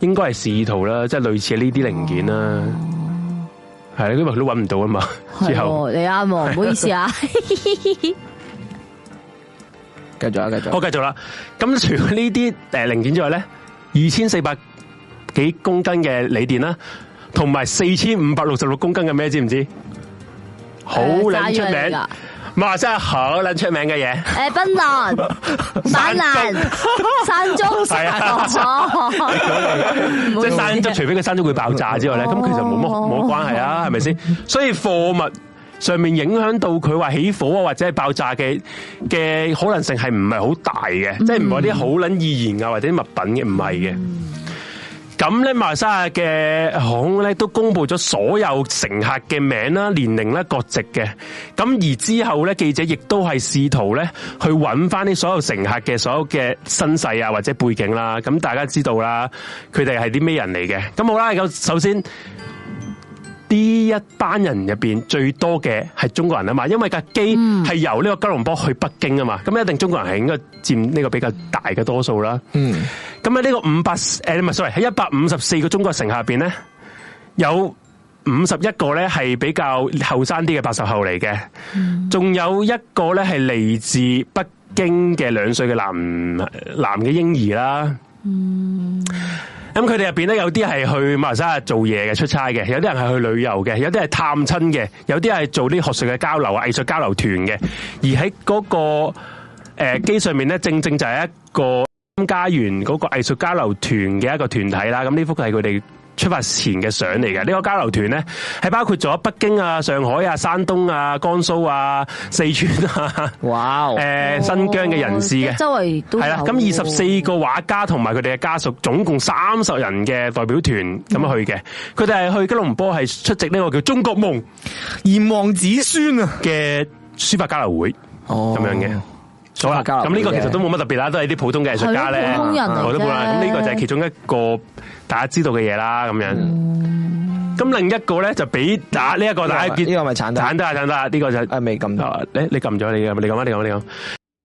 應該係試圖啦，即係類似呢啲零件啦。係啦，因為佢都揾唔到啊嘛。之後
哦係喎你啱喎，唔好意思 啊，
繼續啊，繼續。
我繼續啦。咁除咗呢啲誒零件之外咧，二千四百幾公斤嘅鋰電啦，同埋四千五百六十六公斤嘅咩，知唔知？好撚出
誒炸藥嚟
名
㗎，
馬來西亞好撚出名嘅嘢。
誒，檳榔、板蘭、山竹，
係啊
哦
即系山竹，除非佢山竹會爆炸之外咧，咁其實冇乜
哦
冇乜關係啊，係咪先？所以貨物上面影響到佢話起火啊或者係爆炸嘅嘅可能性係唔係好大嘅，即係唔係啲好撚易燃啊或者啲物品嘅唔係嘅。咁咧，馬來西亞嘅航空咧都公布咗所有乘客嘅名啦、年齡啦、國籍嘅。咁而之後咧，記者亦都係試圖咧去揾翻啲所有乘客嘅所有嘅身世啊或者背景啦。咁大家知道啦，佢哋係啲咩人嚟嘅。咁好啦，咁首先。呢一班人入邊最多嘅係中國人啊嘛，因為架機係由呢個吉隆坡去北京啊嘛，咁一定中國人係應該佔呢個比較大嘅多數啦。
嗯，
咁喺呢個五百誒唔係 sorry 喺一百五十四個中國乘客入邊咧，有五十一個咧係比較後生啲嘅八十後嚟嘅，仲、有一個咧係嚟自北京嘅兩歲嘅男男嘅嬰兒啦。咁佢哋入邊咧有啲係去馬來西亞做嘢嘅出差嘅，有啲人係去旅遊嘅，有啲係探親嘅，有啲係做啲學術嘅交流啊、藝術交流團嘅。而喺嗰、個誒、呃、機上面咧，正正就係一個參加園嗰個藝術交流團嘅一個團體啦。咁呢幅係佢哋。出發前嘅相嚟嘅，呢、個交流團咧係包括咗北京啊、上海啊、山東啊、江蘇啊、四川啊、
哇
誒、
哦，
新疆嘅人士嘅，
哦周圍都有
系啦，咁二十四個畫家同埋佢哋嘅家屬，總共三十人嘅代表團咁樣去嘅。佢哋係去吉隆坡係出席呢個叫中國夢
炎黃子孫啊，
嘅書法交流會
哦
咁樣嘅。好
書
啦，
法交流
咁呢個其實都冇乜特別啦，都係啲普通嘅藝術家咧，
係咯普通人嚟啫
我都冇啦。咁呢個就係其中一個大家知道嘅嘢啦，咁樣。咁另一個咧就俾打呢一個大家見
呢個咪慘得
慘得啊慘得啊！呢個就
啊未撳到，
啊！你你揿咗你嘅，你撳啊，你撳啊，你撳。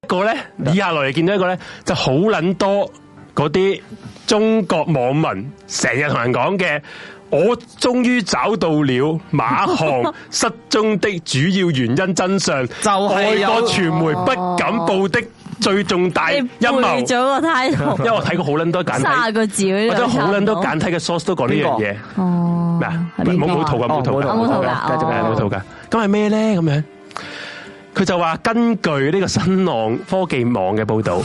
一個咧，以下來嚟見到一個咧，就好撚多嗰啲中國網民成日同人講嘅，我終於找到了馬 航失蹤的主要原因真相，就
係有
外國傳媒不敢報的最重大
哦你
陰
背
謀。
咗啊個態
因
度，
為我睇過好撚多 簡
卅
體，
個字嗰啲
或
都
者
差唔多，
好撚多簡體嘅 source 都講呢樣嘢。
哦
咩啊？
係邊個
冇
啊
冇圖噶，冇圖㗎
哦
冇圖㗎
㗎
哦
繼續係冇圖噶。咁係咩咧？咁樣佢就話根據呢個新浪科技網嘅報導，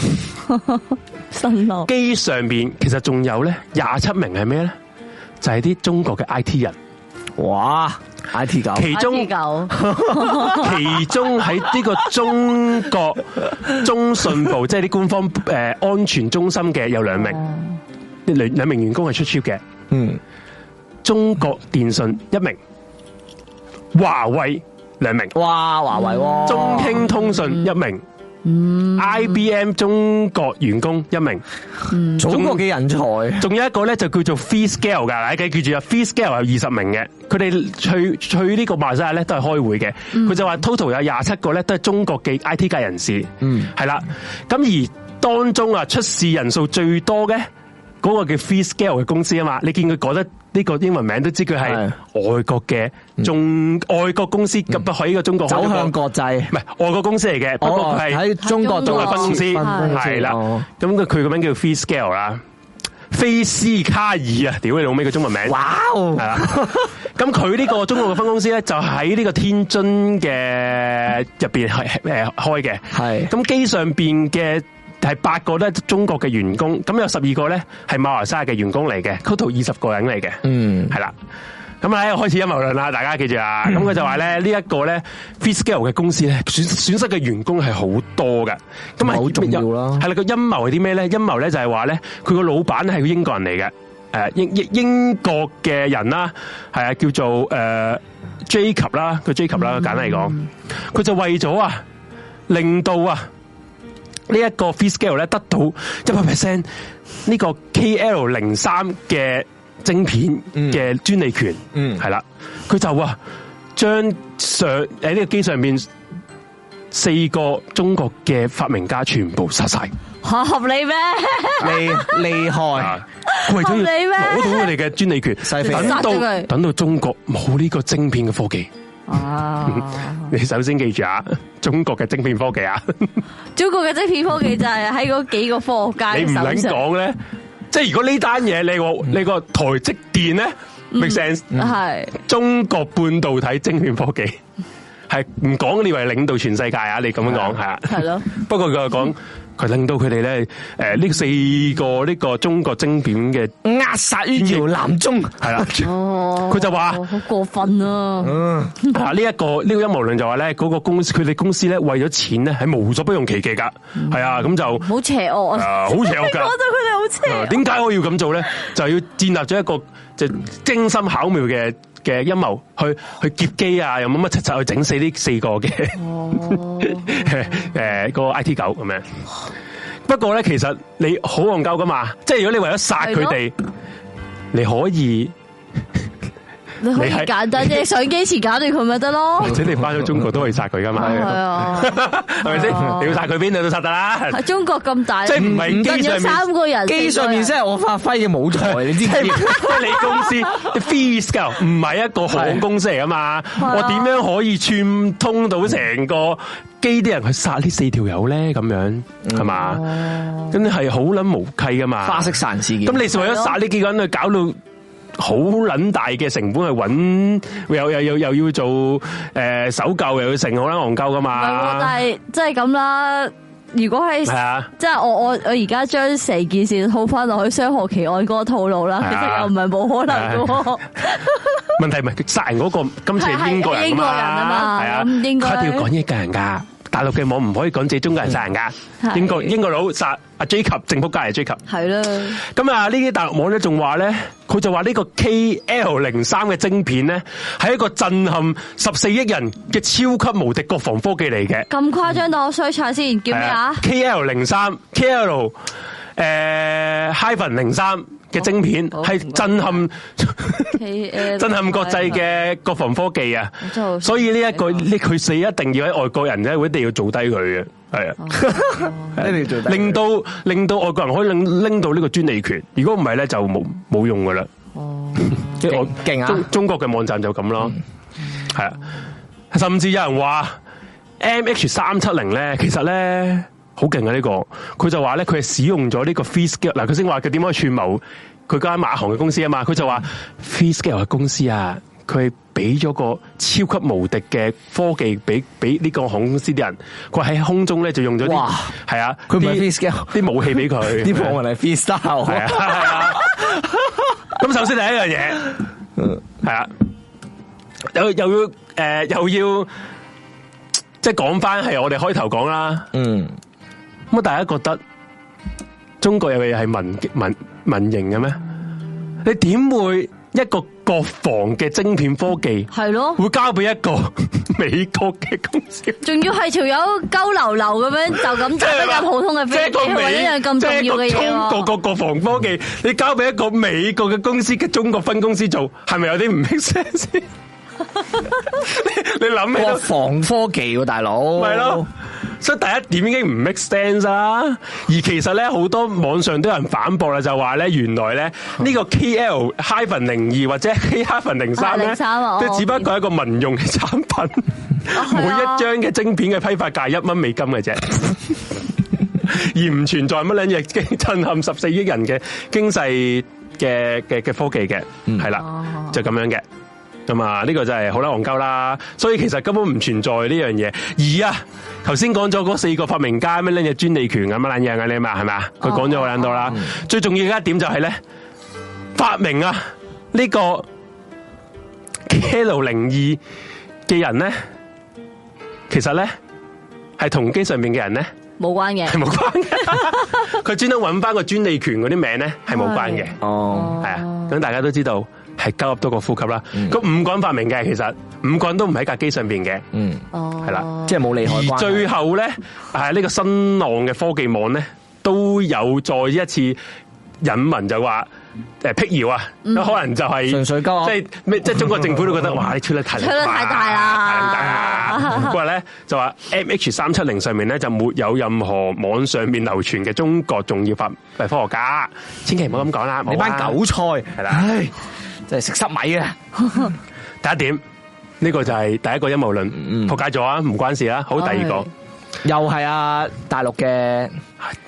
新郎
機上邊其實仲有咧廿七名係咩咧？就係啲中國嘅 I T 人，
哇！I T 九，
其中
狗
其中喺呢個中 國中信部，即係啲官方誒安全中心嘅有兩名，兩兩名員工係出 trip 嘅，
嗯，
中國電信一名，華為兩名。
哇，華為喎，
中興通訊一名。IBM 中國員工一名，
祖國嘅人才，
仲有一個咧就叫做 Free Scale 噶，大家記住啊，Free Scale 有二十名嘅，佢哋去去呢個馬來西亞咧都係開會嘅，佢、就話 total 有廿七個咧都係中國嘅 IT 界人士，
嗯
係啦，咁而當中啊出事人數最多嘅嗰、個叫 Free Scale 嘅公司啊嘛，你見佢改得呢個英文名都知佢係
係
外國嘅中、外國公司，咁不喺個中國
走
開過
向國際。
唔係外國公司嚟嘅，不過
哦，
佢係
喺中國
中
中
國
國分公司
分公司
係啦
哦。
咁佢佢個名叫 Free Scale 啦，菲斯卡爾啊，屌你老味個中文名。
哇哦
係啦，咁佢呢個中國嘅分公司咧，就喺呢個天津嘅入邊係誒開嘅。
係
咁機上邊嘅係八個咧中國嘅員工，咁有十二個咧係馬來西亞嘅員工嚟嘅，total 二十個人嚟嘅。
嗯，
系啦。咁啊，開始陰謀論啦，大家記住啊！咁佢就話咧，呢一個咧 f i s c a l 嘅公司咧，損損失嘅員工係好多嘅。咁啊，
好重要啦
係啦，個陰謀係啲咩咧？陰謀咧就係話咧，佢個老闆係個英國人嚟嘅，誒英英英國嘅人啦，係啊，叫做誒、呃 Jacob 啦，佢 Jacob
嗯
啦，簡單嚟講，佢就為咗啊，令到啊呢一個 f i s c a l 咧得到一百 percent 呢個 KL 零三嘅晶片嘅專利權，
嗯
係啦，佢就啊將上喺呢個機上面四個中國嘅發明家全部殺晒，
吓合理 咩？
厉厉害，
啊！為咗要
合理咩
攞到佢哋嘅專利權，
西非
等
殺咗佢
到等到中國冇呢個晶片嘅科技，
啊！
你首先記住啊，中國嘅晶片科技啊，
中國嘅晶片科技就係喺嗰幾個科學家
你
嘅
唔撚
手上，
講咧，即係如果呢單嘢你個你個台積電咧，make sense。
係
中國半導體晶片科技係唔講你以為領導全世界啊！你咁樣講係啊，
係咯。
不過佢又講佢令到佢哋咧，诶呢四個呢個中國晶片嘅
扼杀于朝南中。
係 啦，
哦，
佢就話
哦好過分啊！
啊呢一個呢、個陰謀論就話咧，嗰個公司佢哋公司咧為咗錢咧係無所不用其極噶，係啊咁就。
好邪惡啊！
啊好邪惡㗎
講到佢哋好
啊
邪惡，
點解我要咁做咧？就係要建立咗一個就精心巧妙嘅嘅陰謀，去去劫機啊，又乜乜柒柒去整死呢四個嘅
哦，
诶個 I T 狗咁樣。不過咧，其實你好戇鳩噶嘛，即係如果你為咗殺佢哋，你可以
你可以
你係
簡單啫，上機前搞掂佢咪得咯
或。者你翻咗中國都可以殺佢噶嘛，
係
係
啊，
咪先？
哦
你要殺佢邊度都殺得啦，
喺 中國咁大，
即係唔係機
有
上面
三。個人，
机上面
四個
先
人
系我發揮嘅舞台，哦你知唔知？
你公 司 The Free Scout 唔係一個航空公司嚟噶嘛？
啊
我點樣可以串通到成個機啲人去殺呢四條友咧？咁樣係嘛？
哦
咁你係好撚無稽噶嘛？
花式殺人事件
咁。你為咗殺呢幾個人，去搞到好撚大嘅成本去揾，又又又又要做诶、呃搜救，又要成好撚戇鳩噶
唔係喎
嘛？
但係即係咁啦。如果係
啊係啊
即係我我我而家將成件事套翻落去《雙河奇案》嗰個套路啦，
係
其
啊
實又唔係冇可能嘅喎。
問題唔係殺人嗰、個，今次係
係
英國人㗎
係英國人啊嘛
係啊，
咁應該
佢一定要講英格人㗎。大陸嘅網唔可以講自己中國人殺人㗎。
係
英國英國佬殺阿 Jacob 正仆街嚟 Jacob。
係啦，
咁啊，呢啲大陸網咧仲話咧，佢就話呢個 KL 零三嘅晶片咧，係一個震撼十四億人嘅超級無敵國防科技嚟嘅。
咁誇張到我 search 下先，叫咩啊？
k L 零三 KL 诶 hyphen 零三嘅晶片
好
係
唔該
震撼
KL
震撼國際
啊
嘅國防科技啊
我真係好！
所以呢一個呢佢死一定要喺外國人咧，一定要做低佢嘅，係啊。
一定要做低佢
令到令到外國人可以拎拎到呢個專利權，如果唔係咧就冇冇用噶啦。即係我
勁勁啊嗯
中中國嘅網站就咁咯，係啊，甚至有人話 M H 三七零咧，其實咧好勁啊！呢、個佢就話咧，佢係使用咗呢個 Free Scale 嗱，佢先話佢點樣去串謀佢間馬航嘅公司啊嘛，佢就話
嗯
Free Scale 嘅公司啊，佢俾咗個超級無敵嘅科技俾俾呢個航空公司啲人，佢喺空中咧就用咗啲
哇
係啊，
佢唔係
啲
Free Scale
啲武器俾佢， 啊
啲網民系 freestyle，
係啊係啊。咁首先第一樣嘢，係啊，又又要诶、呃又要即系講翻係我哋開頭講啦。
嗯，
咁大家覺得中國有嘢係民民民營嘅咩？你點會一個國防嘅晶片科技
係咯，
會交俾一個美國嘅公司？
仲要係條友鳩流流咁樣就咁揸一架普通嘅
即係一
飛機，
個
為
美
一樣咁重要嘅
即係一
嘢
個中國
喎。
個國防科技，你交俾一個美國嘅公司嘅中國分公司做，係咪有啲唔 make sense？先 你你諗起
國
都
防科技喎，大佬。
咪咯。所以第一點已經唔 make sense 啦，而其實咧好多網上都有人反駁啦，就話咧原來咧呢個 KL hyphen 零二或者 K hyphen 零三咧，
啊03啊
都
我
只不過係一個民用嘅產品，
哦啊
每一張嘅晶片嘅批發價一蚊美金嘅啫。而唔存在乜撚嘢經震撼十四億人嘅經濟嘅嘅嘅科技嘅，係啦，就咁樣嘅。咁啊，呢個就係好啦，戇鳩啦，所以其實根本唔存在呢樣嘢。而啊，頭先講咗嗰四個發明家咩撚嘢專利權咁樣撚樣嘅你嘛，係咪啊？佢講咗好撚多啦。最重要嘅一點就係咧，發明啊呢、個 Kilo 零二嘅人咧，其實咧係同機上面嘅人咧。
冇關嘅
系。冇關嘅。佢專登揾翻個專利權嗰啲名咧係冇關嘅，
哦，
係啊。咁大家都知道係交入多個呼吸啦。咁、五個人發明嘅，其實五個人都唔喺架機上邊嘅，
嗯，
哦，
係啦。
即係冇利害關
而
係啊
最後咧，係呢個新浪嘅科技網咧，都有再一次引文就話诶辟謠啊，
嗯
可能就係
純粹鳩噏
即係咩？即係中國政府都覺 得哇，你吹得太
吹得太大啦
太大啦。不過咧就話 M H 三七零上面咧就沒有任何網上面流傳嘅中國重要法科學家，千祈唔好咁講啦。
你班
冇啊
韭菜
係啦
唉，真系食濕米啊！
第一點，呢、個就係第一個陰謀論，
嗯
仆街咗啊，唔關事啦。好，第二個
唉
又係啊，大陸嘅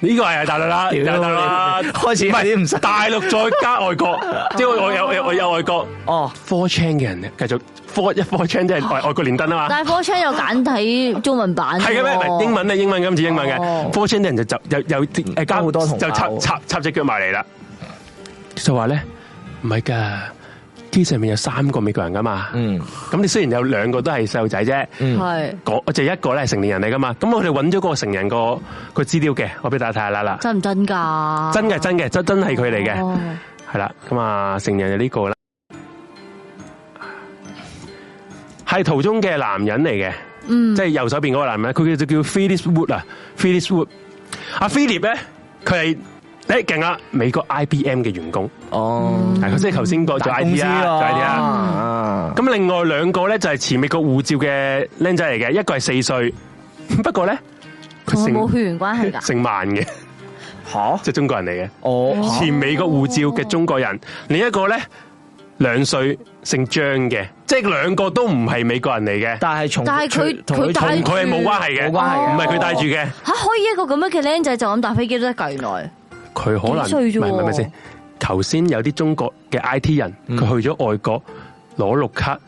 呢個係大陸啦，
屌
大陸啦，
開始有啲唔實
大陸再加外國， 即係我我有我有我有外國
哦，
Four Chain 嘅人繼續 Four 一 Four Chain 即係外外國連登啊嘛。
但系科窗有簡體中文版
係
喎，
嘅咩？唔係英文咧，英文今次英文嘅
哦
Four Chain 啲人就就又又誒
嗯加好多同
就插
胞
插插只腳埋嚟啦，就話咧唔係㗎，機上面有三個美國人㗎嘛。
嗯，
咁你雖然有兩個都係細路仔啫，
嗯
係
講就一個咧係成年人嚟噶嘛。咁我哋揾咗個成人個個資料嘅，我俾大家睇下啦啦。
啊
真唔真㗎？
真嘅真嘅，真真係佢嚟嘅，
哦
係啦。咁啊，成人就呢個啦，係途中嘅男人嚟嘅，
嗯
即係右手邊嗰個男人，佢叫就叫 Phyllis Wood 啊，Phyllis Wood。阿 Philip 咧，佢係誒勁啦，美國 IBM 嘅員工，
哦，
係即係頭先個就
大公
IT
司
啦，就 IT 啦。
啊，
咁另外兩個咧就係持美國護照嘅僆仔嚟嘅，一個係四歲， 不過咧
同佢
哦
冇
佢
血緣關係
姓
㗎。
姓萬嘅，
吓，
即係中國人嚟嘅。
我
前美國護照嘅中國人，另一個咧兩歲姓張嘅，即係兩個都唔係美國人嚟嘅，
但係從
但係佢
同
佢帶
同
佢係冇關係
冇
嘅，
關係嘅
唔係佢帶住嘅，
吓可以一個咁樣嘅僆仔就咁搭飛機都得㗎， 原來
佢可能
幾歲啫
唔
喎
係唔係唔係先？頭先有啲中國嘅 I T 人，佢去咗外國攞綠卡。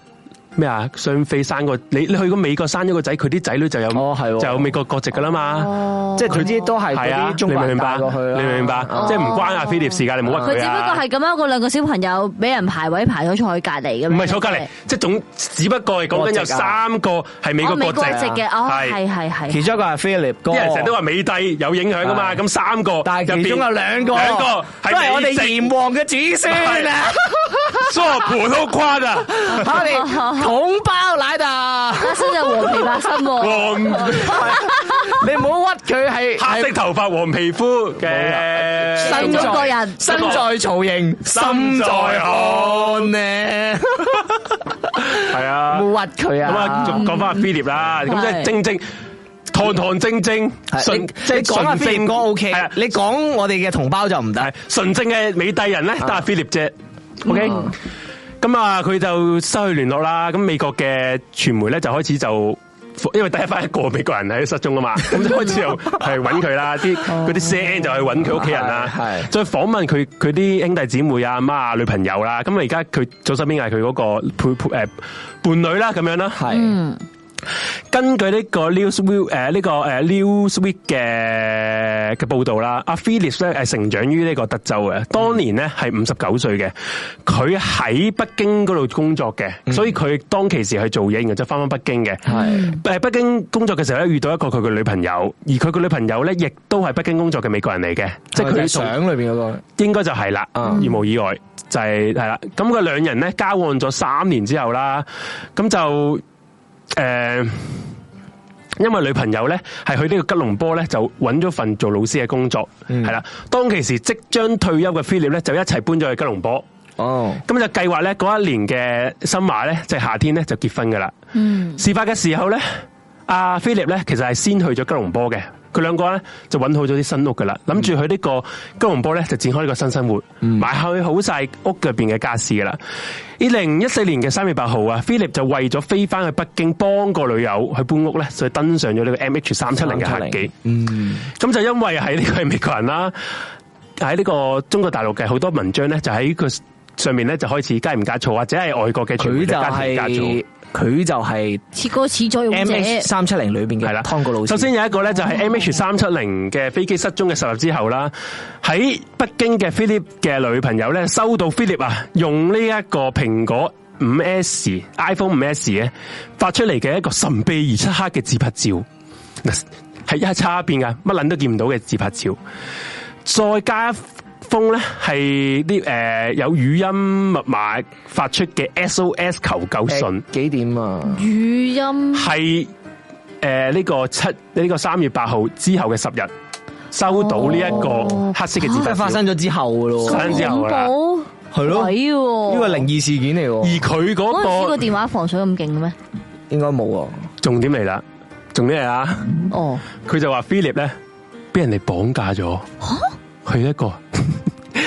咩啊？雙飛生個你，你去過美國生咗個仔，佢啲仔女就有、
哦係喎
就有美國國籍噶啦嘛。
哦
即係佢啲都係
係
嗰
啊
啲，
你
中
明
國
唔明
人
白？
帶過去啊啦
你明唔明白？即係唔關阿 Philip 事㗎，你唔好
佢
屈
只
佢
不過
啊。
係咁樣個兩個小朋友俾人排位排咗坐佢隔離咁樣，哦
唔係坐隔離，即係總只不過係講緊有三個係美國
哦
國
美
籍啊
國，籍嘅，哦
係
係係係。
其中一個係 Philip 哥，
啲人成日都話美帝有影響噶嘛，
係
咁三個入邊，
但係其中有兩個，
兩
都
個
係
係
我
美
哋
籍
炎黃嘅子孫 啊！
說葡萄瓜啊，
我哋桶包奶啊！
阿生就黃皮白身 喎，
黃
你唔好屈佢 係
黑色
係
頭髮、黃皮膚嘅
身
中
在
國人
身在曹營，心在漢呢？
係啊。
冇屈佢
咁啊，
啊！
講翻阿 Philip 啦，咁即係
係
正正堂堂正正
係你
純即
你
係
講阿
純正
Philip 哥 OK，
係啊
你講我哋嘅同胞就唔得啊嗯
係。純正嘅美帝人咧，得阿 Philip 啫。OK，咁啊，佢就失去聯絡啦。咁美國嘅傳媒咧就開始就。因為得翻一個美國人喺失蹤啊 嘛，咁就開始又係揾佢啦，啲嗰啲 CNN 就去揾佢屋企人啦
哦係係，
再訪問佢佢啲兄弟姊妹啊、阿媽啊、女朋友啦，咁而家佢左手邊係佢嗰個配配誒伴侶啦，咁樣啦，
係
根據呢個 Newsweek 誒、呃呢、個誒 Newsweek 嘅嘅報導啦，阿 Phillips 咧誒成長於呢個德州
嗯
嘅，當年咧係五十九歲嘅，佢喺北京嗰度工作嘅，
嗯
所以佢當其時去做嘢，然後就翻返北京嘅。
係
誒北京工作嘅時候咧，遇到一個佢嘅女朋友，而佢嘅女朋友咧，亦都係北京工作嘅美國人嚟嘅，
即
即係
係佢
佢同
相裏邊嗰個
應該就係啦，
嗯
如無意外就係係啦。咁佢兩人咧交往咗三年之後啦，咁就誒、呃因為女朋友咧係去呢個吉隆坡咧就揾咗份做老師嘅工作，係啦、當其時即將退休嘅 Philip 咧就一齊搬咗去吉隆坡。
哦，
咁就計劃咧嗰一年嘅新馬咧，即係夏天咧就結婚噶啦。嗯，事發嘅時候咧，阿 Philip 咧其實係先去咗吉隆坡嘅，佢兩個咧就揾好咗啲新屋噶啦，諗住去呢個吉隆坡咧就展開呢個新生活，買去好晒屋入邊嘅家私噶啦。二零一四年嘅三月八號啊，Philip 就為咗飛翻去北京幫個女友去搬屋咧，所以登上咗呢個 M H 三七零嘅客機。
嗯，
咁就因為喺呢個係美國人啦，喺呢個中國大陸嘅好多文章咧，就喺佢上面咧就開始加鹽加醋，或者係外國嘅傳媒
佢就
就加鹽加醋
係。佢就係
似歌似咗勇
M
者，
H 三七零裏邊
係
嘅
啦，
湯哥老師。
首先有一個咧就係 M H 三七零嘅飛機失蹤嘅十日之後啦，喺北京嘅 Philip 嘅女朋友咧收到 Philip 啊用呢一個蘋果五 S iPhone 五 S 嘅發出嚟嘅一個神秘而漆黑嘅自拍照，嗱係一差一變噶，乜撚都見唔到嘅自拍照。再加一封咧係啲誒有語音密碼發出嘅 SOS 求救信
誒。幾點啊？
語音
呃係诶呢個七呢、個三月八號之後嘅十日，收到呢一個黑色
即
嘅字
系
發
发生咗之后噶咯，
生之後啦
恐
系
怖
咯，
鬼喎！
呢个灵异事件嚟
而
喎，
佢
嗰陣時
嗰
個
個
電話防水咁勁嘅咩？
应该冇喎。
重點嚟啦，重點嚟啦，
哦，
佢就話 Philip 咧俾人哋綁架咗，去一個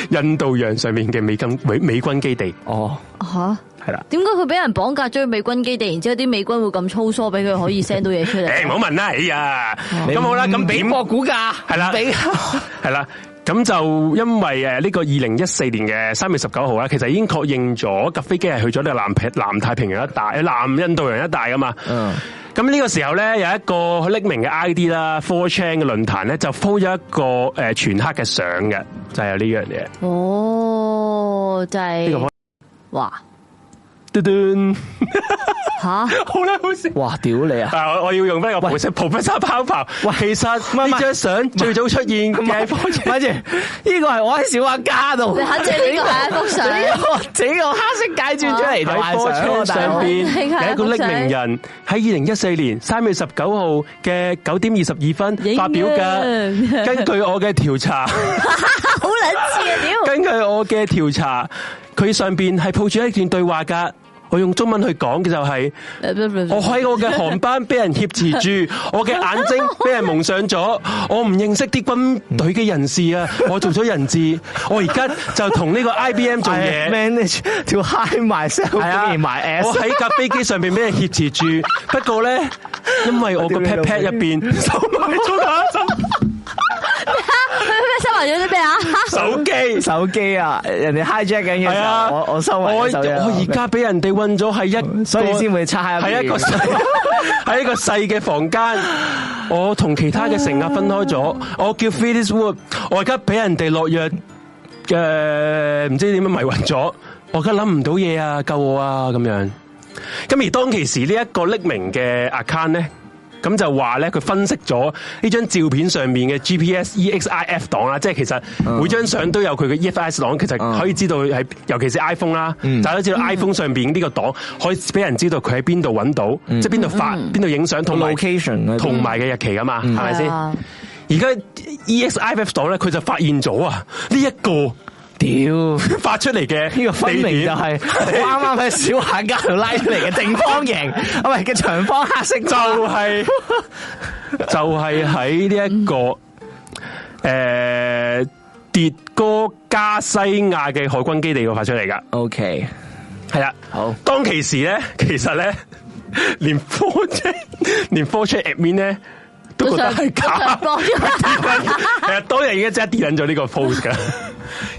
印度洋上面嘅美軍美美軍基地，
哦，
吓，
係啦。
啊點解佢俾人綁架咗去美軍基地，然之後啲美軍會咁粗疏俾佢可以 send 到嘢出 嚟？
诶，唔好問啦，哎呀，咁好啦，咁
俾
點
博股价
係啦
俾
系啦，咁就因為诶呢個二零一四年嘅三月十九號啊啦，其實已經確認咗架飛機係去咗呢個南平南太平洋一帶、南印度洋一帶噶嘛。
嗯
咁呢個時候咧，有一個匿名嘅 ID 啦，4chan 嘅論壇咧就 po 咗一個诶、呃全黑嘅相嘅，就係有呢樣嘢。
哦，就
呢、個
係
可
哇
嘟嘟，
吓，
好啦，好笑。
哇，屌你啊！
但係我我要用翻個 professor professor 泡泡。
喂
其實呢張相最早出現嘅 4chan
咪住，呢个系我喺小畫家度，
你肯定呢個係一 幅相
整個 整個黑色戒轉出嚟同埋
啊喺
相
4chan
喎，
上邊
大佬
有一個匿名人喺二零一四年三月十九號嘅九點二十二分
影
發表
啊
嘅。根據我嘅調查。
好撚似啊！屌，
根據我嘅調查，佢上边係抱住一段對話噶。我用中文去講嘅就係，
呃
我喺我嘅航班俾人挟持住，我嘅眼睛俾人蒙上咗，我唔認識啲軍隊嘅人士啊，我做咗人質，我而家就同呢個 IBM 做
I。
嘢
manage 哎 to hide myself
系啊
in my ass
我喺架飛機上边俾人挟持住，不過咧，因為 我個
我屌
pat
你
pat
老
入边收埋咗打針
咩收埋咗啲咩啊？
手 機。
手機啊，人哋 hijack 緊嘅
系
時
啊，
候，我我收埋
我
咗手機啊
我而家俾人哋韞咗喺一個，
所以先會差一
喺一個
個
細喺一個細嘅房間，我同其他嘅乘客分開咗。我叫 Phyllis Wood，我而家俾人哋落藥嘅，呃唔、知點樣迷暈咗。我而家諗唔到嘢啊，救我啊咁樣。咁而當其時呢一個匿名嘅 account 咧。咁就話咧，佢分析咗呢張照片上面嘅 GPS EXIF 檔啦，即係其實
嗯
每張相都有佢嘅 E EFIS 檔，其實可以知道係，尤其是 iPhone 啦，
嗯
大家都知道 iPhone 上邊呢個檔可以俾人知道佢喺邊度揾到，
嗯
即係邊度發、邊度影相同埋
location 啊嗰啲
同埋嘅日期噶
嗯
嘛，係咪
係
先？
啊
而家 E EXIF 檔咧，佢就發現咗啊，呢、一個
屌。
發出嚟嘅
呢個分明就係我啱啱喺小畫家度拉出嚟嘅正 方 形，啊喂嘅長方黑色
就係就係喺呢一個诶、呃迭哥加西亞嘅海軍基地度發出嚟噶，
OK，
係啦。
好
當其時咧，其實咧，連科 h 連科 h admin 咧都覺得係假。
都想 都想幫咗
其實當日已經真係跌緊咗呢個 post 噶，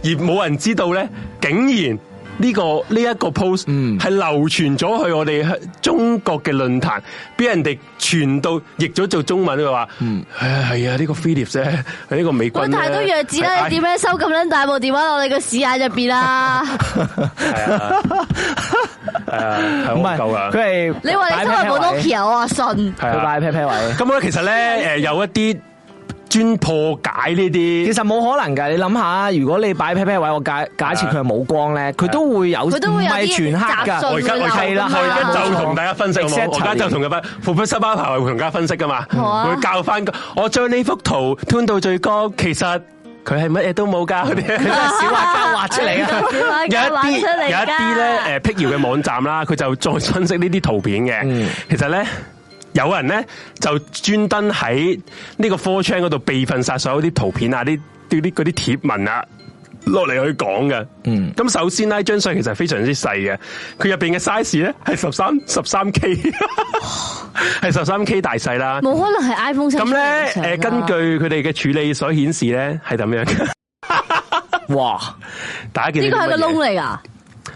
而冇人知道咧，竟然呢、個呢一、個 post
嗯
係流傳咗去我哋香中國嘅論壇，俾人哋傳到譯咗做中文，佢話：，
嗯
唉係啊，呢、個 Philips 咧，呢個美軍
喂，
呢
太多弱智啦！
啊
你點？樣收咁撚大部電話落你個屎眼入 邊啊？
係啊係啊，係
唔
好
係
夠啊！
佢係
你話你收埋部
擺 pat pat 位
Nokia，我話信。
係
佢
啊
擺 pat pat 位。
咁咧，其實咧，诶，有一啲專破解
其
呢啲，
實冇可能㗎，你諗下，如果你擺 pat pat 位，我
啊
假假設佢係冇光咧，佢都會有，
佢都會有
唔係
啲
全黑㗎。
雜訊啊
我而家我而家
係啦
我而
係啦
家就
冇錯
同大家分析好冇？
Exactly
我而家就同佢分，副分沙包牌會同大家分析噶嘛，
好啊
會教翻我將呢幅圖吞到最高，其實佢係乜嘢都冇㗎，佢哋
佢都係小畫家畫出 嚟啊！
有一啲有一啲咧，誒
咧，
辟謠嘅網站啦，佢就再分析呢啲圖片嘅。
嗯
其實咧，有人咧就專登喺呢個 four chan 嗰度備份晒所有啲圖片啊，啲啲啲嗰啲貼文啊。落嚟去講嘅，
嗯
咁首先呢張相其實係非常之細嘅，佢入邊嘅 size 咧係十三十三 K，係十三 K 大細啦。
冇可能係 iPhone
咁
啊
咧，誒根據佢哋嘅處理所顯示咧係咁樣嘅，
哇，
大家見
呢個
到
係個
啲乜嘢
窿啊嚟噶，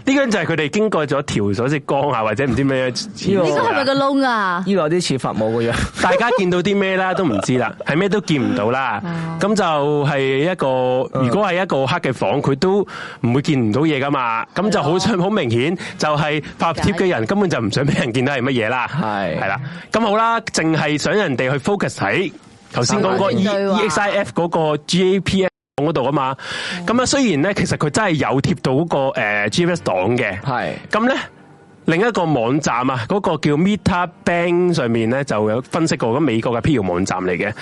呢個就係佢哋經過咗調咗隻光啊，或者唔知咩嘢。
呢
呢個係咪個窿啊？
呢個有啲似佛母個樣，
大家見到啲咩啦，都唔知 啦，
哦
係咩都見唔到啦。咁就係一個，如果係一個黑嘅房，佢都唔會見唔到嘢噶嘛。咁就好好明顯，就係發帖嘅人根本就唔想俾人見到係乜嘢啦。
係
係啦，咁好啦，淨係想人哋去 focus 喺頭先講嗰
三個
E
對話
EXIF 嗰個 GAPS 嗰度啊嘛。
嗯
咁啊，雖然咧，其實佢真係有貼到嗰個誒 GPS 檔嘅。
係
咁咧，另一個網站啊，嗰、個叫 Meta Bank 上面咧就有分析過，咁美國嘅 P 謠網站嚟嘅，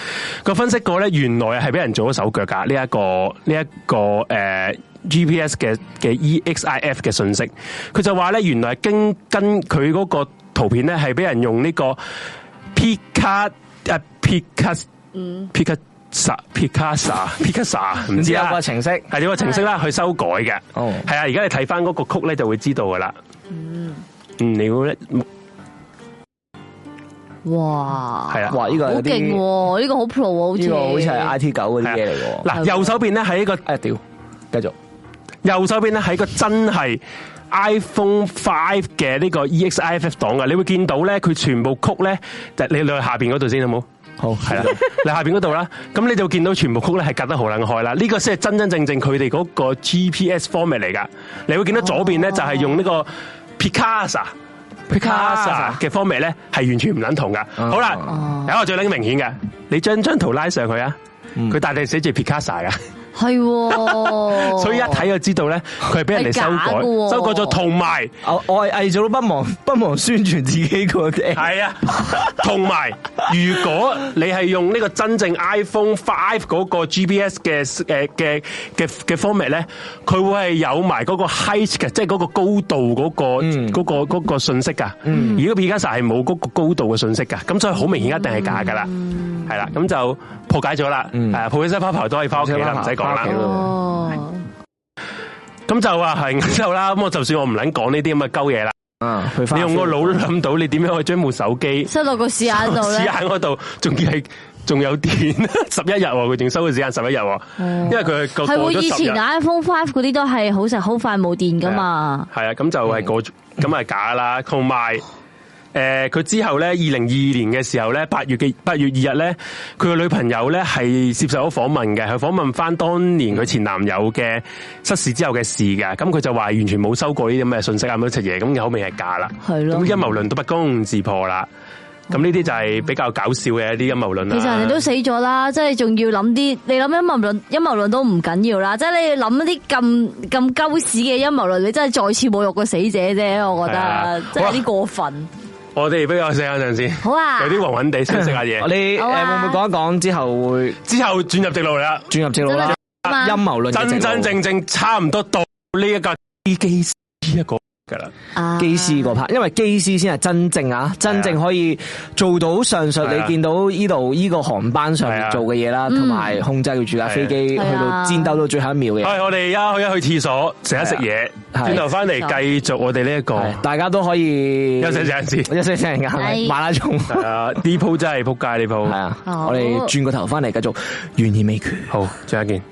佢分析過咧原來係俾人做咗手腳㗎，呢、一個呢一、個誒。呃 GPS 嘅嘅 E EXIF 嘅信息，佢就話咧，原來經跟佢嗰個圖片咧，係俾人用呢個 Pika 啊 Pika 嗯 Pika Picasa Picasa 唔知
有
啦，
個程式，
係有個程式啦去修改嘅。
哦
係啊，而家你睇翻嗰個曲咧就會知道噶啦。嗯，你估咧
哇，
係啦。啊
哇！呢個
好
有
勁
啲
喎！呢個好 pro 喎，好似
呢個好似係 I T 九嗰啲
係啊
嘢嚟嘅喎。
嗱，右手邊咧喺一個
哎呀屌，繼續
右手邊咧係一個真係 iPhone Five 嘅呢個 E EXIF 檔啊嘅，你會見到咧佢全部曲咧，就你你去下邊嗰度先好冇？
好
係啦，你下邊嗰度啦，咁你就見到全部曲咧係隔得好撚開啦。呢、個先係真真正正佢哋嗰個 GPS format 嚟噶。你會見到左
哦
邊咧就係用呢個 Picasa。Picasa 嘅 format 咧係完全唔撚同噶。
哦
好啦，有一個最撚明顯嘅，你將張圖拉上去啊，
嗯
佢大地寫住 Picasa 噶。
係喎，
所以一睇就知道咧，佢係俾人哋修
哦係假㗎喎
改，修改咗，同埋
我我係偽造都不忘 不忘宣傳自己個 app
係啊，同埋如果你係用呢個真正 iPhone Five 嗰個 GPS 嘅誒嘅嘅嘅 format 咧，佢會係有埋嗰個 height 嘅，即係嗰個高度嗰、個
嗯
嗰、個嗰、個信息噶。而家 p i c a s a 係冇嗰個高度嘅信息噶，咁所以好明顯一定係假噶啦。係啦，咁就破解咗啦。
嗯
誒，破解西泡泡都可以翻屋企啦，唔使講
返屋企。
啦
啦
哦，
咁就話係咁就啦。咁我就算我唔撚講呢啲咁嘅鳩嘢啦。
啊！去
你
翻
用個腦諗到你點樣可以將部手機
塞落個屎眼 度
時
咧
間，嗰度，仲要係仲有電， 十一日喎，佢仲收嘅時間十一日喎，因為佢係過
哦
啊過
係喎，以
咗十日
前，iPhone Five 嗰啲都係好成好快冇電噶嘛。哦
係啊，咁就係過咁係假啦，同埋。呃誒佢、之後咧，二零二二年嘅時候咧，八月嘅八月二日咧，佢個女朋友咧係接受咗訪問嘅，佢訪問翻當年佢前男友嘅失事之後嘅事嘅，咁佢就話完全冇收過呢啲咁嘅信息啊，咁樣嘅嘢，咁後尾係假啦，
係咯
咁陰謀論都不攻自破啦，咁呢啲就係比較搞笑嘅一啲陰謀論啦。
其實人哋都死咗
嗯
啦，即係仲要諗啲，你諗陰謀論，陰謀論都唔緊要啦，即係你諗啲咁咁鳩屎嘅陰謀論，你真係再次侮辱個死者啫，我覺
係啊
得即係有啲過分。
我哋比較醒下陣先，
好啊
有啲暈暈地想食 下 嘢，
你誒
好啊
會唔會講一講之後會
之後轉入直路啦，
轉入正路啦？
啊
真係啊
陰謀論嘅
真真正正差唔多到呢一個機師一個噶啦，
啊
機師嗰 part，因為機師先係真正啊，真正可以做到上述
係啊
你見到呢度呢個航班上面做嘅嘢啦，同埋控制住架飛機去
嗯係啊
到戰鬥到最後一秒嘅嘢。
係我哋而家去一去廁所，食一食嘢，
係啊
轉頭翻嚟繼續我哋呢一個
係大家都可以
啊休息陣先。
休息陣間
係
馬拉松
係啊，呢鋪真係仆街
係
呢鋪，
啊，
好
我哋轉個頭翻嚟繼續懸疑未決。
好，再見。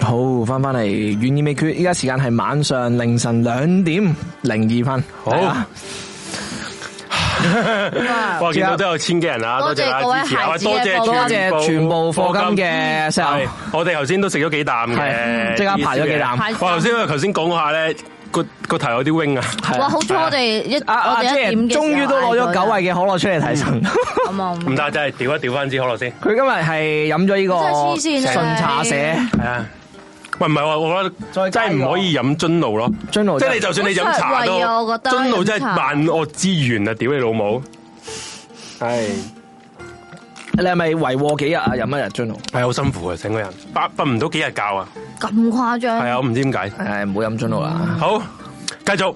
悬而未决。依家時間係晚上凌晨兩點零二分。
好
係啊
哇，見到都有千幾人啊，多
多謝
謝大
各位
家支持啊，
孩
喂
子
多
嘅
多
課
謝
金
謝全部課金嘅石
係
油，
我哋頭先都食咗幾啖嘅，
啊係即刻排咗幾啖
排咗
哇，頭先我頭先講下咧，個個頭有啲 wing 啊，
係啊
哇！好彩我哋一
阿
我
阿
哋
姐
一點嘅時候
終於都攞咗九位嘅可樂出嚟提神。
嗌咗啦，咁啊
嗯
唔得，真係調一調翻支可樂先。
佢今日係飲咗呢個
真係黐線啊
純茶社
系啊。喂，唔係喎，我覺
再
得
加
真
個
係唔可以飲樽露咯，
樽露
即
真係
係你就算你飲茶都，
好出位啊我覺得
樽露真係
飲茶
萬惡之源啊！屌你老母，係
你係咪維和幾日啊？飲一日樽露，
係好辛苦啊，成個人，瞓瞓唔到幾日覺啊，
咁誇張
係，啊，我唔知點解。
誒唔好飲樽露啦。
好，繼續。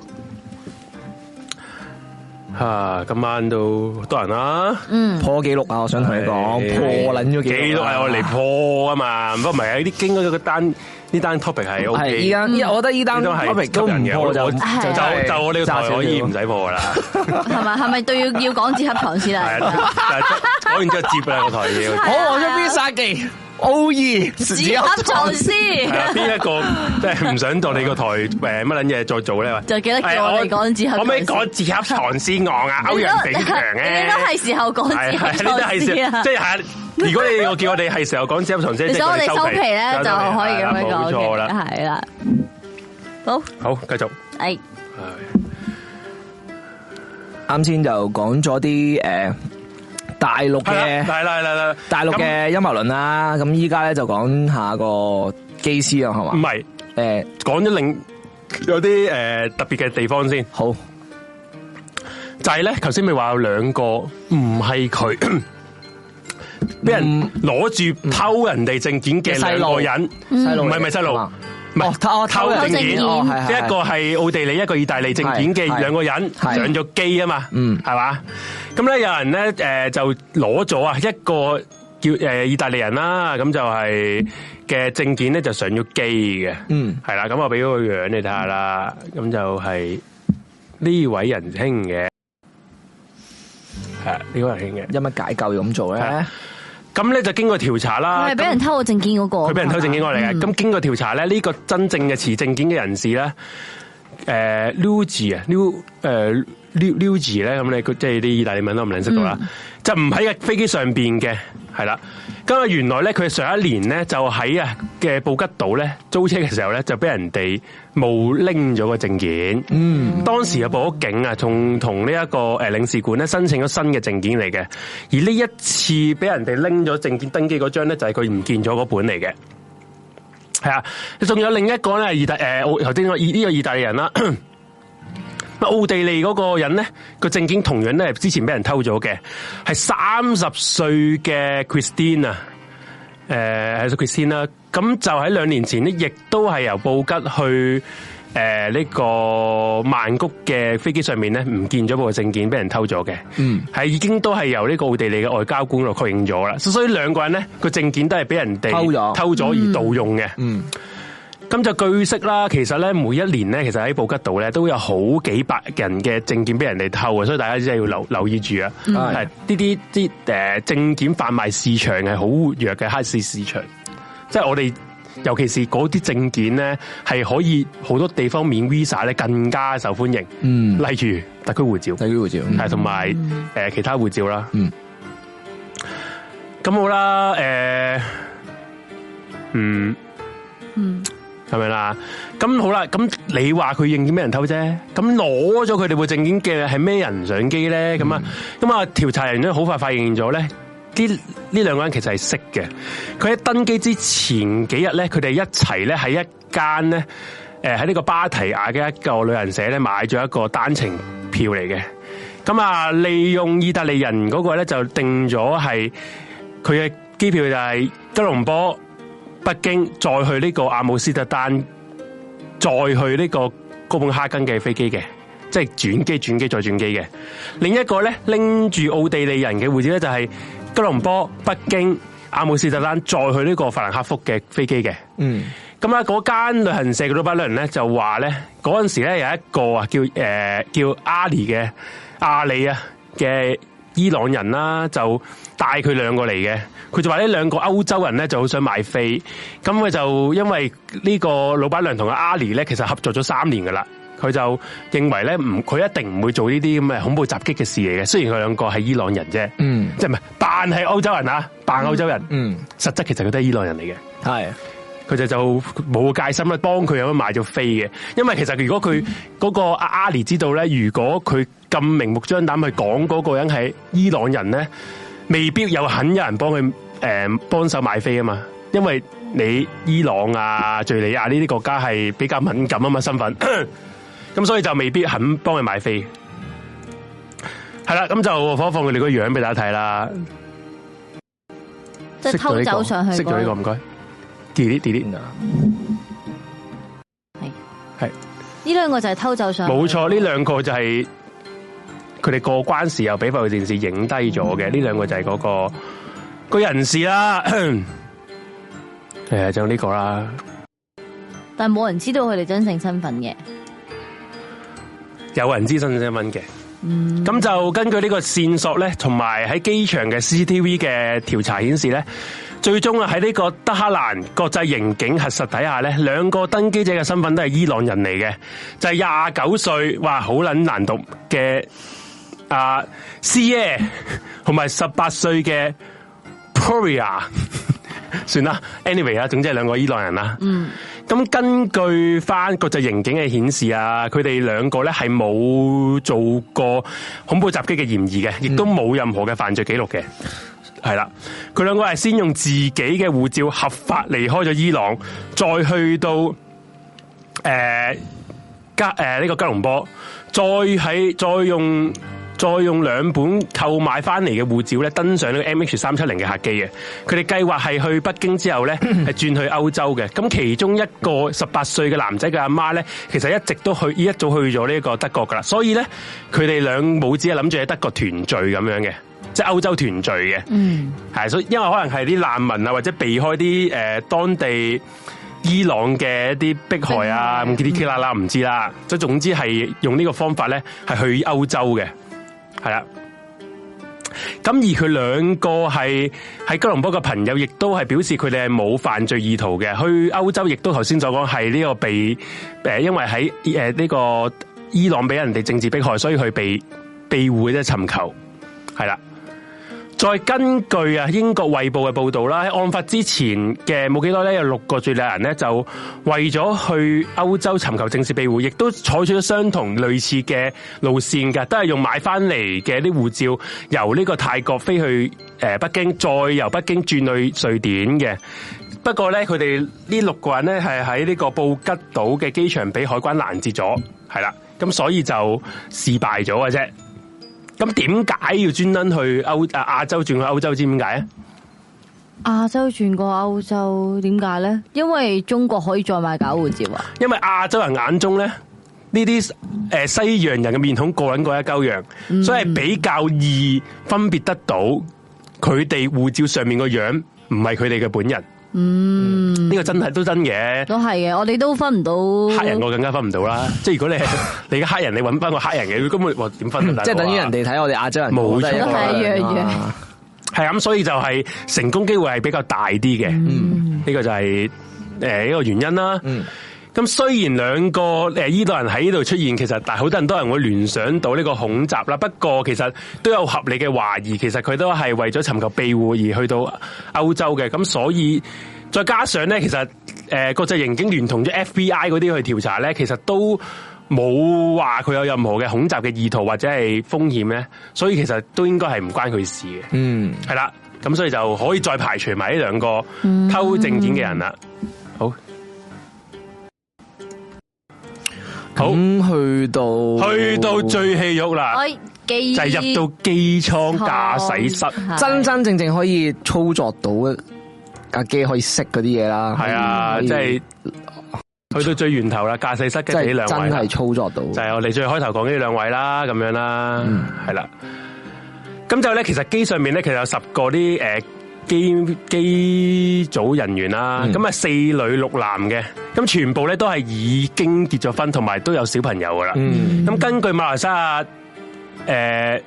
啊，今晚都多人啦，
嗯
破紀錄啊！我想同你講，破撚咗
記
紀
錄
錄啊
係我嚟破啊嘛，不過唔係啊，呢啲經過嗰個單呢單 topic 係 O
係
K，
依家，依家我覺得依單
呢單係
topic 都唔
吸引嘅
破就
我
就
嗯係
就
真係
就我呢個台
揸少
可以
少
唔 使破啦。
係咪？係咪都要要講自合床先啦？
啊系啊，但係講完之後接啦個台要。
好，我出必殺技 O E，二
自
只
合床先，
係啊，邊一個即係唔想做你個台诶乜撚嘢再做咧？
就記得叫我哋講自合
可唔可以
床
講自洽唐诗昂啊？歐陽炳強咧
你，都係時候講
係
自合
係呢都
床
係
先啊
時，即係係如果你我叫我哋係時候講自洽唐詩，
你
即係
想我哋收皮咧
收
就可以咁樣
係啦
講
冇錯啦。
嘅，係啦。好，哎
好，繼續。
誒，
啱先就講咗啲诶大陸
係
嘅
啦，係啦，係啦，係啦
大陸嘅陰謀論啦，咁依家咧就講下個機師啊，係
咁唔
嘛？
係
诶，
講咗另有啲诶特別嘅地方先。
好，
就係咧，頭先咪話有兩個唔係
嗯
佢俾人攞住偷人哋證件嘅兩個
細
人，
嗯路
唔係咪細路
哦，
唔係
偷哦偷
偷證件
哦係
即
係
係一個係奧地利，一個意大利證件
係
嘅
係
兩個人
係
上咗機啊嘛，
嗯
係嘛？咁咧有人咧誒、呃就攞咗啊一個叫誒、呃意大利人啦，咁就係嘅證件咧就上咗機嘅，
嗯
係啦，咁我俾咗個樣你睇下啦，咁就係呢位仁兄嘅，係呢位仁兄嘅。
因乜解救要咁做咧
係？咁咧就經過調查啦，
佢係俾人偷我證件嗰個，
啊佢俾人偷證件過嚟嘅。
嗯
咁、經過調查咧，呢、個真正嘅持證件嘅人士咧，誒 Luigi 啊，Lu 誒 Lu Luigi 咧，咁你佢即係啲意大利文都唔認識到啦，就唔喺嘅飛機上邊嘅，係啦。咁啊，原來咧佢上一年咧就喺啊嘅布吉島咧租車嘅時候咧就俾人哋冇拎咗個證件。
嗯，
當時嘅報警啊，仲同呢一個誒領事館咧申請咗新嘅證件嚟嘅，而呢一次俾人哋拎咗證件登記嗰張咧，就係佢唔見咗嗰本嚟嘅。係啊，仲有另一個咧，意大誒奧頭先個意呢個意大利人啦。 咁奧地利嗰個人咧，個證件同樣咧之前俾人偷咗嘅，係三十歲嘅 Christine 啊，誒係 Christine 啦，咁就喺兩年前呢，亦都係由布吉去誒呢個曼谷嘅飛機上面咧，唔見咗部證件俾人偷咗嘅，嗯，係已經都係由呢個奧地利嘅外交官度確認咗啦，所以兩個人咧個證件都係俾人哋
偷咗
偷咗而盜用嘅，
嗯，
咁就據悉啦，其實咧每一年咧，其實喺布吉島咧都有好幾百人嘅證件俾人哋偷啊，所以大家真係要留留意住啊。係呢啲啲誒證件販賣市場係好活躍嘅黑市市場，即係我哋尤其是嗰啲證件咧係可以好多地方免 visa 咧更加受歡迎。
嗯
例如特區護照。
睇呢護照，
系同埋诶其他護照啦。
嗯，
咁好啦，诶、嗯，嗯，咁樣啦。咁好啦，咁你話佢認件俾人偷啫，咁攞咗佢哋部證件嘅係咩人上機咧？咁啊、咁啊，調查人員咧好快發現咗咧。呢呢兩個人其實係識嘅，佢喺登機之前幾日咧，佢哋一齊咧喺一間咧，誒喺呢個芭提雅嘅一個旅行社咧買咗一個單程票嚟嘅，咁啊，利用意大利人嗰個咧就定咗係佢嘅機票就係吉隆坡、北京，再去呢個阿姆斯特丹，再去呢個哥本哈根嘅飛機嘅，即係轉機、轉機再轉機嘅。另一個咧拎住奧地利人嘅護照咧就係吉隆坡、北京、阿姆斯特丹，再去呢個法蘭克福嘅飛機嘅。
嗯
咁啦，嗰間旅行社嘅老闆娘咧就話咧，嗰陣時咧有一個啊叫誒、呃叫阿里嘅阿里啊嘅伊朗人啦，就帶佢兩個嚟嘅。佢就話呢兩個歐洲人咧就好想買飛，咁佢就因為呢個老闆娘同阿阿里咧，其實合作咗三年噶啦。佢就認為咧，唔佢一定唔會做呢啲咁嘅恐怖襲擊嘅事嚟嘅。雖然佢兩個係伊朗人啫，
嗯
即係唔係扮係歐洲人啊，扮歐洲人，
嗯，
實質其實佢都係伊朗人嚟嘅。
系
佢就就冇戒心啦，幫佢咁樣買咗飛嘅。因為其實如果佢
嗯
嗰個阿阿里知道咧，如果佢咁明目張膽去講嗰個人係伊朗人咧，未必有肯有人幫佢誒幫手買飛啊嘛。因為你伊朗啊、敍利亞呢啲國家係比較敏感啊嘛身 份，咁所以就未必肯幫佢買飛。係啦，咁就放一放佢哋個樣俾大家睇啦。
即系
熄咗
偷
呢個
走上去
熄咗呢個
嗰
唔
個。
該。delete delete
呢兩個就係偷走上去。
冇錯，呢兩個就係佢哋過關時候俾法律電視影低咗嘅，呢兩個就係嗰、個個人士啦。 誒，就呢個啦，
但冇人知道佢哋真正身份嘅。
有人知身身份嘅。咁就根據呢個線索咧，同埋喺機場嘅 CCTV 嘅調查顯示咧，最終啊喺呢個德黑蘭國際刑警核實底下咧，兩個登機者嘅身份都係伊朗人嚟嘅，就係廿九歲，哇好撚難讀嘅啊 C A，同埋十八歲嘅 Poria，算 啦，anyway 啦，總之係兩個伊朗人啦。嗯。咁根據翻國際刑警嘅顯示啊，佢哋兩個咧係冇做過恐怖襲擊嘅嫌疑嘅，亦都冇任何嘅犯罪記錄嘅。係啦，佢兩個係先用自己嘅護照合法離開咗伊朗，再去到诶、呃加呃诶呢、個吉隆坡，再喺再用再用兩本購買翻嚟嘅護照咧，登上呢個 MH 三七零嘅客機嘅。佢哋計劃係去北京之後咧，係轉去歐洲嘅。咁其中一個十八歲嘅男仔嘅阿媽咧，其實一直都去，一早去咗呢個德國噶啦。所以咧，佢哋兩母子係啊諗住喺德國團聚咁樣嘅。即係歐洲團聚嘅，
嗯，
係所以因為可能係啲難民啊，或者避開啲誒、呃、當地伊朗嘅一啲迫害啊，
迫害
咁啲啲啦啦唔知啦，即係總之係用呢個方法咧，係去歐洲嘅，係啦。咁而佢兩個係喺吉隆坡嘅朋友，亦都係表示佢哋係冇犯罪意圖嘅。去歐洲亦都頭先所講係呢個被誒、呃因為喺誒呢個伊朗俾人哋政治迫害，所以佢被庇護即係尋求係啦。再根據啊英國衛報嘅報導啦，喺案發之前嘅冇幾耐咧，有六個敍利亞人咧就為咗去歐洲尋求政治庇護，亦都採取咗相同類似嘅路線嘅，都係用買翻嚟嘅啲護照，由呢個泰國飛去誒、呃北京，再由北京轉去瑞典嘅。不過咧，佢哋呢六個人咧係喺呢個布吉島嘅機場俾海關攔截咗，係啦，咁所以就事敗咗嘅啫。咁點解要專登去歐啊亞洲轉去歐洲？知點解啊？
亞洲轉過歐洲，點解咧？因為中國可以再買假護照啊！
因為亞洲人眼中咧，呢啲誒西洋人嘅面孔個撚過一鳩樣，
嗯
所以係比較易分別得到佢哋護照上面個樣唔係佢哋嘅本人。嗯，呢個真係都真嘅。
都係嘅，我哋都分唔
哦
到
黑人我更加分唔到啦，即係如果你係 你嘅黑人，你揾翻個黑人嘅，佢根本話點分啊？
即系
大佬啊
等于人哋睇我哋亞洲人
冇錯
都係
都
係一樣
樣啊
樣
系咁，所以就係成功機會係比較大啲嘅。嗯，呢個就係诶一個原因啦。
嗯，
咁雖然兩個诶伊朗人喺呢度出現，其實但係好多人都人會聯想到呢個恐襲啦。不過其實都有合理嘅懷疑，其實佢都係為咗尋求庇護而去到歐洲嘅。咁所以再加上咧，其實诶、呃、國際刑警聯同咗 FBI 嗰啲去調查咧，其實都。冇話佢有任何嘅恐襲嘅意圖或者係風險咧，所以其實都應該係唔關佢事嘅。
嗯，
系啦，咁所以就可以再排除埋呢兩個偷證件嘅人啦。好，好，
咁去到
去到最戲肉啦
我，記
就係入到機艙駕駛室，
係
真真正正可以操作到架機可以識嗰啲嘢啦，
係啊，
可以
即係去到最源頭啦，駕駛室
嗯即
跟住呢
係真
兩位啊啦
係操作到，
就係我哋最開頭講嘅呢兩位啦，咁樣啦，係啦。咁就咧，其實機上面咧，其實有十個啲诶機機組人員啦，咁啊、四女六男嘅，咁全部咧都係已經結咗婚，同埋都有小朋友噶啦。
嗯
咁根據馬來西亞誒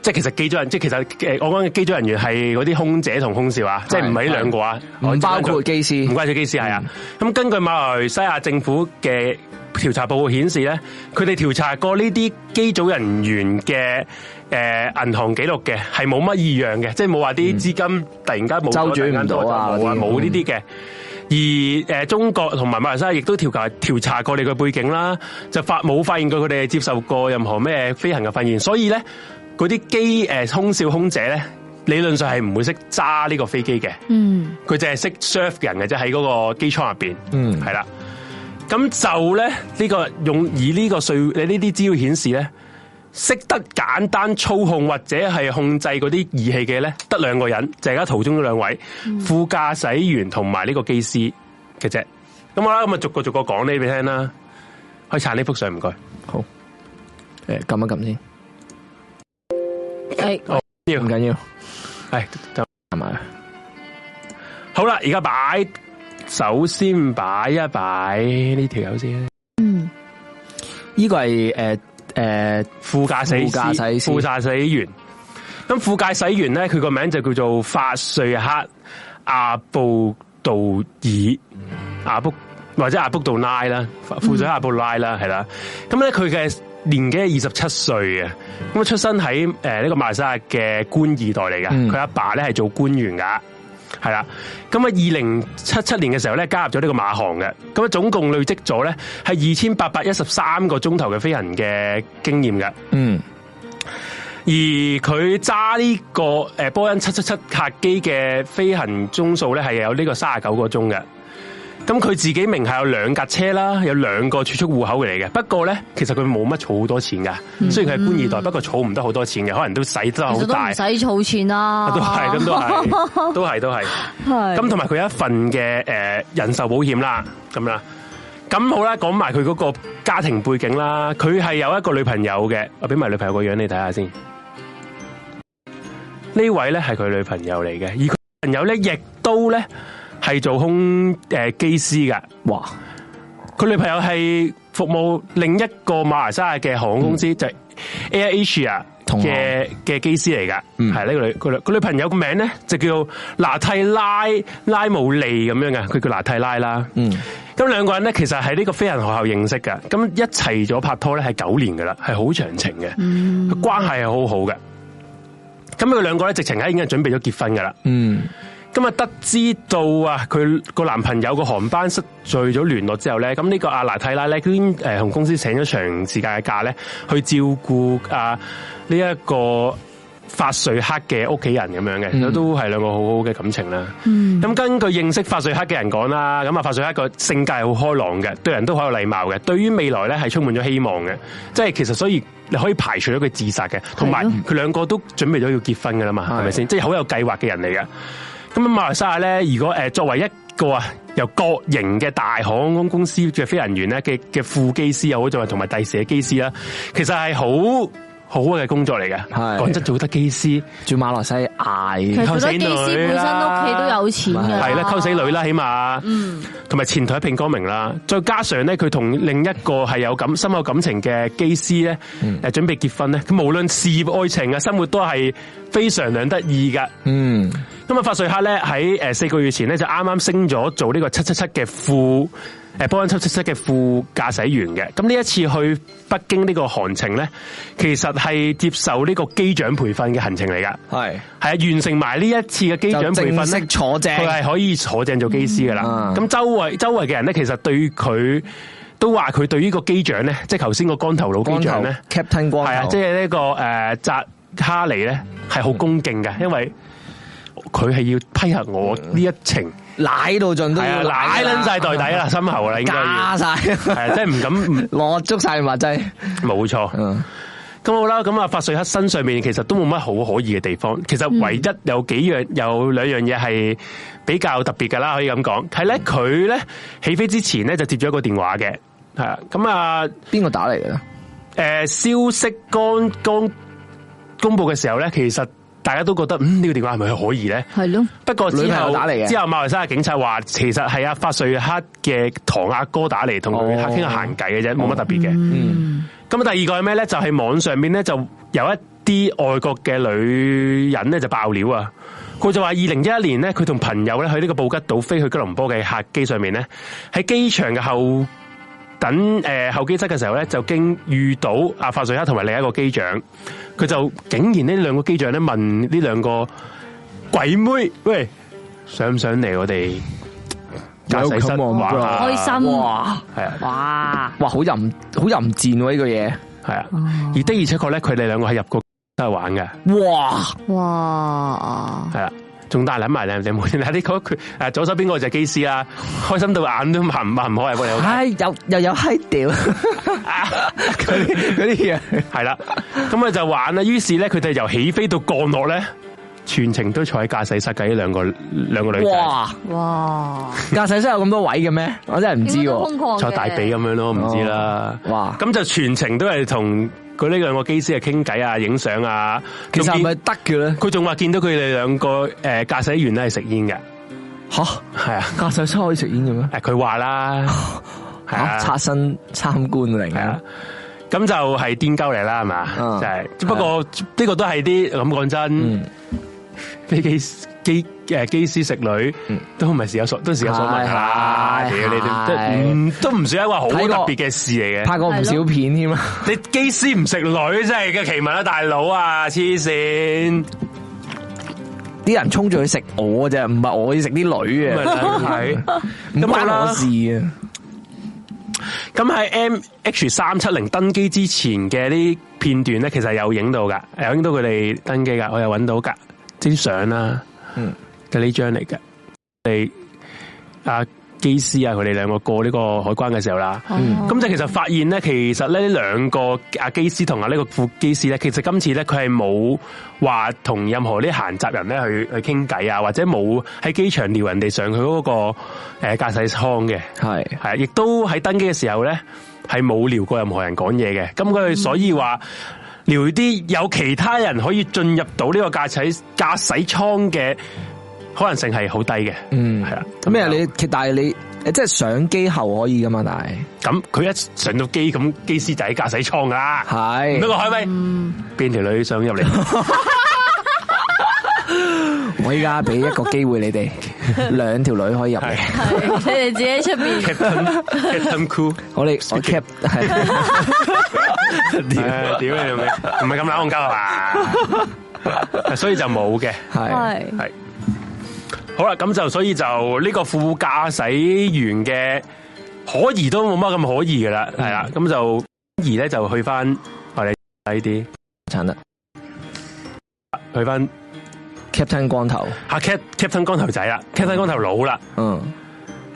即係其實機組人，即係其實誒，我講嘅機組人員係嗰啲空姐同空少啊，即係唔係呢兩個啊，
唔嗯包括機師嗯
唔關佢機師係啊。咁根據馬來西亞政府嘅調查報告顯示咧，佢哋調查過呢啲機組人員嘅誒銀行記錄嘅，係冇乜異樣嘅，即係冇話啲資金突然間冇咗
嗯周轉唔到啊
突然間多咗冇啊
嗰啲
冇呢啲嘅。而誒、呃中國同埋馬來西亞亦都調查調查過你嘅背景啦，就發冇發現過佢哋接受過任何咩飛行嘅訓練，所以咧嗰啲機誒空少空姐咧，理論上係唔會識揸呢個飛機嘅，
嗯，
佢淨係識 serve 人嘅啫，喺嗰個機艙入邊，
嗯
係啦。咁就咧呢、呢個用以呢個稅呢啲資料顯示咧，識得簡單操控或者係控制嗰啲儀器嘅咧，得兩個人，就係而家途中嗰兩位，
嗯
副駕駛員同埋呢個機師嘅啫。咁好啦，咁啊逐個逐個講呢俾你聽啦。可以撐呢幅相唔該，
好，诶，揿一揿先，
诶，
要
唔緊要，
係就
係埋。
好啦。而家擺首先擺一擺呢條友先，
嗯，
呢個係诶诶
副駕駛
副駕駛
師
師
副駕駛員。咁副駕駛員咧，佢個名就叫做法瑞克阿布杜爾阿卜或者阿卜杜拉啦，副長阿布拉啦，
嗯
係啦。咁咧佢嘅年紀係二十七歲嘅，咁啊出生喺誒呢個馬來西亞嘅官二代嚟
嗯
噶，佢阿爸咧係做官員噶。系啦，咁啊，二零七七年嘅時候咧，加入咗呢個馬航嘅，咁啊，總共累積咗咧係二千八百一十三個鐘頭嘅飛行嘅經驗嘅。
嗯
而佢揸呢個誒波音七七七客機嘅飛行鐘數咧，係有呢個三十九個鐘嘅。咁佢自己名下有兩架車啦，有兩個儲蓄户口嚟嘅。不過咧，其實佢冇乜儲好多錢噶。雖然佢係官二代，不過儲唔得好多錢嘅，可能都使得
嗯其
好
實都唔
大。
使儲錢啦，
都係，咁都係，都係，都係。
係
咁同埋佢有一份嘅誒、呃人壽保險啦，咁啦。咁好啦，講埋佢嗰個家庭背景啦。佢係有一個女朋友嘅，我俾埋女朋友個樣你睇下先。呢位咧係佢女朋友嚟嘅，而佢朋友咧亦都咧係做空誒機師㗎。
哇，
佢女朋友係服務另一個馬來西亞嘅航空公司，就係 Air Asia
嗯同行
嘅嘅機師嚟噶，
嗯
係呢個女佢女佢女朋友個名咧就叫拿替拉拉姆利咁樣嘅，佢叫拿替拉啦。
嗯
咁兩個人咧，其實喺呢個飛行學校認識嘅，咁一齊咗拍拖咧係九年噶啦，係好長情嘅，
嗯
關係係好好嘅。咁佢兩個咧直情係已經係準備咗結婚噶啦。
嗯
咁啊，得知到啊，佢個男朋友個航班失去咗聯絡之後咧，咁呢個阿娜蒂拉咧，佢已經誒同公司請咗長時間嘅假咧，去照顧啊呢一個法瑞克嘅屋企人咁樣嘅，
嗯
都係兩個好好嘅感情啦。咁、根據認識法瑞克嘅人講啦，咁啊法瑞克個性格係好開朗嘅，對人都好有禮貌嘅，對於未來咧係充滿咗希望嘅，即係其實所以你可以排除咗佢自殺嘅，同埋
係咯
佢兩個都準備咗要結婚噶啦嘛，係咪
係
先？即係好有計劃嘅人嚟嘅。咁馬來西亞咧，如果誒、呃作為一個啊由國營嘅大航空公司嘅飛行員咧嘅嘅副機師又好，就係同埋第四嘅機師啦，其實係好好嘅工作嚟嘅。
係
講真，做得機師
住馬來西亞
溝死
其實覺得機師
女
本身
啦
屋企都有錢
咪
嘅，
係啦，溝死女啦，起碼。
啊嗯，
同埋前台聘光明啦，再加上咧佢同另一個係有感深厚感情嘅機師咧，誒、準備結婚咧，佢無論事業愛情啊生活都係非常兩得意噶。
嗯
咁啊，法瑞克咧喺誒四個月前咧就啱啱升咗做呢個七七七嘅副呃誒波音七七七嘅副駕駛員嘅。咁呢一次去北京呢個行程咧，其實係接受呢個機長培訓嘅行程嚟噶，
係
係啊，完成埋呢一次嘅機長
就
培
正
訓咧
式。坐正，
佢係可以坐正做機師噶啦
嗯。
咁、周圍周圍嘅人咧，其實對佢都話佢對呢個機長咧，即係頭先個光頭佬機
光
長
頭
咧，
Captain 光頭
係啊，即係呢個誒扎哈尼咧係好恭敬嘅，因為佢係要批核我呢一程，
奶到盡嗯都
係啊，
要
奶撚晒袋底啦，心喉啦，應該
加
要。係
晒，
啊，真係唔敢，唔
攞足晒物劑，
冇錯。
嗯
咁好啦，咁啊，法瑞克身上面其實都冇乜好可疑嘅地方。其實唯一有幾樣有兩樣嘢係比較特別噶啦，可以咁講。係咧，佢咧起飛之前咧就接咗一個電話嘅，係啊。咁啊，
邊個打嚟嘅咧？
誒、呃消息剛剛公佈嘅時候咧，其實大家都覺得嗯呢、個電話係咪可疑咧？
係咯，
不過之
女朋
後
友打嚟嘅
之後馬來西亞警察話，其實係阿法瑞克嘅堂阿哥打嚟，同佢
哦
傾下閒偈嘅啫，冇乜特別嘅。
嗯
咁第二個係咩咧？就係、網上面咧就有一啲外國嘅女人咧就爆料啊！佢就話：二零一一年咧，佢同朋友咧去呢個布吉島飛去吉隆坡嘅客機上面咧，喺機場嘅後等誒、呃、候機室嘅時候咧，就經遇到阿法瑞克同埋另一個機長，佢就竟然呢兩個機長咧問呢兩個鬼妹：喂，想唔想嚟我哋駕駛室
Welcome on
玩
board
下？
開心
哇
係啊！
哇！
哇，好淫好淫賤喎呢個嘢，
系
哦
啊，而的而且確咧，佢哋兩個係入過都係玩嘅，
嗯
哇！
哇！
係啊，仲帶攬埋靚靚妹。嗱，你講佢诶左手邊個就係機師啦，開心到眼都擘唔擘唔開啊！幫你 好
唉，又又有閪屌，嗰啲嗰啲嘢，
係啦，咁啊就玩啦。於是咧，佢哋由起飛到降落咧，全程都坐喺駕駛室嘅呢兩個兩個女仔，
哇！
哇！
駕駛室有咁多位嘅咩？我真係唔知
應該
喎。
都空曠嘅
坐大髀咁樣咯，唔知啦。
哦哇！
咁就全程都係同佢呢兩個機師啊傾偈啊、影相啊。
其實係
仲
咪
見
得嘅咧？
佢仲話見到佢哋兩個呃诶驾驶员咧係食煙嘅，
吓，
係 啊。
駕駛室可以食煙嘅咩？
诶，佢話啦，
哦
係
吓，刷
啊，
新參觀嚟
系啊
嘅。，
咁就係癲鳩嚟啦，係嘛，
嗯啊
就係。只不過呢個都係啲咁講真
嗯，
飛機機诶机师食女都唔係時有所都時有所聞㗎啦，
嗯係
屌你
係
哋都唔都唔算一個好特
睇過
別嘅事嚟嘅。
拍過唔少片添啊！
你機師唔食女真係嘅奇聞啦，大佬啊，黐 線，
啲人衝住去食我啫，唔係我要食啲女
咪
嘅，
係
唔
咁好
關
啦
我事啊！
咁喺 M H 三七零登機之前嘅呢片段咧，其實有影到噶，有影到佢哋登機噶，我又揾到噶啲相啦，
嗯
嘅呢張嚟嘅，你啊機師啊，佢哋兩個過呢個海關嘅時候啦，
嗯
咁就其實發現咧，其實咧呢兩個啊機師同啊呢個副機師咧，其實今次咧佢係冇話同任何啲閒雜人咧去去傾偈啊，或者冇喺機場撩人哋上佢嗰、個誒、呃、駕駛艙嘅。
係
系啊，亦都喺登機嘅時候咧，係冇撩過任何人講嘢嘅。咁
嗯
佢所以話撩啲有其他人可以進入到呢個駕駛駕駛艙嘅可能性係好低嘅。
嗯
係啦。
咁咩？你其但係你誒即係上機後可以噶嘛？但係
咁佢一上到機，咁機師就喺駕駛艙㗎啦。
係
唔得個海威，邊條女想入嚟？
我依家俾一個機會你 哋，兩條女可以入嚟。
係你哋自己喺出邊
Captain Captain Cool，
我哋我 cap 係
唉屌你老味，唔係咁冷戇鳩啊嘛，所以就冇嘅。
係
係
系好啦，咁就所以就呢個副駕駛員嘅可疑都冇乜咁可疑噶啦，係啦，咁就而咧就去翻我哋呢啲，
陳啦
去翻
，Captain 光頭，
阿 Cap Captain 光頭仔啦，Captain 光頭佬啦
嗯，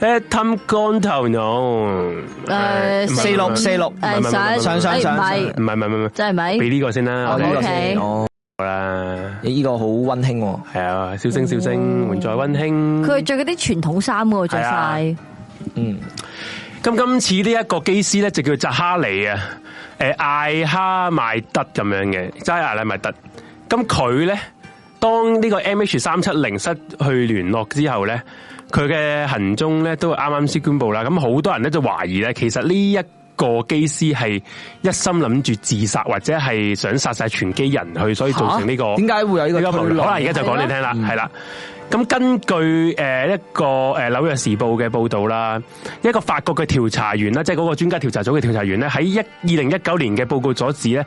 ，Captain 光頭佬，
誒
唔係
四
唔
六
係
四六，
唔係唔係
誒上
上上上
唔係
唔係唔係唔係，
真係咪？
俾呢個先啦，
哦
我
呢
哋
個
OK
先，哦，
好啦，
呢個好温馨喎，
係啊，笑
嗯
聲笑聲，換在溫馨，
佢係着嗰啲傳統衫喎，着晒
嗯係啊
嗯，
咁今次呢一個機師咧就叫扎哈尼啊，誒艾哈邁德咁樣嘅，齋艾拉邁德。咁佢咧，當呢個 M H 三七零失去聯絡之後咧，佢嘅行蹤咧都啱啱先公布啦。咁好多人咧就懷疑咧，其實呢一個機師係一心諗住自殺或者係想殺晒全機人去，所以造成呢、個
嚇點解會有呢個
呢個
推
好啦，而
論？
家就講你聽啦，係啦。咁根據誒一個誒紐約時報嘅報導啦，一個法國嘅調查員啦，即係嗰個專家調查組嘅調查員咧，喺一二零一九年嘅報告所指咧，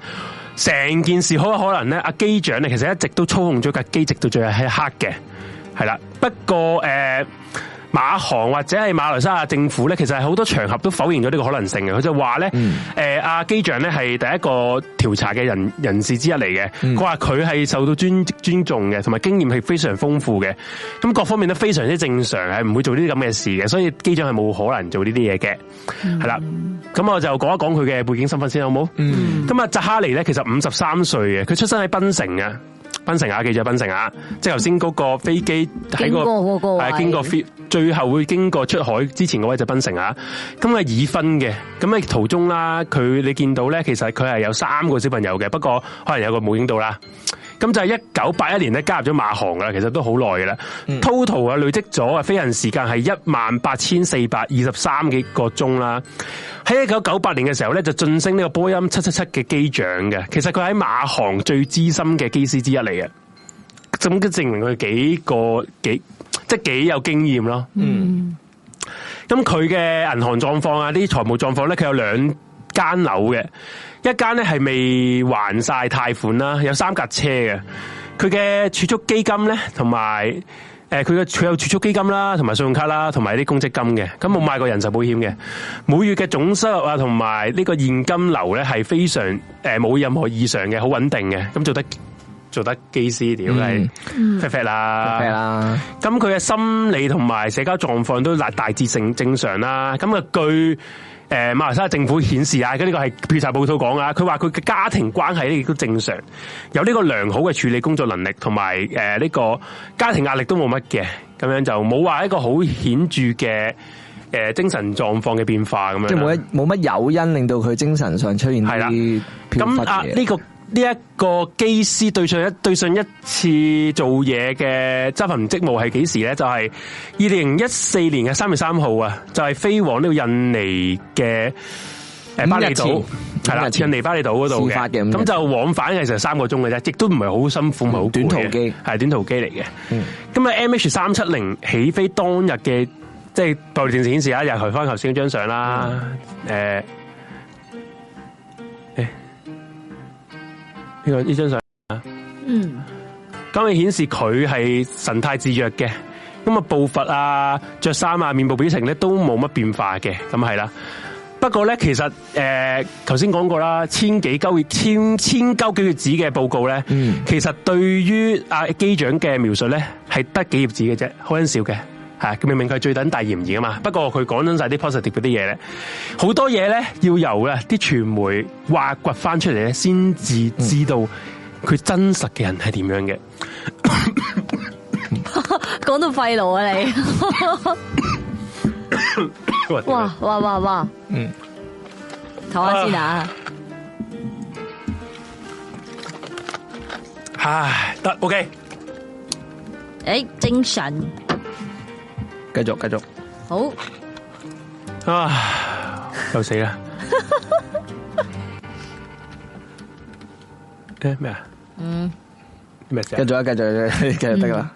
成件事好有可能咧，阿機長咧其實一直都操控咗架機，直到最後係黑嘅，係啦。不過誒、呃馬航或者係馬來西亞政府咧，其實係好多場合都否認咗呢個可能性嘅。佢就話咧，
嗯
誒阿機長咧係第一個調查嘅人人士之一嚟嘅。
嗯
佢話佢係受到尊尊重嘅，同埋經驗係非常豐富嘅。咁各方面都非常之正常，係唔會做呢啲咁嘅事嘅。所以機長係冇可能做呢啲嘢嘅，
嗯
係啦、咁我就講一講佢嘅背景身份先好冇？
嗯
咁啊、扎哈尼咧其實五十三歲嘅，佢出生喺檳城嘅。檳城啊，記住係檳城啊，即係頭先嗰個飛機喺個
經過嗰個位
係經過飛最後會經過出海之前嗰位就檳城啊。咁係已婚嘅，咁喺途中啦，佢你見到咧，其實佢係有三個小朋友嘅，不過可能有個冇影到啦。咁就係一九八一年咧加入咗馬航噶啦，其實都好耐噶啦。total 啊累積咗啊飛行時間係一萬八千四百二十三幾個鐘啦。喺一九九八年嘅時候咧就晉升呢個波音七七七嘅機長嘅，其實佢喺馬航最資深嘅機師之一嚟嘅。咁都證明佢幾個幾即係幾有經驗咯。
嗯，
咁佢嘅銀行狀況啊，啲財務狀況咧，佢有兩間樓嘅，一間咧係未還晒貸款啦，有三架車嘅。佢嘅儲蓄基金咧，同埋誒佢嘅佢有儲蓄基金啦，同埋信用卡啦，同埋啲公積金嘅。咁冇買過人壽保險嘅。每月嘅總收入啊，同埋呢個現金流咧係非常誒冇、任何異常嘅，好穩定嘅。咁做得做得機師屌係 fit fit 啊啦
係啦，
咁佢嘅心理同埋社交狀況都大大致正正常啦。咁啊，據誒、呃、馬來西亞政府顯示啊，咁呢個係調查報道講啊，佢話佢嘅家庭關係咧亦都正常，有呢個良好嘅處理工作能力，同埋誒呢個家庭壓力都冇乜嘅，咁樣就冇話一個好顯著嘅誒、呃精神狀況嘅變化咁樣啦。
即系冇一冇乜诱因令到佢精神上出现
係啦
啲飄忽
咁啊，
嘅
呢、個呢一、個機師對上一對上一次做嘢嘅執行職務係幾時咧？就係二零一四年嘅三月三號啊，就係、飛往呢個印尼嘅誒巴厘
五
島
日前
係
五
啦
日，前
印尼巴厘島嗰度
事發嘅五日前
咁就往返嘅時候三個鐘嘅啫，亦都唔係好辛苦，唔係好
嗯短途機嗯
係短途機嚟嘅。咁啊，MH 三七零起飛當日嘅。即係暴力電視顯示啦，啊又係翻頭先嗰張相啦，誒、
嗯
呢、個呢張相，啊
嗯，
咁啊你顯示佢係神態自若嘅，咁啊步伐啊、着衫啊、面部表情咧都冇乜變化嘅，咁係啦。不過咧，其實誒頭先講過啦，千幾鳩千千鳩幾頁紙嘅報告咧，其實對於阿機長嘅描述咧係得幾頁紙嘅啫，好撚少嘅。係佢明明佢係最等大嫌疑啊嘛，不過佢講緊晒啲 positive 嗰啲嘢咧，好多嘢咧要由啊啲傳媒挖掘翻出嚟咧，先至知道佢真實嘅人係點樣嘅。
讲到废佬啊 你，哇哇哇哇，
嗯，
唞下先啊，
唉，得 OK，
诶，精神
继续继续，
好，
啊，又死啊啦！誒咩啊？嗯，咩
继
啫？
续啊，继续，继续得啦。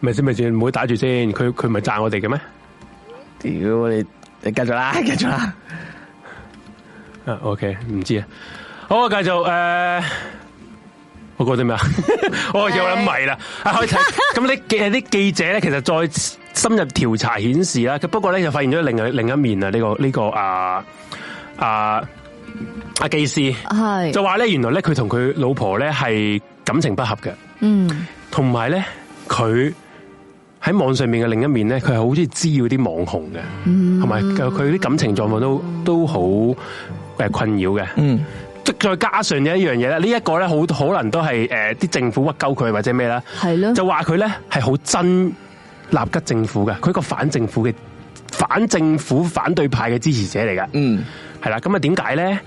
咪先咪先，唔好打住先。佢佢唔係讚我哋嘅咩？
屌你，你继续啦，继续啦。
啊，OK，唔知啊。好，繼續誒、呃我講啲咩啊？ 我有諗迷啦。啊，可以睇咁啲記啲記者咧，其實再深入調查顯示啦，不過咧就發現咗另外另一面啊，呢、個呢、個啊啊阿技師
系
就，話咧，原來咧佢同佢老婆咧係感情不合嘅，
嗯，
同埋咧佢喺網上面嘅另一面咧，佢係好中意滋擾啲網紅嘅，同埋佢佢啲感情狀況都都好誒困擾嘅。
嗯，
即再加上有一樣嘢咧，呢、一個咧好可能都係誒啲政府屈鳩佢或者咩啦，
系咯，
就話佢咧係好憎納吉政府嘅，佢一個反政府嘅反政府反對派嘅支持者嚟噶。
嗯，
系啦，咁啊點解咧？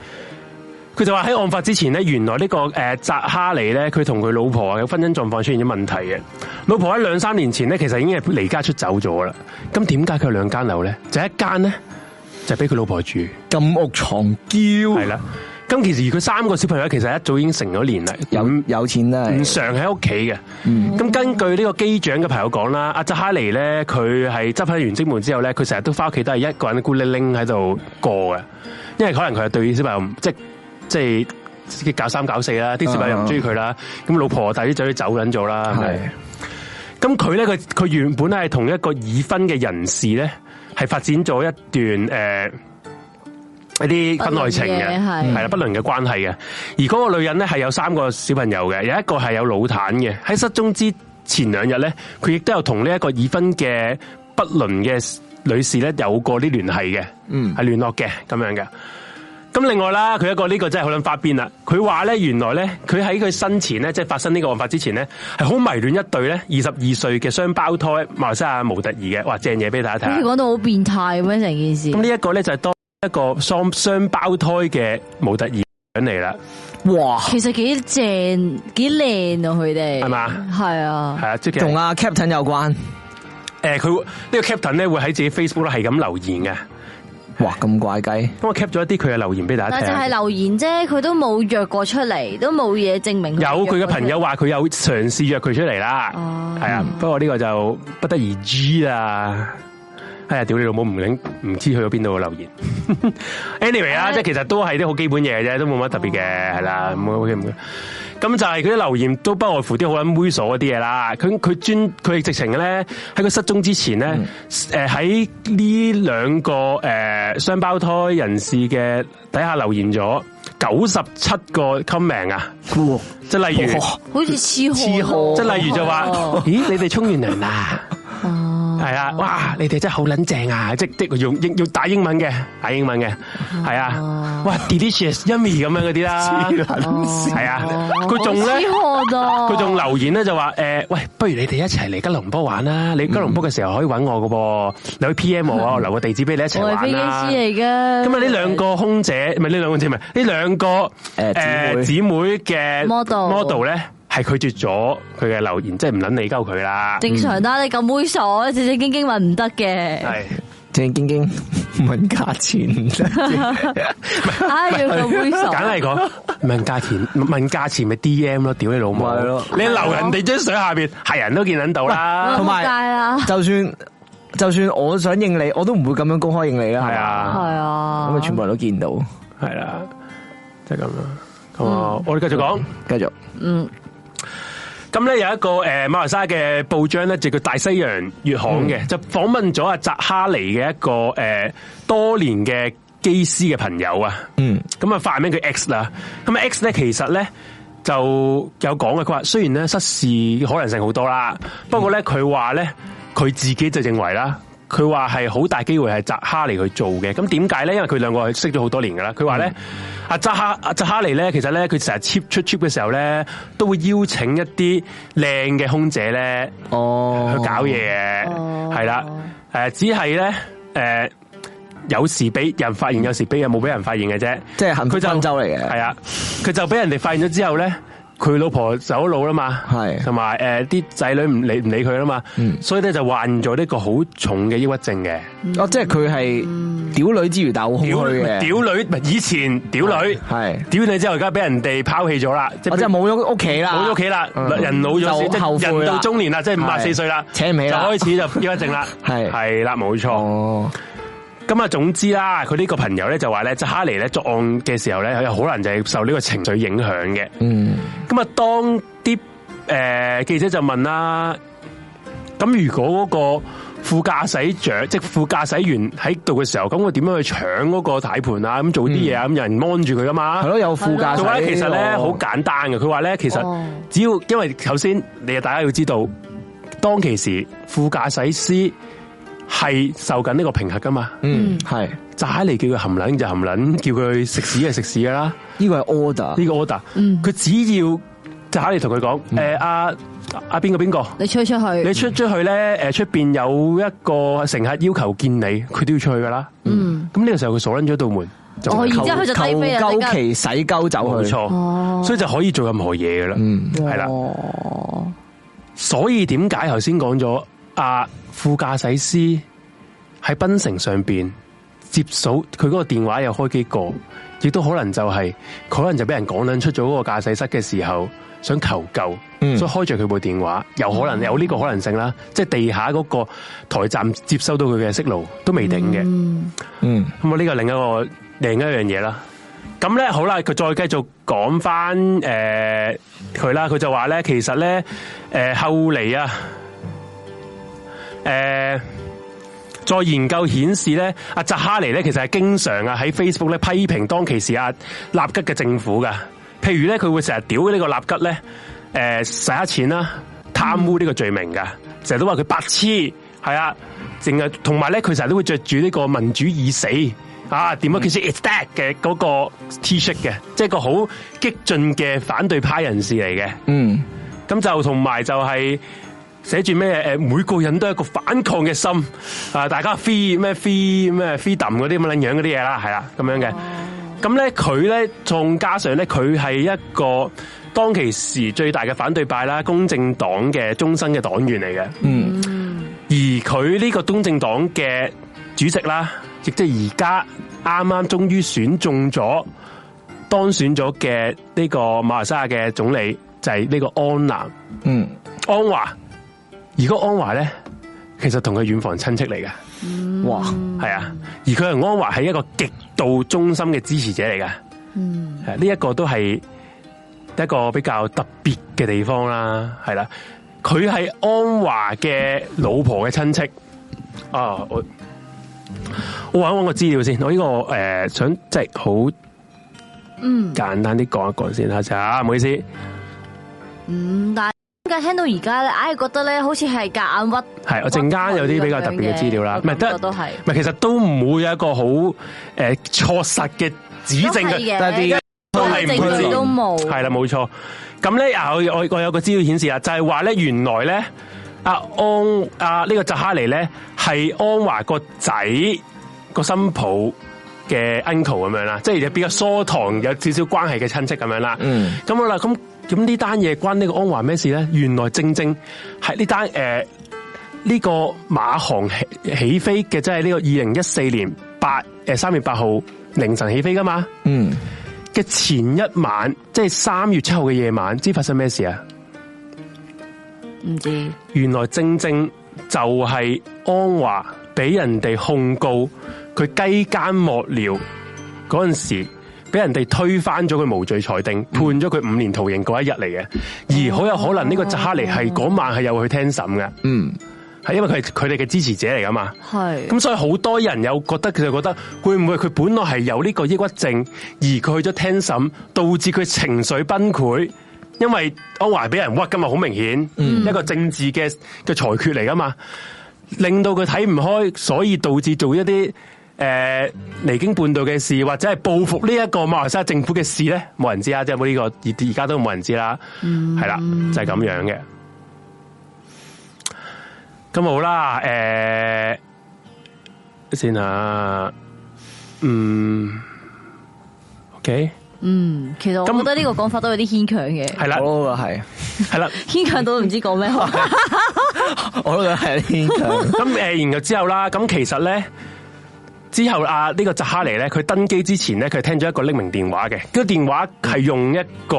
佢就話喺案發之前咧，原來呢、個誒扎哈尼咧，佢同佢老婆嘅婚姻狀況出現咗問題嘅。老婆喺兩三年前咧，其實已經係離家出走咗啦。咁點解佢有兩間樓咧？就一間咧就俾佢老婆住，係
金屋藏嬌，
啦。咁其實而佢三個小朋友其實一早已經成咗年啦，
有有錢啊啦，
唔常喺屋企嘅。咁、根據呢個機長嘅朋友講啦，阿扎哈尼咧，佢係執行完職門之後咧，佢成日都翻屋企都係一個人孤零零喺度過嘅，因為可能佢係對小朋友唔即即係自己搞三搞四啦，啲小朋友又唔中意佢啦，咁老婆帶啲仔女走撚咗啦，係咪
係
咁佢咧，佢佢原本係同一個已婚嘅人士咧，係發展咗一段呃誒一啲婚外情嘅，
不倫嘅係
係啦不倫嘅關係嘅。而嗰個女人咧係有三個小朋友嘅，有一個係有腦癱嘅。喺失蹤之前兩日咧，佢亦都有同呢一個已婚嘅不倫嘅女士咧有過啲聯繫嘅，
嗯
係聯絡嘅咁樣嘅。咁另外啦，佢一個呢、個真係好撚發癲啦！佢話咧，原來咧，佢喺佢生前咧，即係發生呢個案發之前咧，係好迷戀一對咧二十二歲嘅雙胞胎馬來西亞模特兒嘅，哇，正嘢俾大家睇
好似
下。
讲到好变态咁样成件事
咁，呢一個咧就係當一個雙雙胞胎嘅模特兒嚟啦，
哇！
其實幾正幾靚啊！佢哋
係嘛
係啊
系，啊，即係其實
同阿 Captain 有關，
诶，佢會呢、個 captain 咧會喺自己 Facebook 咧係咁留言嘅，
哇咁怪雞，
咁我 cap 咗一啲佢嘅留言俾大家
但係就係
聽。
留言啫，佢都冇約過出嚟，都冇嘢證明
有佢
約
嘅
過出嚟
朋友話佢有嘗試約佢出嚟啦，
哦
係啊，不過呢個就不得而知啦。哎呀，屌你老母唔領唔知去咗邊度嘅留言。anyway 啦，
唉哦
即係其實都係啲好基本嘢啫，都冇乜特別嘅，係啦，唔好 OK 唔咁就係佢啲留言都不外乎啲好撚猥瑣嗰啲嘢啦。佢佢專佢直情咧喺佢失蹤之前咧，誒喺呢兩個誒、呃雙胞胎人士嘅底下留言咗九十七個 comment 啊，
哇
即係例如。
好似痴
痴
漢
漢
即係例如就話，
啊哦
咦，你哋沖完涼啦？
哦
係啊，哇，你哋真係好撚正啊！即即用英要打英文嘅，打英文嘅，係啊
哦，
哇，delicious yummy 咁樣嗰啲啦，係啊，
哦
佢仲咧
痴。漢啊！
佢仲留言咧就話誒、呃喂，不如你哋一齊嚟吉隆坡玩啦！你吉隆坡嘅時候可以揾我噶噃，你可以 P M 我啊，我留個地址俾你一齊
我係
玩
飛機
啦。
師嚟嘅。
咁啊，呢兩個空姐唔係呢兩個空姐，唔係呢兩個
誒姊妹
誒姊妹嘅
Model
model 咧，係拒絕咗佢嘅留言，即係唔撚理鳩佢啦。
正常啦，你咁猥瑣，正正經經問唔得嘅。
系
正正經經問價錢，
唉，要咁猥
簡
瑣，
嚟講，問價錢問價錢咪 D M 咯，屌你老母！
咪係咯
你留人哋張相下边，係人都見撚到 啦
同，埋
仆街啦
就算就算我想應你，我都唔會咁樣公開應你啦，
係
係嘛，
係
啊，
咁
啊
啊，全部人都見到，
係啦，就係咁啦。咁啊，我哋繼續講。
繼續
咁咧有一個誒馬來西亞嘅報章咧，就叫《大西洋月刊》嘅，就訪問咗阿扎哈尼嘅一個誒、呃多年嘅機師嘅朋友啊。
嗯，
咁啊化名叫 X 啦。咁啊 X 咧其實咧就有講嘅，佢話雖然咧失事可能性好多啦，不過咧佢話咧佢自己就認為啦。佢話係好大機會係扎哈尼去做嘅，咁點解咧？因為佢兩個係識咗好多年噶啦。佢話咧，阿扎哈阿扎哈尼咧，其實咧佢成日 cheap 出 cheap 嘅時候咧，都會邀請一啲靚嘅空姐咧
哦
去搞嘢嘅，
哦
係啦、诶、只係咧，诶、有時俾人發現，有時俾人冇俾人發現嘅啫。
即係幸福
佢就
分州嚟嘅
係啊，佢就俾人哋發現咗之後咧，佢老婆走咗佬啦嘛，
係
同埋诶啲仔女唔理唔理佢啦嘛，
嗯
所以咧就患咗呢個好重嘅抑鬱症嘅，
嗯
哦，即係佢係屌女之餘，但係好空
屌
虛嘅，
屌女，唔係以前屌女，
係
屌女之後而家俾人哋拋棄咗啦，即
我真係冇咗屋企啦，
冇咗屋企啦，
嗯
人老咗先，
就後
即
悔
係
啦
人到中年啦，即係五十啊四
係
歲啦，
扯唔起
就
啦
開始就抑鬱症啦，
係
係啦，冇錯。
哦，
咁啊，總之啦，佢呢個朋友咧就話咧，即哈尼咧作案嘅時候咧，佢可能就係受呢個情緒影響嘅。
嗯，
咁啊，當啲诶、呃、記者就問啦，咁如果嗰個副駕駛長即係副駕駛員喺度嘅時候，咁我點樣去搶嗰個軚盤啊？咁做啲嘢啊？咁、有人望住佢噶嘛？
係咯，有副駕
佢話
駛，
咧，其實咧好簡單嘅。佢話咧，其實
哦
只要因為首先你大家要知道，當其時副駕駛師係受緊呢個評核噶嘛。
嗯，係
炸嚟叫佢含撚就含撚，叫佢食屎就食屎噶啦。
呢個係 order，
呢個 order，佢
嗯
只要炸嚟同佢講，誒阿阿邊個邊個，
你吹出
你
去，
出出去咧，誒出邊有一個乘客要求見你，佢都要出去噶啦。
嗯，
咁呢個時候佢鎖撚咗道門，就
哦
冇
然之後佢就低飛啦
求
即
求
刻
其洗鳩走佢，
哦
錯，所以就可以做任何嘢噶啦。
嗯
係啦，所以點解頭先講咗阿副駕駛師喺檳城上邊接數佢嗰個電話有開機過，亦都可能就係可能就俾人趕撚出咗嗰個駕駛室嘅時候想求救，
嗯
所以開着佢部電話，有可能有呢個可能性啦，即係地下嗰個台站接收到佢嘅息路都未定嘅。
嗯，
咁啊，呢個另一個另一樣嘢啦。咁咧好啦，佢再繼續講翻誒佢啦，佢就話咧，其實咧誒、呃、後嚟啊，呃誒、再研究顯示咧，阿扎哈尼咧其實係經常啊喺 Facebook 咧批評當其時阿納吉嘅政府噶，譬如咧佢會成日屌呢個納吉咧，誒、洗黑錢啦、貪污呢個罪名噶，成日都話佢白痴，係啊，淨係同埋咧佢成日都會着住呢個民主已死啊，點啊，其實 it's that 嘅嗰個 T 恤嘅，即係個好激進嘅反對派人士嚟嘅。
嗯，
咁就同埋就係寫住咩誒，每個人都有一個反抗嘅心啊！大家 free 咩 free 咩 freedom 嗰啲咁樣樣嗰啲嘢啦，係啦咁樣嘅。咁咧佢咧，仲加上咧，佢係一個當其時最大嘅反對派啦，公正黨嘅終身嘅黨員嚟嘅。
嗯，
而佢呢個公正黨嘅主席啦，亦即係而家啱啱終於選中咗當選咗嘅呢個馬來西亞嘅總理，就係、呢個安南
嗯，
安華。而個安華咧，其實同佢遠房親戚嚟嘅，
哇，
係啊。而佢同安華係一個極度忠心嘅支持者嚟嘅。
嗯，
係呢一個都係一個比較特別嘅地方啦，係啦，佢係安華嘅老婆嘅親戚啊，我我搵一搵個資料先，我呢、個诶、呃想即係好
嗯，
簡單啲講一講先啦，咋，唔好意思，
嗯，但係點解聽到而家咧，硬係覺得咧，好似係夾硬屈。
係我陣間有啲比較特別嘅資料啦，唔係
得
得，
都係
唔係其實都唔會有一個好诶確實嘅指證
都係
嘅。
嘅
但係啲
都係唔
證據
知
都冇。
系啦，冇錯。咁咧，啊，我我我有個資料顯示啊，就係話咧，原來咧，阿安阿呢個扎哈尼咧係安華個仔個新抱嘅 uncle 咁樣啦，即係比較疏堂有少少關係嘅親戚咁樣啦。
嗯，
咁好啦，咁咁呢單嘢關呢個安華咩事咧？原來正正係呢單诶呢個馬航起起飛嘅，即係呢個二零一四年八诶三月八號凌晨起飛噶嘛。
嗯，
嘅前一晚，即系三月七號嘅夜晚，知發生咩事啊？
唔知
原來正正就係安華俾人哋控告佢雞奸幕僚嗰阵时，俾人哋推翻咗佢無罪裁定，判咗佢五年徒刑嗰一日嚟嘅。而好有可能呢個扎哈尼係嗰晚係有去聽審嘅，
嗯，
係因為佢係佢哋嘅支持者嚟噶嘛。
係
咁所以好多人有覺得佢就覺得會唔會佢本來係有呢個抑鬱症，而佢去咗聽審，導致佢情緒崩潰，因為安華俾人屈噶嘛，好明顯，一個政治嘅嘅裁決嚟噶嘛，令到佢睇唔開，所以導致做一啲诶离經叛道嘅事，或者係報復呢一個馬來西亞政府嘅事咧，冇人知啊，即係冇呢個而而家都冇人知啦，係啦、就係咁樣嘅。咁好啦，呃诶、先啊，嗯，OK，
嗯，其實我
咁
覺得呢個講法都有啲牽強嘅，
系啦，
我都系，
系啦，
牽強到唔知講 咩 好。
我都覺得系牽強。
咁诶，然後之後啦，咁其實咧，之後啊，呢個扎哈尼咧，佢登機之前咧，佢聽咗一個匿名電話嘅，嗰個電話
嗯
係用一個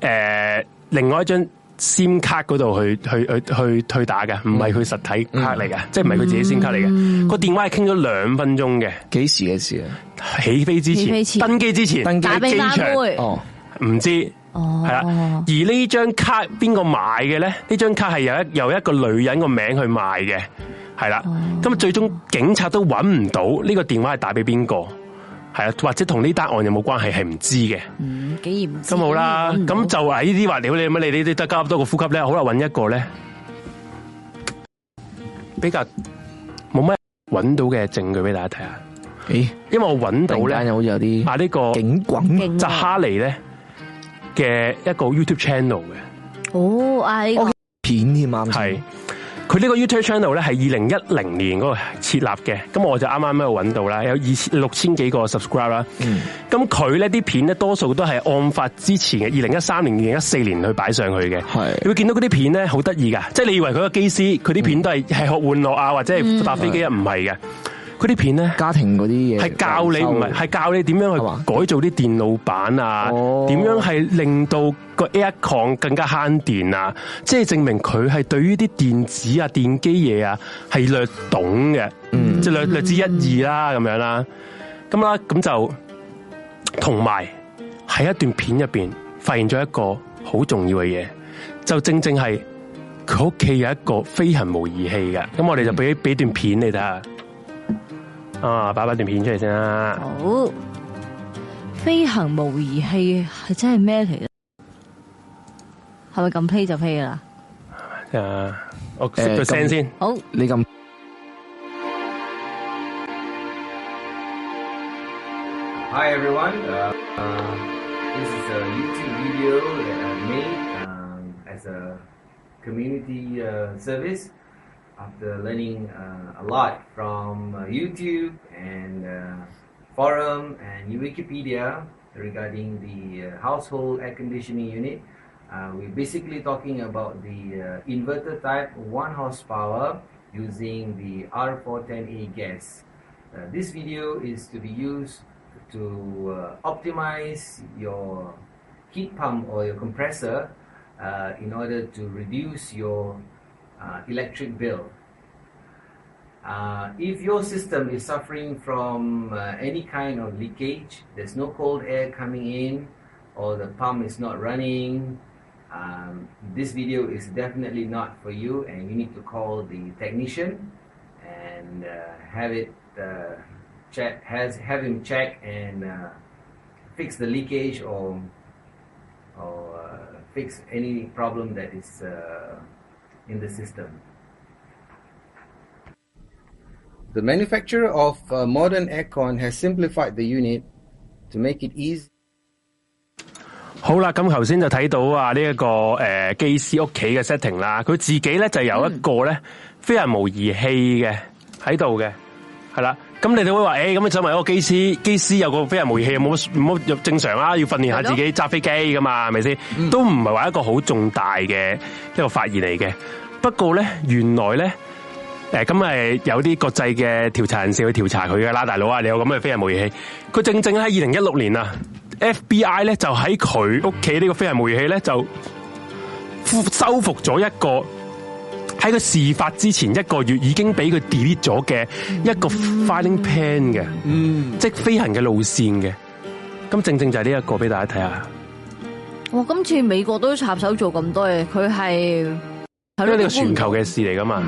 诶、呃另外一張 SIM 卡嗰度去去去去去打嘅，
嗯
唔係佢實體卡嚟嘅，即係唔係佢自己 SIM 卡嚟嘅，個電話係傾咗兩分鐘嘅。
幾時嘅事啊？
起飛之
起
前
飛，前
登機之前，
登機
打俾
機
單
場
妹，
哦，
唔知，係
哦
啦。而呢張卡邊個買嘅咧？呢張卡係由一由一個女人個名去賣嘅，係
哦
啦。咁、最終警察都揾唔到呢個電話係打俾邊個，係啊，或者同呢單案有冇關係係唔知嘅。
嗯竟然唔知
咁好啦，
竟然
咁
唔
就話呢啲話屌你乜你你你得加多個呼吸咧，好啦，揾一個咧比較冇乜揾到嘅證據俾大家睇下，
咦，
因為我揾到
突
咧
然間好似有啲
啊呢、個。
警棍。
勁喎
扎哈尼咧嘅一個 YouTube channel 嘅，
哦，啊呢個
我片添啊啱
係佢呢個 YouTube channel 咧係二零一零年嗰個設立嘅，咁我就啱啱喺度揾到啦，有二千六千幾個 subscribe 啦。咁佢咧啲片咧多數都係案發之前嘅二零一三年、二零一四年去擺上去嘅。
係
你會見到嗰啲片咧好得意噶，即係你以為佢個機師佢啲片都係係學玩樂啊，或者係搭飛機啊，唔係嘅。佢啲片咧。
家庭嗰啲嘢
系教你唔係，係教你點樣
係嘛
去改造啲電腦板啊，
哦
點樣係令到個 aircon 更加慳電啊，即係證明佢係對於啲電子啊、電機嘢啊係略懂嘅，
嗯
即係略略知一二啦咁樣啦，咁啦咁就同埋喺一段片入边發現咗一個好重要嘅嘢，就正正係佢屋企有一個飛行模擬器嘅，咁我哋就俾
嗯
俾段片你睇下。啊，擺擺段片出嚟先啦。
好飛行模擬器係真係咩嚟咧？係咪咁 play 就 play 㗎啦？
啊，我熄咗
誒
聲
咁
先。
好，
你咁
Hi everyone, uh, uh, this is a YouTube video that I made um, as a community uh, service after learning uh, a lot from uh, YouTube and uh, forum and Wikipedia regarding the uh, household air conditioning unit. Uh, we're basically talking about the uh, inverter type, one horsepower, using the R410A gas. Uh, this video is to be used to uh, optimize your heat pump or your compressor uh, in order to reduce your uh, electric bill. Uh, if your system is suffering from uh, any kind of leakage, there's no cold air coming in, or the pump is not running, um, this video is definitely not for you, and you need to call the technician and uh, have it uh, check, has have him check and uh, fix the leakage or or uh, fix any problem that is uh, in the system. The manufacturer of uh, modern aircon has simplified the unit to make it easy.
好啦，咁頭先就睇到啊呢一個诶機師屋企嘅 setting 啦，佢自己咧就有一個咧飛行模擬器嘅喺度嘅，係啦。咁你哋會話诶，咁你想問一個機師，機師有個飛行模擬器有冇冇乜正常啦？要訓練下自己揸飛機噶嘛，係咪先？都唔係話一個好重大嘅一個發現嚟嘅。不過咧，原來咧。誒咁係有啲國際嘅調查人士去調查佢嘅啦，大佬啊，你有咁嘅飛行模擬器，佢正正喺二零一六年啊，FBI 咧就喺佢屋企呢個飛行模擬器咧就收復咗一個喺佢事發之前一個月已經俾佢 delete 咗嘅一個 filing plan 嘅，嗯，即係飛行嘅路線嘅，咁正正就係呢一個俾大家睇下。
我今次美國都插手做咁多嘢，佢係係
因
咯
為呢個全球嘅事嚟噶嘛。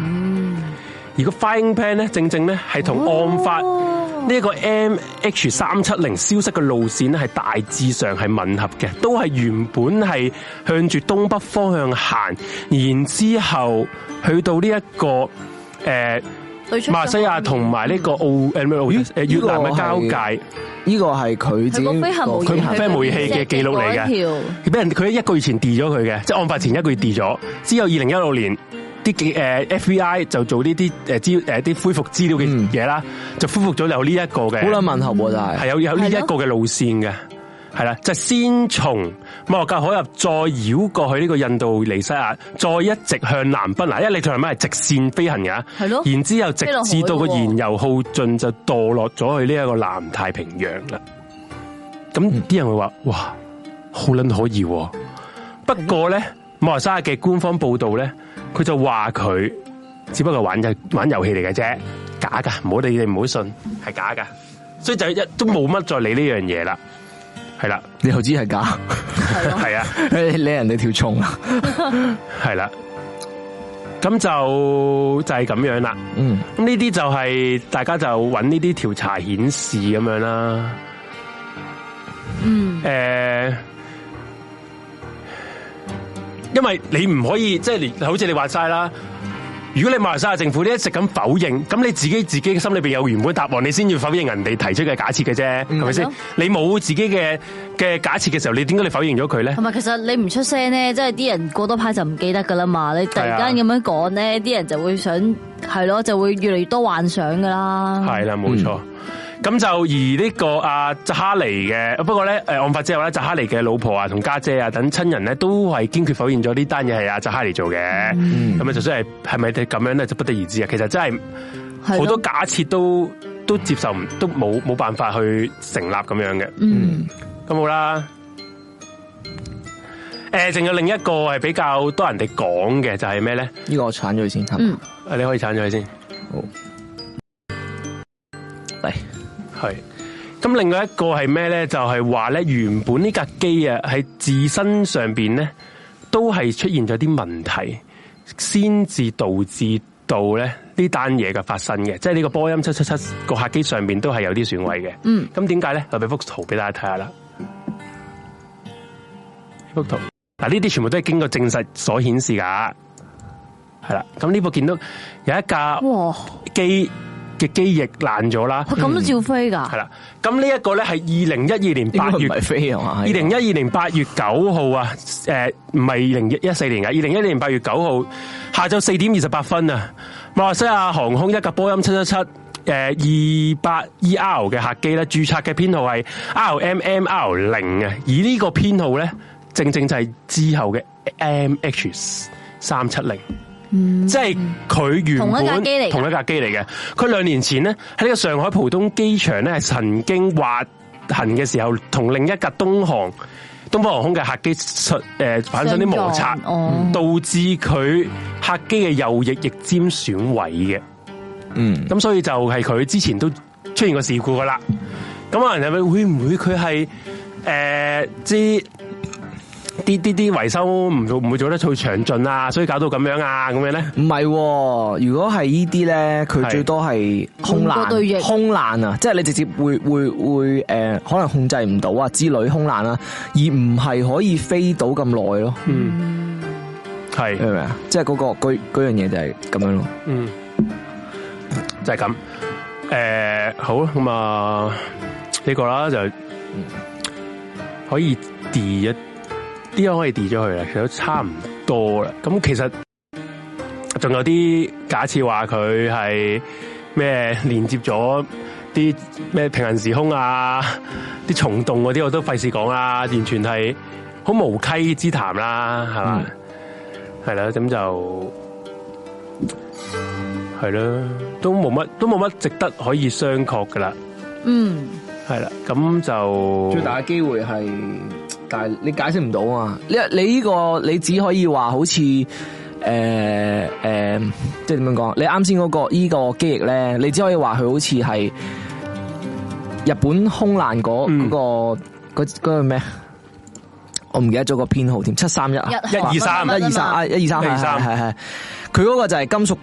而個 filing plan 咧，正正咧係同案發呢一個 MH 三七零消失嘅路線咧，係大致上係吻合嘅，都係原本係向住東北方向行，然之後去到呢、一個誒
對出咗
馬來西亞同埋呢個澳誒咩澳
咦
誒越南嘅交
呢個
界。
呢個係佢自
佢
己
個飛行模擬器
個
佢飛模擬器嘅記錄嚟
即係嗰一條
嘅，佢俾人佢一個月前 d 咗佢嘅，即係案發前一個月 d 咗。之後二零一六年啲記誒 FBI 就做呢啲誒資誒啲恢復資料嘅嘢啦，就恢復咗有呢一個嘅，
好撚問候喎，真係
係有有呢一
係
個嘅路線嘅。係啦，就先從摩洛哥海入，再繞過去呢個印度尼西亞，再一直向南奔嗱，因為你同南奔係直線飛行㗎，
係咯
然之後直
飛落海
至到個
喎
燃油耗盡，就墮落咗去呢一個南太平洋啦。咁啲人會話：，哇，好撚可疑、喎！不過咧，馬來西亞嘅官方報道咧，佢就話佢只不過玩遊玩遊戲嚟嘅啫，假噶，唔好你哋唔好信，係假噶。所以就一都冇乜再理呢樣嘢啦，係啦，
你又知係假，
係咯，
係啊。
你你人哋條蟲啊，
系啦，咁就就系、咁样啦。
嗯，
咁呢啲就系、大家就揾呢啲调查显示咁样啦。嗯，诶、因为你唔可以即系、你好似你话斋啦。如果你馬來西亞政府呢一直咁否認，咁你自己自己嘅心裏邊有原本答案，你先要否認人哋提出嘅假設嘅啫，係咪
係
先
咯？
你冇自己嘅嘅假設嘅時候，你點解你否認咗佢咧
同？埋其實你唔出聲咧，即係啲人過多排就唔記得噶啦嘛。你突然間咁樣講
啊
咧，啲人就會想係咯，就會越嚟越多幻想噶啦。
系啦，冇錯。咁、就而呢、個阿扎哈尼嘅，不過咧，诶案發之後咧，扎哈尼嘅老婆啊、同家姐啊等親人咧，都係堅決否認咗呢單嘢係阿扎哈尼做嘅。咁啊、就算係係咪咁樣咧，就不得而知啊。其實真係
係咯
好多假設都都接受唔，都冇冇辦法去成立咁樣嘅。
嗯，
咁好啦。诶、仲有另一個係比較多人哋講嘅，就係咩咧？
呢個我鏟咗佢先，係嘛
嗯
啊你可以鏟咗佢先。
嚟
系。咁另外一個係咩咧？就係話咧，原本呢架機啊，喺自身上边咧，都係出現咗啲問題，先至導致到咧呢單嘢嘅發生嘅，即係呢個波音七七七個客機上面都係有啲損毀嘅。
嗯，
咁點解咧？我俾幅圖俾大家睇下啦。幅圖嗱，呢啲全部都係經過證實所顯示噶，係啦。咁呢部見到有一架
哇，
機嘅機翼爛咗啦。
佢咁都照飛㗎
系。啦，咁呢一個咧係二零一二年八
呢個唔
月，
係飛啊嘛，
二
係
零一二年八月九號啊，诶、唔係二零一四年啊，二零一二年八月九號下晝四點二十八分啊，馬來西亞航空一架波音七七七诶二八 ER 嘅客機咧，註冊嘅編號係 RMMR 零嘅，而呢個編號咧，正正就係之後嘅 MH 三七零。即係佢原
嗯同一架機嚟
本
㗎
同一架機嚟嘅，佢兩年前咧喺呢個上海浦東機場咧係曾經滑行嘅時候，同另一架東航東方航空嘅客機诶產生啲摩擦
相，撞哦
導致佢客機嘅右翼翼尖損毀嘅。
嗯，
咁所以就係佢之前都出現過事故噶啦。咁可能係咪會唔會佢係诶之啲啲啲維修唔做唔會做得最詳盡啊，所以搞到咁樣啊咁樣咧？
唔係喎，如果係呢啲咧，佢
係
最多係空
換
難
個對翼，
空難啊，即係你直接會會會诶、呃可能控制唔到啊之類空難啊，而唔係可以飛到咁耐咯，
嗯，係
你明唔明啊？即係嗰、個嗰嗰樣嘢就係咁樣咯。
嗯，就係咁。诶、好啦咁啊，呢個啦就可以 d 一啲可以 d 咗佢啦，其實都差唔多啦。咁其實仲有啲假設話佢係咩連接咗啲咩平行時空啊、啲蟲洞嗰啲，我都費事講啦，完全係好無稽之談啦，係嘛？係啦、咁就。系啦，都冇乜，都冇乜值得可以商榷噶啦，
嗯，
系啦，咁就
最大嘅機會係，但係你解釋唔到啊！你你呢、個你只可以話好似誒誒，即係點樣講？你啱先嗰個依、個機翼咧，你只可以話佢好似係日本空難嗰、嗰
嗯
個嗰嗰個咩？我唔記得咗個編號添，七三一啊，
一
一
二三
一二三啊，一二三，
123
係係係係佢嗰個就係金屬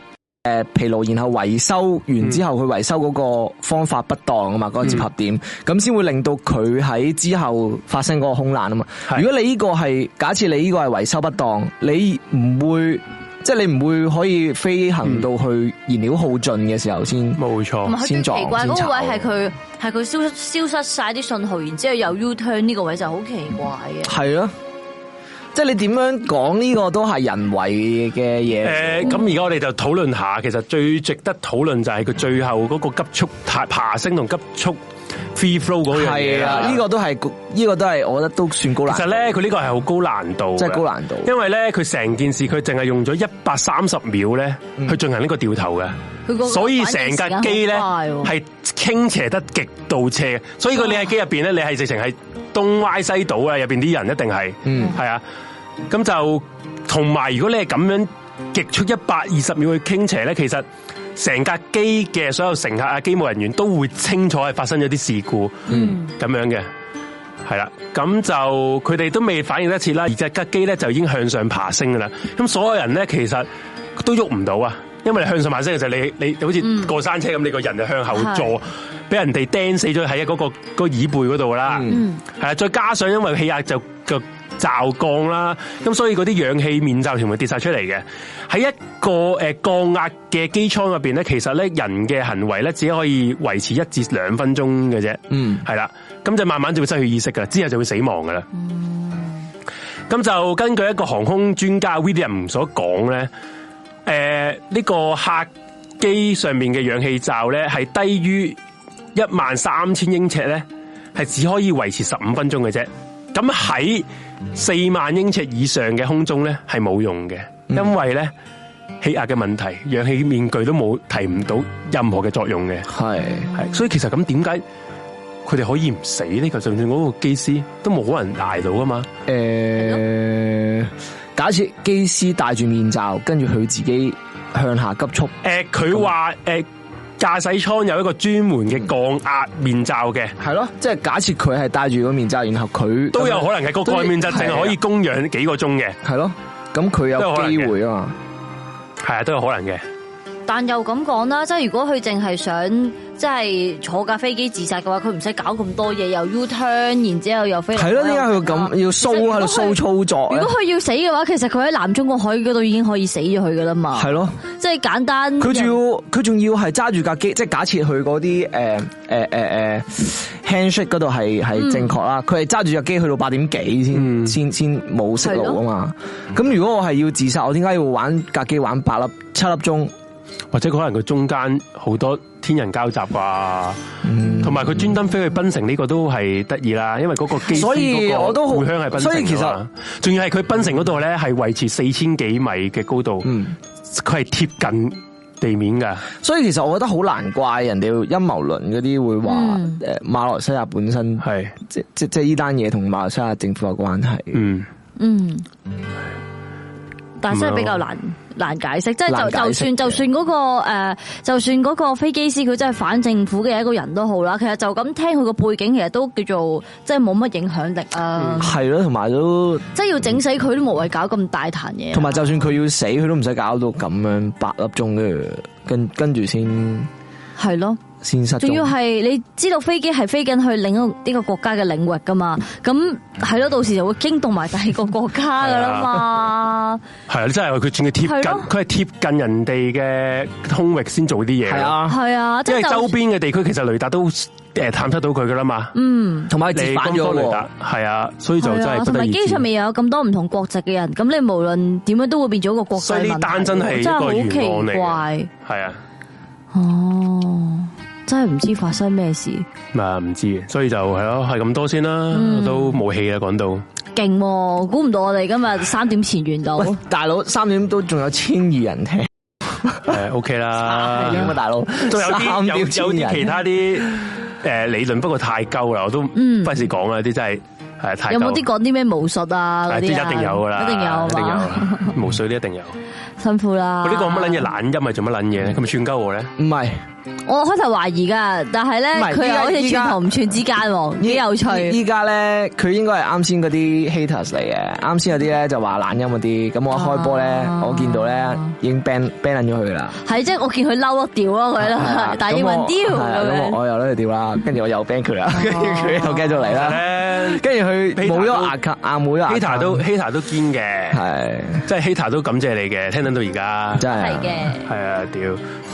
誒疲勞，然後維修完之後，佢維修嗰個方法不當啊嘛，嗰、個接合點，咁先、會令到佢喺之後發生嗰個空難啊嘛。
係
如果你呢個係假設你呢個係維修不當，你唔會即係你唔會可以飛行到去燃料耗盡嘅時候先。
冇
唔
錯，
係
哦先
佢
撞
最奇怪
先
嗰個
炒
位係佢係佢消失消失晒啲信號，然之後又 U turn 呢個位就好奇怪嘅。
係咯，即係你點樣講呢個都係人為嘅嘢。
诶，咁而家我哋就討論下，其實最值得討論就係佢最後嗰個急速爬爬升同急速 free flow 嗰樣嘢
係
啦。
啊，呢、個都係呢、個都係，我覺得都算高難
其實
度。
咧，佢呢個係好高難度，
真係高難度
因為咧，佢成件事佢淨係用咗一百三十秒咧
嗯
去進行呢個掉頭嘅。
佢個
所以成架機咧
反應時間好快喎
係傾斜得極度斜，所以佢你喺機入邊咧，你係直情係東歪西倒啊！入邊啲人一定係，
嗯
係啊。咁就同埋，如果你係咁樣極速一百二十秒去傾斜咧，其實成架機嘅所有乘客啊、機務人員都會清楚係發生咗啲事故，嗯，咁樣嘅。系啦，咁就佢哋都未反應得切啦，而只吉機咧就已經向上爬升噶啦。咁所有人咧其實都喐唔到啊，因為你向上爬升嘅時候，你你好似過山車咁，你個人就向後
係
坐，俾人哋釘死咗喺嗰個嗰個椅背嗰度啦。
嗯
係啊，再加上因為氣壓就就驟降啦，咁所以嗰啲氧氣面罩全部跌晒出嚟嘅。喺一個誒降壓嘅機艙入邊咧，其實咧人嘅行為咧只可以維持一至兩分鐘嘅啫。
嗯
系啦，咁就慢慢就會失去意識噶啦，之後就會死亡噶啦。咁就根據一個航空專家 William 所講咧，诶、呢、個客機上面嘅氧氣罩咧係低於一萬三千英尺咧，係只可以維持十五分鐘嘅啫。咁喺四萬英尺以上嘅空中咧係冇用嘅，因為咧氣壓嘅問題，氧氣面具都冇提唔到任何嘅作用嘅。
係。
系，所以其實咁點解佢哋可以唔死呢？就算嗰個機師都冇可能捱到噶嘛。
诶、呃假設機師戴住面罩，跟住佢自己向下急速，
诶、佢話诶駕駛艙有一個專門嘅降壓面罩嘅，
係咯，即係假設佢係戴住個面罩，然後佢
都有可能係個蓋面罩淨係可以供養幾個鐘嘅，
係咯，咁佢
都有
有
可能
機
嘅
會啊嘛，
係啊，都有可能嘅。
但又咁講啦，即係如果佢淨係想即係坐架飛機自殺嘅話，佢唔使搞咁多嘢，又 U turn，然之後又飛嚟。
係咯，點解佢咁要 show 喺度
其實啊
show
如果佢
操作啊
如
咧
果？佢要死嘅話，其實佢喺南中國海嗰度已經可以死咗佢噶啦嘛。
係咯，
即係簡單。
佢仲要佢仲要係揸住架機，即係假設佢嗰啲呃诶诶诶诶呃 handshake 嗰度係係正確啦，佢係揸住架機去到八點幾
嗯
先先先冇息路啊嘛。咁如果我係要自殺，我點解要玩架機玩八粒七粒鐘？
或者佢可能佢中間好多天人交集啩，
嗯
同埋佢專登飛去檳城呢個都係得意啦，因為嗰個機師
所以
嗰個
我都好
故鄉係檳城啊嘛，
所以其實
仲要係佢檳城嗰度咧係維持四千幾米嘅高度，
嗯
佢係貼近地面噶，
所以其實我覺得好難怪人哋陰謀論嗰啲會話
嗯
誒馬來西亞本身
係
即即即呢單嘢同馬來西亞政府有關係。
嗯。
嗯，但係真係比較難難解釋，即係就
難解釋
就算
嘅
就算嗰個诶，就算嗰個飛機師佢真係反政府嘅一個人都好啦，其實就咁聽佢個背景，其實都叫做即係冇乜影響力啊，
係咯，同埋都
即係要整死佢都無謂搞咁大壇嘢，啊
同埋就算佢要死，佢都唔使搞到咁樣八粒鐘跟住跟跟住先
係咯。
先失蹤。
仲要係你知道飛機係飛緊去另一個呢個國家嘅領域噶嘛？
嗯
咁係咯，到時就會驚動埋第二個國家噶啦嘛。
系啊，真係佢仲要貼
係
近，
咯
佢係貼近人哋嘅空域先做啲嘢。
係， 啊，
係啊，即
因為
係
周
就
邊嘅地區其實雷達都诶探測到佢噶啦嘛。
嗯。
同埋佢折
你
返
講
咗
多雷
喎
達。係啊，所以就真
係啊
係不
同
得而
埋
知。
機上面又有咁多唔同國籍嘅人，咁你無論點樣都會變咗一個國際
所以呢
問題
單真係一
真係
個
好
懸
奇
案
怪
係啊，
哦，真係唔知發生咩事，
嗱唔知嘅，所以就係咯，係咁多先啦，
嗯
都冇氣啦，啊講 到
勁喎！估唔到我哋今日三點前完到，
喂，大佬三點都仲有千二人聽，
诶 OK 啦
點，啊，大佬？
仲有
三
啲有
點千
有啲
人
其他啲诶理論，不過太鳩啦，我都
嗯
費事講啦，啲真係係太鳩
有冇啲講啲咩武術啊
係
嗰
啲
啲啊？
一定有噶啦，
一定有啊
一定 有，無水啲一定有。
辛苦啦。
我呢個乜撚嘢懶音係做乜撚嘢
啊
咧？佢咪串鳩我 咧？
唔係
我開頭懷疑噶，但係咧
唔係
佢又好
依
似
家
串頭唔串之間喎，幾有趣。
依依家咧，佢應該係啱先嗰啲 haters 嚟嘅，啱先有啲咧就話懶音嗰啲，咁我一開波咧，
啊
我見到咧已經 ban ban 撚咗佢 啦。
係即係我見佢嬲咯，屌 咯佢啦，但係英文屌
咁我
咁
係啊咁我
樣。哦
我又攞佢調啦，跟住我又 ban 佢啦，跟住佢又繼續嚟啦，
咧
跟住佢
Peter
冇咗
哦都
account，啊冇咗
hater
account
都 hater 都堅嘅，
係
即係 hater 都感謝你嘅，聽得到而家。
真
係
係啊
嘅。
係啊，屌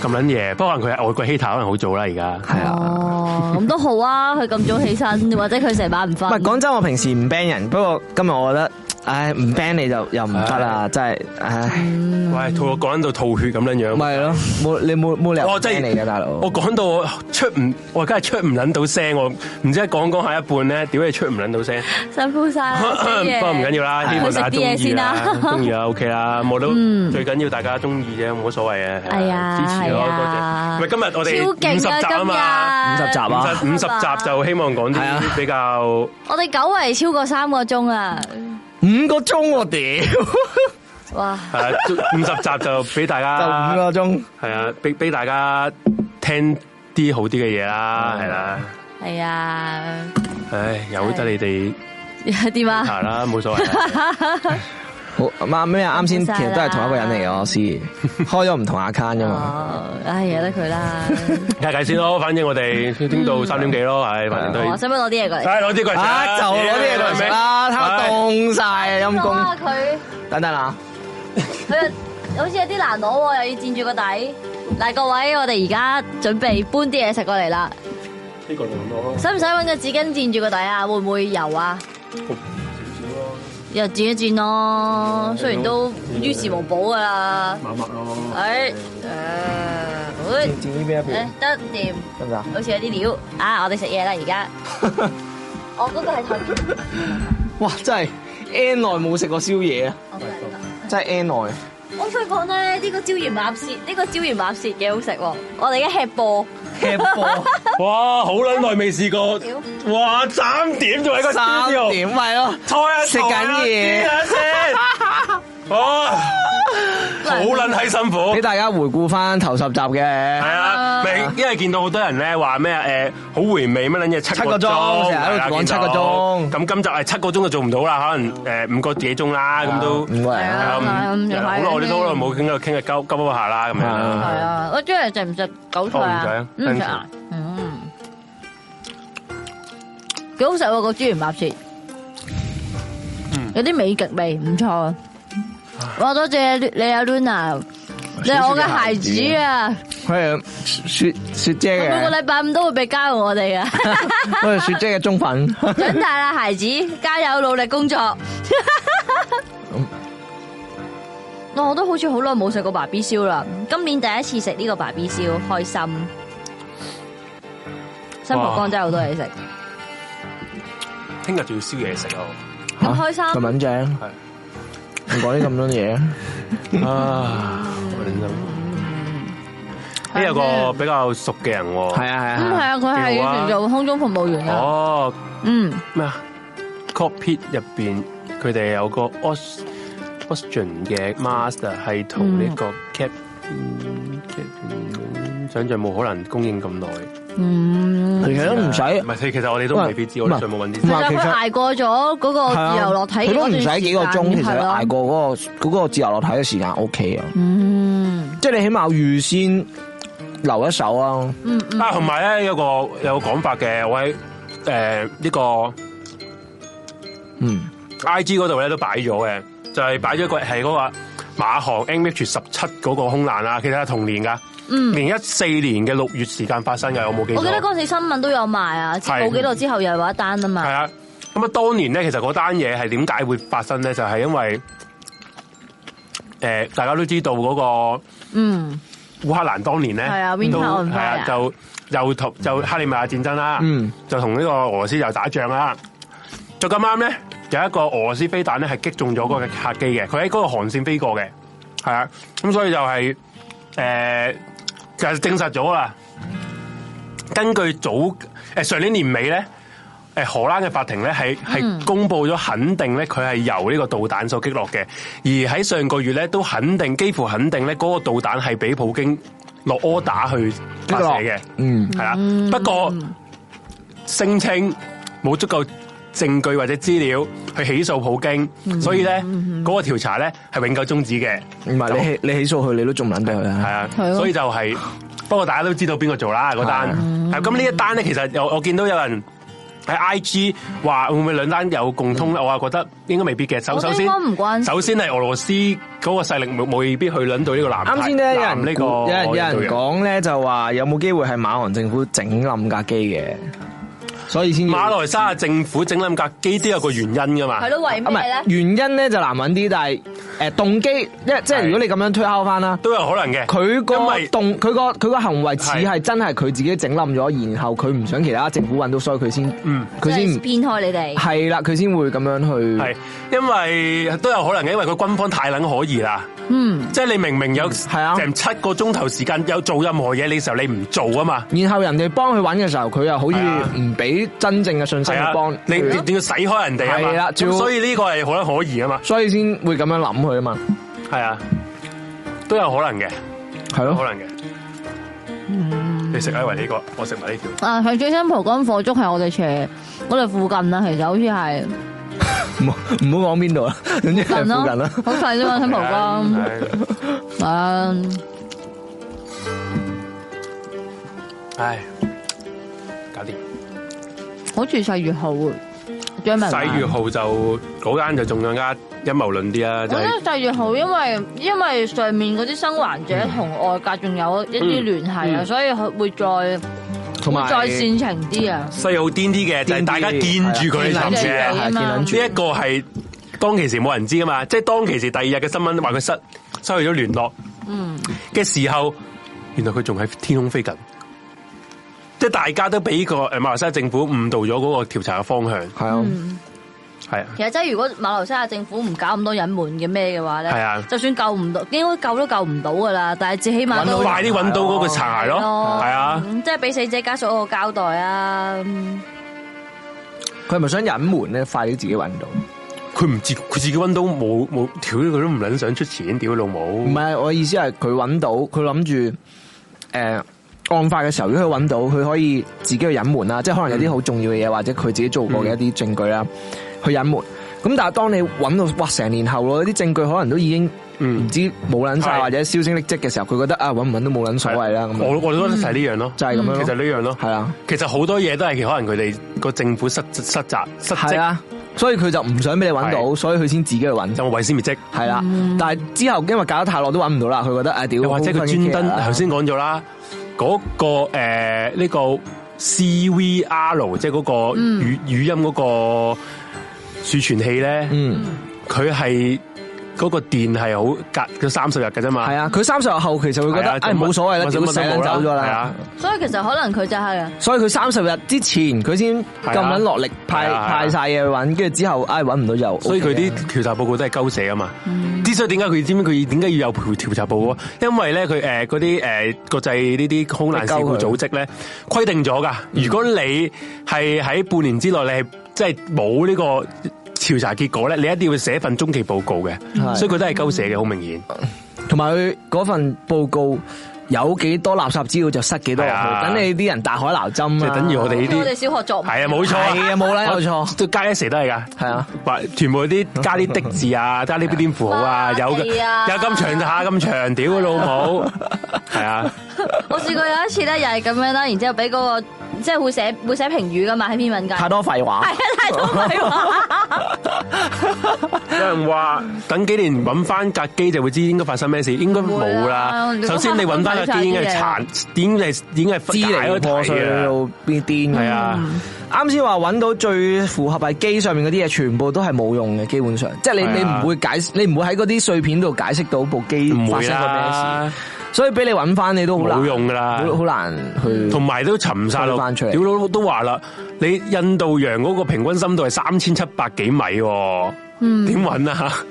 咁撚嘢，不過可能佢係外國 hater 可能好早啦而家。
係啊。
哦，咁都好啊！佢咁早起身，或者佢成晚唔
唔係
瞓。
講真，我平時唔 ban 人，不過今日我覺得，唉，唔 ban 你就又唔得啦，真係，唉，
嗯
喂，吐我講到吐血咁樣樣。
咪係咯，冇你冇冇理由
我真
ban 你
係
嘅大佬，
我講到我出唔，我梗係出唔撚到聲，我唔知講講下一半咧，屌你出唔撚到聲。
辛苦晒 啦，
不過
食啊嘢啊
唔緊要啦，希望大家中
去食啲嘢
意
先
啦
啦，嗯
中意啦，OK 啊啦，我都最緊要大家中意啫，冇乜所謂嘅。
係啊
支持咯，
係啊
多謝。喂，今日
超
我哋五十
勁
集啊嘛，
啊！今日
50集啊
五十五十集就希望講
係啊
啲比較。
我哋久違超過三個鐘啊！
五個鐘我屌，
哇，
係啊五十集就俾大 家
就五個鐘，
係啊，俾俾大家聽啲好啲嘅嘢啦，係啦，
係啊，
唉，由得你哋
點啊？
行啦，冇所謂啦。
好啱咩啊？啱先
唔該
其
晒
實都係同一個人嚟嘅，我思怡開咗唔同 account 啫嘛，
哦，唉，由得佢啦。
睇睇先咯，反正我哋傾到三點幾咯，唉，反正都
我
係。
哦使唔使攞啲嘢過嚟？
唉，攞啲過嚟食
啊
啦
就攞啲嘢嚟食啦，睇下凍晒陰公，
哇啊佢
等等啊，
佢又好似有啲難攞喎，又要墊住個底。嗱，各位，我哋而家準備搬啲嘢食過嚟啦。
呢個啊兩咯。
使唔使揾個紙巾墊住個底啊？會唔會油啊？
哦
又轉一轉
嗯
咯，雖然都於事無補噶啦。哎默默咯。誒誒，
嗯
誒
剪呢邊一邊
哎得掂，
得唔得啊？
好似有啲料啊！我哋食嘢啦，而家。我嗰個係台橋，
哇，真係 N 耐冇食過宵夜啊，
我真係得
真係 N 耐。
我想講咧，呢個椒鹽鴨舌，呢個椒鹽鴨舌幾好食喎！我哋而家吃播，
吃播
哇，好撚耐未試過
屌！
哇，三點仲喺個
三
studio，
點咪 咯，
菜
食緊嘢
先。哇，好撚閪辛苦
俾。大家回顧翻頭十集
系
嘅。
啊，咪因為見到好多人咧話咩诶，好回味乜撚嘢七個
七個鐘成
鐘，
日喺度講七個鐘
係啦見到咁今集係七個鐘就做唔到啦，可能诶五個幾鐘啦，咁都
五個人
係
啊
啊
咁
五
就
係啦好
快啲
耐我哋都好耐冇傾過傾嘅鳩鳩下啦，咁樣
係
啦。
係啊！我中意食唔食韭菜啊？
哦唔使啊
唔食啊？嗯，幾好食喎個豬鹽鴨舌，有啲美極味，唔錯。哇！多謝你啊，Luna，你係我嘅孩子啊！
佢係雪雪姐
我每個
嘅，
禮拜五都會俾加油我哋啊！
我係雪姐嘅忠粉。
長大啦， 孩子，加油，努力工作。我都好似好耐冇食過爸 B 燒啦，今年第一次食呢個爸 B 燒，開心。新蒲江真係好多嘢食，
聽日仲要燒嘢食啊！
咁開心
咁撚正，唔講啲咁多嘢。
啊，我哋呢有個比較熟嘅人喎，
係啊
咁係
係啊，
啊，佢係以前做空中服務員啊，
哦
嗯，
咩啊？cockpit 入邊佢哋有個 Aus Austrian 嘅 master 係同呢個
嗯
cap Cap- 想象冇可能供應咁耐，
嗯，
其實都啊唔使。
唔係，其實我哋都未必知，我哋上網揾
其
唔
啲
係
實
其
佢
實
捱過咗嗰個
係啊
自由落體
佢都唔使幾個鐘，其實
係
捱過嗰、個嗰、個自由落體嘅時間 O K 啊，
嗯
即係你起碼預先留一手啊。
嗯嗯，
啊，同埋咧有個有個講法嘅，我喺誒呢個。
嗯，
I G 嗰度咧都擺咗嘅，就係擺咗個係嗰個馬航 M H 十七嗰個空難啊，其實係同年噶，
嗯
零一四年嘅六月時間發生嘅，我冇記錯。
我記得嗰陣時新聞都有賣啊，即係
係
冇幾耐之後又有一單
係
啊嘛，
啊，咁啊，當年咧其實嗰單嘢係點解會發生咧？就係、因為誒、呃大家都知道嗰個
嗯，
烏克蘭當年咧，
係啊，Winter
都
on
係啊
fire
就又同就克里米亞戰爭啦，
嗯
就同呢個俄羅斯又打仗啦。就咁啱咧，有一個俄羅斯飛彈咧係擊中咗嗰個客機嘅，佢喺嗰個航線飛過嘅，係啊，咁所以就係、呃就係證實咗啦。根據早誒上年年尾咧，誒荷蘭嘅法庭咧係係公布咗肯定咧，佢係由呢個導彈所擊落嘅，而喺上個月咧都肯定幾乎肯定咧嗰、個導彈係俾普京落柯打去發射嘅，
嗯
係啦。不過聲稱冇足夠證據或者資料去起訴普京，所以咧嗰個調查咧係永久終止嘅，
嗯唔係你起你起訴佢，你都仲唔撚俾佢
係
啊？
啊，
嗯係咯
所以就係、不過大家都知道邊個做啦嗰單。係咁呢一單咧，其實我我見到有人喺 I G 話會唔會兩單有共通咧？我啊覺得應該未必嘅。首
我
首
覺得
先
應該唔關事，
首先係俄羅斯嗰個勢力冇未必去撚到呢個南太
啱先咧，有
南
人
呢個
估有人有
海盜
人
洋
講咧就話有冇機會係馬航政府整冧架機嘅，所以先要
馬來西亞政府整冧架機都有個原因噶嘛
係。咯，為
啊唔
咩
係
咧？
原因咧就難揾啲，但係誒動機，因為即係
係
如果你咁樣推敲翻啦。
都有可能嘅。
佢個
因為
動，佢個佢個行為似
係
係真係佢自己整冧咗，然後佢唔想其他政府揾到，所以佢先，
嗯
佢先
即係偏開你哋，
係啦，佢先會咁樣去。
係，因為都有可能嘅，因為佢軍方太撚可疑啦。
嗯，
即係你明明有
係啊
成七個鐘頭時間有做任何嘢，你時候你唔做啊嘛。
然後人哋幫佢揾嘅時候，佢又好
係啊
似唔俾真正嘅信息
係
去
啊
幫，
你
佢
你你要洗開人哋啊
係啦
嘛。
照
咁所以呢個係好撚可疑啊嘛。
所以先會咁樣諗佢啊嘛，
係啊，都有可能嘅，
係
有可
咯。
能嘅。你食啊，維呢個，我食埋呢條。
啊，佢最新蒲江火燭係我哋斜，我哋附近啊啦，其實好似係
唔好唔好講邊度啦，總之係
近
附
咯
近啊啦。，
好近啫嘛，新蒲江，
唉
啊，
唉，搞掂。
好似世越號，啊張文華
洗月號就嗰間就仲更加陰謀論啲啦，
我
就係、
覺得世越號，因為因為上面嗰啲生還者
嗯
同外界仲有一啲聯繫啊，
嗯
所以佢會再
同埋
會再煽情啲啊。
細路癲啲嘅，就係大家見住佢
係啊
諗
見住
嘅
佢。
係啊見撚住
呢一個係當其時冇人知噶嘛，即係當其時第二日嘅新聞話佢失失去咗聯絡
嗯，
嘅時候，原來佢仲喺天空飛緊，即係大家都俾個誒馬來西亞政府誤導咗嗰個調查嘅方向，
係啊，
係啊，
其實真係如果馬來西亞政府唔搞咁多隱瞞嘅咩嘅話咧，
係啊
就算救唔到，應該救都救唔到噶啦。但係至起碼都
快啲揾到嗰個殘骸咯，
係
係啊，
嗯即係俾死者家屬一個交代啊。嗯
佢係咪想隱瞞咧？快啲自己揾到。
佢唔自佢自己揾到冇冇，屌佢都唔撚想出錢，屌佢老母，
唔係，我意思係佢揾到，佢諗住誒案發嘅時候，如果佢揾到，佢可以自己去隱瞞啦，即係可能有啲好重要嘅嘢，或者佢自己做
嗯
過嘅一啲證據啦，去隱瞞。咁但係當你揾到哇成年後咯，啲證據可能都已經唔
嗯，
知冇撚晒
係
或者銷聲匿跡嘅時候，佢覺得啊揾唔揾都冇撚所謂啦，咁
我
樣嗯
我覺得就係呢樣咯，
就係咁樣
其實
咯，
呢樣咯。
係啊，
其實好多嘢都係可能佢哋個政府失失責失
係
職，
啊，所以佢就唔想俾你揾到，
係嗯
所以佢先自己去揾。
就為先滅跡，
係啊啦，但係之後因為搞得太耐都揾唔到啦，佢覺得啊屌，
又或者
好
佢專
分
登
嘅
頭先講咗啦，嗰、個誒呢、個 CVR 即係嗰個語、
嗯
語音嗰個儲存器咧，
嗯
佢係嗰個電係好隔咗三十日嘅啫嘛。
系啊，佢三十日後其實會覺
係啊
得，唉，冇所謂啦，
乜
屌
乜
洗撚走咗
係
啦
啊。
所以其實可能佢就係、啊
所以佢三十日之前佢先咁撚落力派
係啊係啊
派晒嘢去揾，跟住之後唉揾唔到就，
所以佢啲調查報告都係鳩寫啊嘛。之所以點解佢知唔知佢點解要有調查報告啊？因為咧佢誒嗰啲誒國際呢啲空難事故組織咧規定咗噶，如果你係喺半年之內你係即係冇呢個調查結果咧，你一定要寫份中期報告嘅，
係
所以佢都係鳩寫嘅，好明顯。
同埋佢嗰份報告有幾多垃圾資料就塞幾多落
係
去，
啊
等你啲人大海撈針
就
啊！
等於我哋呢
我
啲
哋小學作文
係啊，冇錯。
係啊，冇啦，有 錯。
都加一時都係㗎，
係啊，
話全部啲加啲的字 啊，加啲標點符號啊，有嘅
係啊
有咁長下咁長，屌佢老母， 係啊，
我試過有一次咧，又係咁樣啦，然之後俾嗰、個即係會寫會寫評語噶嘛，喺篇文界。
太多廢話
係，啊，太多廢 話。
有人話等幾年揾翻架機就會知應該發生咩事，應該冇啦
會啦。
首先你揾翻架機已經係殘，已經係已經係
支離破碎
解咗題
到
啊
邊癲。
係啊，
啱先話揾到最符合係機上面嗰啲嘢，全部都係冇用嘅，基本上，即係你
係啊
你唔會解，你唔會喺嗰啲碎片度解釋到部機
唔
發
會
生過咩事，
啦，
所以俾你揾翻你都好難
冇用㗎啦
好好難去。
同埋都沉晒落
推返出嚟
屌佬都話啦，你印度洋嗰個平均深度係三千七百幾米喎，
嗯
點揾啊？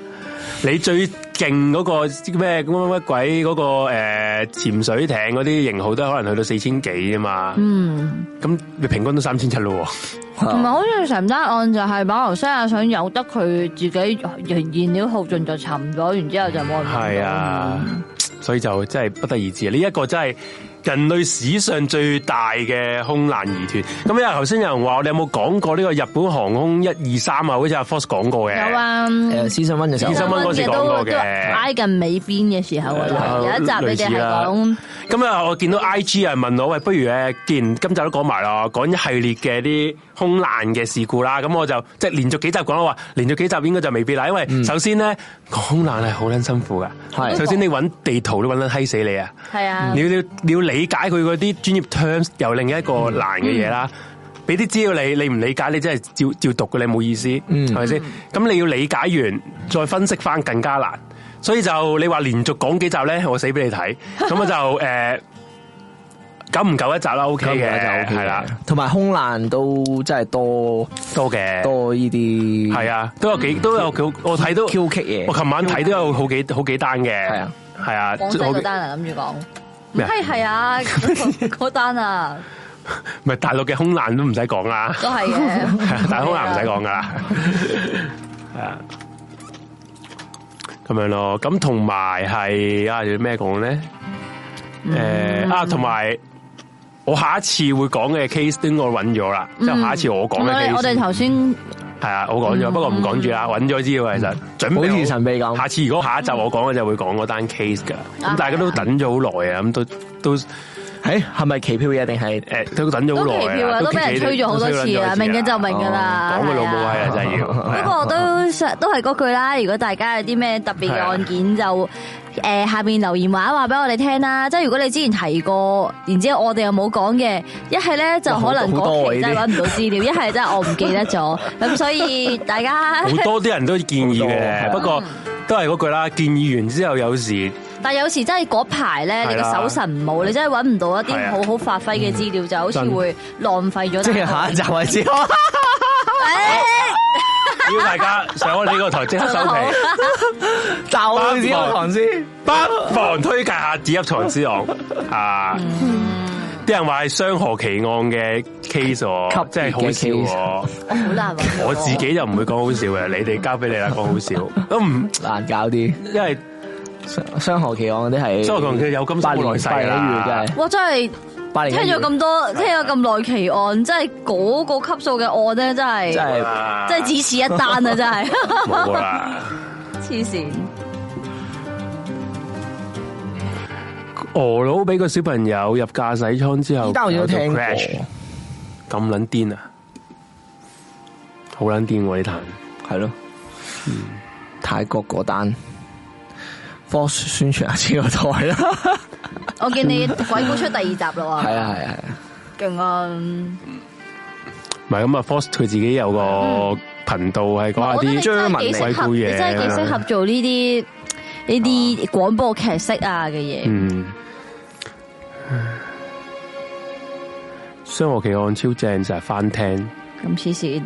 你最勁嗰、個咩乜乜鬼嗰、個誒、呃、潛水艇嗰啲型號都可能去到四千幾啫嘛，
嗯，
咁你平均都三千七咯喎。
同埋好似成單案就係馬來西亞想由得佢自己呃燃料耗盡就沉咗，然之後就冇人揾到
係啊，所以就真係不得而知。啊呢、一個真係人類史上最大嘅空難疑團。咁因為頭先有人話，我哋有冇講過呢個日本航空一二三啊？好似阿 Fox 講過嘅。
有啊。
誒，私信温嘅時候，
私信溫嗰時講
都
過嘅
都挨近尾邊嘅時候啦，
係
有一集你哋係講
咁啊，我見到 I G 有人問我，喂，不如誒，既然今集都講埋啦，講一系列嘅啲空難嘅事故啦，咁我就即係連續幾集講啦，話連續幾集應該就未必啦，因為首先咧，空難係好撚辛苦噶，
係
首先你揾地圖都揾撚閪死你啊！
係啊
你，要你要理解佢嗰啲專業 terms 又另一個難嘅嘢
嗯
啦。俾啲資料你，你唔理解，你真係照照讀嘅，你冇意思，
嗯
係咪先？咁你要理解完，再分析翻更加難。所以就你話連續講幾集咧，我死俾你睇。咁 我就誒、呃久唔久一集啦，OK
咁
嘅，
啊就 OK
係啦，，
同埋空難都真係多
多嘅，
多呢啲
係啊，都有幾都有幾我睇到，
Q K 嘢
我。琴晚睇都有好幾好幾單嘅，
係啊，
係啊，
廣西
好
嗰
幾
單啊，諗住講，唔
咩啊
係係啊，嗰嗰單啊，
唔係大陸嘅空難都唔使講啦。
都係嘅，
但係空
啊
難唔使講噶啦， 係啊，咁樣咯。咁同埋係啊，有咩講咧？
嗯
诶、啊，同埋我下一次會講嘅 case 應該我揾咗啦，即係下一次我講嘅
嗯咁
case，
我哋嗯頭先
係啊，我講咗，不過唔講住啦，揾咗資料其實準
好
備
似神秘咁
下次如果下一集我講嘅就會講嗰單 case 噶，
啊
咁大家都等咗好耐啊，咁都都
誒係咪期票嘢定係？
诶都等咗
都
好
期
耐
票啊，都俾人推咗好多次啊，明嘅就明噶啦，
講佢老母
係啊
係啊，真係要。
不過都想都係嗰句啦，如果大家有啲咩特別嘅
啊
案件就。誒、下面留言話一話俾我哋聽啦，即係如果你之前提過，然之後我哋又冇講嘅，一係咧就可能
哇好好
嗰
多啊
期真係
呢
揾唔到資料，一係真係我唔記得咗，咁所以大家
好，多啲人都建議嘅，
好多
不過都係嗰句啦。建議完之後，有時
但有時真係嗰排咧，你
係
個
啦
手神冇，你真係揾唔到一
係
啲
啊
好好發揮嘅資料，就好似
真
會浪費咗。哎
即係下一集為止，
要大家上我哋呢個台即刻收 皮，
就為 止我唐先。
不妨推介下《紙入藏之昂》啊！啲人話係雙河奇案嘅 case，喎
級
真係好
別嘅
笑喎。
我好難揾。
我自己就唔會講好笑嘅，你哋交俾你啦，講好笑都唔
難搞啲，
因為
雙雙河奇案嗰啲係
雙河奇案有今生
八
冇
年
來世
八年一遇
啦
真係，
哇！真係
八
聽
年一遇
咗咁多，聽咗咁耐奇案，真係嗰個級數嘅案咧，真係
真係
真係只此一單啊！真 係
冇啦。
黐線。
俄佬俾個小朋友入駕駛艙之後，
呢單我都聽過，
搞到 crash
係
咁撚癲啊！好撚癲喎呢壇，
咯，泰國嗰單。科宣傳下先個台啦，
我見你鬼故出第二集啦喎，
係啊係啊係啊，
勁啊！
唔係咁啊 f o r c e 佢自己有個頻道係講下
我覺得你
啲
真嗯係
鬼
幾適合，
故
你
嘢，啊
真係幾適合做呢啲呢啲廣播劇式啊嘅嘢。
嗯，雙和奇案超正就係翻聽，
咁黐線，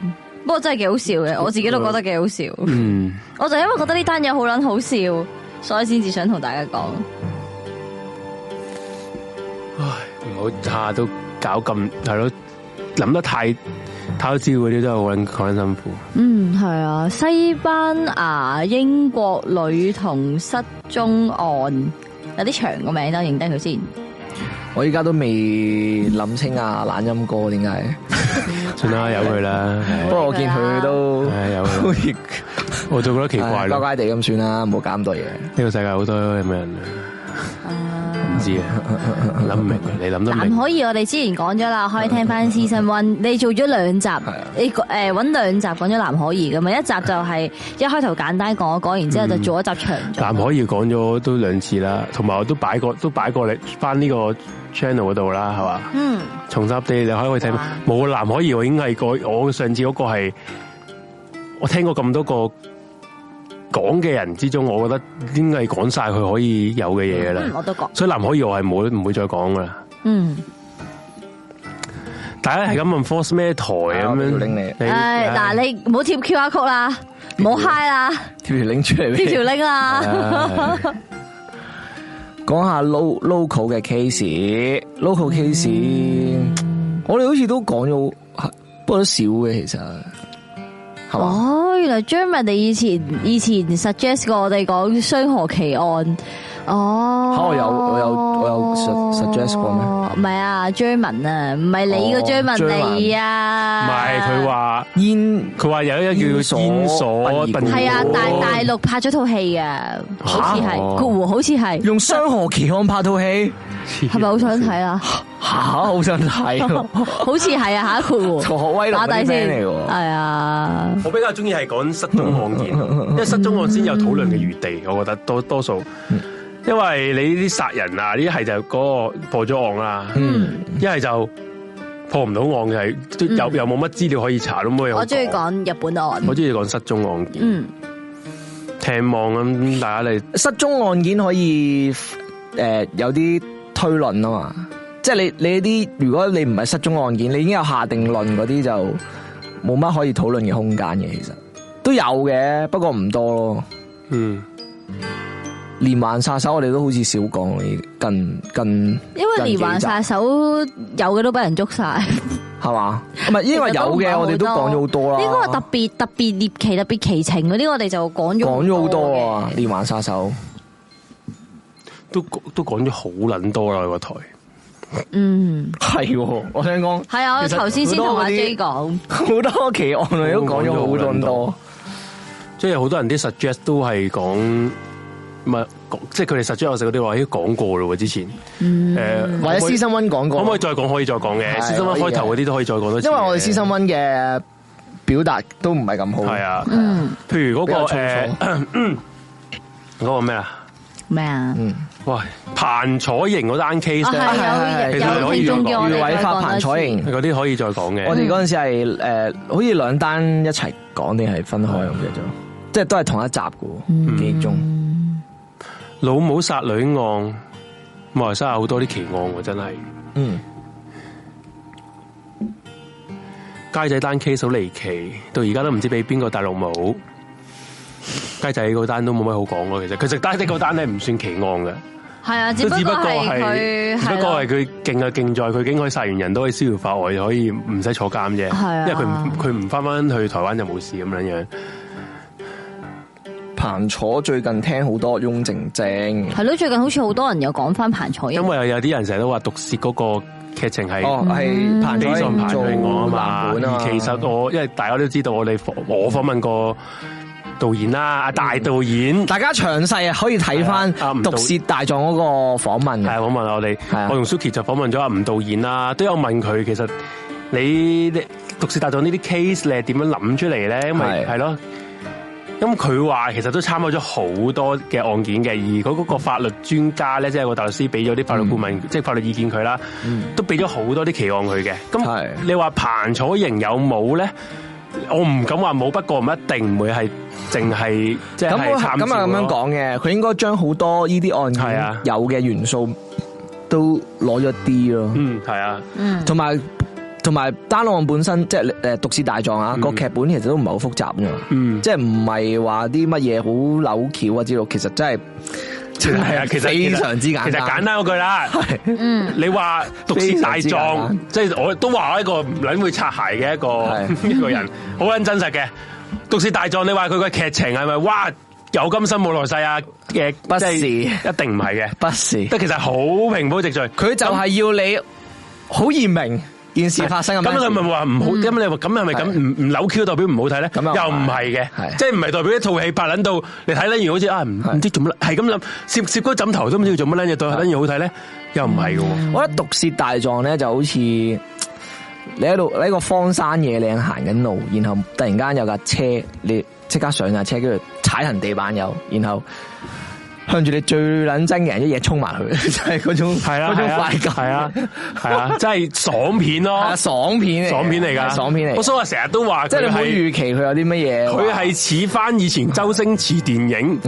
不過真係幾好笑嘅，我自己都覺得幾好笑。
嗯，
我就因為覺得呢單嘢好撚好笑，所以先至想同大家講。
唔好下都搞咁係咯，諗得太太多資料嗰啲都係好撚好撚辛苦。
嗯，係啊，西班牙英國女童失蹤案有啲長個名啦，認低佢先。
我依家都未諗清啊，懶音哥點解？
算
啊
啦，由佢啦，
不
係
過我見佢都
係有佢啦
好似
我就覺得奇怪
唉乖
啊
咯。
乖地咁算啦，唔好搞咁多嘢。
呢個世界好多咁嘅人，唔知啊，諗唔明嘅，你諗得
但唔
明，
可以，我哋之前講咗啦，可以聽翻 season one。你做咗兩集
啊，
你誒揾兩集講咗藍可兒噶嘛？一集就係一開頭簡單講一講，然之後就做一集長咗。
但可以講咗都兩次啦，同埋我都擺過，都擺過你翻呢個 channel 嗰度啦，係嘛？
嗯，
重拾地你可以睇
哇
冇藍可兒，我已經係個我上次嗰個係我聽過咁多個講嘅人之中，我覺得應該係講晒佢可以有嘅嘢㗎
嗯我
啦。
都覺，
所以藍可兒我係冇唔會再講噶啦。
嗯，
大家係咁問 Force 咩台
啊
咁
我
樣
要拎你
誒嗱，你唔好貼 QR code 啦，唔好 high 啦，
貼條 link 出嚟
貼
俾
條
你，
link 啦，
唉
講下 lo- local 嘅 case，local
嗯
case，我哋好似都講咗，不過都少嘅其實，係嘛？
哦，原來 Jeremy 你以前以前 suggest 過我哋講雙河奇案，哦，
嚇我有我有我有 su- suggest 過咩
唔係啊，Jeremy 啊，唔係你個
哦
Jeremy 你
唔
啊，
係佢話
煙
佢話有一個叫
煙
煙
鎖
鎖
殯儀館
係啊，大大
陸
陸拍咗套戲啊，好似係
哦
括弧，好似係，
用雙河奇案拍套戲，
係咪好想睇啊？
吓好想 睇，
好似係啊，下一括
曹
弧，
學威林嗰
打底
啲 friend
先，
嚟
係
喎。
啊，
我比較中意係講失蹤案
嗯
件，因為失蹤案先有討論嘅餘地，我覺得多多數，
嗯
因為你呢啲殺人啊，呢一係就嗰個破咗案啦，
嗯
一係就破唔到案嘅，係又又冇乜資料可以查，咁我又
我中意，講日本案，
我中意講失蹤案件，
嗯，
聽望咁大家你
失蹤案件可以诶、呃有啲推論啊嘛，即係你你啲如果你唔係失蹤案件，你已經有下定論嗰啲就冇乜可以討論嘅空間嘅，其實都有嘅，不過唔多咯。
嗯
連環殺手我哋都好似少講，近近
因為連環殺手有嘅都俾人捉晒。
係嘛？唔係因為有 嘅我哋都講咗好多啦，
呢個特別特別獵奇、特別奇情嗰啲，我哋就講咗
講咗好多啊！
嘅。
連環殺手
都都講咗好撚多啦個台，
嗯，
係喎，我想講
係啊，我
其實
頭先先同阿
好多嗰啲
J 講，
好多奇案我哋都講咗好多好多。
即係好多人啲 suggest 都係講唔係講即係佢哋 suggest 我食嗰啲話，已經講過嘞喎之前，
嗯
誒
或者私生温講過，
可唔可以再講？可以再講嘅，
係
私生
可以嘅
開頭嗰啲都可以再講多次嘅。
因為我哋私生温嘅表達都唔係咁好。
係，啊，
嗯，
譬如嗰個
比較粗
誒
糙
嗰個咩啊？
咩啊？
喂，彭楚瑩嗰單 case
啊係
咧，
係
係
有有聽眾叫我
余
哋
偉
再
發、
講
彭楚
多次。
瑩，
嗰啲可以再講嘅。
我哋嗰陣時係誒，呃好似兩單一齊講定係分開咁嘅啫，即係都係同一集
嗯
嘅，幾宗
老母殺女案，馬來西亞好多啲奇案喎，真係。
嗯，
街仔單 case 好離奇，到而家都唔知俾邊個大陸冇。街仔嗰單都冇乜好講喎，其實佢食單的嗰單咧唔算奇案嘅，
係啊，只
嗯都只
不過
不過
係
係
佢，
只不過係
係
佢勁啊勁在佢竟可以殺完人都可以逍遙法外，可以唔使坐監啫。
係啊嗯
因為佢唔佢唔翻翻去台灣就冇事咁樣樣。
彭楚最近聽好多翁靜晶，
嗯
係咯，最近好似好多人有講翻彭楚瑩
因，為有啲人成日都話毒舌嗰個劇情係
哦係
嗯
彭楚
悲壯
瑩
排
做
對我啊嘛。
藍本啊
而
嘛，
其實我因為大家都知道我哋訪我訪問過導演啦，阿大導演係
大家詳細啊可以睇翻
係啊啊唔
《
到
毒舌大狀》嗰個訪問嘅，
訪問我哋
嗯係啊，
我同 Suki 就訪問咗阿吳導演啦，都有問佢其實你你毒舌大狀呢啲 case 你係點樣諗出嚟咧？因為
係
係咯。咁佢話其實都參考咗好多嘅案件嘅，而嗰嗰個法律專家咧，即係個大律師俾咗啲法律顧問，
嗯
即係法律意見佢啦，都俾咗好多啲期案佢嘅。咁
係
你話彭楚瑩有冇咧？我唔敢話冇，不過唔一定唔會係淨係即係
咁我
參照
咁啊咁樣
咯
講嘅，佢應該將好多呢啲案
係
件
啊
有嘅元素都攞咗啲咯，
嗯，係啊，
嗯，
同埋同埋單案本身即係誒毒舌大狀啊，個劇本其實都唔係好複雜啫嘛，
嗯，
即係唔係話啲乜嘢好扭橋啊之類，其實真係真
係啊，其實
非常之簡
其實簡
單。
單嗰句啦， 你話毒舌大
非常之簡
狀
單，
即係我都話我一個唔撚會擦鞋嘅一個
係
一個人，好撚真實嘅。毒舌大狀，你話佢個劇情係咪哇有今生冇來世啊？嘅
不是
即係一定唔係嘅，
不是，
即係其實好平鋪直敍。
佢就係要你好易明件事發生嘅
咁
咩事
你咪話唔好，咁你話咁係咪咁唔唔扭 Q 代表唔好睇咧？又
咁又唔係
唔係嘅，
係
即係唔係代表一套戲拍撚到你睇撚完好似啊唔
係
唔知做乜，係咁諗，攝攝嗰枕頭都唔知要做乜撚嘢，對撚完好睇咧，又唔係嘅喎。
我覺得毒舌大狀咧就好似你喺度喺個荒山野嶺行緊路，然後突然間有架車，你即刻上架車，跟住踩人地板油，然後向住你最撚憎嘅人一嘢衝埋去， 就係嗰種
係啊，
嗰種
係啊
快感，
係啊，係啊，真係爽片
係
咯
啊，，爽片嚟嘅，
爽片嚟㗎，
係啊爽片嚟
我
嘅，
所以我成日都話，
即係你唔好
係
預期佢有啲乜嘢，
佢係似翻以前周星馳電影，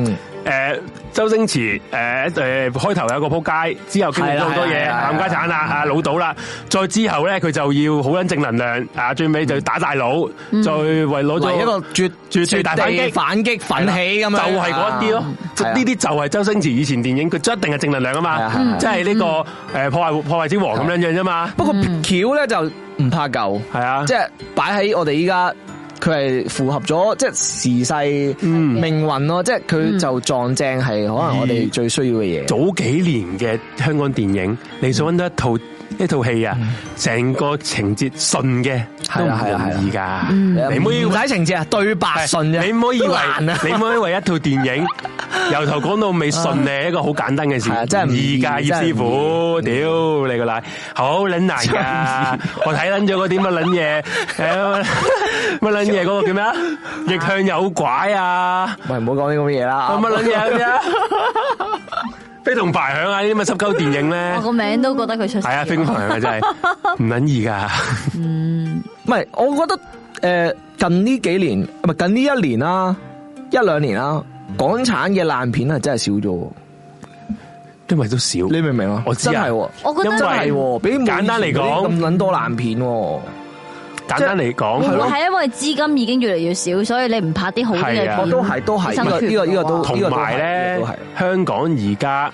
誒
嗯、
周星馳誒誒開頭有個撲街，之後經歷咗好多嘢，
係啦係啦
冚家產啦，啊老到啦，再之後咧佢就要好撚正能量，啊最尾就打大佬，再為攞咗
嗯為一個絕
絕地大反擊
地反擊奮起咁樣，
就係嗰一啲咯。
係啊
呢啲就係周星馳以前電影，佢一定係正能量啊
係啊係啊
嘛，
係啊
即係呢個誒破壞破壞之王咁樣樣啫嘛，
不過橋咧就唔怕舊。
係啊，
即係擺喺我哋依家，佢係符合咗即係時勢
嗯。
命運咯，即係佢就撞正係可能我哋最需要嘅嘢。
早幾年嘅香港電影，你想揾到一套一套戲啊，成個情節順嘅
係
都唔
啦係啦
容易噶。你唔好以
唔
為
使情節啊，對白順啫，
你唔好以為
都難啊，
你唔好以為一套 電影由頭講到尾順你係一個好簡單嘅事
係啊，真係唔易
易噶葉
真係唔易
師傅，屌你個奶，好撚難噶！我睇撚咗嗰啲乜撚嘢，誒乜撚嘢嗰個 叫咩啊？逆向有拐啊！
喂唔好講啲咁嘅嘢啦。
乜撚嘢 啊？非同排響啊！呢啲咁嘅濕鳩電影咧
我。個名都覺得佢出
系啊，非常啊，真系唔捻易噶。
唔係，我覺得诶近呢幾年唔係近呢一年啦，一兩年啦，港產嘅爛片係真係少咗。
因為都少。
你明唔明啊？
我知啊
真係喎，
我覺得
因
真
為
係喎，比每
簡單嚟講
咁撚多爛片喎。
簡單嚟講，
會唔會
佢
係因為資金已經越嚟越少，所以你唔拍啲好啲嘅
係啊
片？
都係都係呢個呢個呢個都
同埋
呢個
咧
都係呢，
香港而家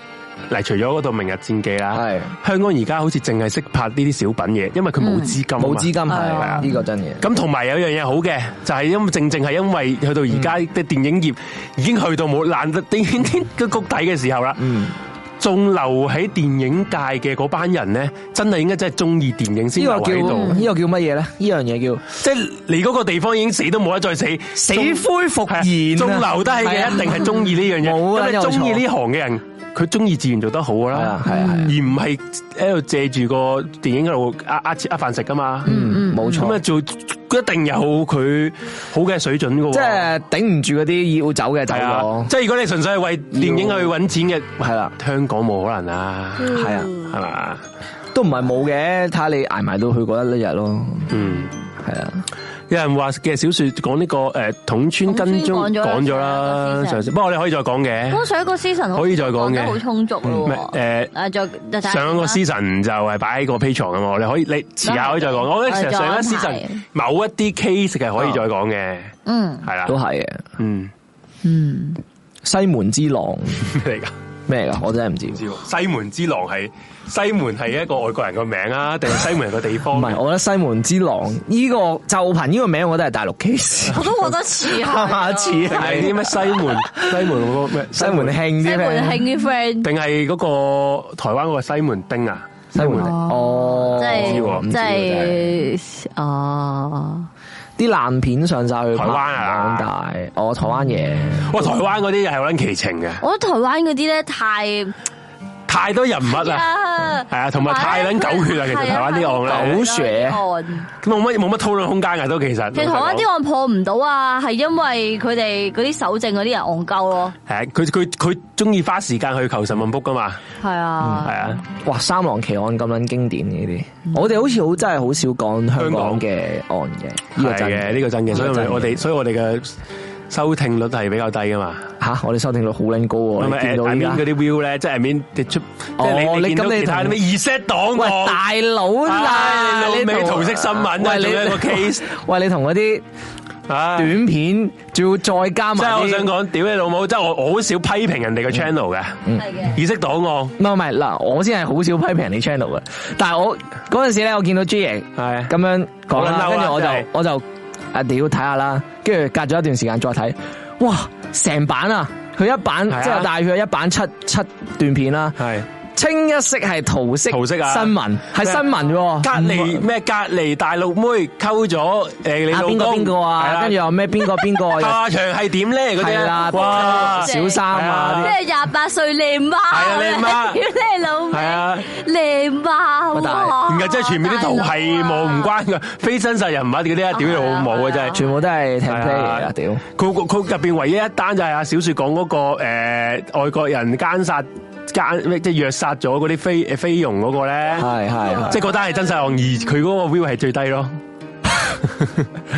嗱，除咗嗰度《明日戰記》啦，
係
香港而家好似淨係識拍呢啲小品嘢，因為佢冇資金啊嘛，
嗯冇資金係
係啊
呢個真嘅。
咁同埋有樣嘢好嘅，就係因正正係因為去到而家
嗯
嘅電影業已經去到冇爛得 已經個谷底嘅時候啦，
嗯，
仲留喺電影界嘅嗰班人咧，真係應該真係中意電影先
呢
留
個叫
喺度。
呢個叫乜嘢咧？呢樣嘢叫
即係你嗰個地方已經死都冇得再死，
死灰復燃啊
仲留低
係啊
嘅一定係中意呢樣
冇啊
嘢，因為
有錯
中意呢行嘅人，佢中意自然做得好㗎
係
啦
啊，係啊係
而
啊
唔係喺度借住個電影喺度呃呃錢呃飯食噶嘛。
嗯冇
咁啊
錯，
做一定有佢好嘅水準噶喎，
即係頂唔住嗰啲要走嘅走
係啊
咗，，
即係如果你純粹係為電影去揾錢嘅，
嗯係啊啦，
香港冇可能啊，
係啊，
係嘛？
都唔係冇嘅，睇下你捱埋到去嗰一日咯，
嗯。
係啊，
有人話嘅小說講呢、個誒、呃、筒村跟蹤
筒村
講
講
咗
咗
啦
啦，
上次哦不過我哋可以再講
通
嘅。
常一個 season
可以再講嘅
得好充足
唔
咯
係。誒
誒，再再睇下
上一個
啦
season 就係擺喺個 p a t r o n 啊嘛，我哋可以你遲下可以再講。
我
我
哋
覺得其實上一
再
season
安排
某一啲 case 係可以再講嘅，
嗯
係啦
都，係嘅。
嗯
嗯，
西門之狼
咩嚟㗎？
咩嚟㗎？我真係唔
唔
知。
知喎西門之狼係西門係一個外國人個名啊，定係西門人個地
唔
方？
係，我覺得西門之狼呢個就憑呢個名，我覺得係大陸 case，
我都覺得似 係
下次
定係啲
係
咩西門西門嗰個咩
西門慶啲
西門慶
咩？
啲 friend，
定係嗰個台灣嗰個西門町啊？西門町
哦，
即
喎唔
係
知
即
喎
係哦，
啲爛片上晒去
台灣啊
拍大，哦，台灣嘢。
哇！台灣嗰啲係好撚奇情嘅。
我覺得台灣嗰啲咧太
太多人物啦，
啊，
係啊同埋太撚狗血啦啊其實台灣啲案
咧狗血
啊案。
冇乜冇乜討論空間噶都其實。
其實台灣啲案破唔到啊，係因為佢哋嗰啲搜證嗰啲人戇鳩咯，
系啊佢佢佢中意花時間去求神問卜噶嘛，
係
係
啊，
啊，
哇！三郎奇案咁撚經典呢啲，
嗯
我哋好似好真係好少講香港嘅案嘅，呢個
係
真
嘅呢個真嘅，所以我哋所以我哋嘅收聽率係比較低噶嘛。
吓，我哋收聽率好撚高喎，
咁
你見到
咪
依家
面嗰啲 view 咧，即係面你出，即係
哦
你
你
見到
咁你
其他啲
同
咩 reset 檔
喂
案
大佬
唉
啦，
老
啊你
味
同
桃色新聞啊
喂
做一個 case
喂你同嗰啲
啊
短片，仲要再加
即
埋嗯
係我
啲，
想講，屌你老母！即係我我好少批評人哋嘅 channel 嘅，
係嘅。
意識檔案
唔係唔係嗱，我先係好少批評人哋 channel 嘅，但係我嗰陣時咧，我見到 J 爺
係
咁樣講啦，
好撚嬲啊
跟住我就
真係
我就啊屌睇下啦，跟住隔咗一段時間再睇，哇成版啊！佢一版
係啊
即係大約一版七七段片啦，
係
清一色係桃色
桃色啊
新聞係新聞喎，嗯
隔離咩？隔離大陸妹溝咗誒你
啊
老
邊個
公
邊個
係
啊，
啦
跟住又咩邊個邊個又
下場係點咧？嗰啲
係
咧
啦
哇！
小三啊
係
即
啲
啊。
係廿八歲靚媽，
啊靚媽
屌 你老味
係啊，
靚媽
喂但係
哇，
然後即係全面啲圖係冇唔關嘅，非真實人物嗰啲咧，屌你老母啊！真係
全部都係 t e
係
m p l a
哦啊
嚟啊屌！
佢佢佢入邊唯一一單就係阿小雪講嗰個誒外國人奸殺奸咩即係虐殺咗嗰啲菲誒菲傭嗰個咧，
係係係
即係嗰單係真實案，而佢嗰個 view 係最低咯，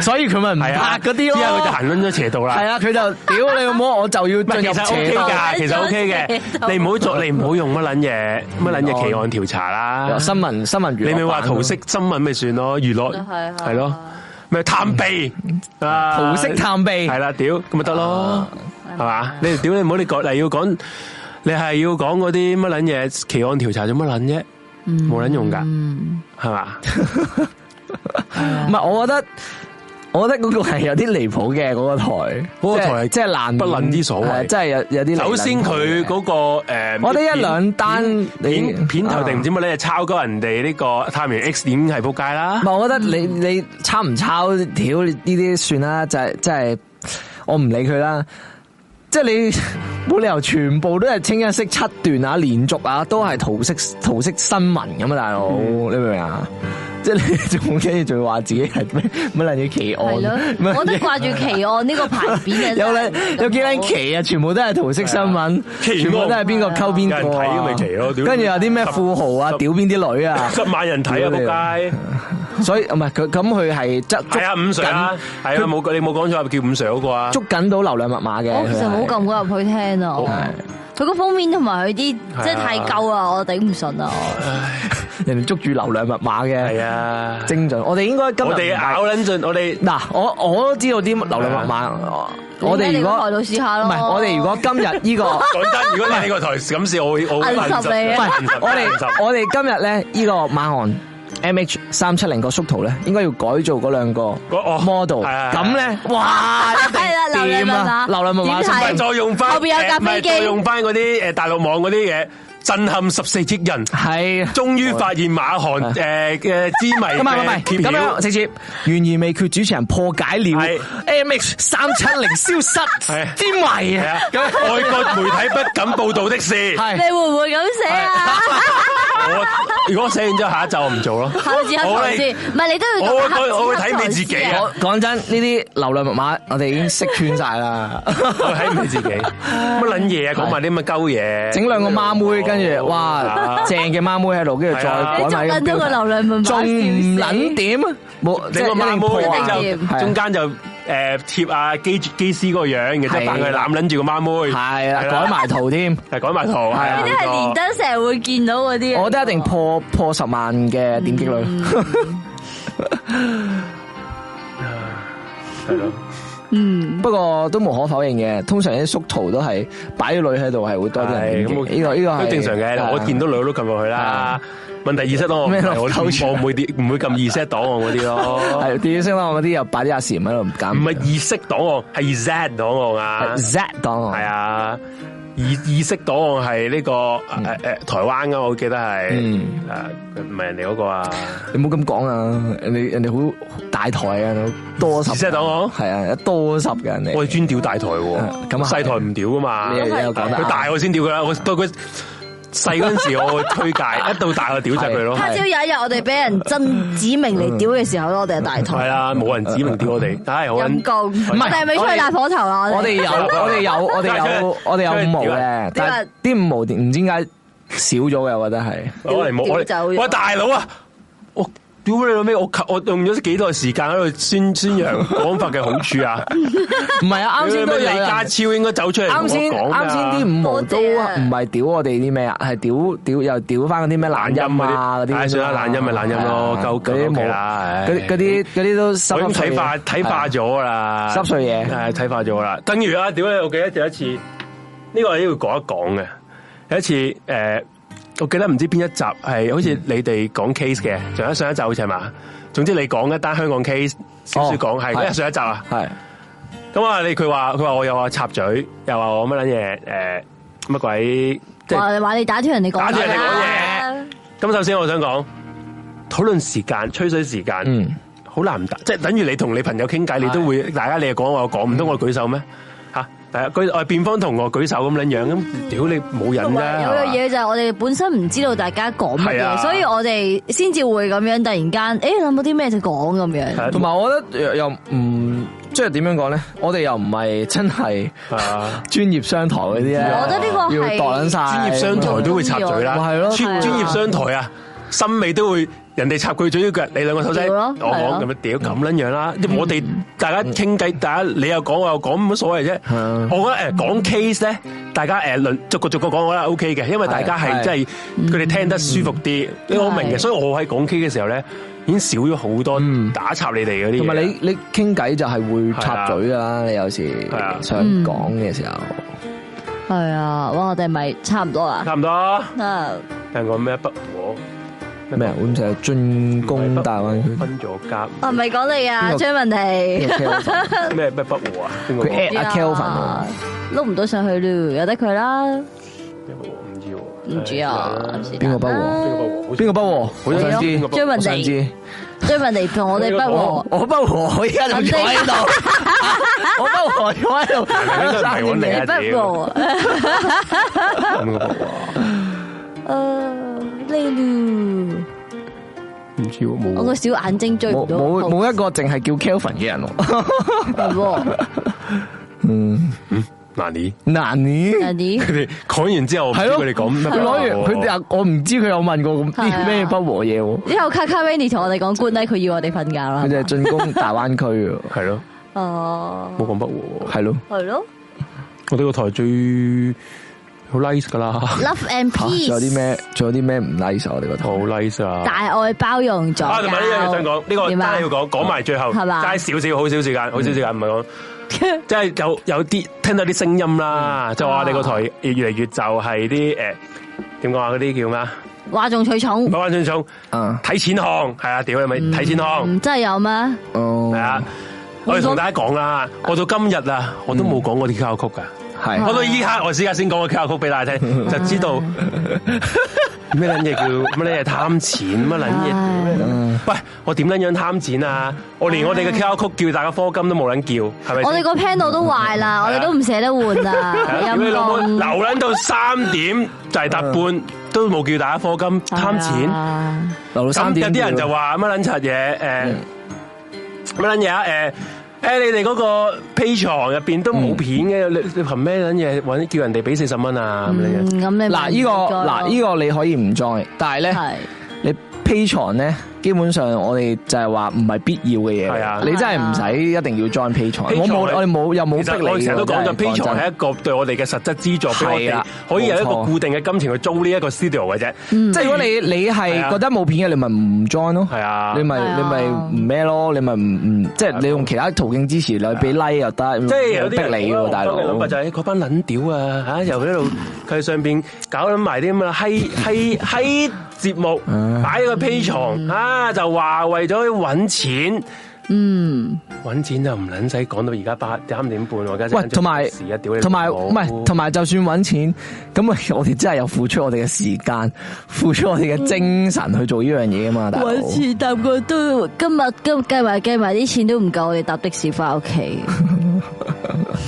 所以佢咪唔
係啊
拍嗰啲咯，
之後佢就行撚咗邪道啦
係。啊，佢就屌你老母，我就要
唔
進
係
入
其實
邪
OK
道。
㗎，其實 OK 嘅，你唔好做，你唔好用乜撚嘢乜撚嘢
哦
奇案調查啦。
新聞新聞娛樂
你咪話
版啊咯
桃色新聞咪算咯，娛樂
係啊
係咯，咪探秘啊，
桃色探秘
系啦，屌咁咪得咯，係嘛？你屌你唔好你講，你要講，你係要講嗰啲乜撚嘢奇案調查做乜撚啫？冇撚用㗎，係嘛？
唔係，我覺得我覺得嗰個係有啲離譜嘅嗰個台，
嗰個
即係
台係
即係難
不論啲所謂
即係有有啲離譜
首先佢嗰個誒，
我覺得一兩單你
片片頭定唔知
啊
乜咧，抄鳩人哋呢個探員 X 已經係仆街啦
唔。係，我覺得你
嗯
你抄唔抄，屌呢啲算啦，就係即係我唔理佢啦。即係你 冇理由全部都係清一色七段啊，連續啊，都係桃色桃色新聞咁啊，大佬，
嗯
你明唔明啊？即係你仲跟住仲要話自己係咩乜撚嘢奇案？
係
乜
咯，
撚嘢
我都掛住奇案呢個牌匾啊，
哦有
真係
撚有幾撚奇啊！全部都係桃色新
啊
聞，
奇
全部都係邊個溝邊個
有人睇
啊
咁咪奇咯屌
跟住有啲咩富豪啊
十，
屌邊啲女啊！
十萬人睇啊，仆街！
所以唔係佢咁，佢係執
系啊，五 Sir 啊，系啊，冇你冇講錯，叫五 Sir 嗰個啊，
捉緊到流量密碼嘅。
我其實冇撳過入去聽啊，我佢個封面同埋佢啲即係太舊啊，我頂唔順啊，我
佢係人哋捉住流量密碼
係
嘅，
啊，
精準。我哋應該今日
我哋
唔係
咬撚盡，我哋
嗱，我我都知道啲流量密碼。我哋如
你喺你個台
果
度試下咯
唔係，我哋如果今日呢個唔
講真，如果你喺個台咁試，我會我會
銀十你啊
銀十
係，我
銀十
哋我哋今日咧呢個馬航 M H 三七零個縮圖咧，應該要改造嗰兩個
嗰哦
model。
係係係
咁咧，哇，一定
係啦流量密
掂啊！
碼
流量密碼
點睇
唔係再用翻
後邊有架飛機
再用翻嗰啲诶大陸網嗰啲嘢，震撼十四億人，
係。
終於發現馬航
係
诶嘅之謎
咁啊，唔係
嘅揭
咁樣
曉，
直接懸而未決，主持人破解了
係
M H 三七零消 失
係
之謎
係啊
啊！，
外國媒體不敢報導的事，
你
係
會唔會咁寫啊？
我如果寫完之後下一集我唔做咯，
考字黑頭先，唔係你都要
我會
讀黑字
我會
黑
睇
頭
你自己
先
啊
我講真，呢啲流量密碼我哋已經識穿晒啦。
我睇唔起自己，乜撚嘢啊，講埋啲咁嘅鳩嘢，
整兩個孖妹，跟住哇
啊
正嘅孖妹喺度，跟住再
係啊
改
你
埋
捉
呢個
緊咗個
標題
流量密碼，
仲唔
笑死
撚點？冇即
整
係一
個
定
孖
破啊
一
妹，然
定
之
係
後
啊
中間就誒貼阿機機師嗰個樣，然之後
係
扮佢攬撚住個孖妹，
係啦，
係啦
改埋圖添。
係改埋圖，係啊，
呢啲係連登成日會見到嗰啲嚟㗎。啊
我覺得一定破破十萬嘅點擊
嗯
率。
係咯
嗯
不過都無可否認嘅，通常啲縮圖都係擺啲女喺度係會多啲
係
人
咁
點
我
擊。呢個呢個係啊
都正常嘅。我見到女都撳入去啦。問題意識咯，我唔
咩
係
咯
我
扣住
我唔會啲唔會撳意識檔案嗰啲咯，
係啊電影聲啦，我嗰啲又擺啲阿禪喺度唔
唔
減。
係意識檔案，係 Z 檔案啊，
Z 檔案
係啊。意意識檔案係呢個誒誒台灣噶，我記得係誒
嗯
唔係人哋嗰個啊，
你唔好咁講啊！人哋人哋好大台啊，多十
意識檔案。
係啊，多十嘅人
我
哋。
哋專屌大台喎，
咁啊係
細台唔屌噶嘛，
你又你又講得啱
佢大我先屌佢啦，我到佢細嗰 陣時我會推介，一到大我屌窒佢咯。
他朝有一日我哋俾人真指明嚟屌嘅時候，我哋就大
系
台
嗯
啦，啊冇人指明屌我哋，唉，好撚
陰公，
係
我哋係咪出去大火頭啊啦？
我哋有，我哋有，我哋有， 我哋有五毛
啊
嘅，但係啲五毛唔知點解少咗嘅，我覺得係。
我嚟冇我
屌走
嚟，
咗
喂大佬啊！我屌你老味，我我用咗幾耐時間喺度宣宣揚講法嘅好處啊！
唔係 啊，啱先都有
屌你老味李
人
家超應該走出嚟同我
啱先
講啊㗎
啱先啲五毛都
多謝啊
唔係屌我哋啲咩啊，係屌屌又屌翻嗰啲咩懶音啊嗰啲。
唉算啦，懶音咪懶音
係
咯，
啊
夠
嗰
夠
啲
冇
冇
啦，
嗰啲嗰啲嗰啲都濕
我已
濕
經
碎
睇
嘢啊
化睇化咗啦，
濕碎嘢
係睇化咗啦。等如啊，屌你！我記得有一次，呢個我都要講一講嘅。有一次，誒、我記得唔知邊一集係好
嗯
似你哋講 case 嘅，上一上一集好似係嘛？總之你講一單香港 case，少少講係，
哦係
因為上一集啊。
係
咁啊，你佢話佢話我又話插嘴，又話我乜撚嘢誒乜鬼，即係
話話你打斷人哋
打
講
斷
嘢
人哋講
啦，
咁。首先我想講討論時間、吹水時間。
嗯
好難打，即係等於你同你朋友傾偈，你都會大家你又講我又講，唔通我舉手咩？吓，大家舉我辯方同學舉手咁樣樣，咁屌你冇
同
人
啊
埋有樣
啦。
嘢就係我哋本身唔知道大家講乜
係啊
嘢，所以我哋先至會咁樣突然間，誒諗到啲咩就講咁樣。
同
同埋
埋我覺得又又唔即係點樣講咧？我哋又唔係真係
啊，
專業商台嗰啲咧。
我覺得呢個係
要度撚晒
專業商台都會插嘴啦，
咪係咯
專專業商台啊，心美都會人哋插佢嘴腳，你兩個手仔，
屌
我
咯係啊
講咁樣屌咁撚樣啦。因為我哋大家傾偈，大家你又講我又講，冇乜所謂啫。
嗯
我啊覺得誒講 case 咧，大家誒論逐個逐個講我覺得 OK 嘅，因為大家
係嗯
係
係
即係佢哋聽得舒服啲，因為我明嘅，
係
所以我喺講 case 嘅時候咧，已經少咗好多打插你哋嗰啲嘢。
嗯同埋你你傾偈就係會插嘴噶啦，你有時
係啊
想
嗯
講嘅時候，
係啊，哇！我哋咪差唔多啦。
差唔多，
啊
聽講咩不和
咩啊？咁就進攻大灣區。
分咗家
我唔係講你
邊
啊，
個
張文
呢
琪
個 Kelvin
咩咩不和啊？邊個
佢
和
at 阿 Kelvin
啊
啊，
碌唔到上去咯，由得佢啦，
咩不和唔知喎，
唔知啊，是但
邊個不和
啦
邊個不和？
邊個不和？我
好似
想知，
係咯張文
我想知
琪，張文琪同我哋不和
我，我不和，我依家就坐喺度，我不和坐喺度，哎
真係唔係揾你啊
你不和，
咁嘅噃哇
呃呢咯。
唔知喎
我個
冇。
小眼睛追
冇
唔到，
冇冇一個淨係叫 Kelvin 嘅人喎，
冇
嗱你
難呢？
佢哋講完之後，唔知
係咯，
佢哋講咩不
佢攞
和啊
完
喎？
佢又我唔知佢有問過咁
係
啲
啊
咩不和嘢喎，
之後卡卡 r a n y 同我哋講 good night，佢要我哋瞓覺啦
佢。就係進 攻大灣區喎，
係咯，
哦，
冇講不和喎。
係咯，
係咯
我呢個台最好 nice 噶啦，
，love and
嚇啊仲有啲
peace，
咩？仲有啲咩唔 nice 啊我哋覺得
好 nice 啊！
大愛包容咗。
啊，同埋呢樣嘢想講，呢個真
點啊
係要講，講埋最後，
係嘛嗯
齋少少，好少時間，好少時間，唔係講，即係有有啲聽到啲聲音
嗯
啦，就
啊
話你個台越嚟越就係啲誒點講啊？嗰啲叫咩啊？
哗眾取
唔
寵，
係玩進重，
啊，
睇錢項係啊！屌你咪睇錢項。
嗯，真係有咩？
哦
系，啊，我哋同大家講啦，
嗯
我到今日啊，我都冇講過啲 Q R 曲噶，
係
我到依刻我依家先講個 Q R 曲俾大家聽，就知 道咩撚嘢叫乜撚嘢貪錢乜撚嘢
唉。
喂，我點撚樣貪錢啊？我連我哋嘅 Q R 曲叫大家科金都冇撚叫，係咪
我哋
先？
個 panel 都壞啦， 我哋都唔捨得換啦，
啊係啊屌你
陰
老母，
公
留撚到三點就係搭
嗯
半，都冇叫大家科金
啊
貪錢。
錢，
留到三
咁有
點
啲人就話乜撚柒嘢
嗯
誒乜撚嘢啊誒誒你哋嗰個 P 床入邊都
嗯
冇片嘅，你你憑咩撚嘢揾叫人哋俾四十蚊啊咁樣
嗯
嘢？
咁你咪
嗱呢個
唔該咯
嗱呢個你可以唔 join，但係咧。
係
你 P 床咧，基本上我哋就係話唔係必要嘅嘢。
係啊
你真係唔使一定要 join P 床。
Patreon
我冇，我哋冇又冇
其實
逼
我
你
成日都講
真
咗
係
P 床
講
係
真
一個對我哋嘅實質資助，俾我
係
哋
啦
可以有一個
冇錯
固定嘅金錢去租呢一個 studio 嘅啫。
即係如果你你
係
係
啊
覺得冇片嘅，你咪唔 join 咯。
係啊
你咪
係啊
你咪唔咩咯？你咪唔唔即係你用其他途徑支持你，俾 like 又得，
啊即係有啲人
逼你
我
喎，大佬。
諗法就係嗰班撚屌啊嚇，又喺度佢上邊搞撚埋啲咁嘅 閪閪閪節目，
啊
擺個 P 床啊，就話為咗揾錢。
嗯，
揾錢就唔撚使講到而家八三點半喎，而家
喂，同埋
時啊一屌你老母，
同埋唔係，同埋就算揾錢，咁啊 我哋真係有付出我哋嘅時間，付出我哋嘅精神去做呢樣嘢啊嘛，大佬。
搵錢搭個都今日今計埋計埋啲錢都唔夠，我哋搭的士翻屋企。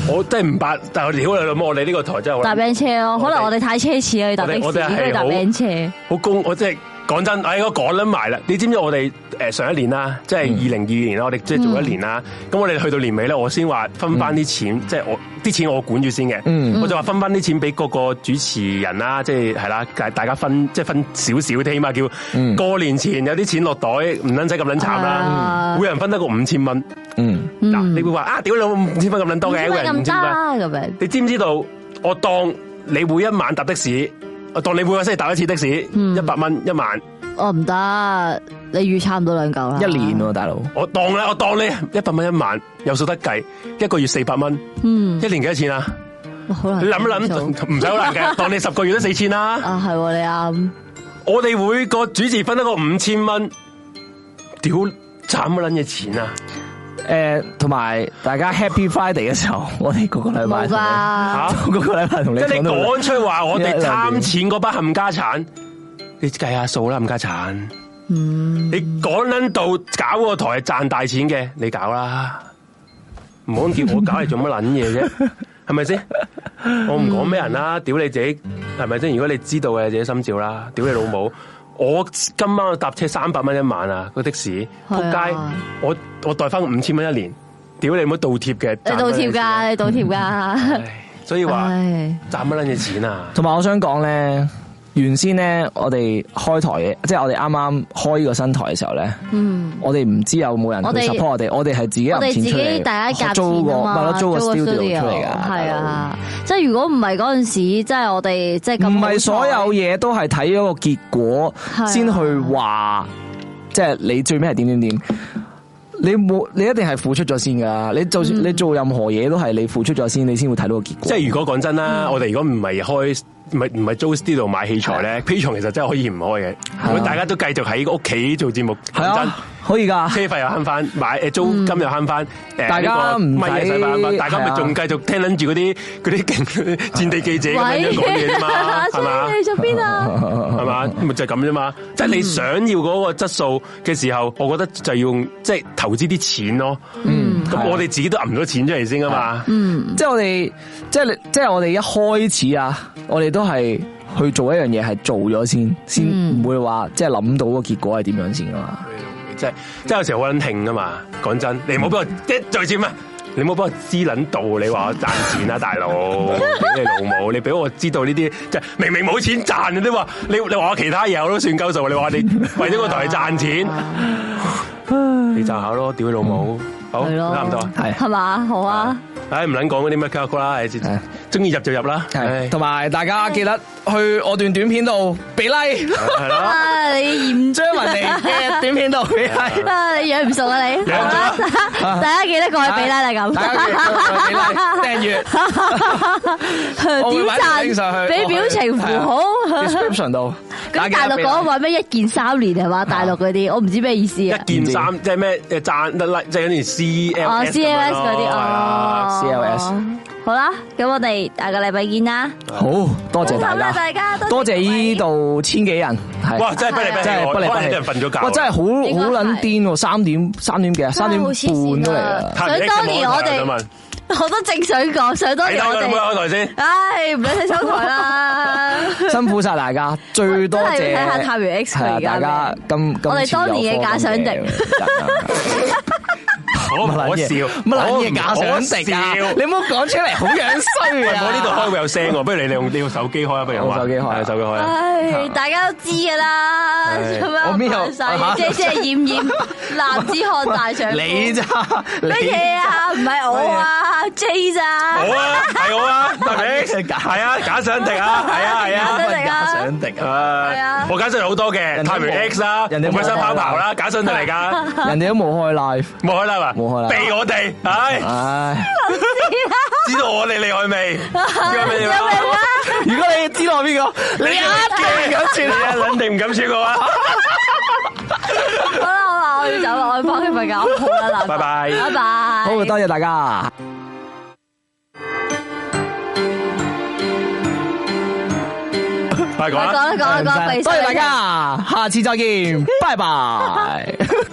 我真系唔白，但系屌你老母，我哋呢个台真系
搭
好
餅車咯，可能
我
我
哋
哋太奢侈啊啦，要搭的
我哋我哋
士，
係
應該搭
好
餅車。
好公，我真系讲真，哎我讲捻埋啦。你知唔知我哋诶上一年啦，即系二零二二年啦，我哋即系做一年啦。咁我哋去到年尾咧，我先话分翻啲钱，即系我啲钱我管住先嘅。
嗯
我就话分翻啲钱俾各个主持人啦，即系系啦，大大家分即系分少少添嘛，叫
嗯
过年前有啲钱落袋，唔捻使咁捻惨啦
啊。
每人分得个五千蚊，
嗯，
嗱你会话啊，屌你老母五千蚊咁捻多嘅，
點
一個
解
人五
咁
千蚊。
得咁樣？
你知唔知道？我當你每一晚搭的士，我當你每個星期搭一次的士，一百蚊一晚，
我哦唔得，你預差唔到兩嚿啦。
一年喎，大佬，
我當啦，我當你一百蚊一晚，有數得計，一個月四百蚊，
嗯，
一年幾多錢啊？
哇好難
你諗一
計數
諗，唔使好難嘅，當你十個月都四千啦。
啊，係喎，你啱。
我哋每個主持分得個五千蚊，屌賺乜撚嘢錢啊？
诶，呃同埋大家 Happy Friday 嘅時候，我哋個個禮拜同你
冇㗎，
吓，
嗰個禮拜同你
即係
講
你
到
講出話我哋
一兩
貪
年
錢嗰班冚家產，你計下數啦，冚家產。
嗯，
你講捻到搞個台係賺大錢嘅，你搞啦，唔好叫我搞嚟做乜撚嘢 啫，係咪先？我唔講咩人啦，屌你自己係咪先？如果你知道嘅，自己心照啦，屌你老母！我今晚我搭車三百蚊一晚啊，個的士仆
係
街
啊，
我我代翻五千蚊一年，屌你唔好倒貼嘅，
你倒貼
賺乜撚嘢錢
㗎，
啊，
你倒貼㗎。
唉所以 話
唉，
賺乜撚嘢錢啊？
同埋我想講咧，原先咧我哋開台嘅，即係我哋啱啱開呢個新台嘅時候咧，
嗯，
我哋唔知有冇人
我哋
去 support 我哋，我哋係自己
我
有
哋
錢
自
出
己
嚟，
大家夾
租個
錢啊
咪
嘛，
咯租個 studio 出嚟㗎，
係啊，即係如果唔係嗰陣時，即係我哋即係
大佬。
咁
唔
好彩
係所有嘢都係睇咗個結果
係啊
先去話，即係你最尾係點點點。你冇，你一定係付出咗先噶。你就
嗯
算你做任何嘢都係你付出咗先，你先會睇到個結果。
即係如果講真
嗯
啦，我哋如果唔係開唔係唔係租 studio 買器材
啊
咧 p a t r o n 其實真係可以唔開嘅。如果大家都繼續喺屋企做節目，
係
講真
啊，可以㗎。
車費又慳 翻，買誒租金又慳翻，誒
大家
呢個
唔使
咪又使翻翻，大家
係
咪
啊
仲繼續聽撚住嗰啲嗰啲勁 戰地記者咁樣講嘢啫 嘛，係嘛
喂，？你做邊啊？
係嘛？咪就係咁啫嘛。
嗯
即係你想要嗰個質素嘅時候，我覺得就要用即係投資啲錢咯。
嗯
咁我哋自己都揞咗錢出嚟先噶啊嘛。
嗯，
即系我哋，即系即系我哋一開始啊，我哋都係去做一樣嘢，係做咗先，先
嗯
唔會話即係諗到個結果係點樣先噶嘛。
即系即系有時候好撚興噶嘛。講真，你唔
嗯
好俾我即最尖啊！你唔好俾我知撚到，你話我賺錢啊，大 佬！屌你老母！你俾我知道呢啲，即係明明冇錢賺，啊你都話你你話我其他嘢我都算鳩數，你話你為咗個台賺錢，你賺下咯，屌你老母！好，
係咯
差唔多。
係
係嘛？好啊，
唉，唔撚講嗰啲咩卡曲啦，唉
係
中意入就入啦，
系，
唉
同埋大家記得去我段短片度俾 like，
係啦。
啊，你嫌
將人哋嘅短片度俾 like。
啊，你養唔熟啊你？
養唔熟
好啊 大家記得過去俾啦，你咁。
啊大家記得 去俾 like 訂閱我會
點
擺條 link 上
讚，
去
俾表情符號。
description 度。
咁大陸講話咩一件三年係嘛？
啊
大陸嗰啲我唔知咩意思啊
一。件衫即係咩誒賺得 like，即係嗰啲 C L
哦
S
，C L S 嗰啲哦
CLS。
好啦，咁我哋下個禮拜見啦。
好多謝大
好啦
家，
大家
多
多謝
謝呢度千幾人，係
哇！真係不離不棄，
真係不離
可
不
能有
棄，
啲人瞓咗覺。啊
哇！真係好
應該係
好撚癲喎，三點三點幾啊，三點半都嚟啊啦。
嚇你
想當年我
啊
你有冇
哋
人
我都正想講，想當
睇
年我
睇佢有冇
哋，
開台先。
唉，唔使睇收台啦。
辛苦晒大家，最多
真係
謝
要睇下探員 X 佢
係啊
而家
大家今今
我哋當年嘅假想敵
我
乜撚
我笑，
嘢乜撚嘢假想敵啊！
我笑
你唔好講出嚟，好樣衰啊！
我呢度開會有聲喎，不如你用你用手機開啊，不如
我手機開啊
係手機開啊。
唉，大家都知噶啦，
唉
做咩
我邊有
扮
啊
晒遮遮 掩掩，男子漢大上夫
你咋？
乜
你
嘢啊？唔係我啊，J 咋？
好啊，係我啊， 係咪？
假
係啊，假想敵啊，係 啊，係
乜
啊。
嘢假想敵啊！
係啊
啊！我假想敵好多嘅，
人哋
太平 X 啦，
人哋冇
本身拋刨啦，假想敵 嚟㗎，
人哋都冇開 live，
冇開啦嘛，
冇開啦
避我哋，唉，
唉！
知道我哋厲害未？有咩啊？
如果你知道我邊個， 你一定咁
你
算
啊，肯定唔敢超過啊！
好啦，好啦，我要走啦，我要翻去瞓覺，好啦，男朋友
拜拜
拜拜，
好，多謝大家。
快講啦
講啦，講啦，講啦，
多謝大家，下次再見，拜拜。